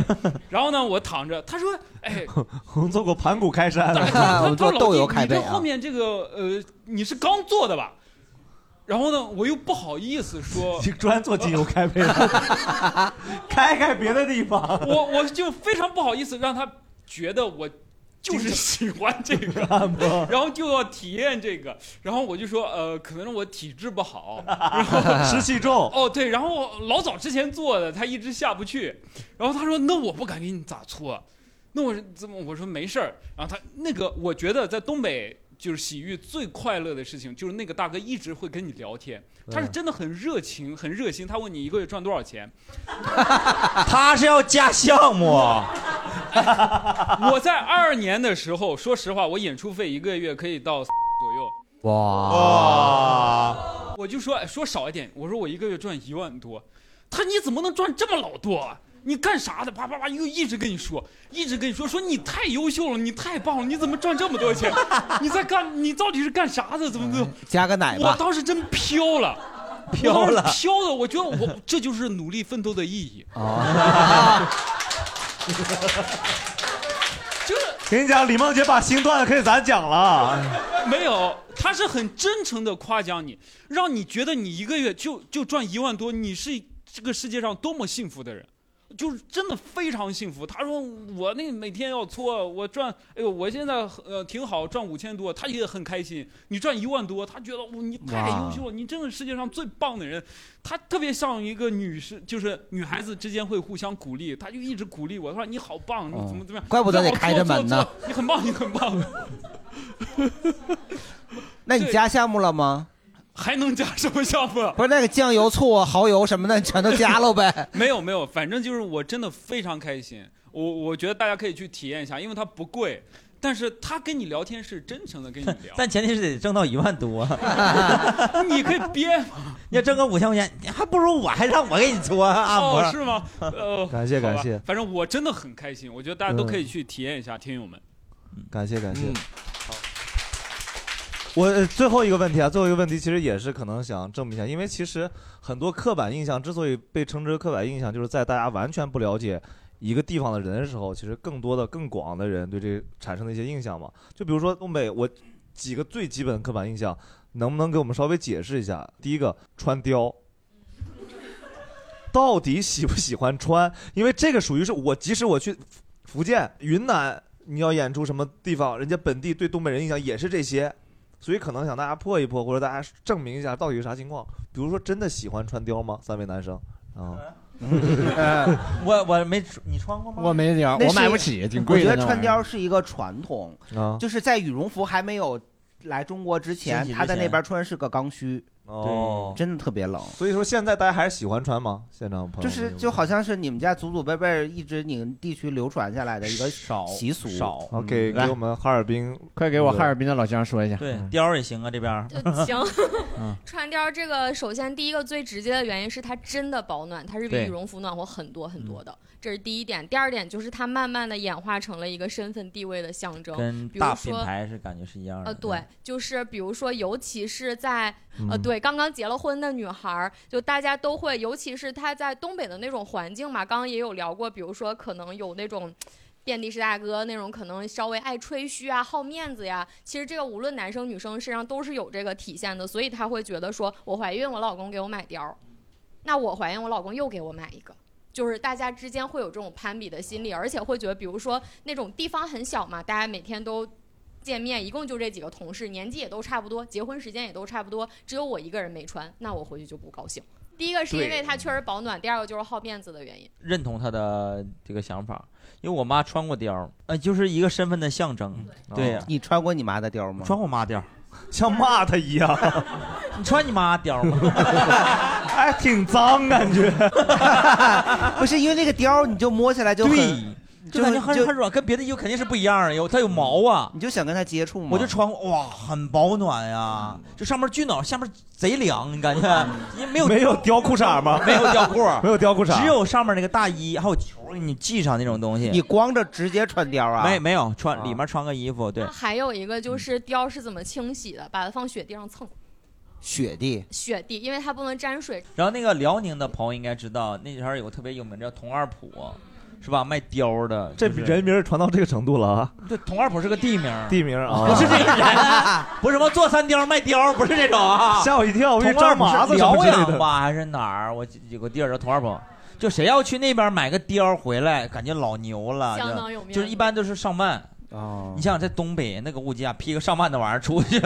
Speaker 29: 然后呢，我躺着，他说：“哎，
Speaker 2: 我们做过盘古开山，，
Speaker 29: 他
Speaker 3: 我
Speaker 29: 他
Speaker 3: 们做
Speaker 29: 老
Speaker 3: 豆
Speaker 29: 弟
Speaker 3: 油开背
Speaker 29: 你这后
Speaker 3: 啊。
Speaker 29: 面这个呃，你是刚做的吧？”然后呢，我又不好意思 说呃
Speaker 2: 专做精油开背 的，开开别的地方。
Speaker 29: 我我就非常不好意思让他觉得我就是喜欢这个， 然后就要体验这个，然后我就说，呃，可能是我体质不好，然后
Speaker 2: 湿气重，
Speaker 29: 哦，对，然后老早之前做的，他一直下不去。然后他说：“那我不敢给你咋搓。”那我说怎么？我说没事儿。然后他那个，我觉得在东北就是洗浴最快乐的事情，就是那个大哥一直会跟你聊天，他是真的很热情，很热心。他问你一个月赚多少钱，
Speaker 5: 他是要加项目，
Speaker 29: 我在二年的时候，说实话，我演出费一个月可以到 左右。
Speaker 9: 哇，
Speaker 3: 啊
Speaker 29: 我就说哎说少一点，我说我一个月赚一万多，他你怎么能赚这么老多啊？你干啥的？啪啪啪，又一直跟你说，一直跟你说，说你太优秀了，你太棒了，你怎么赚这么 多钱？你在干，你到底是干啥的？怎么怎么？
Speaker 3: 加个奶
Speaker 29: 我
Speaker 3: 吧。
Speaker 29: 当时真飘了，
Speaker 3: 哎飘了
Speaker 29: 我当时飘的，我觉得我这就是努力奋斗的意 义。
Speaker 3: 哦
Speaker 2: 跟你讲，李梦姐把新段子可以咱讲了。
Speaker 29: 没有，他是很真诚的夸奖你，让你觉得你一个月就就赚一万多，你是这个世界上多么幸福的人，就是真的非常幸福。他说我那每天要搓，我赚，哎呦，我现在呃挺好，赚五千多，他也很开心。你赚一万多，他觉得哇你太
Speaker 9: 哇
Speaker 29: 优秀
Speaker 3: 嗯
Speaker 29: 了，你真的世界上最棒的人。他特别像一个女士，就是女孩子之间会互相鼓励，他就一直鼓励我，他说你好棒，你怎么怎么样，
Speaker 3: 哦怪不得得
Speaker 29: 你好
Speaker 3: 开着门呢
Speaker 29: 做做做你很棒，你很棒。
Speaker 3: 那你加项目了吗？
Speaker 29: 还能加什么项 目？
Speaker 3: 不是那个酱油、醋、啊蚝油什么的，全都加 了呗
Speaker 29: 。没有没有，反正就是我真的非常开心。我我觉得大家可以去体验一下，因为它不贵，但是他跟你聊天是真诚的跟你聊。
Speaker 5: 但前提是得挣到一万 多。
Speaker 29: 你可以憋嘛，
Speaker 5: 你要挣个五千块钱，你还不如我还让我给你啊搓 按摩。
Speaker 29: 哦，是吗？呃，
Speaker 2: 感谢
Speaker 29: 好吧
Speaker 2: 感谢
Speaker 29: 反正我真的很开心，我觉得大家都可以去体验一下，听友们。
Speaker 2: 感谢感谢。
Speaker 29: 嗯
Speaker 2: 我呃最后一个问题啊，最后一个问题其实也是可能想证明一下，因为其实很多刻板印象之所以被称之为刻板印象，就是在大家完全不了解一个地方的人的时候，其实更多的、更广的人对这产生的一些印象嘛。就比如说东北，我几个最基本的刻板印象，能不能给我们稍微解释一下？第一个，穿貂。到底喜不喜欢穿？因为这个属于是我，即使我去福福建、云南，你要演出什么地方，人家本地对东北人印象也是这些，所以可能想大家破一破，或者大家证明一下到底是啥情况。比如说，真的喜欢穿貂吗？三位男生啊，
Speaker 5: 我我没你穿过吗？
Speaker 3: 我没
Speaker 5: 貂
Speaker 3: 那
Speaker 5: 我
Speaker 3: 是
Speaker 5: 买不起挺贵
Speaker 3: 我
Speaker 5: 的那
Speaker 3: 觉
Speaker 5: 玩
Speaker 3: 得穿
Speaker 5: 意儿
Speaker 3: 貂是一个传统
Speaker 2: 啊，
Speaker 3: 就是在羽绒服还没有来中国之
Speaker 2: 兴
Speaker 3: 前
Speaker 2: 起，之
Speaker 3: 他在那
Speaker 2: 前
Speaker 3: 边穿是个刚需。
Speaker 2: 哦，
Speaker 3: 真的特别冷。
Speaker 2: 所以说现在大家还是喜欢穿吗？现场朋友
Speaker 3: 就
Speaker 2: 们
Speaker 3: 是就好像是你们家祖祖辈辈一直你们地区流传下来的一个习俗。
Speaker 2: 好给给我们哈尔滨，
Speaker 11: 快给我哈尔滨的老乡说一下。
Speaker 5: 对，貂也行啊，这边儿
Speaker 19: 行
Speaker 5: 嗯，
Speaker 19: 穿貂这个，首先第一个最直接的原因是它真的保暖，它是比
Speaker 5: 对嗯
Speaker 19: 羽绒服暖和很多很多的，这是第一点。第二点就是它慢慢的演化成了一个身份地位的象 征，
Speaker 5: 跟
Speaker 19: 比如
Speaker 5: 大品
Speaker 19: 说
Speaker 5: 牌是感觉是一样的。
Speaker 19: 呃，对，就是比如说，尤其是在呃，
Speaker 5: 嗯
Speaker 19: 对，刚刚结了婚的女孩儿，就大家都会，尤其是她在东北的那种环境嘛，刚刚也有聊过，比如说可能有那种。遍地是大哥那种，可能稍微爱吹嘘啊、好面子呀。其实这个无论男生女生身上都是有这个体现的，所以她会觉得说，我怀孕，我老公给我买貂儿，那我怀孕，我老公又给我买一个，就是大家之间会有这种攀比的心理，而且会觉得，比如说那种地方很小嘛，大家每天都见面，一共就这几个同事，年纪也都差不多，结婚时间也都差不多，只有我一个人没穿，那我回去就不高兴。第一个是因
Speaker 5: 对
Speaker 19: 为它确实保暖，第二个就是好面子的原因。
Speaker 5: 认同他的这个想法，因为我妈穿过貂儿，呃，就是一个身份的象征。
Speaker 2: 嗯
Speaker 5: 嗯对
Speaker 3: 哦，你穿过你妈的貂吗？
Speaker 5: 穿过妈貂，
Speaker 2: 像骂她一样。
Speaker 5: 你穿你妈貂 吗？
Speaker 2: 还挺脏啊感觉。
Speaker 3: 不是因为那个貂，你就摸起来就很
Speaker 5: 对，就感觉很
Speaker 3: 就
Speaker 5: 很软，跟别的衣服肯定是不一样的，有它有毛啊。
Speaker 3: 你就想跟它接触吗？
Speaker 5: 我就穿过，哇，很保暖呀，就上面巨暖，下面贼凉，你感
Speaker 3: 嗯
Speaker 5: 觉？因为没有
Speaker 2: 没有貂裤衩吗？
Speaker 5: 没有貂裤
Speaker 2: ，没有貂裤衩，
Speaker 5: 只有上面那个大衣，还有球给你系上那种东西。
Speaker 3: 你光着直接穿貂啊？
Speaker 5: 没没有穿里面穿个衣服，对
Speaker 19: 那，还有一个就是貂是怎么清洗的，把它放雪地上蹭
Speaker 3: 雪地。
Speaker 19: 雪地，因为它不能沾水。
Speaker 5: 然后那个辽宁的朋友应该知道，那前儿有个特别有名叫佟二普，是吧？卖貂的，
Speaker 2: 这
Speaker 5: 就是
Speaker 2: 人名儿传到这个程度了啊！
Speaker 5: 对，佟二普是个地名，
Speaker 2: 地名儿啊
Speaker 5: 不是这个人，不是什么做三貂卖貂，不是这种啊，
Speaker 2: 吓我一跳我以为
Speaker 5: 佟二
Speaker 2: 张麻
Speaker 5: 普
Speaker 2: 子
Speaker 5: 是
Speaker 2: 什么
Speaker 5: 辽
Speaker 2: 之类的
Speaker 5: 阳吧，还是哪儿？我记有个地儿叫佟二普。就谁要去那边买个貂回来，感觉老牛了，
Speaker 19: 相当
Speaker 5: 就
Speaker 19: 有面子
Speaker 5: 就是一般都是上万，哦，你想在东北那个物价，批个上万的玩意儿出 去，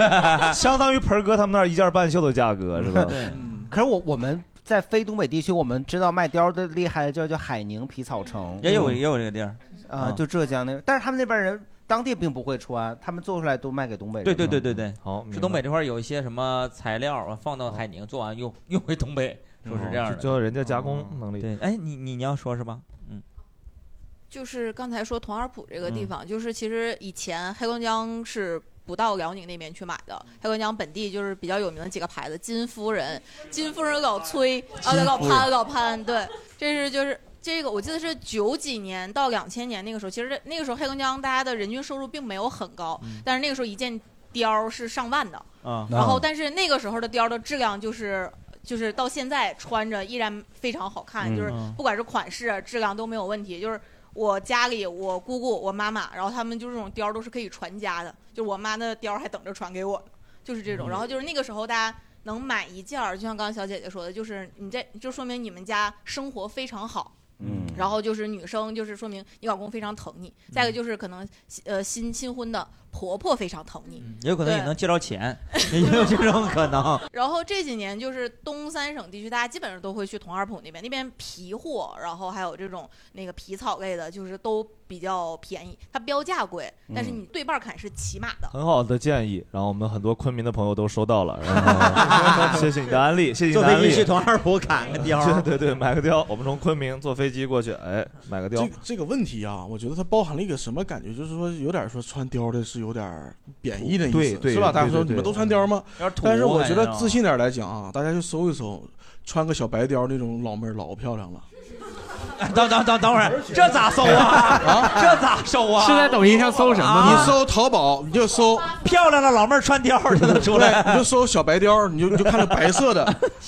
Speaker 2: 相当于盆儿哥他们那儿一件半袖的价格是吧？
Speaker 5: 对
Speaker 8: 可是我我们在非东北地区，我们知道卖貂的厉害的叫叫海宁皮草城，
Speaker 5: 也有也嗯有这个地儿
Speaker 8: 啊，就浙江那个，但是他们那边人当地并不会穿，他们做出来都卖给东北人。嗯
Speaker 5: 对对对对对，
Speaker 2: 好
Speaker 5: 是东北这块儿有一些什么材料啊，放到海宁做完又又回东北，说是这样的，
Speaker 2: 哦就人家加
Speaker 11: 哦
Speaker 2: 工能力。
Speaker 5: 对，哎，你你你要说什么？
Speaker 28: 就是刚才说铜二浦这个地方，就是其实以前黑龙江是不到辽宁那边去买的，黑龙江本地就是比较有名的几个牌子，金夫人、金夫人、老崔啊，对老潘、老潘，对，这是就是这个，我记得是九几年到两千年那个时候，其实那个时候黑龙江大家的人均收入并没有很高，但是那个时候一件貂儿是上万的，
Speaker 5: 啊
Speaker 28: 然
Speaker 8: 哦
Speaker 28: 后但是那个时候的貂儿的质量就是就是到现在穿着依然非常好看，
Speaker 5: 嗯
Speaker 28: 就是不管是款式、啊质量都没有问题，就是。我家里我姑姑、我妈妈，然后他们就这种貂儿都是可以传家的，就是我妈的貂儿还等着传给我，就是
Speaker 5: 嗯
Speaker 28: 这种。然后就是那个时候大家能买一件儿，就像刚刚小姐姐说的，就是你这就说明你们家生活非常好。
Speaker 5: 嗯
Speaker 28: 然后就是女生，就是说明你老公非常疼你。再一个就是可能呃新新婚的婆婆非常疼你，
Speaker 5: 嗯也有可能
Speaker 28: 对
Speaker 5: 也能借着 钱，也有这种可能。
Speaker 28: 然后这几年就是东三省地区，大家基本上都会去铜二浦那边，那边皮货，然后还有这种那个皮草类的，就是都比较便宜，它标价贵，
Speaker 5: 嗯
Speaker 28: 但是你对半砍是起码的。
Speaker 2: 很好的建议，然后我们很多昆明的朋友都收到了，然 后谢谢你的安利，谢谢你的安
Speaker 5: 坐飞
Speaker 2: 利。
Speaker 5: 机去铜二浦砍个 貂
Speaker 2: 对对对，买个貂，我们从昆明坐飞机过去，哎，买个貂
Speaker 4: 这个。这个问题啊，我觉得它包含了一个什么感觉，就是说有点说穿貂的是有点贬义的意思，
Speaker 2: 对对
Speaker 4: 是吧？
Speaker 2: 对
Speaker 4: 大家说
Speaker 2: 对对
Speaker 4: 你们都穿貂
Speaker 5: 嗯
Speaker 4: 吗
Speaker 2: 有点？土
Speaker 4: 但是我觉
Speaker 2: 感
Speaker 4: 得
Speaker 2: 觉啊
Speaker 4: 自信点来讲啊，大家去搜一搜，穿个小白貂那种老妹儿老漂 亮了。
Speaker 5: 等等等等 会儿，这咋搜 啊？ 啊，这咋搜啊？
Speaker 4: 音上搜什
Speaker 5: 么呢
Speaker 4: 你搜淘宝，你就搜
Speaker 5: 漂亮的老妹儿穿貂儿就能出来
Speaker 4: 对你就搜小白貂儿，你就你就看着白色的，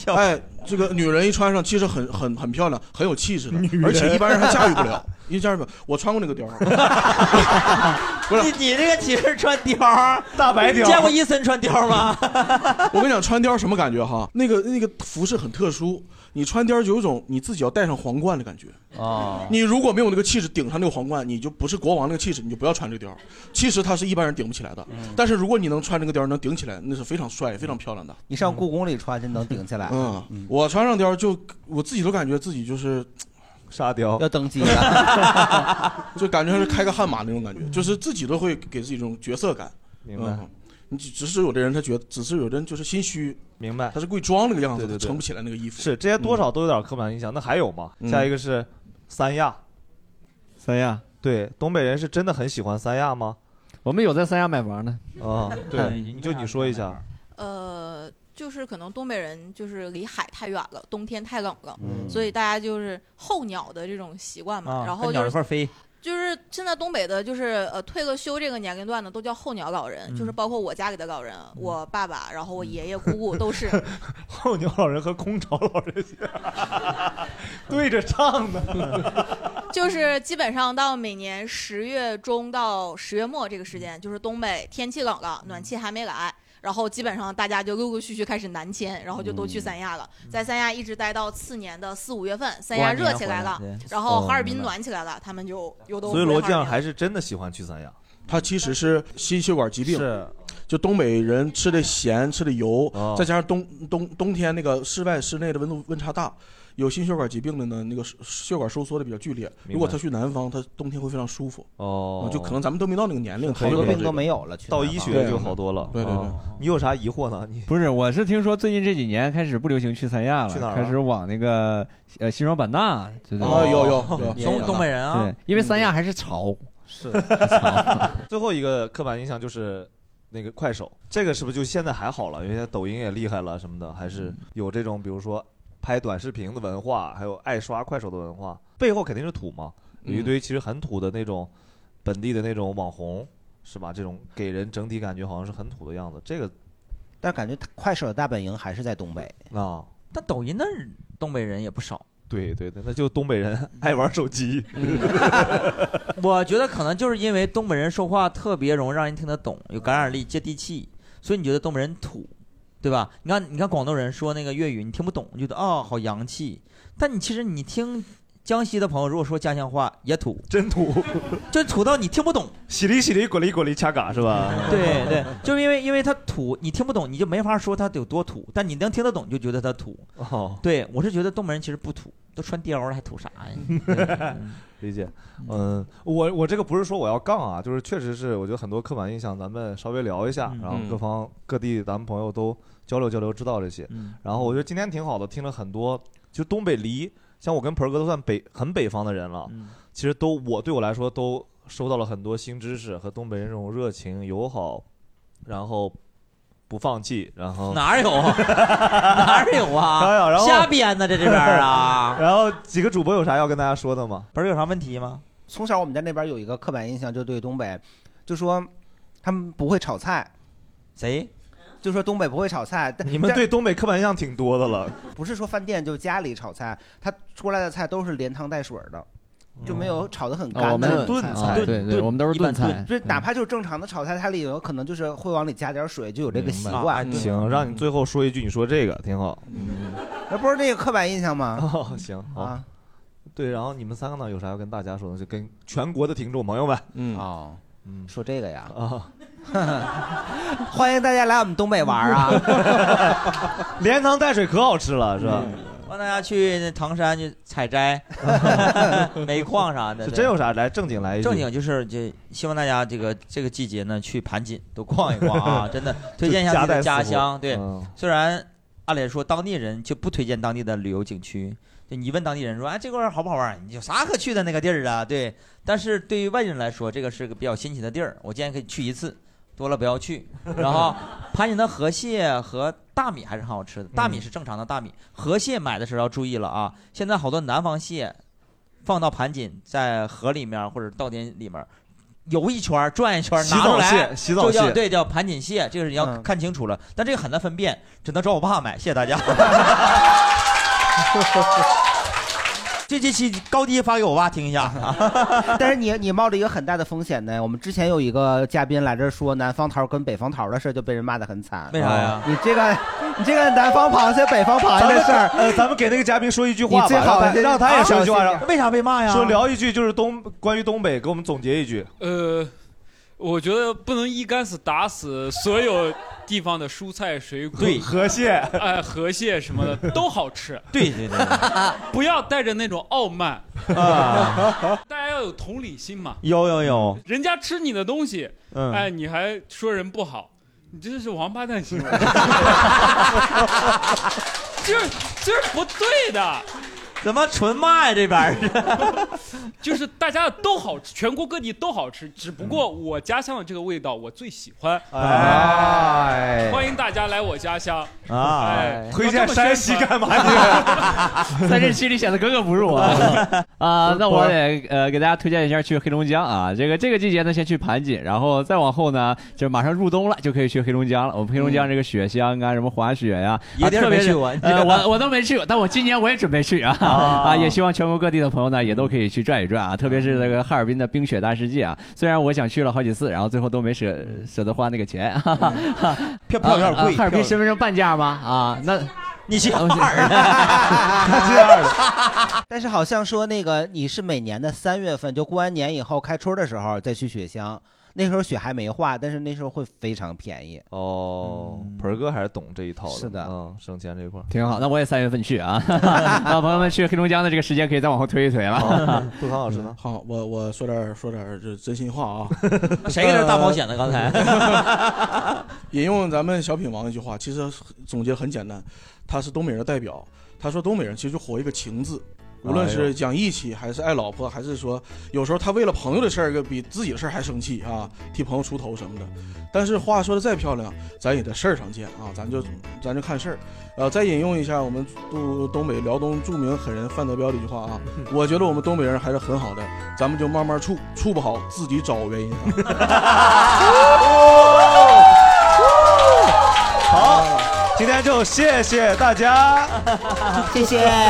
Speaker 4: 哎，这个女人一穿上，其实很很很漂亮，很有气质的，而且一般人还驾驭不了，一驾驭不了。我穿过那个貂儿，不是
Speaker 5: 你你这个岂是穿貂儿？大白貂见过伊森穿貂儿吗？
Speaker 4: 我跟你讲，穿貂儿什么感觉哈？那个那个服饰很特殊，你穿貂儿有一种你自己要戴上皇冠的感觉。
Speaker 2: 哦
Speaker 8: 啊，
Speaker 4: 你如果没有那个气质顶上那个皇冠，你就不是国王那个气质，你就不要穿这个貂儿。其实它是一般人顶不起来的，
Speaker 2: 嗯
Speaker 4: 但是如果你能穿这个貂儿能顶起来，那是非常帅、非常漂
Speaker 2: 嗯
Speaker 4: 亮的。
Speaker 8: 你上故宫里穿就能顶起来。
Speaker 4: 嗯，我穿上貂儿就我自己都感觉自己就是
Speaker 2: 沙雕，
Speaker 4: 要
Speaker 8: 登基
Speaker 4: 了， 就感觉是开个悍马那种感觉，就是自己都会给自己一种角色感。
Speaker 2: 明白
Speaker 4: 嗯你只只是有的人他觉得，只是有的人就是心虚，
Speaker 2: 明白？
Speaker 4: 他是故意装那个样
Speaker 2: 对
Speaker 4: 子，
Speaker 2: 对对，
Speaker 4: 他撑不起来那个衣服。
Speaker 2: 是这些多少都有点刻板印象。那还有吗？
Speaker 4: 嗯
Speaker 2: 下一个是三亚，三亚，对，东北人是真的很喜欢三亚吗？
Speaker 11: 啊我们有在三亚买嗯房呢。呃
Speaker 2: 啊，对，你就你说一下，
Speaker 28: 呃，就是可能东北人就是离海太远了，冬天太冷了，所以大家就是候鸟的这种习惯嘛。
Speaker 5: 嗯啊
Speaker 28: 然
Speaker 5: 跟
Speaker 28: 后
Speaker 5: 鸟
Speaker 28: 就
Speaker 5: 一块儿
Speaker 28: 是
Speaker 5: 飞。
Speaker 28: 就是现在东北的，就是呃退了休这个年龄段的都叫候鸟老人，
Speaker 2: 嗯
Speaker 28: 就是包括我家里的老人，
Speaker 5: 嗯
Speaker 28: 我爸爸，然后我爷爷、姑姑 都是。
Speaker 2: 候鸟老人和空巢老人 对着唱 呢。
Speaker 28: 就是基本上到每年十月中到十月末这个时间，就是东北天气冷了，暖气还没来，然后基本上大家就陆陆续续开始南迁，然后就
Speaker 2: 嗯
Speaker 28: 都去三亚了，在三亚一直待到次年的四五月份，三亚热起来了
Speaker 2: 过完年回来对，
Speaker 28: 然后哈尔
Speaker 2: 哦
Speaker 28: 滨
Speaker 2: 明白
Speaker 28: 暖起来了，他们就又都
Speaker 2: 所以
Speaker 28: 回
Speaker 2: 罗
Speaker 28: 哈尔
Speaker 2: 酱
Speaker 28: 滨
Speaker 2: 还是真的喜欢去三亚。
Speaker 4: 他其实是心血管疾病，
Speaker 2: 是
Speaker 4: 就东北人吃的咸，吃的油，
Speaker 2: 哦
Speaker 4: 再加上冬冬冬天那个室外室内的温度温差大，有心血管疾病的呢，那个血血管收缩的比较剧烈。
Speaker 2: 明白
Speaker 4: 如果他去南方，他冬天会非常舒服。
Speaker 2: 哦
Speaker 4: 嗯就可能咱们都没到那个年龄，
Speaker 2: 很
Speaker 4: 考虑
Speaker 2: 多
Speaker 4: 到
Speaker 2: 病都
Speaker 4: 这个
Speaker 2: 没有了去到南医方学就好多了
Speaker 4: 对对对
Speaker 2: 哦，你有啥疑惑呢？你
Speaker 11: 不是，我是听说最近这几年开始不流行去三亚了，
Speaker 2: 去哪儿啊
Speaker 11: 开始往那个呃西双版纳，对对对
Speaker 2: 哦有有有
Speaker 11: 对
Speaker 2: 东东北人啊
Speaker 11: 对，因为三亚还是潮，
Speaker 2: 是
Speaker 11: 潮。
Speaker 2: 最后一个刻板印象就是那个快手，这个是不是就现在还好了？因为现在抖音也厉害了什么的，还是有这种比如说拍短视频的文化，还有爱刷快手的文化，背后肯定是土嘛，有一堆其实很土的那种本地的那种网红，是吧？这种给人整体感觉好像是很土的样子，这个
Speaker 8: 但感觉快手的大本营还是在东北
Speaker 2: 啊。
Speaker 5: 但抖音那儿东北人也不少。
Speaker 2: 对对对，那就东北人爱玩手机。
Speaker 5: 嗯 我觉得可能就是因为东北人说话特别容易让人听得懂，有感染力，接地气，所以你觉得东北人土，对吧？你看，你看广东人说那个粤语，你听不懂，你觉得哦，好洋气。但你其实你听江西的朋友如果说家乡话也土，
Speaker 2: 真土，
Speaker 5: 就土到你听不懂。
Speaker 2: 洗哩洗哩，滚哩滚哩，掐嘎是吧？
Speaker 5: 对对， 就是因为因为它土，你听不懂，你就没法说它有多土，但你能听得懂，你就觉得它土。
Speaker 2: 哦，
Speaker 5: 对我是觉得东北人其实不土，都穿貂了还土啥呀？
Speaker 2: 理解，嗯，我我这个不是说我要杠啊，就是确实是，我觉得很多刻板印象，咱们稍微聊一下，
Speaker 5: 嗯
Speaker 2: 然后各方各地咱们朋友都交流交流，知道这些。
Speaker 5: 嗯
Speaker 2: 然后我觉得今天挺好的，听了很多，就东北离，像我跟盆儿哥都算北很北方的人了，
Speaker 5: 嗯
Speaker 2: 其实都我对我来说都收到了很多新知识和东北人这种热情友好，然后不放弃，然后
Speaker 5: 哪有啊 哪 有
Speaker 2: 哪有
Speaker 5: 啊？
Speaker 2: 哎然后。
Speaker 5: 瞎编呢，这这边儿啊
Speaker 2: 然后几个主播有啥要跟大家说的吗？
Speaker 5: 不是有啥问题吗？
Speaker 8: 从小我们家那边有一个刻板印象，就对东北，就说他们不会炒菜。
Speaker 5: 谁？
Speaker 8: 就说东北不会炒菜。但
Speaker 2: 你们对东北刻板印象挺多的了。
Speaker 8: 不是说饭店，就家里炒菜，他出来的菜都是连汤带水的，就没啊有炒的很干的。
Speaker 11: 哦我们是炖菜对对对我们都是炖菜
Speaker 8: 就哪怕就是正常的炒菜，它里有可能就是会往里加点水，就有这个习
Speaker 2: 明白啊
Speaker 8: 惯。嗯
Speaker 2: 行，让你最后说一句，你说这个挺好。
Speaker 8: 那不是这个刻板印象吗？
Speaker 2: 哦，行，好
Speaker 8: 啊。
Speaker 2: 对，然后你们三个呢，有啥要跟大家说的？就跟全国的听众朋友们，
Speaker 8: 嗯哦，嗯，说这个呀，
Speaker 2: 啊，
Speaker 8: 欢迎大家来我们东北玩
Speaker 2: 啊！ 连汤带水可好吃了，是吧？
Speaker 8: 嗯
Speaker 5: 让大家去那唐山去 采摘煤矿啥的。
Speaker 2: 是
Speaker 5: 对
Speaker 2: 真有啥来正经来一句？
Speaker 5: 正经就是这，希望大家这个这个季节呢去盘锦都逛一 逛啊，真的推荐一下自己的家乡。
Speaker 2: 就夹带
Speaker 5: 对
Speaker 2: 私货嗯，
Speaker 5: 虽然按理说当地人就不推荐当地的旅游景区，就你问当地人说，哎，这块儿好不好玩儿？你有啥可去的那个地儿啊？对，但是对于外地人来说，这个是个比较新奇的地儿，我建议可以去一次，多了不 要去。然后盘锦的河蟹和大米还是很好
Speaker 2: 嗯
Speaker 5: 吃的，大米是正常的大米，河蟹买的时候要注意了啊，现在好多南方蟹放到盘锦，在河里面或者稻田里面游一圈儿转一圈儿，
Speaker 2: 洗
Speaker 5: 拿出
Speaker 2: 澡
Speaker 5: 来
Speaker 2: 蟹洗澡
Speaker 5: 就叫
Speaker 2: 蟹嗯
Speaker 5: 对叫盘锦蟹，这个是你要看清楚了。但这个很难分辨，只能找我爸买。谢谢 大家。这这期高低发给我爸听一 下。
Speaker 8: 但是你你冒着一个很大的风险呢。我们之前有一个嘉宾来这儿说南方桃跟北方桃的事儿，就被人骂得很惨。
Speaker 5: 为啥呀
Speaker 8: 你这个你这个南方螃蟹北方螃蟹的事儿，
Speaker 2: 呃，咱们给那个嘉宾说一句话吧，
Speaker 8: 你最好
Speaker 2: 让他让他也说一句话，让
Speaker 5: 为啥被骂呀
Speaker 2: 说聊一句就是东关于东北，给我们总结一句。
Speaker 29: 呃，我觉得不能一竿子打死所有地方的蔬菜水果，
Speaker 2: 对河蟹
Speaker 29: 哎，河蟹什么的都好吃。
Speaker 5: 对对对，
Speaker 29: 不要带着那种傲慢
Speaker 5: 啊，
Speaker 29: 大家要有同理心嘛。
Speaker 5: 有有有，
Speaker 29: 人家吃你的东西，
Speaker 5: 嗯
Speaker 29: 哎，你还说人不好，你这是王八蛋 行为，这这是不对的。
Speaker 5: 怎么纯骂呀、这边儿？
Speaker 29: 就是大家都好吃，全国各地都好吃，只不过我家乡的这个味道我最喜欢。
Speaker 2: 哎
Speaker 29: 欢迎大家来我家乡
Speaker 2: 啊
Speaker 29: 哎，
Speaker 2: 推荐山西干嘛 去？
Speaker 6: 在这期里显得格格不入啊！啊，那我得呃给大家推荐一下去黑龙江啊，这个这个季节呢先去盘锦，然后再往后呢就马上入冬了，就可以去黑龙江了。我们黑龙江这个雪乡啊，什么滑雪呀、
Speaker 5: 嗯一个
Speaker 6: 啊，
Speaker 5: 地儿
Speaker 6: 特别
Speaker 5: 没去
Speaker 6: 是
Speaker 5: 过哦
Speaker 6: 呃，我我都没去过，但我今年我也准备去啊啊，也希望全国各地的朋友呢也都可以去转一转啊，特别是那个哈尔滨的冰雪大世界啊，虽然我想去了好几次，然后最后都没舍舍得花那个钱，哈 哈哈
Speaker 5: 票票有点贵
Speaker 6: 啊哈尔
Speaker 5: 票
Speaker 6: 滨身份证半价吗？啊，那
Speaker 5: 你去哈 尔的。。
Speaker 8: 这样的。 但是好像说那个你是每年的三月份，就过完年以后开春的时候再去雪乡，那时候雪还没化，但是那时候会非常便宜。
Speaker 2: 哦，盆儿哥还是懂这一套的，
Speaker 8: 是的
Speaker 2: 嗯，省钱这一块儿。
Speaker 6: 挺好，那我也三月份去啊。那朋友们去黑龙江的这个时间可以再往后推一推了。
Speaker 2: 杜康老师呢？
Speaker 4: 嗯好，我我说点儿说点儿这真心话啊 呃
Speaker 5: 谁给他大保险呢刚才
Speaker 4: 引用咱们小品王一句话，其实总结很简单，他是东北人的代表。他说东北人其实就活一个情字，无论
Speaker 2: 哎
Speaker 4: 是
Speaker 2: 呦
Speaker 4: 讲义气，还是爱老婆，还是说有时候他为了朋友的事儿，比自己的事儿还生气啊，替朋友出头什么的。但是话说的再漂亮，咱也在事儿上见啊，咱就咱就看事儿。呃，再引用一下我们东东北辽东著名狠人范德彪的一句话 啊，我觉得我们东北人还是很好的，咱们就慢慢处，处不好自己找原因啊。
Speaker 2: 好， 今天就谢谢大家，
Speaker 8: 谢谢。